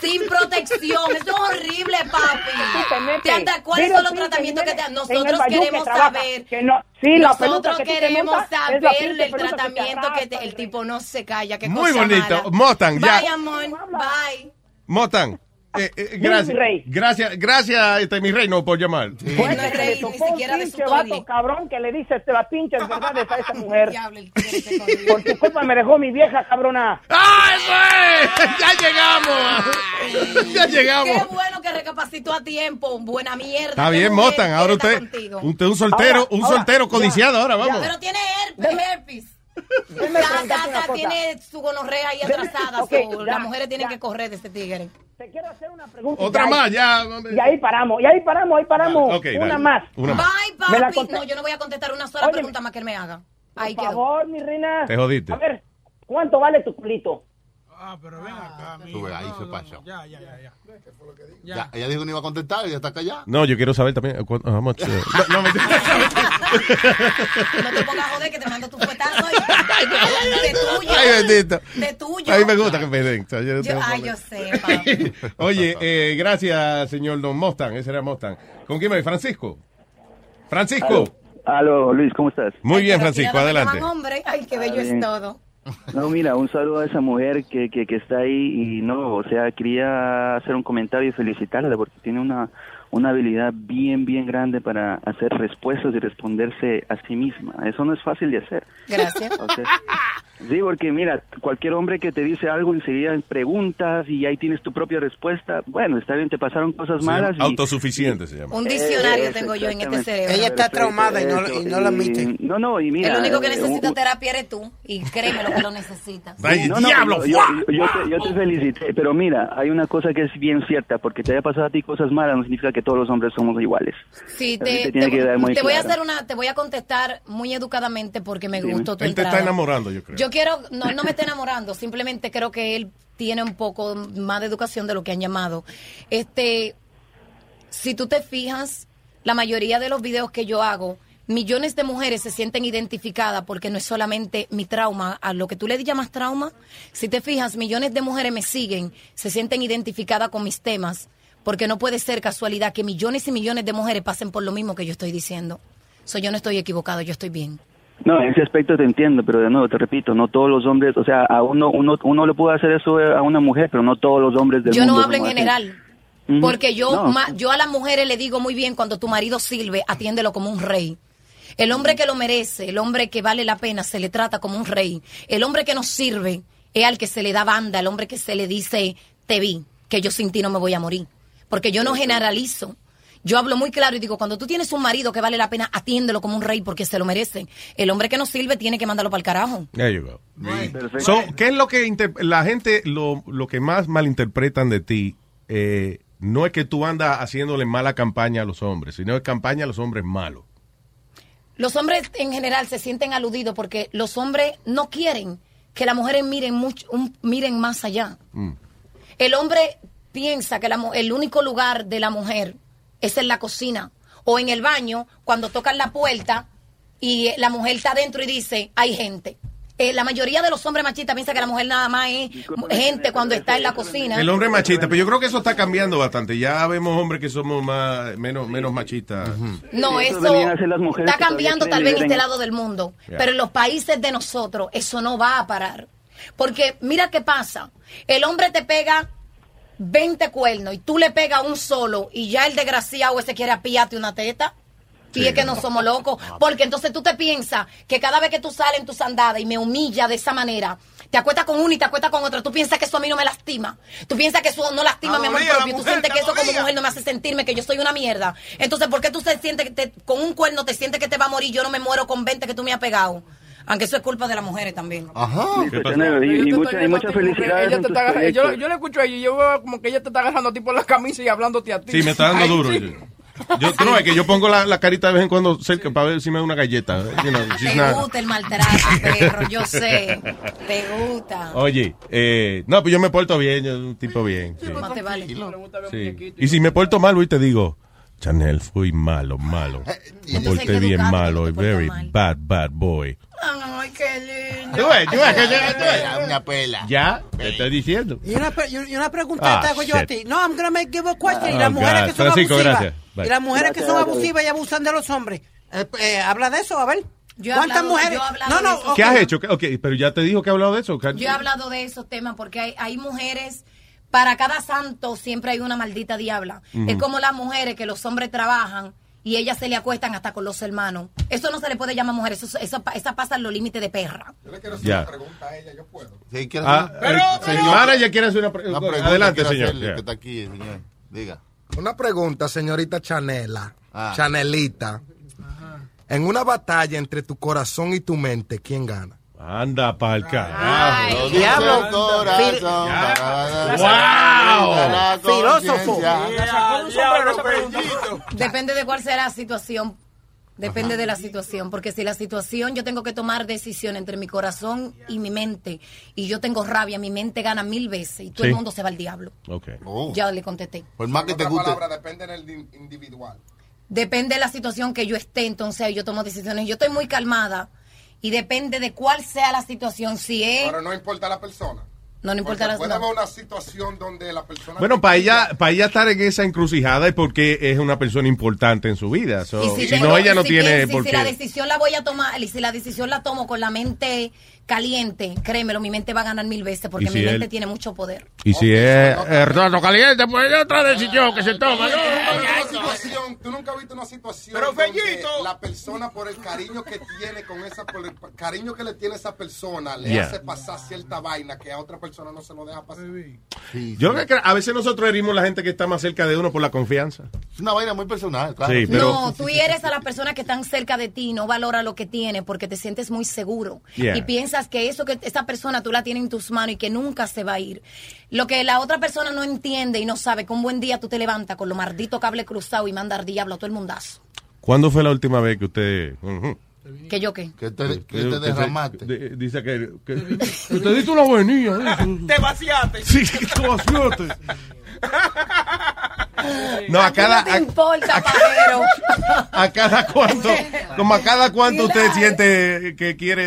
Speaker 25: sin protección. Eso es horrible, papi. Te anda- ¿Cuáles
Speaker 22: Mira,
Speaker 25: son los
Speaker 22: sí,
Speaker 25: tratamientos que te dan?
Speaker 22: en el
Speaker 25: Nosotros
Speaker 22: bayou que
Speaker 25: queremos
Speaker 22: trabaja,
Speaker 25: saber.
Speaker 22: que no- sí, la
Speaker 25: Nosotros
Speaker 22: peluca que tú te
Speaker 25: queremos
Speaker 22: montas es la
Speaker 25: saber
Speaker 22: pinche
Speaker 25: el
Speaker 22: peluca que te
Speaker 25: tratamiento que, te- el tipo no se calla. Qué
Speaker 18: Muy
Speaker 25: cosa
Speaker 18: bonito.
Speaker 25: mala.
Speaker 18: Motan, ya.
Speaker 25: Bye, amor. Bye.
Speaker 18: Motan. eh, eh,
Speaker 25: Dime,
Speaker 18: gracias,
Speaker 25: Ah, mi rey.
Speaker 18: gracias, gracias, este, mi reino, por llamar.
Speaker 22: Fue que le tocó un pinche vato cabrón que le dice te la pinche verdad a esa mujer. Por tu culpa me dejó mi vieja cabrona.
Speaker 18: ¡Ah, eso es! ¡Ya llegamos! ¡Ya llegamos!
Speaker 25: Qué bueno que recapacitó a tiempo. Buena mierda.
Speaker 18: Está
Speaker 25: Qué
Speaker 18: bien,
Speaker 25: mujer
Speaker 18: Motan. Ahora
Speaker 25: está
Speaker 18: usted,
Speaker 25: contigo.
Speaker 18: usted un soltero, un soltero codiciado. ahora vamos.
Speaker 25: Pero tiene herpes. herpes. La
Speaker 22: preguntarte una
Speaker 25: gata
Speaker 22: cosa.
Speaker 25: tiene su gonorrea ahí atrasada.
Speaker 22: Ok,
Speaker 25: so,
Speaker 22: ya,
Speaker 25: las mujeres tienen que correr de este tigre.
Speaker 22: Te quiero hacer una pregunta.
Speaker 18: Otra
Speaker 22: Ya,
Speaker 18: más, ya.
Speaker 22: Y ahí paramos, y ahí paramos, ahí paramos.
Speaker 18: Ok,
Speaker 22: una
Speaker 18: dale.
Speaker 22: más.
Speaker 18: Una más.
Speaker 25: Bye,
Speaker 22: Me la
Speaker 25: papi.
Speaker 22: conté-
Speaker 25: No, yo no voy a contestar una sola pregunta más que él me haga. Ahí
Speaker 22: Por
Speaker 25: quedó.
Speaker 22: favor, mi reina.
Speaker 18: Te jodiste.
Speaker 22: A ver, ¿cuánto vale tu culito?
Speaker 6: Ah, Tú ves, ahí se pasa. Ya, ya, ya. ya. Ella dijo que no iba a contestar y ya está callada.
Speaker 18: No, yo quiero saber también. eh, cu- how much, eh, no, no, mentira.
Speaker 25: No te pongas a joder que te mando tu fuetazo ahí. De tuyo.
Speaker 18: Ay, bendito.
Speaker 25: De tuyo.
Speaker 18: A mí me gusta que me den. o sea, yo no
Speaker 25: Yo-
Speaker 18: tengo
Speaker 25: ay,
Speaker 18: problema.
Speaker 25: yo sé, papá.
Speaker 18: Oye, eh, gracias, señor Don Mostan. Ese era Mostan. ¿Con quién me voy? Francisco. Francisco.
Speaker 23: Aló, Luis, ¿cómo estás?
Speaker 18: Muy bien, Francisco, adelante.
Speaker 25: hombre. Ay, qué bello es
Speaker 23: bien.
Speaker 25: todo.
Speaker 23: No, mira, un saludo a esa mujer que, que, que está ahí y no, o sea, quería hacer un comentario y felicitarla porque tiene una, una habilidad bien, bien grande para hacer respuestas y responderse a sí misma. Eso no es fácil de hacer.
Speaker 25: Gracias.
Speaker 23: Ok. Sí, porque mira, cualquier hombre que te dice algo enseguida preguntas y ahí tienes tu propia respuesta. Bueno, está bien, te pasaron cosas
Speaker 18: Se llama
Speaker 23: malas. y-
Speaker 18: autosuficiente se llama.
Speaker 25: Un diccionario
Speaker 23: Eso,
Speaker 25: tengo yo en este
Speaker 23: exactamente.
Speaker 25: cerebro.
Speaker 2: Ella está
Speaker 23: Perfecto,
Speaker 2: traumada y no- y no la
Speaker 23: eso.
Speaker 2: admite.
Speaker 23: Y- No, no, y mira.
Speaker 25: el único que
Speaker 23: eh,
Speaker 25: necesita
Speaker 23: un-
Speaker 25: terapia eres tú. Y créeme lo que lo necesitas.
Speaker 23: Sí, no, no, Yo, yo- yo te, yo te felicité, pero mira, hay una cosa que es bien cierta, porque te haya pasado a ti cosas malas no significa que todos los hombres somos iguales. Así
Speaker 25: Sí, te,
Speaker 23: te tiene
Speaker 25: te-
Speaker 23: que dar muy
Speaker 25: te voy a
Speaker 23: claro.
Speaker 25: hacer una, te voy a contestar muy educadamente porque me
Speaker 18: Dime.
Speaker 25: gustó tu
Speaker 18: Él te
Speaker 25: entrada.
Speaker 18: está enamorando, yo creo.
Speaker 25: Yo quiero, no, no me está enamorando, simplemente creo que él tiene un poco más de educación de lo que han llamado. Este, si tú te fijas, la mayoría de los videos que yo hago, millones de mujeres se sienten identificadas porque no es solamente mi trauma, a lo que tú le llamas trauma, si te fijas, millones de mujeres me siguen, se sienten identificadas con mis temas, porque no puede ser casualidad que millones y millones de mujeres pasen por lo mismo que yo estoy diciendo. So, yo no estoy equivocado, yo estoy bien.
Speaker 23: No, en ese aspecto te entiendo, pero de nuevo te repito, no todos los hombres, o sea, a uno uno uno le puede hacer eso a una mujer, pero no todos los hombres del
Speaker 25: Yo
Speaker 23: mundo.
Speaker 25: no hablo en
Speaker 23: somos así.
Speaker 25: general,
Speaker 23: Ujú.
Speaker 25: Porque yo,
Speaker 23: No.
Speaker 25: ma- yo a las mujeres le digo muy bien, cuando tu marido sirve, atiéndelo como un rey. El hombre que lo merece, el hombre que vale la pena, se le trata como un rey. El hombre que no sirve es al que se le da banda, el hombre que se le dice, te vi, que yo sin ti no me voy a morir. Porque yo no generalizo. Yo hablo muy claro y digo, cuando tú tienes un marido que vale la pena, atiéndelo como un rey porque se lo merece. El hombre que no sirve tiene que mandarlo para el carajo.
Speaker 18: There you go. So, ¿Qué es lo que inter- la gente, lo, lo que más malinterpretan de ti? eh, no es que tú andas haciéndole mala campaña a los hombres, sino es campaña a los hombres malos.
Speaker 25: Los hombres en general se sienten aludidos porque los hombres no quieren que las mujeres miren mucho, un- miren más allá.
Speaker 3: Mm.
Speaker 25: El hombre piensa que la mu- el único lugar de la mujer es en la cocina o en el baño cuando tocan la puerta y eh, la mujer está adentro y dice, hay gente. Eh, la mayoría de los hombres machistas piensan que la mujer nada más es gente cuando está en la cocina.
Speaker 18: El hombre es machista, pero yo creo que eso está cambiando bastante. Ya vemos hombres que somos más menos menos machistas.
Speaker 25: No,
Speaker 23: Eso
Speaker 25: eso
Speaker 23: deberían hacer las mujeres
Speaker 25: está
Speaker 23: que todavía
Speaker 25: cambiando
Speaker 23: quieren
Speaker 25: tal vez en
Speaker 23: vivir
Speaker 25: este
Speaker 23: en-
Speaker 25: lado del mundo,
Speaker 23: Ya.
Speaker 25: pero en los países de nosotros eso no va a parar. Porque mira qué pasa, el hombre te pega 20 cuernos y tú le pegas un solo y ya el desgraciado ese quiere apiarte una teta. Y
Speaker 3: Sí, Ah.
Speaker 25: es que no
Speaker 3: no.
Speaker 25: somos locos, porque entonces tú te piensas que cada vez que tú sales en tus andadas y me humilla de esa manera, te acuestas con una y te acuestas con otra, tú piensas que eso a mí no me lastima, tú piensas que eso no lastima
Speaker 3: La
Speaker 25: mi amor
Speaker 3: dolía, la
Speaker 25: propio, tú
Speaker 3: Ah, mujer,
Speaker 25: sientes
Speaker 3: la
Speaker 25: que eso como
Speaker 3: dolía.
Speaker 25: mujer no me hace sentirme que yo soy una mierda. Entonces, ¿por qué tú se sientes que te- con un cuerno te sientes que te va a morir? Yo no me muero con 20 que tú me has pegado. Aunque eso es culpa de las mujeres también.
Speaker 23: Listo, Chanel,
Speaker 5: Yo
Speaker 23: y, y
Speaker 5: te
Speaker 23: mucha-
Speaker 5: estoy
Speaker 23: y muchas
Speaker 5: viendo como que
Speaker 23: felicidades.
Speaker 5: ella
Speaker 23: en
Speaker 5: te
Speaker 23: tus
Speaker 5: está agarra- yo,
Speaker 23: proyectos.
Speaker 5: yo la escucho a ella y yo veo como que ella te está agarrando tipo la camisa y hablándote a ti.
Speaker 18: Sí, me está dando
Speaker 5: Ay,
Speaker 18: duro.
Speaker 5: sí.
Speaker 18: Yo, yo- tú no es que yo pongo la, la carita de vez en cuando cerca para ver si me da una galleta. You know, she's
Speaker 25: Te
Speaker 18: not-
Speaker 25: gusta el maltrato, perro, yo sé. Te gusta.
Speaker 18: Oye, eh, no, pues yo me porto bien, yo soy un tipo bien. sí.
Speaker 25: Más te vale.
Speaker 18: Sí. Y si me porto mal, hoy te digo, Chanel, fui malo, malo. Me
Speaker 25: Entonces hay
Speaker 18: porté
Speaker 25: que
Speaker 18: bien
Speaker 25: educarlo
Speaker 18: malo, very bad, bad boy.
Speaker 25: Ay, qué lindo.
Speaker 3: Tú ves, tú ves, que llega, tú ves.
Speaker 6: Una pela.
Speaker 18: Ya, te estoy diciendo.
Speaker 2: Y una, pre- y una- y una pregunta
Speaker 18: Ah,
Speaker 2: te hago yo a
Speaker 18: shit.
Speaker 2: ti. No, I'm gonna make give a question. y
Speaker 18: Oh,
Speaker 2: las mujeres que
Speaker 18: God.
Speaker 2: son
Speaker 18: Francisco,
Speaker 2: abusivas.
Speaker 18: gracias. Bye.
Speaker 2: Y las mujeres que son
Speaker 18: Gracias.
Speaker 2: abusivas y abusan de los hombres. Eh, eh, habla de eso, a ver.
Speaker 25: Yo he
Speaker 2: ¿Cuántas
Speaker 25: hablado-
Speaker 2: mujeres?
Speaker 25: yo he hablado
Speaker 2: no,
Speaker 25: de
Speaker 2: no.
Speaker 25: eso.
Speaker 2: ok.
Speaker 18: ¿Qué has hecho? ¿Qué- Ok, pero ya te dijo que ha hablado de eso.
Speaker 25: Yo he hablado de esos temas porque hay, hay mujeres, para cada santo siempre hay una maldita diabla.
Speaker 18: Ujú.
Speaker 25: Es como las mujeres que los hombres trabajan y ellas se le acuestan hasta con los hermanos. Eso no se le puede llamar mujer, eso, eso, esa pasa en los límites de perra.
Speaker 18: Ya.
Speaker 6: Sí, quiero
Speaker 18: Ah,
Speaker 6: hacer-
Speaker 18: eh, Señora, ya quiere hacer una pre-
Speaker 6: Una pregunta
Speaker 18: Adelante,
Speaker 6: quiero
Speaker 18: señor.
Speaker 6: hacerle,
Speaker 18: Ya.
Speaker 6: que está aquí, señor. Diga.
Speaker 29: Una pregunta, señorita Chanela.
Speaker 6: Ah.
Speaker 29: Chanelita. En una batalla entre tu corazón y tu mente, ¿quién gana?
Speaker 18: Anda pa'l
Speaker 29: Ay.
Speaker 18: carajo.
Speaker 29: Diablo.
Speaker 6: Dice el corazón,
Speaker 29: Fil-
Speaker 6: para- para- para-
Speaker 18: ¡Wow!
Speaker 6: para-
Speaker 25: Filósofo.
Speaker 6: conciencia.
Speaker 25: Depende de cuál será la situación. Depende de la situación, porque si la situación yo tengo que tomar decisión entre mi corazón y mi mente, y yo tengo rabia, mi mente gana mil veces y todo el
Speaker 6: Sí.
Speaker 25: mundo se va al diablo.
Speaker 18: Ok.
Speaker 20: Oh.
Speaker 25: Ya le contesté.
Speaker 6: Por más que te guste.
Speaker 29: depende del individual.
Speaker 25: Depende de la situación que yo esté, entonces ahí yo tomo decisiones. Yo estoy muy calmada y depende de cuál sea la situación, si es...
Speaker 20: Pero no importa la persona.
Speaker 25: No, no importa
Speaker 20: Porque
Speaker 25: la
Speaker 20: Puede
Speaker 25: situación.
Speaker 20: haber una situación donde la persona.
Speaker 18: Bueno, para ella, para ella estar en esa encrucijada es porque es una persona importante en su vida. So,
Speaker 25: Y
Speaker 18: si
Speaker 25: tengo-
Speaker 18: no, ella
Speaker 25: y
Speaker 18: no
Speaker 25: si
Speaker 18: tiene
Speaker 25: pienso- y
Speaker 18: por
Speaker 25: Si la
Speaker 18: qué.
Speaker 25: decisión la voy a tomar, y si la decisión la tomo con la mente caliente, créemelo, mi mente va a ganar mil veces porque
Speaker 18: Y si
Speaker 25: mi
Speaker 18: él-
Speaker 25: mente tiene mucho poder.
Speaker 18: Y si es Hernando Caliente, pues hay otra decisión que se toma,
Speaker 20: Tú nunca has
Speaker 18: ¿no?
Speaker 20: visto una situación- Tú nunca has visto una situación donde la persona por el cariño que tiene con esa por el cariño que le tiene esa persona le
Speaker 18: Yeah.
Speaker 20: hace pasar cierta vaina que a otra persona no se lo deja pasar.
Speaker 18: Yo creo que a veces nosotros herimos la gente que está más cerca de uno por la confianza.
Speaker 6: Es una vaina muy personal,
Speaker 18: claro. Sí, pero-
Speaker 25: no, tú hieres a las personas que están cerca de ti, no valora lo que tiene porque te sientes muy seguro
Speaker 14: Yeah.
Speaker 25: y piensas que eso que esa persona tú la tienes en tus manos y que nunca se va a ir. Lo que la otra persona no entiende y no sabe, que un buen día tú te levantas con lo maldito cable cruzado y manda al diablo a todo el mundazo.
Speaker 18: ¿Cuándo fue la última vez que usted... ujú,
Speaker 25: Que yo qué?
Speaker 6: Que
Speaker 18: usted-
Speaker 6: que te
Speaker 18: usted-
Speaker 6: derramaste.
Speaker 18: de- Dice que... que usted dice una buenilla.
Speaker 30: Te vaciaste.
Speaker 18: ¿eh? Sí, te vaciaste. No, a cada...
Speaker 25: No te
Speaker 18: a-
Speaker 25: importa, pajero.
Speaker 18: a cada cuánto, como a cada cuánto usted siente que quiere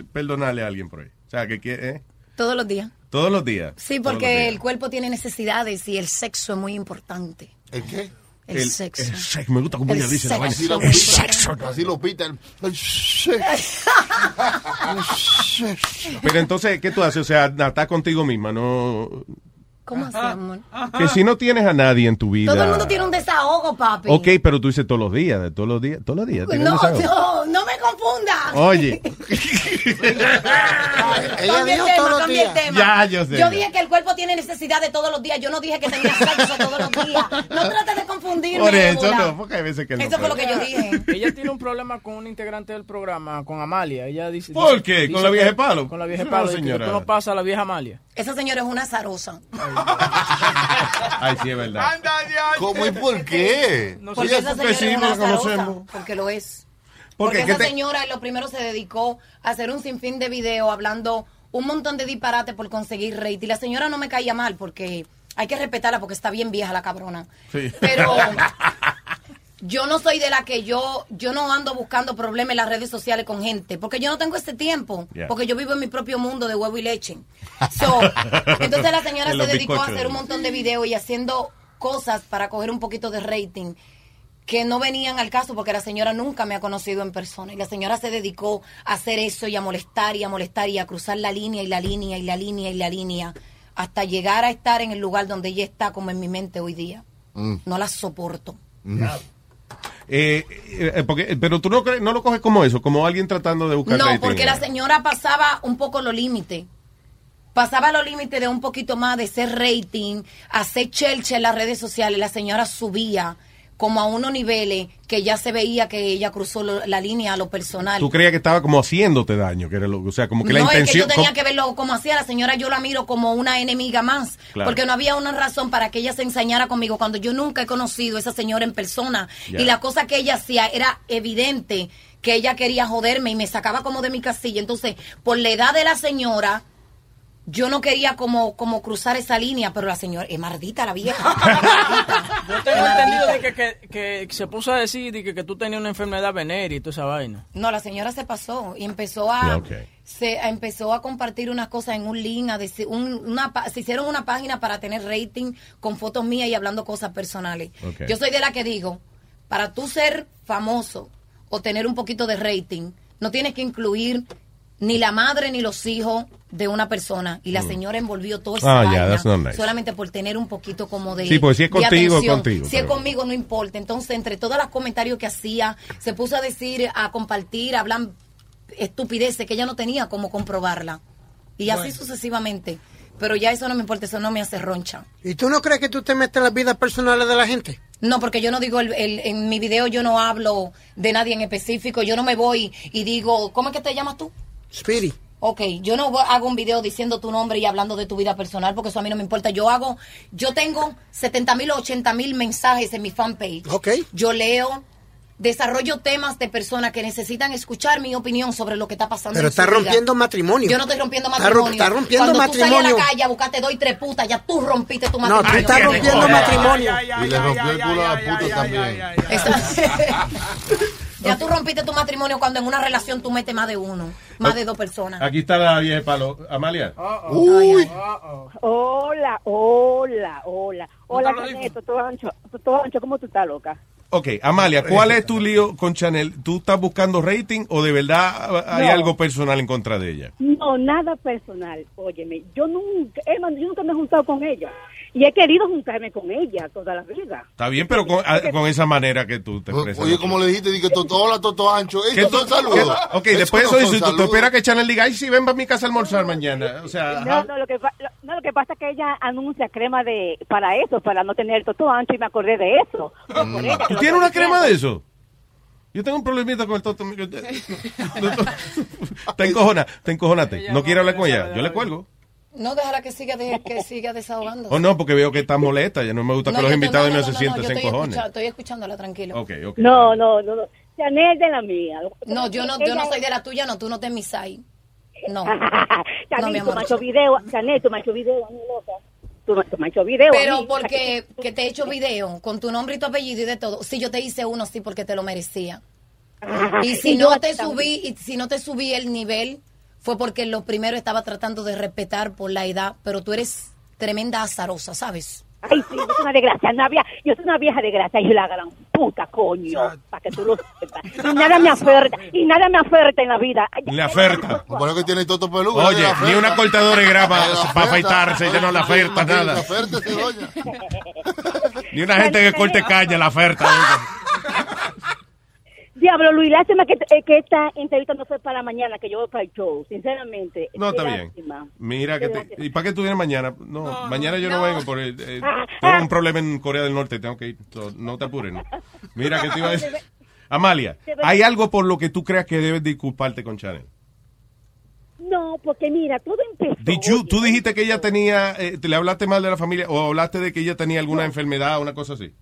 Speaker 18: eh, perdonarle a alguien por ahí. O sea, que quiere, ¿eh?
Speaker 25: Todos los días.
Speaker 18: Todos los días.
Speaker 25: Sí,
Speaker 18: Todos los
Speaker 25: porque
Speaker 18: días.
Speaker 25: el cuerpo tiene necesidades y el sexo es muy importante.
Speaker 6: ¿El qué?
Speaker 25: El, sexo.
Speaker 18: el sexo, me gusta como
Speaker 25: El
Speaker 18: ella dice la
Speaker 6: Así
Speaker 18: vaina.
Speaker 6: lo
Speaker 18: El
Speaker 6: pita,
Speaker 18: sexo.
Speaker 6: Así lo pita. el- el sexo. El sexo.
Speaker 18: Pero entonces, ¿qué tú haces? O sea, estás contigo misma, no...
Speaker 25: ¿Cómo así, amor?
Speaker 18: Que si no tienes a nadie en tu vida...
Speaker 25: Ah. Todo el mundo tiene un desahogo, papi.
Speaker 18: Ok, pero tú dices todos los días, de todos los días, todos los días. tienes
Speaker 25: No,
Speaker 18: desahogo.
Speaker 25: no, no me confunda.
Speaker 18: Oye,
Speaker 25: Cambia el
Speaker 2: dijo
Speaker 25: tema,
Speaker 2: todos los
Speaker 25: cambia el
Speaker 2: días.
Speaker 25: tema.
Speaker 18: Ya, yo sé.
Speaker 25: Yo dije que el cuerpo tiene necesidad de todos los días. Yo no dije que tenía sexo todos los días. No trates de confundirme.
Speaker 18: por eso
Speaker 25: Débora.
Speaker 18: no, porque hay veces que no.
Speaker 25: Eso fue lo que yo dije.
Speaker 5: Ella tiene un problema con un integrante del programa, con Amalia. Ella dice, dice-
Speaker 18: ¿Por qué? ¿Con
Speaker 5: dice
Speaker 18: la vieja
Speaker 5: que-
Speaker 18: de palo?
Speaker 5: Con la vieja de
Speaker 18: No,
Speaker 5: palo. dice que
Speaker 18: señora.
Speaker 5: Tú no pasas a la vieja Amalia.
Speaker 25: Esa señora es una zarosa.
Speaker 18: Ay, sí, es verdad.
Speaker 6: ¿Cómo y por qué?
Speaker 18: No
Speaker 25: Porque
Speaker 18: sé,
Speaker 25: esa
Speaker 18: porque
Speaker 25: señora
Speaker 18: sí,
Speaker 25: es una
Speaker 18: porque lo
Speaker 25: azarosa,
Speaker 18: conocemos.
Speaker 25: Porque lo es.
Speaker 18: Porque
Speaker 25: Porque,
Speaker 18: que
Speaker 25: esa
Speaker 18: te-
Speaker 25: señora lo primero se dedicó a hacer un sinfín de videos hablando un montón de disparates por conseguir rating. La señora no me caía mal porque hay que respetarla porque está bien vieja la cabrona.
Speaker 14: Sí.
Speaker 25: Pero yo no soy de la que yo yo no ando buscando problemas en las redes sociales con gente porque yo no tengo este tiempo
Speaker 14: Yeah.
Speaker 25: porque yo vivo en mi propio mundo de huevo y leche. So, entonces la señora
Speaker 14: En
Speaker 25: se
Speaker 14: los
Speaker 25: dedicó a
Speaker 14: bizcochos.
Speaker 25: hacer un montón de videos y haciendo cosas para coger un poquito de rating que no venían al caso porque la señora nunca me ha conocido en persona y la señora se dedicó a hacer eso y a molestar y a molestar y a cruzar la línea y la línea y la línea y la línea hasta llegar a estar en el lugar donde ella está como en mi mente hoy día.
Speaker 18: Mm.
Speaker 25: No la soporto.
Speaker 18: Eh, eh, porque, pero tú no, crees- no lo coges como eso, como alguien tratando de buscar
Speaker 25: No,
Speaker 18: rating. eh.
Speaker 25: porque la señora pasaba un poco los límites. Pasaba los límites de un poquito más de ser rating, hacer chelche en las redes sociales. La señora subía como a unos niveles que ya se veía que ella cruzó lo- la línea a lo personal.
Speaker 18: Tú creías que estaba como haciéndote daño, que era lo, o sea, como que la
Speaker 25: no, es que yo
Speaker 18: intención...
Speaker 25: tenía
Speaker 18: como-
Speaker 25: que verlo como hacía la señora, yo la miro como una enemiga más,
Speaker 18: Claro.
Speaker 25: porque no había una razón para que ella se ensañara conmigo cuando yo nunca he conocido a esa señora en persona
Speaker 14: Ya.
Speaker 25: y la cosa que ella hacía era evidente que ella quería joderme y me sacaba como de mi casilla. Entonces, por la edad de la señora, Yo no quería como, como cruzar esa línea, pero la señora, es mardita la vieja.
Speaker 5: Yo tengo entendido de que, que- que se puso a decir de que, que tú tenías una enfermedad venérea y toda esa vaina.
Speaker 25: No, la señora se pasó y empezó a,
Speaker 5: Ah.
Speaker 25: se a- empezó a compartir unas cosas en un link, a decir, un- una, pa- se hicieron una página para tener rating con fotos mías y hablando cosas personales.
Speaker 14: Ok.
Speaker 25: Yo soy de la que digo, para tú ser famoso o tener un poquito de rating, no tienes que incluir ni la madre ni los hijos de una persona. Y la
Speaker 18: Mm.
Speaker 25: señora envolvió toda esa
Speaker 18: Ah, yeah,
Speaker 25: vaina
Speaker 18: that's not nice.
Speaker 25: solamente por tener un poquito como de
Speaker 18: Sí, pues, si es
Speaker 25: de
Speaker 18: contigo,
Speaker 25: atención.
Speaker 18: contigo,
Speaker 25: Si es
Speaker 18: pero-
Speaker 25: conmigo, no importa. Entonces, entre todos los comentarios que hacía, se puso a decir, a compartir, a hablar estupideces que ella no tenía como comprobarla. Y así
Speaker 2: Bueno.
Speaker 25: sucesivamente. Pero ya eso no me importa, eso no me hace roncha.
Speaker 2: ¿Y tú no crees que tú te metes en las vidas personales de la gente?
Speaker 25: No, porque yo no digo, el- el- en mi video yo no hablo de nadie en específico, yo no me voy y digo, ¿cómo es que te llamas tú?
Speaker 2: Speedy.
Speaker 25: Ok, yo no hago un video diciendo tu nombre y hablando de tu vida personal porque eso a mí no me importa. Yo hago, yo tengo 70 mil o 80 mil mensajes en mi fanpage.
Speaker 2: Ok.
Speaker 25: Yo leo, desarrollo temas de personas que necesitan escuchar mi opinión sobre lo que está pasando.
Speaker 2: Pero
Speaker 25: en su
Speaker 2: está
Speaker 25: vida.
Speaker 2: rompiendo matrimonio.
Speaker 25: Yo no estoy rompiendo
Speaker 2: Está rom-
Speaker 25: matrimonio.
Speaker 2: está rompiendo
Speaker 25: Cuando tú salí a
Speaker 2: matrimonio.
Speaker 25: la calle a buscar, te doy tres putas, ya tú rompiste tu
Speaker 2: No,
Speaker 25: matrimonio.
Speaker 2: tú estás rompiendo matrimonio.
Speaker 6: Y le rompió el culo a la puta también.
Speaker 25: Ya tú rompiste tu matrimonio cuando en una relación tú metes más de uno, más de dos personas.
Speaker 18: Aquí está la vieja de palo. Amalia.
Speaker 21: Uy. Hola, oh. hola, hola. Hola,
Speaker 31: lo
Speaker 21: Caneto, todo ancho, todo ancho, ¿cómo tú estás, loca?
Speaker 18: Ok, Amalia, ¿cuál es tu lío con Chanel? ¿Tú estás buscando rating o de verdad hay
Speaker 21: No.
Speaker 18: algo personal en contra de ella?
Speaker 21: No, nada personal. Óyeme, yo nunca, es más, yo nunca me he juntado con ella. Y he querido juntarme con ella toda la vida.
Speaker 18: Está bien, pero con, a- con esa manera que tú te expresas.
Speaker 6: Oye, como le dijiste, dije, "Toto, hola, Toto Ancho.
Speaker 18: ¿Qué
Speaker 6: Eso
Speaker 18: tú-
Speaker 6: son saludos.
Speaker 18: qué- ok, después
Speaker 6: no
Speaker 18: de eso,
Speaker 6: son
Speaker 18: si tú- tú
Speaker 6: saludos.
Speaker 18: esperas que Chanel diga, ay, sí, ven para mi casa a almorzar mañana. O sea,
Speaker 21: No, no, lo que, pa- lo- no, lo que pasa es que ella anuncia crema de para eso, para no tener todo ancho y me acordé de eso.
Speaker 18: ¿tú tienes una crema de eso? Yo tengo un problemita con el toto. Te encojona, te encojonate. No quiero hablar con ella. Yo le cuelgo.
Speaker 25: No, déjala que siga, de- que siga desahogando.
Speaker 18: O Oh, no, porque veo que estás molesta. Ya no me gusta
Speaker 25: No,
Speaker 18: que
Speaker 25: yo
Speaker 18: los
Speaker 25: te-
Speaker 18: invitados no,
Speaker 25: no,
Speaker 18: se
Speaker 25: no,
Speaker 18: sienten,
Speaker 25: yo
Speaker 18: se
Speaker 25: estoy
Speaker 18: encojonen.
Speaker 25: escucha- Estoy escuchándola, tranquilo.
Speaker 18: Ok, ok.
Speaker 21: No, no, no, no. Chanel es de la mía.
Speaker 25: No, yo no, yo
Speaker 21: Ella-
Speaker 25: no soy de la tuya, no, tú no te misai. No. No, mi
Speaker 21: Chanel, tu
Speaker 25: amor.
Speaker 21: macho video, Chanel, tu macho video, mi loca. Tu, ma- tu macho video. a
Speaker 25: Pero
Speaker 21: mí.
Speaker 25: porque que te he hecho video con tu nombre y tu apellido y de todo. Sí, yo te hice uno, sí, porque te lo merecía. Y si
Speaker 21: Y yo
Speaker 25: no te
Speaker 21: también.
Speaker 25: subí, y si no te subí el nivel, fue porque lo primero estaba tratando de respetar por la edad, pero tú eres tremenda azarosa, ¿sabes?
Speaker 21: Ay, sí, es una desgracia. Una vieja, yo soy una vieja desgracia. Y yo la gran puta, coño. Para que tú lo sepas. Y nada me oferta. Y nada me oferta en la vida. Ay,
Speaker 18: La oferta.
Speaker 6: Bueno, que tiene Toto Peludo.
Speaker 18: Oye, ni una cortadora de grapa
Speaker 6: La oferta.
Speaker 18: para afeitarse, ya no la oferta nada. Ni una gente que corte calle la oferta.
Speaker 21: Ah, Diablo, Luis, lástima que, eh, que esta entrevista no fue para mañana, que yo voy para el show. Sinceramente.
Speaker 18: No,
Speaker 21: Qué
Speaker 18: está bien.
Speaker 21: lástima.
Speaker 18: Mira, que te- ¿y para qué tú vienes mañana? No, mañana yo no, vengo por el- eh,
Speaker 21: Ah,
Speaker 18: tengo un problema en Corea del Norte, tengo que ir. So, No te apures. no. Mira, que te iba a decir. Amalia, ¿hay algo por lo que tú creas que debes disculparte con Chanel?
Speaker 21: No, porque mira, todo empezó.
Speaker 18: Did you- ¿Tú dijiste que ella tenía, eh, te le hablaste mal de la familia o hablaste de que ella tenía alguna enfermedad o una cosa así?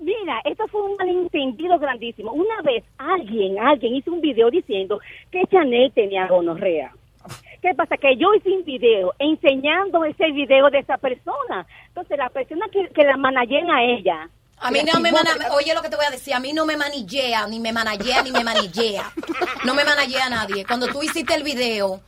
Speaker 21: Mira, esto fue un malentendido grandísimo. Una vez alguien, alguien hizo un video diciendo que Chanel tenía gonorrea. ¿Qué pasa? Que yo hice un video enseñando ese video de esa persona. Entonces, la persona que, que la manayen a ella.
Speaker 25: A mí no me mana- oye lo que te voy a decir, a mí no me manillea, ni me manallea, ni me manillea. No me manallea a nadie. Cuando tú hiciste el video,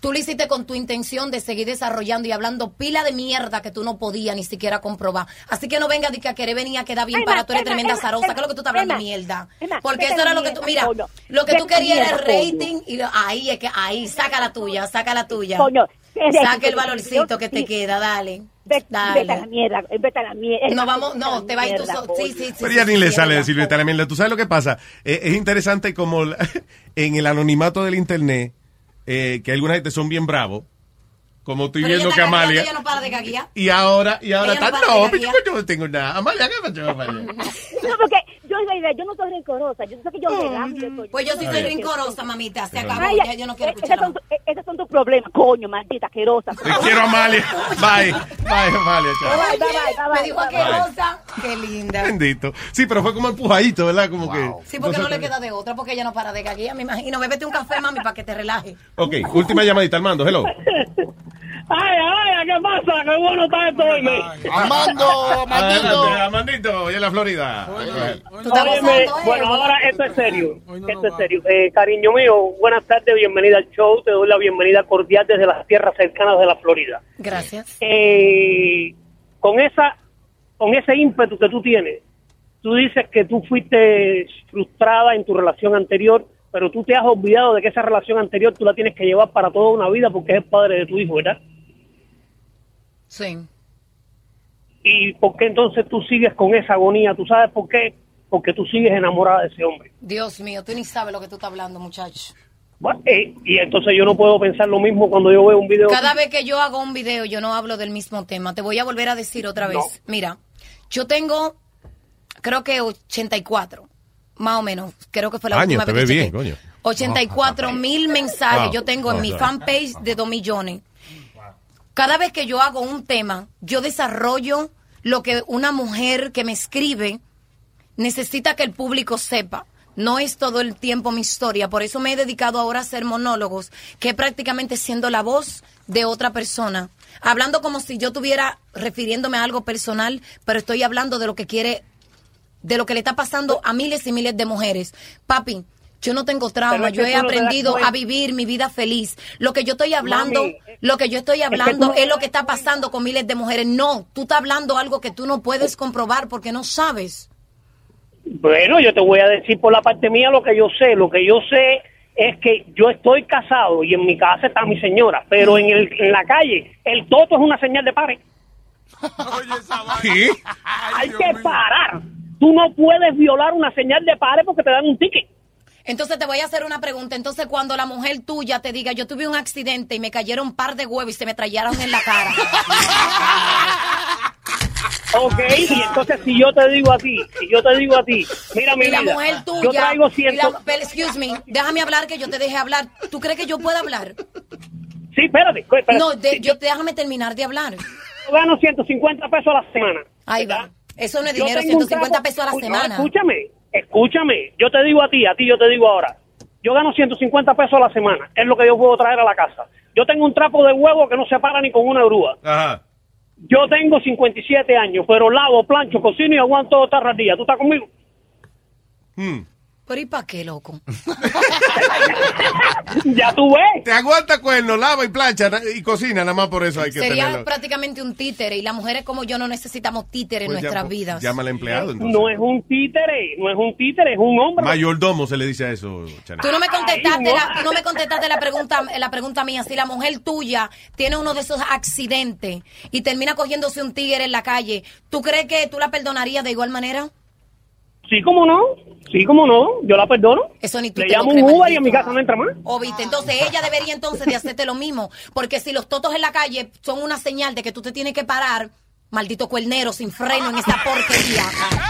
Speaker 25: tú lo hiciste con tu intención de seguir desarrollando y hablando pila de mierda que tú no podías ni siquiera comprobar. Así que no vengas de que a querer venir a quedar bien
Speaker 21: Emma,
Speaker 25: para tú eres
Speaker 21: Emma,
Speaker 25: tremenda
Speaker 21: Emma,
Speaker 25: zarosa.
Speaker 21: Emma,
Speaker 25: ¿Qué es lo que tú estás hablando
Speaker 21: Emma,
Speaker 25: mierda?
Speaker 21: Emma,
Speaker 25: Porque
Speaker 21: vete
Speaker 25: eso era lo que
Speaker 21: mierda,
Speaker 25: tú, mira,
Speaker 21: coño.
Speaker 25: lo que tú
Speaker 21: Vete
Speaker 25: querías era el
Speaker 21: mierda, coño.
Speaker 25: rating y lo- ahí es que ahí, saca la tuya, saca la tuya.
Speaker 21: Coño, es de-
Speaker 25: Saca el valorcito que te
Speaker 21: Sí.
Speaker 25: queda, dale.
Speaker 21: Vete a la
Speaker 25: Dale.
Speaker 21: mierda, eh, vete a la mierda.
Speaker 25: No vamos, no, te va a ir tú
Speaker 21: Mierda,
Speaker 25: so- Sí, sí, sí.
Speaker 18: Pero
Speaker 25: sí,
Speaker 18: ya
Speaker 25: sí,
Speaker 18: ni le
Speaker 25: sí,
Speaker 18: sale
Speaker 25: es
Speaker 18: decirle tal mierda. ¿Tú sabes lo que pasa? Eh, es interesante como la- en el anonimato del internet, eh, que alguna gente son bien bravos, como estoy
Speaker 25: Pero
Speaker 18: viendo
Speaker 25: ella
Speaker 18: que
Speaker 25: está gagueando,
Speaker 18: Amalia...
Speaker 25: ella no para de gaguear.
Speaker 18: Y ahora, y ahora
Speaker 25: Ella no
Speaker 18: está,
Speaker 25: para de
Speaker 18: no,
Speaker 25: gaguear.
Speaker 18: picho, yo no tengo nada. Amalia, ¿qué pasó, Amalia?
Speaker 21: No, porque yo, mira, yo no soy rencorosa. Yo sé que yo me rajo, yo soy-
Speaker 25: Pues yo sí
Speaker 18: Está
Speaker 25: soy
Speaker 18: bien.
Speaker 25: rincorosa, mamita. Se
Speaker 18: Ajá.
Speaker 25: acabó.
Speaker 21: Ay,
Speaker 25: ya yo no quiero
Speaker 21: eh,
Speaker 25: escuchar.
Speaker 21: esos son, tu- eh, esos son tus problemas, coño, maldita asquerosa.
Speaker 18: Te quiero, Amalia. Bye, bye, Amalia, chao.
Speaker 21: Oye,
Speaker 25: me dijo asquerosa. Qué linda.
Speaker 18: Bendito. Sí, pero fue como empujadito, ¿verdad? Como que...
Speaker 25: Sí, porque no le
Speaker 18: sé-
Speaker 25: queda de otra, porque ella no para de gaguear, me imagino. Bébete un café, mami, para que te relaje.
Speaker 18: Ok, última llamadita, Armando, hello.
Speaker 22: ¡Ay, ay! ¿Qué pasa? ¡Qué bueno está esto, oíme!
Speaker 6: ¡Amando!
Speaker 18: Amandito. Amandito, hoy en la Florida.
Speaker 22: Óyeme,
Speaker 25: ¿eh?
Speaker 22: bueno, ahora esto es serio. esto es serio. Eh, cariño mío, buenas tardes, bienvenida al show. Te doy la bienvenida cordial desde las tierras cercanas de la Florida.
Speaker 25: Gracias.
Speaker 22: Eh, con esa con ese ímpetu que tú tienes, tú dices que tú fuiste frustrada en tu relación anterior, pero tú te has olvidado de que esa relación anterior tú la tienes que llevar para toda una vida porque es el padre de tu hijo, ¿verdad?
Speaker 25: Sí.
Speaker 22: ¿Y por qué entonces tú sigues con esa agonía? ¿Tú sabes por qué? Porque tú sigues enamorada de ese hombre.
Speaker 25: Dios mío, tú ni sabes lo que tú estás hablando, muchacho.
Speaker 22: Bueno, eh, y entonces yo no puedo pensar lo mismo cuando yo veo un video.
Speaker 25: Cada vez que yo hago un video, yo no hablo del mismo tema. Te voy a volver a decir otra vez.
Speaker 22: No.
Speaker 25: Mira, yo tengo, creo que 84, más o menos. Creo que fue la
Speaker 3: Año,
Speaker 25: última
Speaker 3: te
Speaker 25: vez
Speaker 3: ve
Speaker 25: que
Speaker 3: bien,
Speaker 25: chequeé.
Speaker 3: coño.
Speaker 25: 84 mil mensajes
Speaker 3: Wow.
Speaker 25: yo tengo en
Speaker 3: Wow.
Speaker 25: mi fanpage de 2 millones. Cada vez que yo hago un tema, yo desarrollo lo que una mujer que me escribe necesita que el público sepa. No es todo el tiempo mi historia, por eso me he dedicado ahora a hacer monólogos, que prácticamente siendo la voz de otra persona, hablando como si yo estuviera refiriéndome a algo personal, pero estoy hablando de lo que quiere de lo que le está pasando a miles y miles de mujeres. Papi, yo no tengo
Speaker 22: Pero
Speaker 25: trauma,
Speaker 22: es que
Speaker 25: yo he
Speaker 22: tú no te das
Speaker 25: aprendido
Speaker 22: cuenta.
Speaker 25: a vivir mi vida feliz. Lo que yo estoy hablando,
Speaker 22: Mami,
Speaker 25: lo que yo estoy
Speaker 22: es que tú
Speaker 25: hablando
Speaker 22: no
Speaker 25: es,
Speaker 22: te
Speaker 25: lo que está pasando con miles de mujeres. No, tú estás hablando algo que tú no puedes comprobar porque no sabes.
Speaker 22: Bueno, yo te voy a decir por la parte mía lo que yo sé. Lo que yo sé es que yo estoy casado y en mi casa está mi señora, pero en, el, en la calle el toto es una señal de pare. Hay que parar. Tú no puedes violar una señal de pare porque te dan un ticket.
Speaker 25: Entonces te voy a hacer una pregunta. Entonces cuando la mujer tuya te diga, yo tuve un accidente y me cayeron un par de huevos y se me trallaron en la cara.
Speaker 22: Ok, y entonces si yo te digo a ti, si yo te digo a ti, mira mi
Speaker 25: y la
Speaker 22: vida,
Speaker 25: mujer tuya.
Speaker 22: yo traigo
Speaker 25: y la-
Speaker 22: ciento...
Speaker 25: pero, excuse me, déjame hablar que yo te dejé hablar. ¿Tú crees que yo puedo hablar?
Speaker 22: Sí, espérate, pues, espérate.
Speaker 25: No, de- yo, déjame terminar de hablar.
Speaker 22: yo gano 150 pesos a la semana.
Speaker 25: Ahí va. Eso no es
Speaker 22: Yo
Speaker 25: dinero,
Speaker 22: tengo un
Speaker 25: 150
Speaker 22: trapo-
Speaker 25: pesos a la
Speaker 22: Oye,
Speaker 25: semana.
Speaker 22: Escúchame, escúchame. Yo te digo a ti, a ti yo te digo ahora. Yo gano 150 pesos a la semana. Es lo que yo puedo traer a la casa. Yo tengo un trapo de huevo que no se para ni con una grúa.
Speaker 3: Ah,
Speaker 22: Yo tengo 57 años, pero lavo, plancho, cocino y aguanto otra ratilla. ¿Tú estás conmigo?
Speaker 25: Pero ¿y para qué, loco?
Speaker 22: ya tú ves.
Speaker 18: Te aguanta cuerno, lava y plancha na- y cocina, nada más por eso hay que
Speaker 25: Sería
Speaker 18: tenerlo.
Speaker 25: prácticamente un títere y las mujeres como yo no necesitamos títere en
Speaker 18: Pues ya,
Speaker 25: nuestras
Speaker 18: pues,
Speaker 25: vidas.
Speaker 18: Llama al empleado. entonces.
Speaker 22: No es un títere, no es un títere, es un hombre.
Speaker 18: Mayordomo se le dice a eso, Chanel.
Speaker 25: Tú no me contestaste,
Speaker 22: Ay,
Speaker 25: la,
Speaker 22: no.
Speaker 25: tú no me contestaste la pregunta, la pregunta mía. Si la mujer tuya tiene uno de esos accidentes y termina cogiéndose un tigre en la calle, ¿tú crees que tú la perdonarías de igual manera?
Speaker 22: Sí, cómo no. Sí, cómo no. Yo la perdono.
Speaker 25: Eso ni tú
Speaker 22: Le
Speaker 25: te lo
Speaker 22: llamo un
Speaker 25: crees,
Speaker 22: Uber y
Speaker 25: maldito.
Speaker 22: en mi casa no entra más.
Speaker 25: O viste, entonces ella debería entonces de hacerte lo mismo, porque si los totos en la calle son una señal de que tú te tienes que parar, maldito cuernero sin freno en esa porquería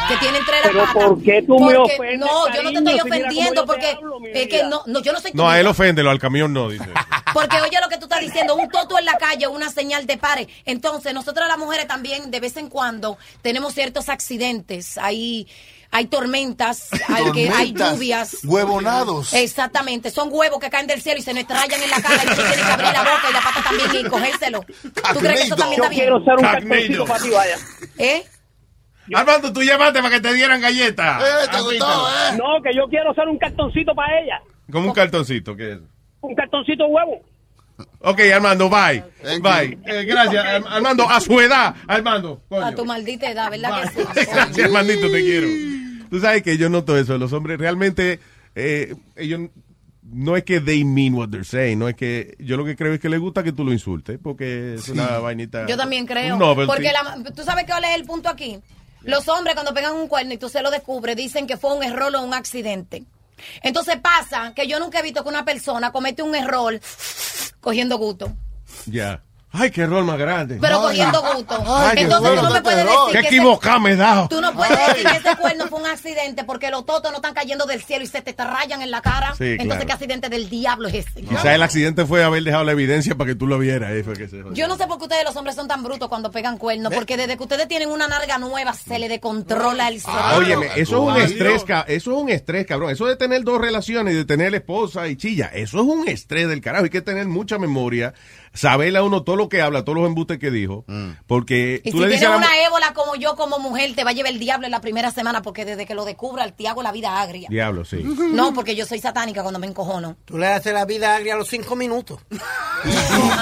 Speaker 25: que tiene entre las
Speaker 22: Pero
Speaker 25: patas.
Speaker 22: ¿por qué tú me
Speaker 25: Porque-
Speaker 22: ofendes,
Speaker 25: No, yo no te
Speaker 22: cariño? Si
Speaker 25: estoy
Speaker 22: mira
Speaker 25: ofendiendo
Speaker 22: cómo yo
Speaker 25: porque
Speaker 22: te hablo, mi
Speaker 25: es que
Speaker 22: vida.
Speaker 25: no, no, yo no soy tu
Speaker 18: No, a él
Speaker 25: amiga.
Speaker 18: oféndelo, al camión no, dice.
Speaker 25: Porque oye lo que tú estás diciendo, un toto en la calle, una señal de pare. Entonces, nosotras las mujeres también de vez en cuando tenemos ciertos accidentes, hay hay tormentas, hay que hay
Speaker 6: Tormentas,
Speaker 25: lluvias.
Speaker 6: Huevonados.
Speaker 25: Exactamente, son huevos que caen del cielo y se nos trayan en la cara y tú tienes que abrir la boca y la pata también y cogérselo. ¿Tú crees que eso también está
Speaker 22: Yo
Speaker 25: bien?
Speaker 22: quiero ser un
Speaker 18: Carnero.
Speaker 22: cartoncito para ti, vaya.
Speaker 25: ¿Eh?
Speaker 18: Armando, tú llamaste para que te dieran galletas.
Speaker 22: No, que yo quiero ser un cartoncito para ella.
Speaker 18: Como un cartoncito, ¿qué es?
Speaker 22: Un cartoncito de huevo.
Speaker 18: Ok, Armando, bye. Bye. Eh, gracias, Ar- Armando, a su edad. Armando,
Speaker 25: A
Speaker 18: coño.
Speaker 25: tu maldita edad, ¿verdad que sí?
Speaker 18: Gracias, Armandito, te quiero. Tú sabes que yo noto eso. Los hombres realmente, eh, ellos no es que they mean what they're saying, no es que yo lo que creo es que les gusta que tú lo insultes, porque es una vainita.
Speaker 25: Yo también creo.
Speaker 18: un novelty.
Speaker 25: Porque la- tú sabes cuál es el punto aquí. Los hombres cuando pegan un cuerno y tú se lo descubres, dicen que fue un error o un accidente. Entonces pasa que yo nunca he visto que una persona comete un error cogiendo gusto.
Speaker 18: Ya. Ay, qué error más grande.
Speaker 25: Pero
Speaker 18: Ay.
Speaker 25: cogiendo gusto.
Speaker 18: Ay, qué
Speaker 25: Entonces tú
Speaker 18: bueno,
Speaker 25: no me
Speaker 18: qué
Speaker 25: puedes
Speaker 18: error.
Speaker 25: decir
Speaker 18: Qué
Speaker 25: que ese-
Speaker 18: equivocado me he dado.
Speaker 25: Tú no puedes decir que ese cuerno fue un accidente porque los totos no están cayendo del cielo y se te rayan en la cara.
Speaker 18: Sí,
Speaker 25: Entonces,
Speaker 18: claro.
Speaker 25: ¿qué accidente del diablo es ese?
Speaker 18: Quizás el accidente fue haber dejado la evidencia para que tú lo vieras. eh, fue que se jodió.
Speaker 25: Yo no sé por qué ustedes los hombres son tan brutos cuando pegan cuernos, porque desde que ustedes tienen una narga nueva se le descontrola el cerebro.
Speaker 18: Ah, Óyeme, eso es un
Speaker 25: Ay,
Speaker 18: estrés, ca- eso es un estrés, cabrón. Eso de tener dos relaciones y de tener esposa y chilla, eso es un estrés del carajo. Hay que tener mucha memoria, saberle a uno todo lo que habla, todos los embustes que dijo, porque
Speaker 25: Y
Speaker 18: tú
Speaker 25: si
Speaker 18: le dices
Speaker 25: tienes
Speaker 18: a la
Speaker 25: una ébola como yo, como mujer, te va a llevar el diablo en la primera semana porque desde que lo descubra, el te hago la vida agria.
Speaker 18: Diablo, sí.
Speaker 25: No, porque yo soy satánica cuando me encojono.
Speaker 2: Tú le haces la vida agria a los cinco minutos.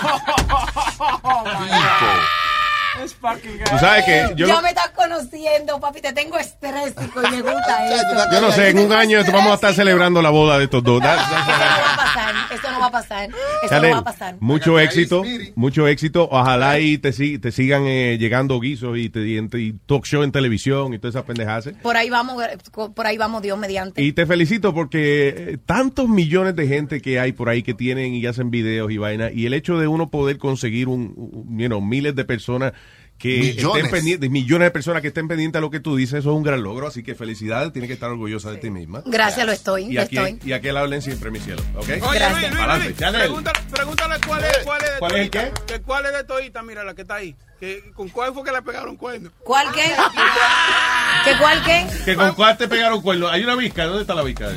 Speaker 25: Es
Speaker 18: Oh, Tú sabes que yo
Speaker 25: ya
Speaker 18: no-
Speaker 25: me estás conociendo, papi. Te tengo estrésico y me gusta eso.
Speaker 18: Yo no sé, en un año esto vamos a estar celebrando la boda de estos dos. That- that's-
Speaker 25: Eso no va a pasar. Eso
Speaker 18: Chanel,
Speaker 25: no va a pasar.
Speaker 18: mucho éxito, mucho éxito. Ojalá y te, sig- te sigan eh, llegando guisos y, te, y en- y talk show en televisión y todas esas pendejadas.
Speaker 25: Por ahí vamos, eh, co- por ahí vamos, Dios mediante.
Speaker 18: Y te felicito porque eh, tantos millones de gente que hay por ahí que tienen y hacen videos y vaina y el hecho de uno poder conseguir un, un- you know, miles de personas que
Speaker 6: Millones.
Speaker 18: estén pendientes, millones de personas que estén pendientes a lo que tú dices, eso es un gran logro, así que felicidades, tienes que estar orgullosa de ti misma.
Speaker 25: Gracias, lo estoy,
Speaker 18: Y
Speaker 25: lo
Speaker 18: aquí,
Speaker 25: estoy.
Speaker 18: y aquí la hablen siempre, mi cielo, ¿ok?
Speaker 9: Oye, Luis, Luis,
Speaker 18: Adelante,
Speaker 9: Luis,
Speaker 18: Chanel.
Speaker 9: pregúntale, pregúntale cuál es, cuál es de
Speaker 18: ¿Cuál es el
Speaker 9: todita, que cuál es de todita, mira, la que está ahí. Que, ¿Con cuál fue que le pegaron cuerno?
Speaker 25: ¿Cuál qué? ¿Qué cuál qué?
Speaker 18: Que con cuál te pegaron cuerno. Hay una visca, ¿dónde está la visca?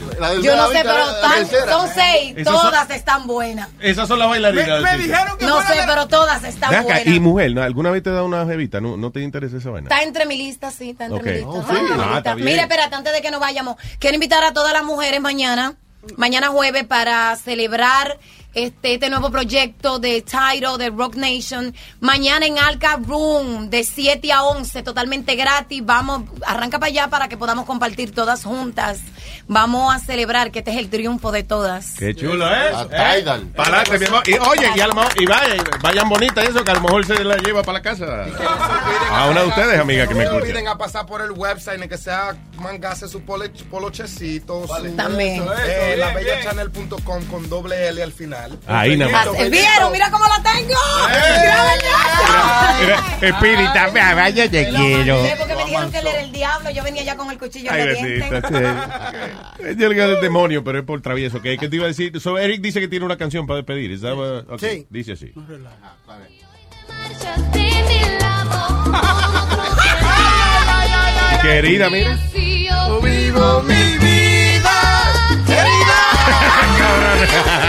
Speaker 25: Yo no sé, pero tan- son seis.
Speaker 18: Esas son-
Speaker 25: Todas están buenas.
Speaker 18: Esas son las bailarinas. del circo.
Speaker 25: No sé, pero todas están
Speaker 18: Ven acá,
Speaker 25: buenas.
Speaker 18: y mujer, ¿no? ¿alguna vez te da una jevita? ¿No, no te interesa esa vaina?
Speaker 25: Está entre mi lista, sí, está entre
Speaker 18: Ok.
Speaker 25: mi lista.
Speaker 18: Oh, sí.
Speaker 25: Está entre mi
Speaker 18: Ah,
Speaker 25: lista.
Speaker 18: está bien.
Speaker 25: Mira, espérate, antes de que nos vayamos, quiero invitar a todas las mujeres mañana, mañana jueves, para celebrar este, este nuevo proyecto de Tyro, de Rock Nation. Mañana en Alca Room, de 7 a 11, totalmente gratis. Vamos, arranca para allá para que podamos compartir todas juntas. Vamos a celebrar que este es el triunfo de todas.
Speaker 18: Qué chulo, ¿eh?
Speaker 6: A
Speaker 18: ¿Eh?
Speaker 6: Tidal.
Speaker 18: Para adelante, mi amor. Y oye, y, a lo mejor- y vaya, y vayan bonitas eso, que a lo mejor se la lleva para la casa. A una de ustedes, amiga, que me
Speaker 20: No se
Speaker 18: escucha.
Speaker 20: olviden a pasar por el website en que sea mangase su pole- polochecito, su-
Speaker 25: También.
Speaker 20: eso, eh, labellachannel.com con doble L al final. Eh.
Speaker 18: Ahí nada más.
Speaker 25: El vieron, mira cómo la tengo.
Speaker 18: Eh. Espírita, vaya, te quiero.
Speaker 25: Sí, porque me dijeron que él era el diablo, yo venía ya con el cuchillo en
Speaker 18: Ay,
Speaker 25: los dientes.
Speaker 18: besita, sí. Es el demonio, pero es por travieso. ¿Qué, ¿Qué te iba a decir? So, Eric dice que tiene una canción para despedir. ¿is that what- ok,
Speaker 3: Sí.
Speaker 18: Dice así. Querida, mira.
Speaker 3: Yo vivo mi vida, querida.